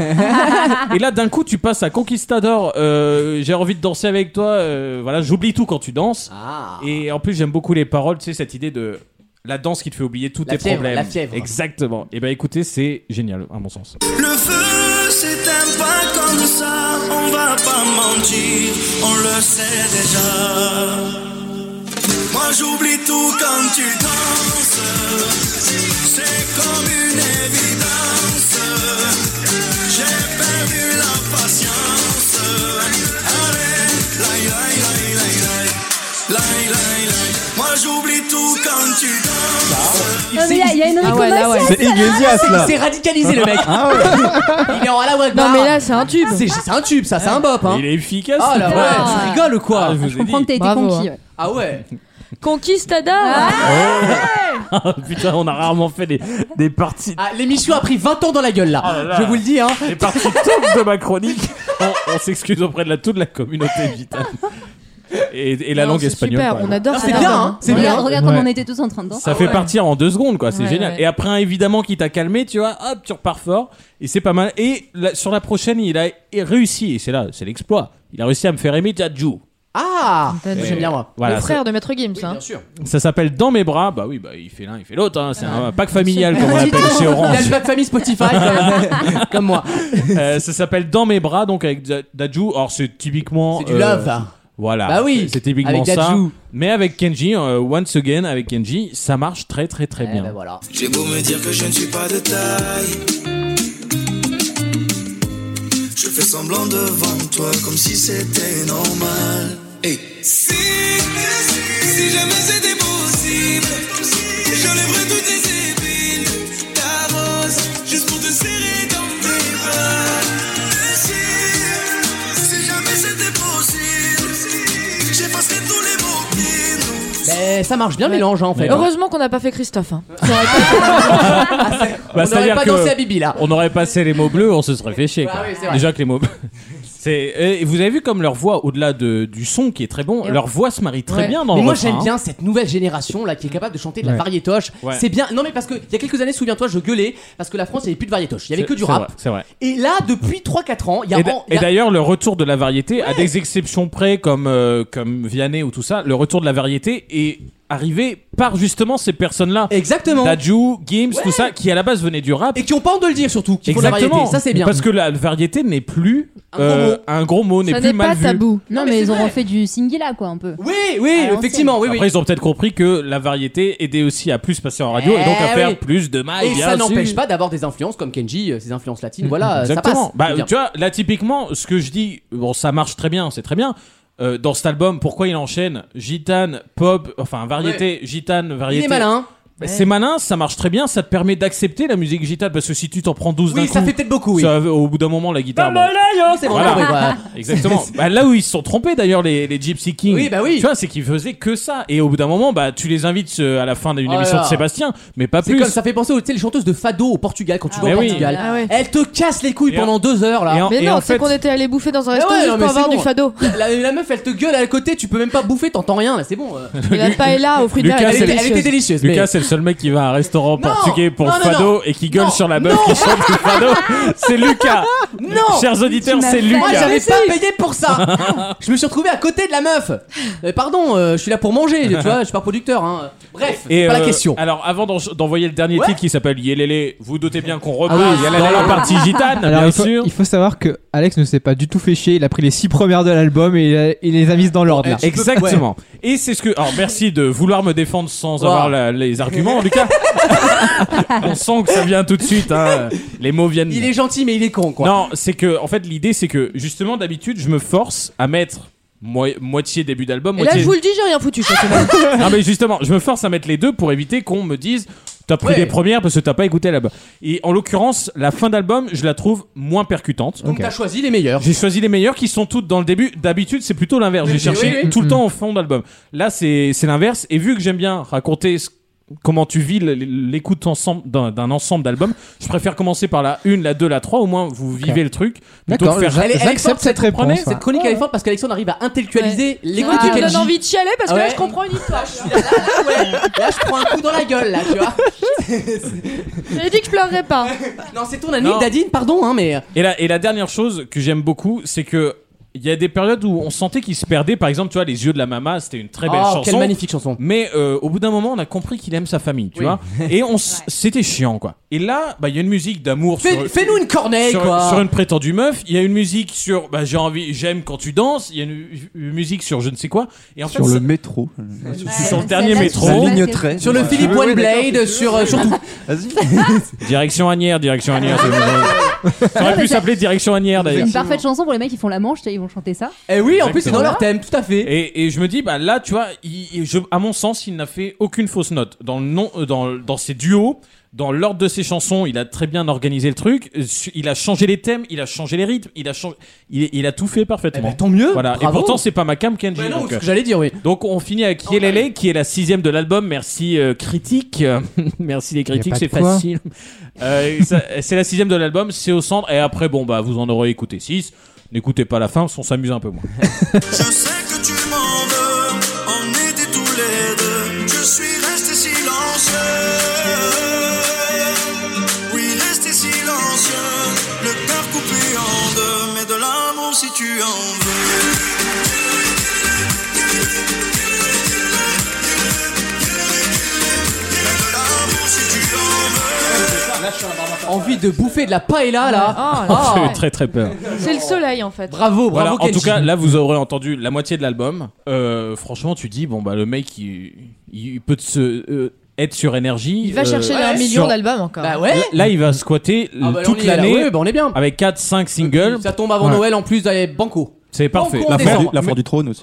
Speaker 3: et là, d'un coup, tu passes à Conquistador. euh, j'ai envie de danser avec toi. euh, voilà, j'oublie tout quand tu danses.
Speaker 2: Ah.
Speaker 3: Et en plus, j'aime beaucoup les paroles. Tu sais, cette idée de la danse qui te fait oublier tous
Speaker 2: La
Speaker 3: tes
Speaker 2: fièvre,
Speaker 3: problèmes.
Speaker 2: la fièvre.
Speaker 3: Exactement. Et ben écoutez, c'est génial, à mon sens.
Speaker 15: Le feu s'éteint pas comme ça, on va pas mentir, on le sait déjà. Moi j'oublie tout quand tu danses, c'est comme une évidence. J'ai perdu la patience. Allez, laï, laï, laï, laï, laï. Laï, laï, laï. Moi j'oublie tout quand tu danses.
Speaker 5: Ah, mais il y a- il y a Enrico
Speaker 12: Ah ouais, là, ouais.
Speaker 5: Macias,
Speaker 12: C'est
Speaker 5: là, là,
Speaker 12: Iglesias,
Speaker 5: c'est-
Speaker 12: là.
Speaker 2: Ah, C'est radicalisé le mec.
Speaker 12: Ah ouais.
Speaker 2: Il est en à la
Speaker 12: Non, mais là, c'est un tube.
Speaker 2: C'est c'est un tube, ça, c'est un bop. Hein.
Speaker 3: Il est efficace. Ah,
Speaker 2: Oh là
Speaker 12: Ah.
Speaker 2: ouais, tu rigoles ou quoi
Speaker 3: Je
Speaker 12: comprends dit. que t'as été conquis, ouais.
Speaker 2: Ah ouais.
Speaker 12: hein. Conquistador
Speaker 3: Putain, on a rarement fait des, des parties.
Speaker 2: Ah, L'émission a pris 20 ans dans la gueule là.
Speaker 3: Ah là là.
Speaker 2: Je vous le dis, hein.
Speaker 3: Les parties top de ma chronique. On, on s'excuse auprès de la toute la communauté vitale. Et, et la
Speaker 5: Non,
Speaker 3: langue
Speaker 5: c'est
Speaker 3: espagnole.
Speaker 5: super,
Speaker 3: quand même.
Speaker 5: on adore Non,
Speaker 2: c'est bien, hein, c'est
Speaker 5: Regarde-
Speaker 2: bien.
Speaker 5: Regarde comme
Speaker 3: Ouais.
Speaker 5: on était tous en train de danser.
Speaker 3: Ça fait partir en deux secondes, quoi. C'est
Speaker 5: Ah Ouais,
Speaker 3: génial.
Speaker 5: ouais.
Speaker 3: Et après, évidemment, qui t'a calmé, tu vois, hop, tu repars fort. Et c'est pas mal. Et la- sur la prochaine, il a réussi. Et c'est là, c'est l'exploit. Il a réussi à me faire aimer Dadju.
Speaker 2: Ah
Speaker 3: Et
Speaker 2: J'aime bien moi.
Speaker 3: Voilà,
Speaker 12: le
Speaker 3: ça,
Speaker 12: frère de Maître Gims. hein.
Speaker 3: ça s'appelle Dans mes bras. Bah oui, bah il fait l'un, il fait l'autre. hein. C'est un pack familial,
Speaker 2: Pas
Speaker 3: comme on
Speaker 2: du
Speaker 3: l'appelle
Speaker 2: tout.
Speaker 3: chez
Speaker 2: Il a le
Speaker 3: Orange.
Speaker 2: pack famille Spotify. comme- comme moi.
Speaker 3: Euh, ça s'appelle Dans mes bras, donc avec Da- Dadju. Or, c'est typiquement. euh,
Speaker 2: C'est du love.
Speaker 3: Voilà.
Speaker 2: Bah oui,
Speaker 3: C'est typiquement
Speaker 2: avec
Speaker 3: ça.
Speaker 2: Dadju.
Speaker 3: Mais avec Kenji, euh, once again, avec Kenji, ça marche très, très,
Speaker 5: Eh
Speaker 3: très
Speaker 5: ben
Speaker 3: bien.
Speaker 15: J'ai beau me dire que je ne suis pas de taille. Je fais semblant devant toi comme si c'était normal. Et si, si jamais c'était possible, j'enlèverais toutes les épines de ta rose juste pour te serrer dans mes bras. Et Si, si jamais c'était possible, j'effacerais tous les mots qui nous
Speaker 2: Mais ça marche bien le mélange hein, en fait.
Speaker 12: Heureusement qu'on n'a pas fait Christophe. hein.
Speaker 2: On
Speaker 3: Bah, c'est-à-dire
Speaker 2: aurait pas
Speaker 3: que
Speaker 2: dansé à Bibi, là.
Speaker 3: On aurait passé les mots bleus, on se serait fait chier.
Speaker 2: Ah
Speaker 3: quoi.
Speaker 2: oui, c'est vrai.
Speaker 3: Déjà que les mots bleus. C'est, et vous avez vu comme leur voix, au-delà de, du son qui est très bon,
Speaker 2: Et
Speaker 3: leur
Speaker 2: ouais.
Speaker 3: voix se marie très
Speaker 2: Ouais.
Speaker 3: bien dans
Speaker 2: Mais
Speaker 3: le
Speaker 2: moi
Speaker 3: refrain,
Speaker 2: j'aime
Speaker 3: hein.
Speaker 2: bien cette nouvelle génération là qui est capable de chanter de la
Speaker 3: Ouais.
Speaker 2: variétoche.
Speaker 3: Ouais.
Speaker 2: C'est bien. Non mais parce que il y a quelques années, souviens-toi, je gueulais parce que la France il n'y avait plus de variétoche, il y avait
Speaker 3: C'est-
Speaker 2: que du
Speaker 3: c'est
Speaker 2: rap.
Speaker 3: vrai, c'est vrai.
Speaker 2: Et là depuis 3-4 ans, il y a.
Speaker 3: Et, d'a-
Speaker 2: en- il
Speaker 3: et
Speaker 2: y a-
Speaker 3: d'ailleurs, le retour de la variété, à des exceptions près comme, euh, comme Vianney ou tout ça, le retour de la variété est arrivé par justement ces personnes-là.
Speaker 2: Exactement.
Speaker 3: Dadju, Gims, tout ça, qui à la base venaient du rap.
Speaker 2: Et qui ont pas honte de le dire surtout. qui font de la
Speaker 3: Exactement.
Speaker 2: variété, ça, c'est bien.
Speaker 3: Parce que la variété n'est plus
Speaker 2: gros
Speaker 3: euh,
Speaker 2: mot.
Speaker 3: un gros mot, n'est
Speaker 5: Ça
Speaker 3: plus
Speaker 5: n'est
Speaker 3: mal
Speaker 5: pas
Speaker 3: vu.
Speaker 5: tabou. Non, mais
Speaker 2: c'est
Speaker 5: ils ont
Speaker 2: vrai.
Speaker 5: refait du singila, quoi, un peu.
Speaker 2: Oui, oui, effectivement, oui, oui.
Speaker 3: Après, ils ont peut-être compris que la variété aidait aussi à plus passer en radio et donc à
Speaker 2: Eh
Speaker 3: faire
Speaker 2: oui.
Speaker 3: plus de mailles.
Speaker 2: Et
Speaker 3: bien
Speaker 2: ça
Speaker 3: sûr.
Speaker 2: n'empêche pas d'avoir des influences comme Kenji, euh, ses influences latines, voilà, euh, ça passe.
Speaker 3: Exactement. Bah,
Speaker 2: C'est bien.
Speaker 3: tu vois, là, typiquement, ce que je dis, bon, ça marche très bien, c'est très bien. Euh, dans cet album, pourquoi il enchaîne gitane, pop, enfin variété, gitane, variété.
Speaker 2: malin.
Speaker 3: Bah, C'est malin, ça marche très bien, ça te permet d'accepter la musique gitane parce que si tu t'en prends 12
Speaker 2: Oui,
Speaker 3: d'un
Speaker 2: ça
Speaker 3: coup,
Speaker 2: fait peut-être beaucoup, oui.
Speaker 3: ça va- au bout d'un moment, la guitare.
Speaker 2: Dans
Speaker 3: bon.
Speaker 2: le layon, c'est bon,
Speaker 3: Voilà.
Speaker 2: oui, voilà.
Speaker 3: Exactement. Bah, là où ils se sont trompés d'ailleurs, les, les Gypsy Kings.
Speaker 2: Oui, bah oui.
Speaker 3: Tu vois, c'est qu'ils faisaient que ça. Et au bout d'un moment, bah, tu les invites euh, à la fin d'une
Speaker 2: Oh là
Speaker 3: émission
Speaker 2: là.
Speaker 3: de Sébastien, mais pas
Speaker 2: C'est
Speaker 3: plus.
Speaker 2: comme ça fait penser aux tu sais, les chanteuses de fado au Portugal quand tu vas
Speaker 3: mais
Speaker 2: au
Speaker 3: oui.
Speaker 2: Portugal.
Speaker 12: Ah ouais.
Speaker 2: Elles te cassent les couilles
Speaker 3: Et en-
Speaker 2: pendant deux heures là.
Speaker 3: et en-
Speaker 12: Mais non, c'est qu'on était allé bouffer dans un
Speaker 2: Ah
Speaker 12: restaurant
Speaker 2: ouais,
Speaker 12: juste
Speaker 2: non, mais
Speaker 12: pour avoir
Speaker 2: c'est
Speaker 12: du
Speaker 2: bon.
Speaker 12: fado.
Speaker 2: La, la meuf, elle te gueule à côté, tu peux même pas bouffer, t'entends rien, là, c'est bon. euh.
Speaker 12: Et la paella aux fruits de mer,
Speaker 3: Lucas,
Speaker 12: elle
Speaker 3: c'est
Speaker 12: était
Speaker 3: le-
Speaker 12: délicieuse.
Speaker 3: Lucas, c'est le seul mec qui va à un restaurant portugais pour
Speaker 2: non, non,
Speaker 3: Fado
Speaker 2: non.
Speaker 3: et qui gueule sur la meuf qui chante du Fado. C'est Lucas.
Speaker 2: Non
Speaker 3: Chers auditeurs,
Speaker 2: Tu m'as
Speaker 3: c'est
Speaker 2: fait- Moi,
Speaker 3: Lucas.
Speaker 2: j'avais pas payé pour ça Je me suis retrouvé à côté de la meuf Euh, Pardon, euh, je suis là pour manger, tu vois, je suis pas producteur. Hein. Bref, c'est pas
Speaker 3: euh,
Speaker 2: la question.
Speaker 3: Alors, avant d'en- d'envoyer le dernier titre qui s'appelle Yelele, vous doutez bien qu'on repart
Speaker 2: Ah oui,
Speaker 3: dans
Speaker 2: Yelele.
Speaker 3: la partie gitane,
Speaker 6: Alors,
Speaker 3: bien
Speaker 6: il, faut,
Speaker 3: sûr.
Speaker 6: il faut savoir que Alex ne s'est pas du tout fait chier. Il a pris les six premières de l'album et il, a- il les a mises dans
Speaker 2: Eh,
Speaker 6: l'ordre. là.
Speaker 3: Eh, Exactement. Et c'est ce que. Alors, merci de vouloir me défendre sans
Speaker 6: Wow.
Speaker 3: avoir la- les arguments, Lucas. On sent que ça vient tout de suite. hein. Les mots viennent.
Speaker 2: Il est gentil, mais il est con, quoi.
Speaker 3: Non, c'est que, en fait, l'idée, c'est que, justement, d'habitude, je me force à mettre moi- moitié début d'album,
Speaker 12: Et là,
Speaker 3: moitié.
Speaker 12: je vous le dis, j'ai rien foutu. ça, c'est mal.
Speaker 3: non mais justement, je me force à mettre les deux pour éviter qu'on me dise t'as pris
Speaker 12: Ouais.
Speaker 3: les premières parce que t'as pas écouté l'album. Et en l'occurrence, la fin d'album, je la trouve moins percutante.
Speaker 2: Donc t'as choisi les meilleurs.
Speaker 3: J'ai choisi les meilleurs qui sont toutes dans le début. D'habitude, c'est plutôt l'inverse. J'ai
Speaker 2: Oui,
Speaker 3: cherché
Speaker 2: oui. Mm.
Speaker 3: tout le temps au fond d'album. Là, c'est c'est l'inverse. Et vu que j'aime bien raconter ce- comment tu vis l- l'écoute ensemble d'un d'un ensemble d'albums, je préfère commencer par la 1, la 2, la 3. Au moins, vous vivez le truc. plutôt que faire-
Speaker 2: Elle est- elle est forte, prenez,
Speaker 3: hein.
Speaker 2: Cette chronique, elle est forte parce qu'Alexandre arrive à intellectualiser
Speaker 12: Tu
Speaker 2: l'écoute
Speaker 12: vois, tu
Speaker 2: de
Speaker 12: me
Speaker 2: Kenji.
Speaker 12: donnes Ah, envie de chialer
Speaker 3: Ah
Speaker 12: parce que là,
Speaker 2: Ouais.
Speaker 12: je comprends une histoire.
Speaker 2: Là, je prends un coup dans la gueule, là, tu vois.
Speaker 12: J'avais dit que je pleurerais pas.
Speaker 2: Non, c'est ton ami, Dadine, pardon, hein, mais.
Speaker 3: Et la, et la dernière chose que j'aime beaucoup, c'est que il y a des périodes où on sentait qu'il se perdait. Par exemple, tu vois, Les yeux de la mama, c'était une très belle
Speaker 2: Oh,
Speaker 3: chanson.
Speaker 2: quelle magnifique chanson.
Speaker 3: Mais euh, au bout d'un moment, on a compris qu'il aime sa famille, tu
Speaker 2: Oui.
Speaker 3: vois. Et on, s- c'était chiant, quoi. Et là, bah, il y a une musique d'amour.
Speaker 2: Fais-
Speaker 3: sur-
Speaker 2: fais-nous une corneille,
Speaker 3: sur,
Speaker 2: quoi.
Speaker 3: Sur une prétendue meuf. Il y a une musique sur, bah, j'ai envie, j'aime quand tu danses. Il y a une, une musique sur je ne sais quoi. Et en
Speaker 4: Sur
Speaker 3: fait,
Speaker 4: le
Speaker 3: ça-
Speaker 4: métro.
Speaker 3: sur le dernier
Speaker 4: La
Speaker 3: métro.
Speaker 4: ligne treize.
Speaker 2: Sur le
Speaker 4: Ouais.
Speaker 2: Philippe
Speaker 4: Oui, oui,
Speaker 2: One Blade,
Speaker 4: d'accord.
Speaker 2: sur, euh, sur tout.
Speaker 3: Direction Agnières, direction
Speaker 2: Ah,
Speaker 3: Agnières. c'est- Ça aurait pu s'appeler direction Agnières,
Speaker 5: C'est
Speaker 3: d'ailleurs.
Speaker 5: une parfaite chanson pour les mecs qui font la manche, tu sais, ils vont chanter ça.
Speaker 2: Et Eh oui, en plus, c'est dans
Speaker 3: Exactement.
Speaker 2: leur thème, tout à fait.
Speaker 3: Et, et je me dis, bah là, tu vois, il- il- je- à mon sens, il n'a fait aucune fausse note. Dans, le nom, euh, dans, dans ses duos, dans l'ordre de ses chansons, il a très bien organisé le truc. Euh, su- Il a changé les thèmes, il a changé les rythmes, il a, changé, il, il a tout fait parfaitement.
Speaker 2: Eh ben, tant mieux,
Speaker 3: Voilà. Et
Speaker 2: bravo.
Speaker 3: pourtant, c'est pas ma cam Kenji.
Speaker 2: Mais non,
Speaker 3: donc,
Speaker 2: c'est ce
Speaker 3: euh,
Speaker 2: que j'allais dire, oui.
Speaker 3: Donc, on finit avec Yelele, qui est la sixième de l'album. Merci, euh, critique. Merci, les critiques,
Speaker 2: pas
Speaker 3: c'est
Speaker 2: de quoi.
Speaker 3: facile. Euh, ça- c'est la sixième de l'album, c'est au centre. Et après, bon, bah, vous en aurez écouté six. N'écoutez pas la fin, parce qu'on s'amuse un peu moins.
Speaker 15: Je sais que tu m'en veux, on était tous les deux. Je suis resté silencieux. Oui, resté silencieux. Le cœur coupé en deux, mais de l'amour si tu en veux.
Speaker 2: Envie de bouffer de la paella, là.
Speaker 12: Ah,
Speaker 2: Ah.
Speaker 3: J'ai eu très très peur.
Speaker 12: C'est le soleil en fait.
Speaker 2: Bravo, bravo.
Speaker 3: Voilà, en
Speaker 2: Kenji.
Speaker 3: tout cas, là vous aurez entendu la moitié de l'album. Euh, franchement, tu dis bon bah le mec il, il peut se euh, être sur énergie.
Speaker 12: Il va chercher un million d'albums encore.
Speaker 2: Bah ouais.
Speaker 3: euh, Là, là, il va squatter
Speaker 2: Ah bah là, on
Speaker 3: toute
Speaker 2: y est, là.
Speaker 3: l'année.
Speaker 2: Ouais, bah on est bien.
Speaker 3: Avec 4 5 singles.
Speaker 2: Ça tombe avant
Speaker 3: Voilà.
Speaker 2: Noël en plus, d'aller banco.
Speaker 3: C'est parfait.
Speaker 2: Banco en décembre.
Speaker 3: du trône aussi.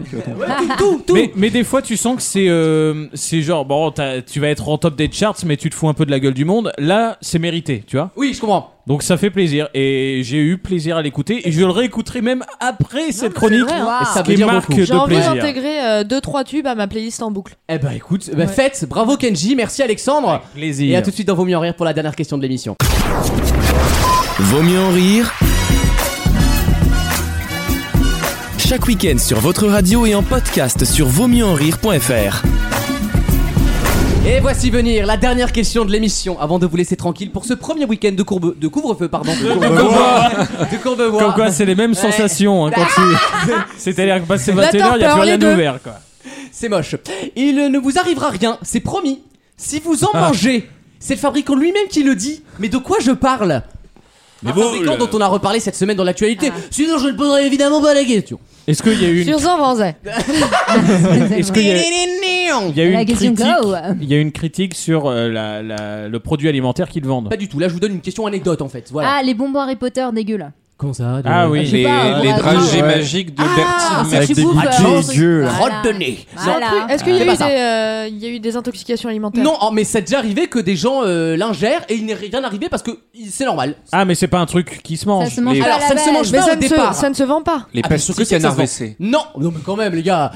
Speaker 3: Mais, mais des fois, tu sens que c'est euh, c'est genre bon, t'as- tu vas être en top des charts, mais tu te fous un peu de la gueule du monde. Là, c'est mérité, tu vois.
Speaker 2: Oui, je comprends.
Speaker 3: Donc ça fait plaisir et j'ai eu plaisir à l'écouter et je le réécouterai même après cette chronique.
Speaker 12: vrai, hein.
Speaker 2: Et ça
Speaker 3: ce
Speaker 2: veut
Speaker 3: qui
Speaker 2: dire
Speaker 3: marque
Speaker 2: beaucoup.
Speaker 3: de
Speaker 12: J'ai envie
Speaker 3: plaisir.
Speaker 12: d'intégrer 2-3 tubes à ma playlist en boucle.
Speaker 2: Eh bah écoute, bah
Speaker 12: Ouais.
Speaker 2: faites, bravo Kenji, merci Alexandre.
Speaker 3: plaisir.
Speaker 2: Et à tout de suite dans Vaut mieux en rire pour la dernière question de l'émission.
Speaker 1: Vaut mieux en rire. Chaque week-end sur votre radio et en podcast sur vaumieuxenrire.fr.
Speaker 2: Et voici venir la dernière question de l'émission avant de vous laisser tranquille pour ce premier week-end de, courbe, de couvre-feu. Pardon, de
Speaker 3: courbevoie.
Speaker 2: De courbevoie.
Speaker 3: Comme quoi, c'est les mêmes sensations hein, quand tu. C'est-à-dire que passer 21h,
Speaker 2: La
Speaker 3: il n'y a
Speaker 2: torpeur,
Speaker 3: plus
Speaker 2: les
Speaker 3: rien
Speaker 2: deux.
Speaker 3: d'ouvert quoi.
Speaker 2: C'est moche. Il ne vous arrivera rien, c'est promis. Si vous en
Speaker 3: Ah.
Speaker 2: mangez, c'est le fabricant lui-même qui le dit. Mais de quoi je parle Un fabricant dont on a reparlé cette semaine dans l'actualité. Sinon, je ne poserai évidemment pas la question.
Speaker 3: Est-ce qu'il y a eu une.
Speaker 12: Sur Zan Vanzai.
Speaker 3: Est-ce qu'il y a- il y a eu
Speaker 2: La
Speaker 3: une
Speaker 2: question
Speaker 3: critique
Speaker 2: go.
Speaker 3: Il y a eu une critique sur euh, la- la- le produit alimentaire qu'ils vendent.
Speaker 2: Pas du tout. Là, je vous donne une question anecdote en fait. Voilà.
Speaker 5: Ah, les bonbons Harry Potter dégueu là.
Speaker 2: Comment ça
Speaker 3: Ah oui.
Speaker 2: Je sais
Speaker 7: Les-
Speaker 2: pas,
Speaker 7: les
Speaker 2: on va
Speaker 7: dragées
Speaker 2: dire.
Speaker 7: magiques de
Speaker 2: Ah,
Speaker 7: Bertine Avec
Speaker 2: c'est
Speaker 7: des
Speaker 2: bouffes,
Speaker 7: bouquets.
Speaker 2: euh,
Speaker 7: Dégueu, là.
Speaker 2: Crotte de nez.
Speaker 12: Voilà.
Speaker 2: Non,
Speaker 12: Est-ce qu'il y,
Speaker 2: c'est
Speaker 12: a eu
Speaker 2: pas
Speaker 12: des,
Speaker 2: ça.
Speaker 12: euh, il y a eu des intoxications alimentaires
Speaker 2: Non, oh, mais c'est déjà arrivé que des gens euh, l'ingèrent et il n'est rien arrivé parce que il- c'est normal.
Speaker 3: Ah, mais c'est pas un truc qui se mange.
Speaker 2: se mange Les- pas à la Alors, ça ne se base. mange
Speaker 12: Mais
Speaker 2: pas
Speaker 12: ça
Speaker 2: au
Speaker 12: ne se-
Speaker 2: départ.
Speaker 12: ça ne se vend pas.
Speaker 7: Les
Speaker 2: Ah, mais sûr que
Speaker 7: pastilles
Speaker 2: si, ça se
Speaker 7: canard
Speaker 2: vend.
Speaker 7: WC.
Speaker 2: Non, non, mais quand même, les gars.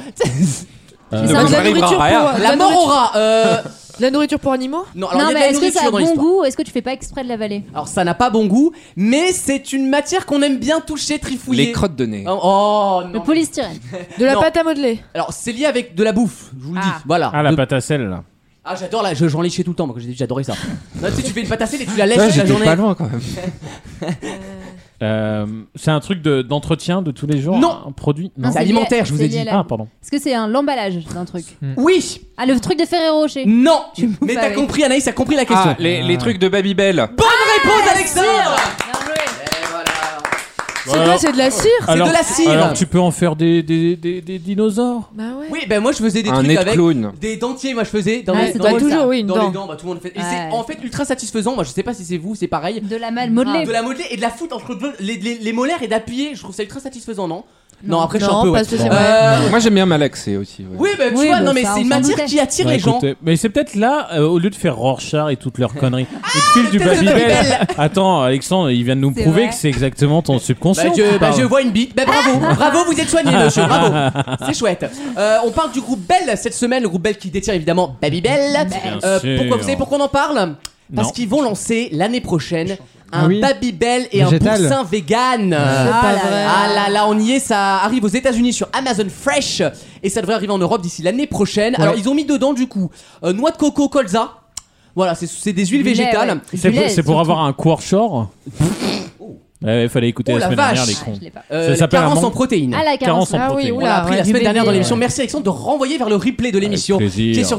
Speaker 2: Euh,
Speaker 7: Ne vous arrivera rien.
Speaker 12: pour-
Speaker 2: ah, La mort
Speaker 12: nourriture-
Speaker 2: aura. euh,
Speaker 12: De la nourriture pour animaux
Speaker 2: Non, alors il
Speaker 5: non,
Speaker 2: y a de
Speaker 5: mais
Speaker 2: la
Speaker 5: est-ce que ça a
Speaker 2: nourriture dans
Speaker 5: bon
Speaker 2: l'histoire.
Speaker 5: goût ou Est-ce que tu fais pas exprès de l'avaler
Speaker 2: Alors ça n'a pas bon goût, mais c'est une matière qu'on aime bien toucher, trifouiller.
Speaker 7: Les crottes de nez.
Speaker 2: Oh, oh, non.
Speaker 5: Le polystyrène.
Speaker 12: De la
Speaker 2: Non.
Speaker 12: pâte à modeler
Speaker 2: Alors c'est lié avec de la bouffe, je vous le dis. Voilà.
Speaker 3: Ah, la pâte à sel là.
Speaker 2: Ah j'adore là, j'en lichais tout le temps, moi, j'ai- j'adorais ça. non, tu sais, tu fais une pâte à sel et tu la lèches
Speaker 3: Ouais,
Speaker 2: toute la
Speaker 3: j'étais
Speaker 2: journée.
Speaker 3: pas loin, quand même. Euh, c'est un truc de- d'entretien de, tous les jours
Speaker 2: Non.
Speaker 3: Un produit
Speaker 5: Non, c'est lié- c'est lié à la-
Speaker 3: Ah, pardon. Hmm.
Speaker 5: Est-ce que c'est un l'emballage d'un truc
Speaker 2: Oui
Speaker 5: Ah, le truc de Ferrero Rocher
Speaker 2: Non Mais
Speaker 5: pas
Speaker 2: t'as
Speaker 5: avec.
Speaker 2: compris Anaïs, t'as compris la question.
Speaker 7: Ah, les, les trucs de Babybel.
Speaker 2: Bonne
Speaker 5: Ah,
Speaker 2: réponse Alexandre
Speaker 12: C'est vrai, c'est de la cire
Speaker 2: C'est de la cire.
Speaker 3: Alors, tu peux en faire des, des, des, des dinosaures
Speaker 12: Bah ouais.
Speaker 2: Oui, ben moi je faisais des
Speaker 3: Un
Speaker 2: trucs
Speaker 3: nez de
Speaker 2: avec
Speaker 3: clown.
Speaker 2: des dentiers, moi je faisais dans,
Speaker 12: Ah,
Speaker 2: les,
Speaker 12: c'est
Speaker 2: dans
Speaker 12: pas
Speaker 2: les-
Speaker 12: toujours,
Speaker 2: ça,
Speaker 12: oui, une
Speaker 2: dans
Speaker 12: dent.
Speaker 2: les dents, bah, tout le monde le fait. Et
Speaker 5: Ouais.
Speaker 2: c'est en fait ultra satisfaisant. Moi je sais pas si c'est vous, c'est pareil. Ah,
Speaker 5: De la malle modelée.
Speaker 2: De la modeler et de la foutre entre deux- les, les- les molaires et d'appuyer, je trouve ça ultra satisfaisant, non Non, après, je suis
Speaker 12: Non,
Speaker 2: un peu. ouais.
Speaker 12: parce que c'est
Speaker 2: Euh,
Speaker 7: Moi j'aime bien malaxer aussi. ouais.
Speaker 2: Oui, bah, tu
Speaker 12: Oui,
Speaker 2: vois,
Speaker 12: bah,
Speaker 2: non, mais
Speaker 12: ça,
Speaker 2: c'est
Speaker 12: on
Speaker 2: une
Speaker 12: s'en
Speaker 2: matière
Speaker 12: doutait.
Speaker 2: qui attire
Speaker 3: Bah,
Speaker 2: les gens.
Speaker 3: écoutez, Mais c'est peut-être là, euh, au lieu de faire Rorschach et toutes leurs conneries, ils te filent du
Speaker 2: peut-être le
Speaker 3: Babybel.
Speaker 2: Babybel.
Speaker 3: Attends, Alexandre, il vient de nous
Speaker 2: C'est
Speaker 3: prouver
Speaker 2: vrai.
Speaker 3: que c'est exactement ton subconscient.
Speaker 2: Bah,
Speaker 3: qui
Speaker 2: je, bah,
Speaker 3: parle.
Speaker 2: je vois une bite. Bah, bravo, bravo, vous êtes soigné, monsieur. Bravo, c'est chouette. Euh, on parle du groupe Belle cette semaine, le groupe Belle qui détient évidemment Babybel.
Speaker 3: Bien
Speaker 2: Euh,
Speaker 3: sûr.
Speaker 2: pourquoi vous savez pourquoi on en parle Parce
Speaker 3: Non.
Speaker 2: qu'ils vont lancer l'année prochaine un
Speaker 6: Oui.
Speaker 2: Babybel et
Speaker 6: Végétal.
Speaker 2: un poussin vegan.
Speaker 6: pas
Speaker 2: ah, là
Speaker 6: vrai.
Speaker 2: là, ah là là, on y est. Ça arrive aux États-Unis sur Amazon Fresh et ça devrait arriver en Europe d'ici l'année prochaine.
Speaker 6: Ouais.
Speaker 2: Alors ils ont mis dedans du coup euh, noix de coco, colza. Voilà, c'est- c'est des huiles
Speaker 3: Du lait,
Speaker 2: végétales.
Speaker 3: C'est pour, c'est pour avoir un Quorchor Il fallait écouter
Speaker 2: Oh
Speaker 3: la
Speaker 2: la
Speaker 3: semaine dernière,
Speaker 2: vache.
Speaker 3: les cons.
Speaker 2: Ah, je l'ai pas.
Speaker 3: Ça
Speaker 2: Euh, la
Speaker 3: s'appelle un
Speaker 2: carence
Speaker 3: manque-
Speaker 2: en protéines.
Speaker 5: Ah, la carence,
Speaker 3: en
Speaker 5: ah oui,
Speaker 3: protéines.
Speaker 5: oula.
Speaker 2: On l'a appris
Speaker 5: ouais,
Speaker 2: la
Speaker 5: du
Speaker 2: semaine dernière
Speaker 5: bébé,
Speaker 2: dans
Speaker 5: ouais.
Speaker 2: l'émission. Merci Alexandre de renvoyer vers le replay de l'émission
Speaker 3: Avec plaisir.
Speaker 2: qui est sur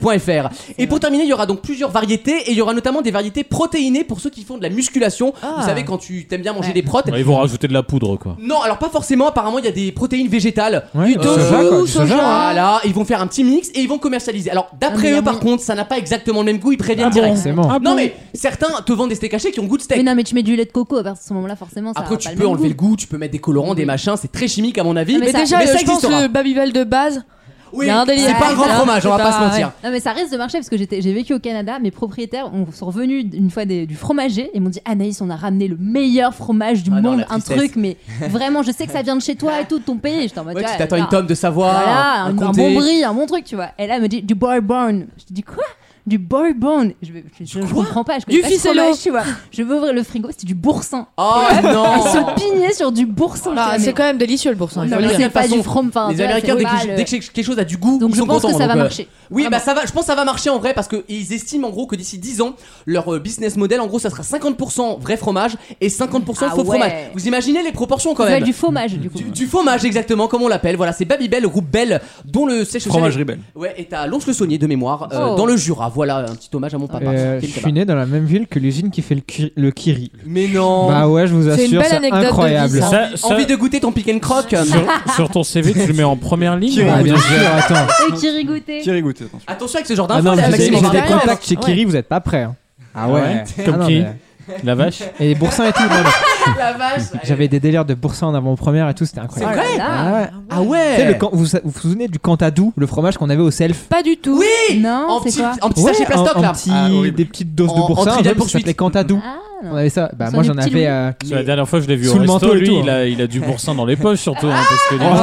Speaker 2: vosmieuxenrire.fr. Et pour terminer, il y aura donc plusieurs variétés et il y aura notamment des variétés protéinées pour ceux qui font de la musculation.
Speaker 5: Ah.
Speaker 2: Vous savez quand tu t'aimes bien manger des protes.
Speaker 3: Ouais, Ils vont rajouter de la poudre, quoi.
Speaker 2: Non, alors pas forcément. Apparemment, il y a des protéines végétales.
Speaker 3: Ouais, du soja, quoi, du soja.
Speaker 2: Voilà, ils vont faire un petit mix et ils vont commercialiser. Alors
Speaker 5: Ah,
Speaker 2: d'après eux, par contre, ça n'a pas exactement le même goût. Ils préviennent
Speaker 6: Ah bon,
Speaker 2: direct.
Speaker 6: forcément. Ah
Speaker 2: Non
Speaker 6: bon.
Speaker 2: mais certains te vendent des steaks hachés qui ont goût de steak.
Speaker 5: Mais non, mais tu mets du lait de coco à partir de ce moment-là, forcément. Ça
Speaker 2: Après,
Speaker 5: aura
Speaker 2: tu
Speaker 5: pas
Speaker 2: peux
Speaker 5: même
Speaker 2: enlever le goût, tu peux mettre des colorants, des machins, c'est très chimique à mon avis.
Speaker 5: Non, mais
Speaker 12: Mais,
Speaker 5: ça-
Speaker 12: déjà,
Speaker 5: mais
Speaker 12: euh,
Speaker 5: ça
Speaker 12: je pense
Speaker 2: existera.
Speaker 12: le Babybel de base,
Speaker 2: Oui,
Speaker 12: il y a un délire.
Speaker 5: Ah,
Speaker 2: c'est pas un grand
Speaker 12: Ouais,
Speaker 2: fromage, on va
Speaker 12: c'est
Speaker 2: pas se mentir.
Speaker 12: ouais.
Speaker 5: Non mais ça risque de marcher parce que j'étais- j'ai vécu au Canada, mes propriétaires ont- sont revenus une fois des- du fromager et m'ont dit Anaïs on a ramené le meilleur fromage du monde,
Speaker 2: Ah, la
Speaker 5: un
Speaker 2: tristesse.
Speaker 5: truc mais vraiment je sais que ça vient de chez toi et tout de ton pays. J'étais en mode,
Speaker 2: Ouais,
Speaker 5: tu
Speaker 2: tu
Speaker 5: vois,
Speaker 2: t'attends une
Speaker 5: alors,
Speaker 2: tome de savoir,
Speaker 5: Voilà,
Speaker 2: un
Speaker 5: un, un
Speaker 2: comté.
Speaker 5: bon brie, un bon truc tu vois. Et là elle me dit du boyborn. Je dis quoi du boyborn Je, vais- je, je- je comprends pas, je connais
Speaker 12: Du
Speaker 5: pas ce
Speaker 12: ficello.
Speaker 5: fromage, tu vois. Je veux ouvrir le frigo, c'était du boursin.
Speaker 2: Oh non.
Speaker 5: Ils sont pignés sur du boursin.
Speaker 12: Ah,
Speaker 5: j'étais là,
Speaker 12: c'est
Speaker 5: mais-
Speaker 12: quand même délicieux le boursin. il
Speaker 2: Non,
Speaker 12: faut
Speaker 2: mais
Speaker 12: le
Speaker 2: de
Speaker 12: dire.
Speaker 2: la
Speaker 5: c'est pas
Speaker 2: façon,
Speaker 5: du from, enfin,
Speaker 2: les
Speaker 5: tu vois,
Speaker 2: Américains,
Speaker 5: c'est
Speaker 2: dès
Speaker 5: pas
Speaker 2: que,
Speaker 5: le-
Speaker 2: dès que quelque chose a du goût,
Speaker 5: Donc
Speaker 2: ils
Speaker 5: je
Speaker 2: sont
Speaker 5: pense que
Speaker 2: contents.
Speaker 5: ça va
Speaker 2: euh,
Speaker 5: marcher.
Speaker 2: Oui, bah ça va. Je pense que ça va marcher en vrai parce que ils estiment en gros que d'ici 10 ans, leur euh, business model, en gros, ça sera 50% vrai fromage et 50%
Speaker 5: Ah
Speaker 2: faux
Speaker 5: ouais.
Speaker 2: fromage. Vous imaginez les proportions quand
Speaker 5: Ça va
Speaker 2: même
Speaker 5: être du fromage du coup.
Speaker 2: Du, du fromage exactement, comme on l'appelle. Voilà, c'est Babybel, groupe Belle, dont le siège social
Speaker 7: Fromagerie
Speaker 2: est-
Speaker 7: Belle.
Speaker 2: Ouais, et à lons le saunier de mémoire, euh,
Speaker 5: Oh.
Speaker 2: dans le Jura. Voilà, un petit hommage à mon papa.
Speaker 6: Euh,
Speaker 2: qui
Speaker 6: je
Speaker 2: est le
Speaker 6: suis né dans la même ville que l'usine qui fait le, ki- le kiri.
Speaker 2: Mais non.
Speaker 6: Bah ouais, je vous
Speaker 12: C'est une
Speaker 6: assure,
Speaker 12: belle
Speaker 6: c'est
Speaker 12: anecdote de vie,
Speaker 6: incroyable.
Speaker 12: ça.
Speaker 3: Ça- ça-
Speaker 2: Envie de goûter ton pick and croc
Speaker 3: Sur, sur ton CV, tu le mets en première ligne
Speaker 6: Ah,
Speaker 3: ou
Speaker 6: bien
Speaker 3: déjà-
Speaker 6: sûr, attends.
Speaker 5: Et qui rigoutait.
Speaker 4: Kirigout, attention.
Speaker 2: Attention avec ce genre
Speaker 6: Ah
Speaker 2: d'infos,
Speaker 6: non,
Speaker 2: là,
Speaker 6: mais j'ai
Speaker 2: Maxime,
Speaker 6: j'ai
Speaker 2: on va
Speaker 6: des
Speaker 2: pas dire.
Speaker 6: contacts chez Kiri, vous êtes pas prêts. hein. Ah ouais.
Speaker 3: Comme
Speaker 6: Ah non,
Speaker 3: qui
Speaker 6: mais-
Speaker 3: La vache
Speaker 6: Et boursin et tout. non, mais
Speaker 2: La vache.
Speaker 6: J'avais des délires de boursin en avant-première et tout, c'était
Speaker 2: C'est
Speaker 6: incroyable.
Speaker 2: vrai
Speaker 6: Ah ouais.
Speaker 2: Ah
Speaker 6: Tu sais, le
Speaker 2: ouais
Speaker 6: can- vous, vous vous souvenez du cantadou, le fromage qu'on avait au self
Speaker 12: Pas du tout.
Speaker 2: Oui
Speaker 5: Non,
Speaker 2: En
Speaker 5: c'est
Speaker 2: petit,
Speaker 5: quoi
Speaker 2: en petit
Speaker 6: Ouais,
Speaker 2: sachet plastoc
Speaker 6: un- un
Speaker 2: là
Speaker 6: petit- des petites doses
Speaker 2: En-
Speaker 6: de boursin,
Speaker 2: en
Speaker 6: un
Speaker 2: trivial
Speaker 6: truc qui
Speaker 2: poursuite.
Speaker 6: s'appelait cantadou.
Speaker 2: Ah,
Speaker 5: non.
Speaker 6: On avait ça. Bah
Speaker 5: Ce
Speaker 6: moi
Speaker 5: sont
Speaker 6: j'en
Speaker 5: des petits
Speaker 6: avais.
Speaker 5: louis.
Speaker 6: euh,
Speaker 3: Parce que La dernière fois, je l'ai vu
Speaker 6: Sous
Speaker 3: au
Speaker 6: le
Speaker 3: resto,
Speaker 6: manteau et
Speaker 3: lui,
Speaker 6: tout, hein.
Speaker 3: il, a, il a du boursin dans les poches, surtout. hein, parce que les-
Speaker 6: Oh, elle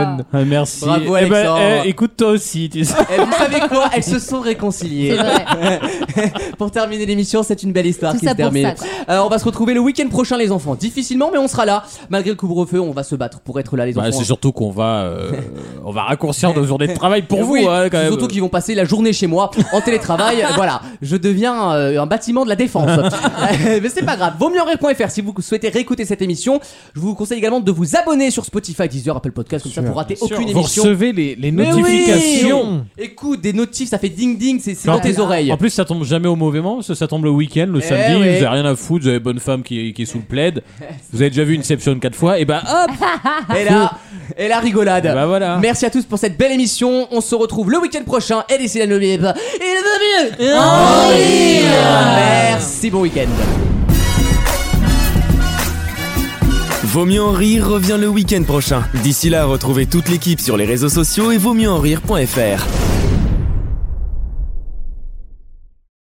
Speaker 6: est bonne.
Speaker 3: Ah, merci.
Speaker 2: Bravo,
Speaker 3: Eh ben,
Speaker 2: Alexandre.
Speaker 3: eh, écoute toi aussi. tu sais.
Speaker 2: Et vous savez quoi Elles se sont réconciliées.
Speaker 5: C'est vrai.
Speaker 2: pour terminer l'émission, c'est une belle histoire
Speaker 5: Tout
Speaker 2: qui
Speaker 5: ça
Speaker 2: se
Speaker 5: pour
Speaker 2: termine.
Speaker 5: ça, quoi.
Speaker 2: Euh, on va se retrouver le week-end prochain, les enfants. Difficilement, mais on sera là. Malgré le couvre-feu, on va se battre pour être là, les
Speaker 3: Bah,
Speaker 2: enfants.
Speaker 3: c'est surtout qu'on va, euh, on va raccourcir nos journées de travail pour vous.
Speaker 2: Eh, Oui,
Speaker 3: hein, quand
Speaker 2: c'est
Speaker 3: même.
Speaker 2: surtout qu'ils vont passer la journée chez moi en télétravail. voilà, je deviens euh, un bâtiment de la défense. Mais c'est pas grave. Vaut mieux en rire.fr si vous souhaitez réécouter cette émission. Je vous conseille également de vous abonner sur Spotify, Deezer, Apple Podcast, comme ça vous ratez
Speaker 3: Sûr,
Speaker 2: aucune
Speaker 3: vous
Speaker 2: émission.
Speaker 3: recevez les, les
Speaker 2: Mais oui
Speaker 3: notifications.
Speaker 2: Écoute, des notifs, ça fait ding ding, c'est c'est
Speaker 3: Quand-
Speaker 2: dans tes oreilles.
Speaker 3: En plus, ça tombe jamais au mauvais moment, parce que ça tombe le week-end, le
Speaker 2: Eh
Speaker 3: samedi,
Speaker 2: ouais.
Speaker 3: vous avez rien à foutre, vous avez bonne femme qui, qui est sous le plaid, vous avez déjà vu Inception quatre fois, et bah hop
Speaker 2: Et là, et la rigolade.
Speaker 3: Bah voilà.
Speaker 2: Merci à tous pour cette belle émission. On se retrouve le week-end prochain. Et d'ici là, n'oubliez pas. Il va mieux. Merci, bon week-end.
Speaker 1: Vaut mieux en rire revient le week-end prochain. D'ici là, retrouvez toute l'équipe sur les réseaux sociaux et vaut mieux en rire.fr.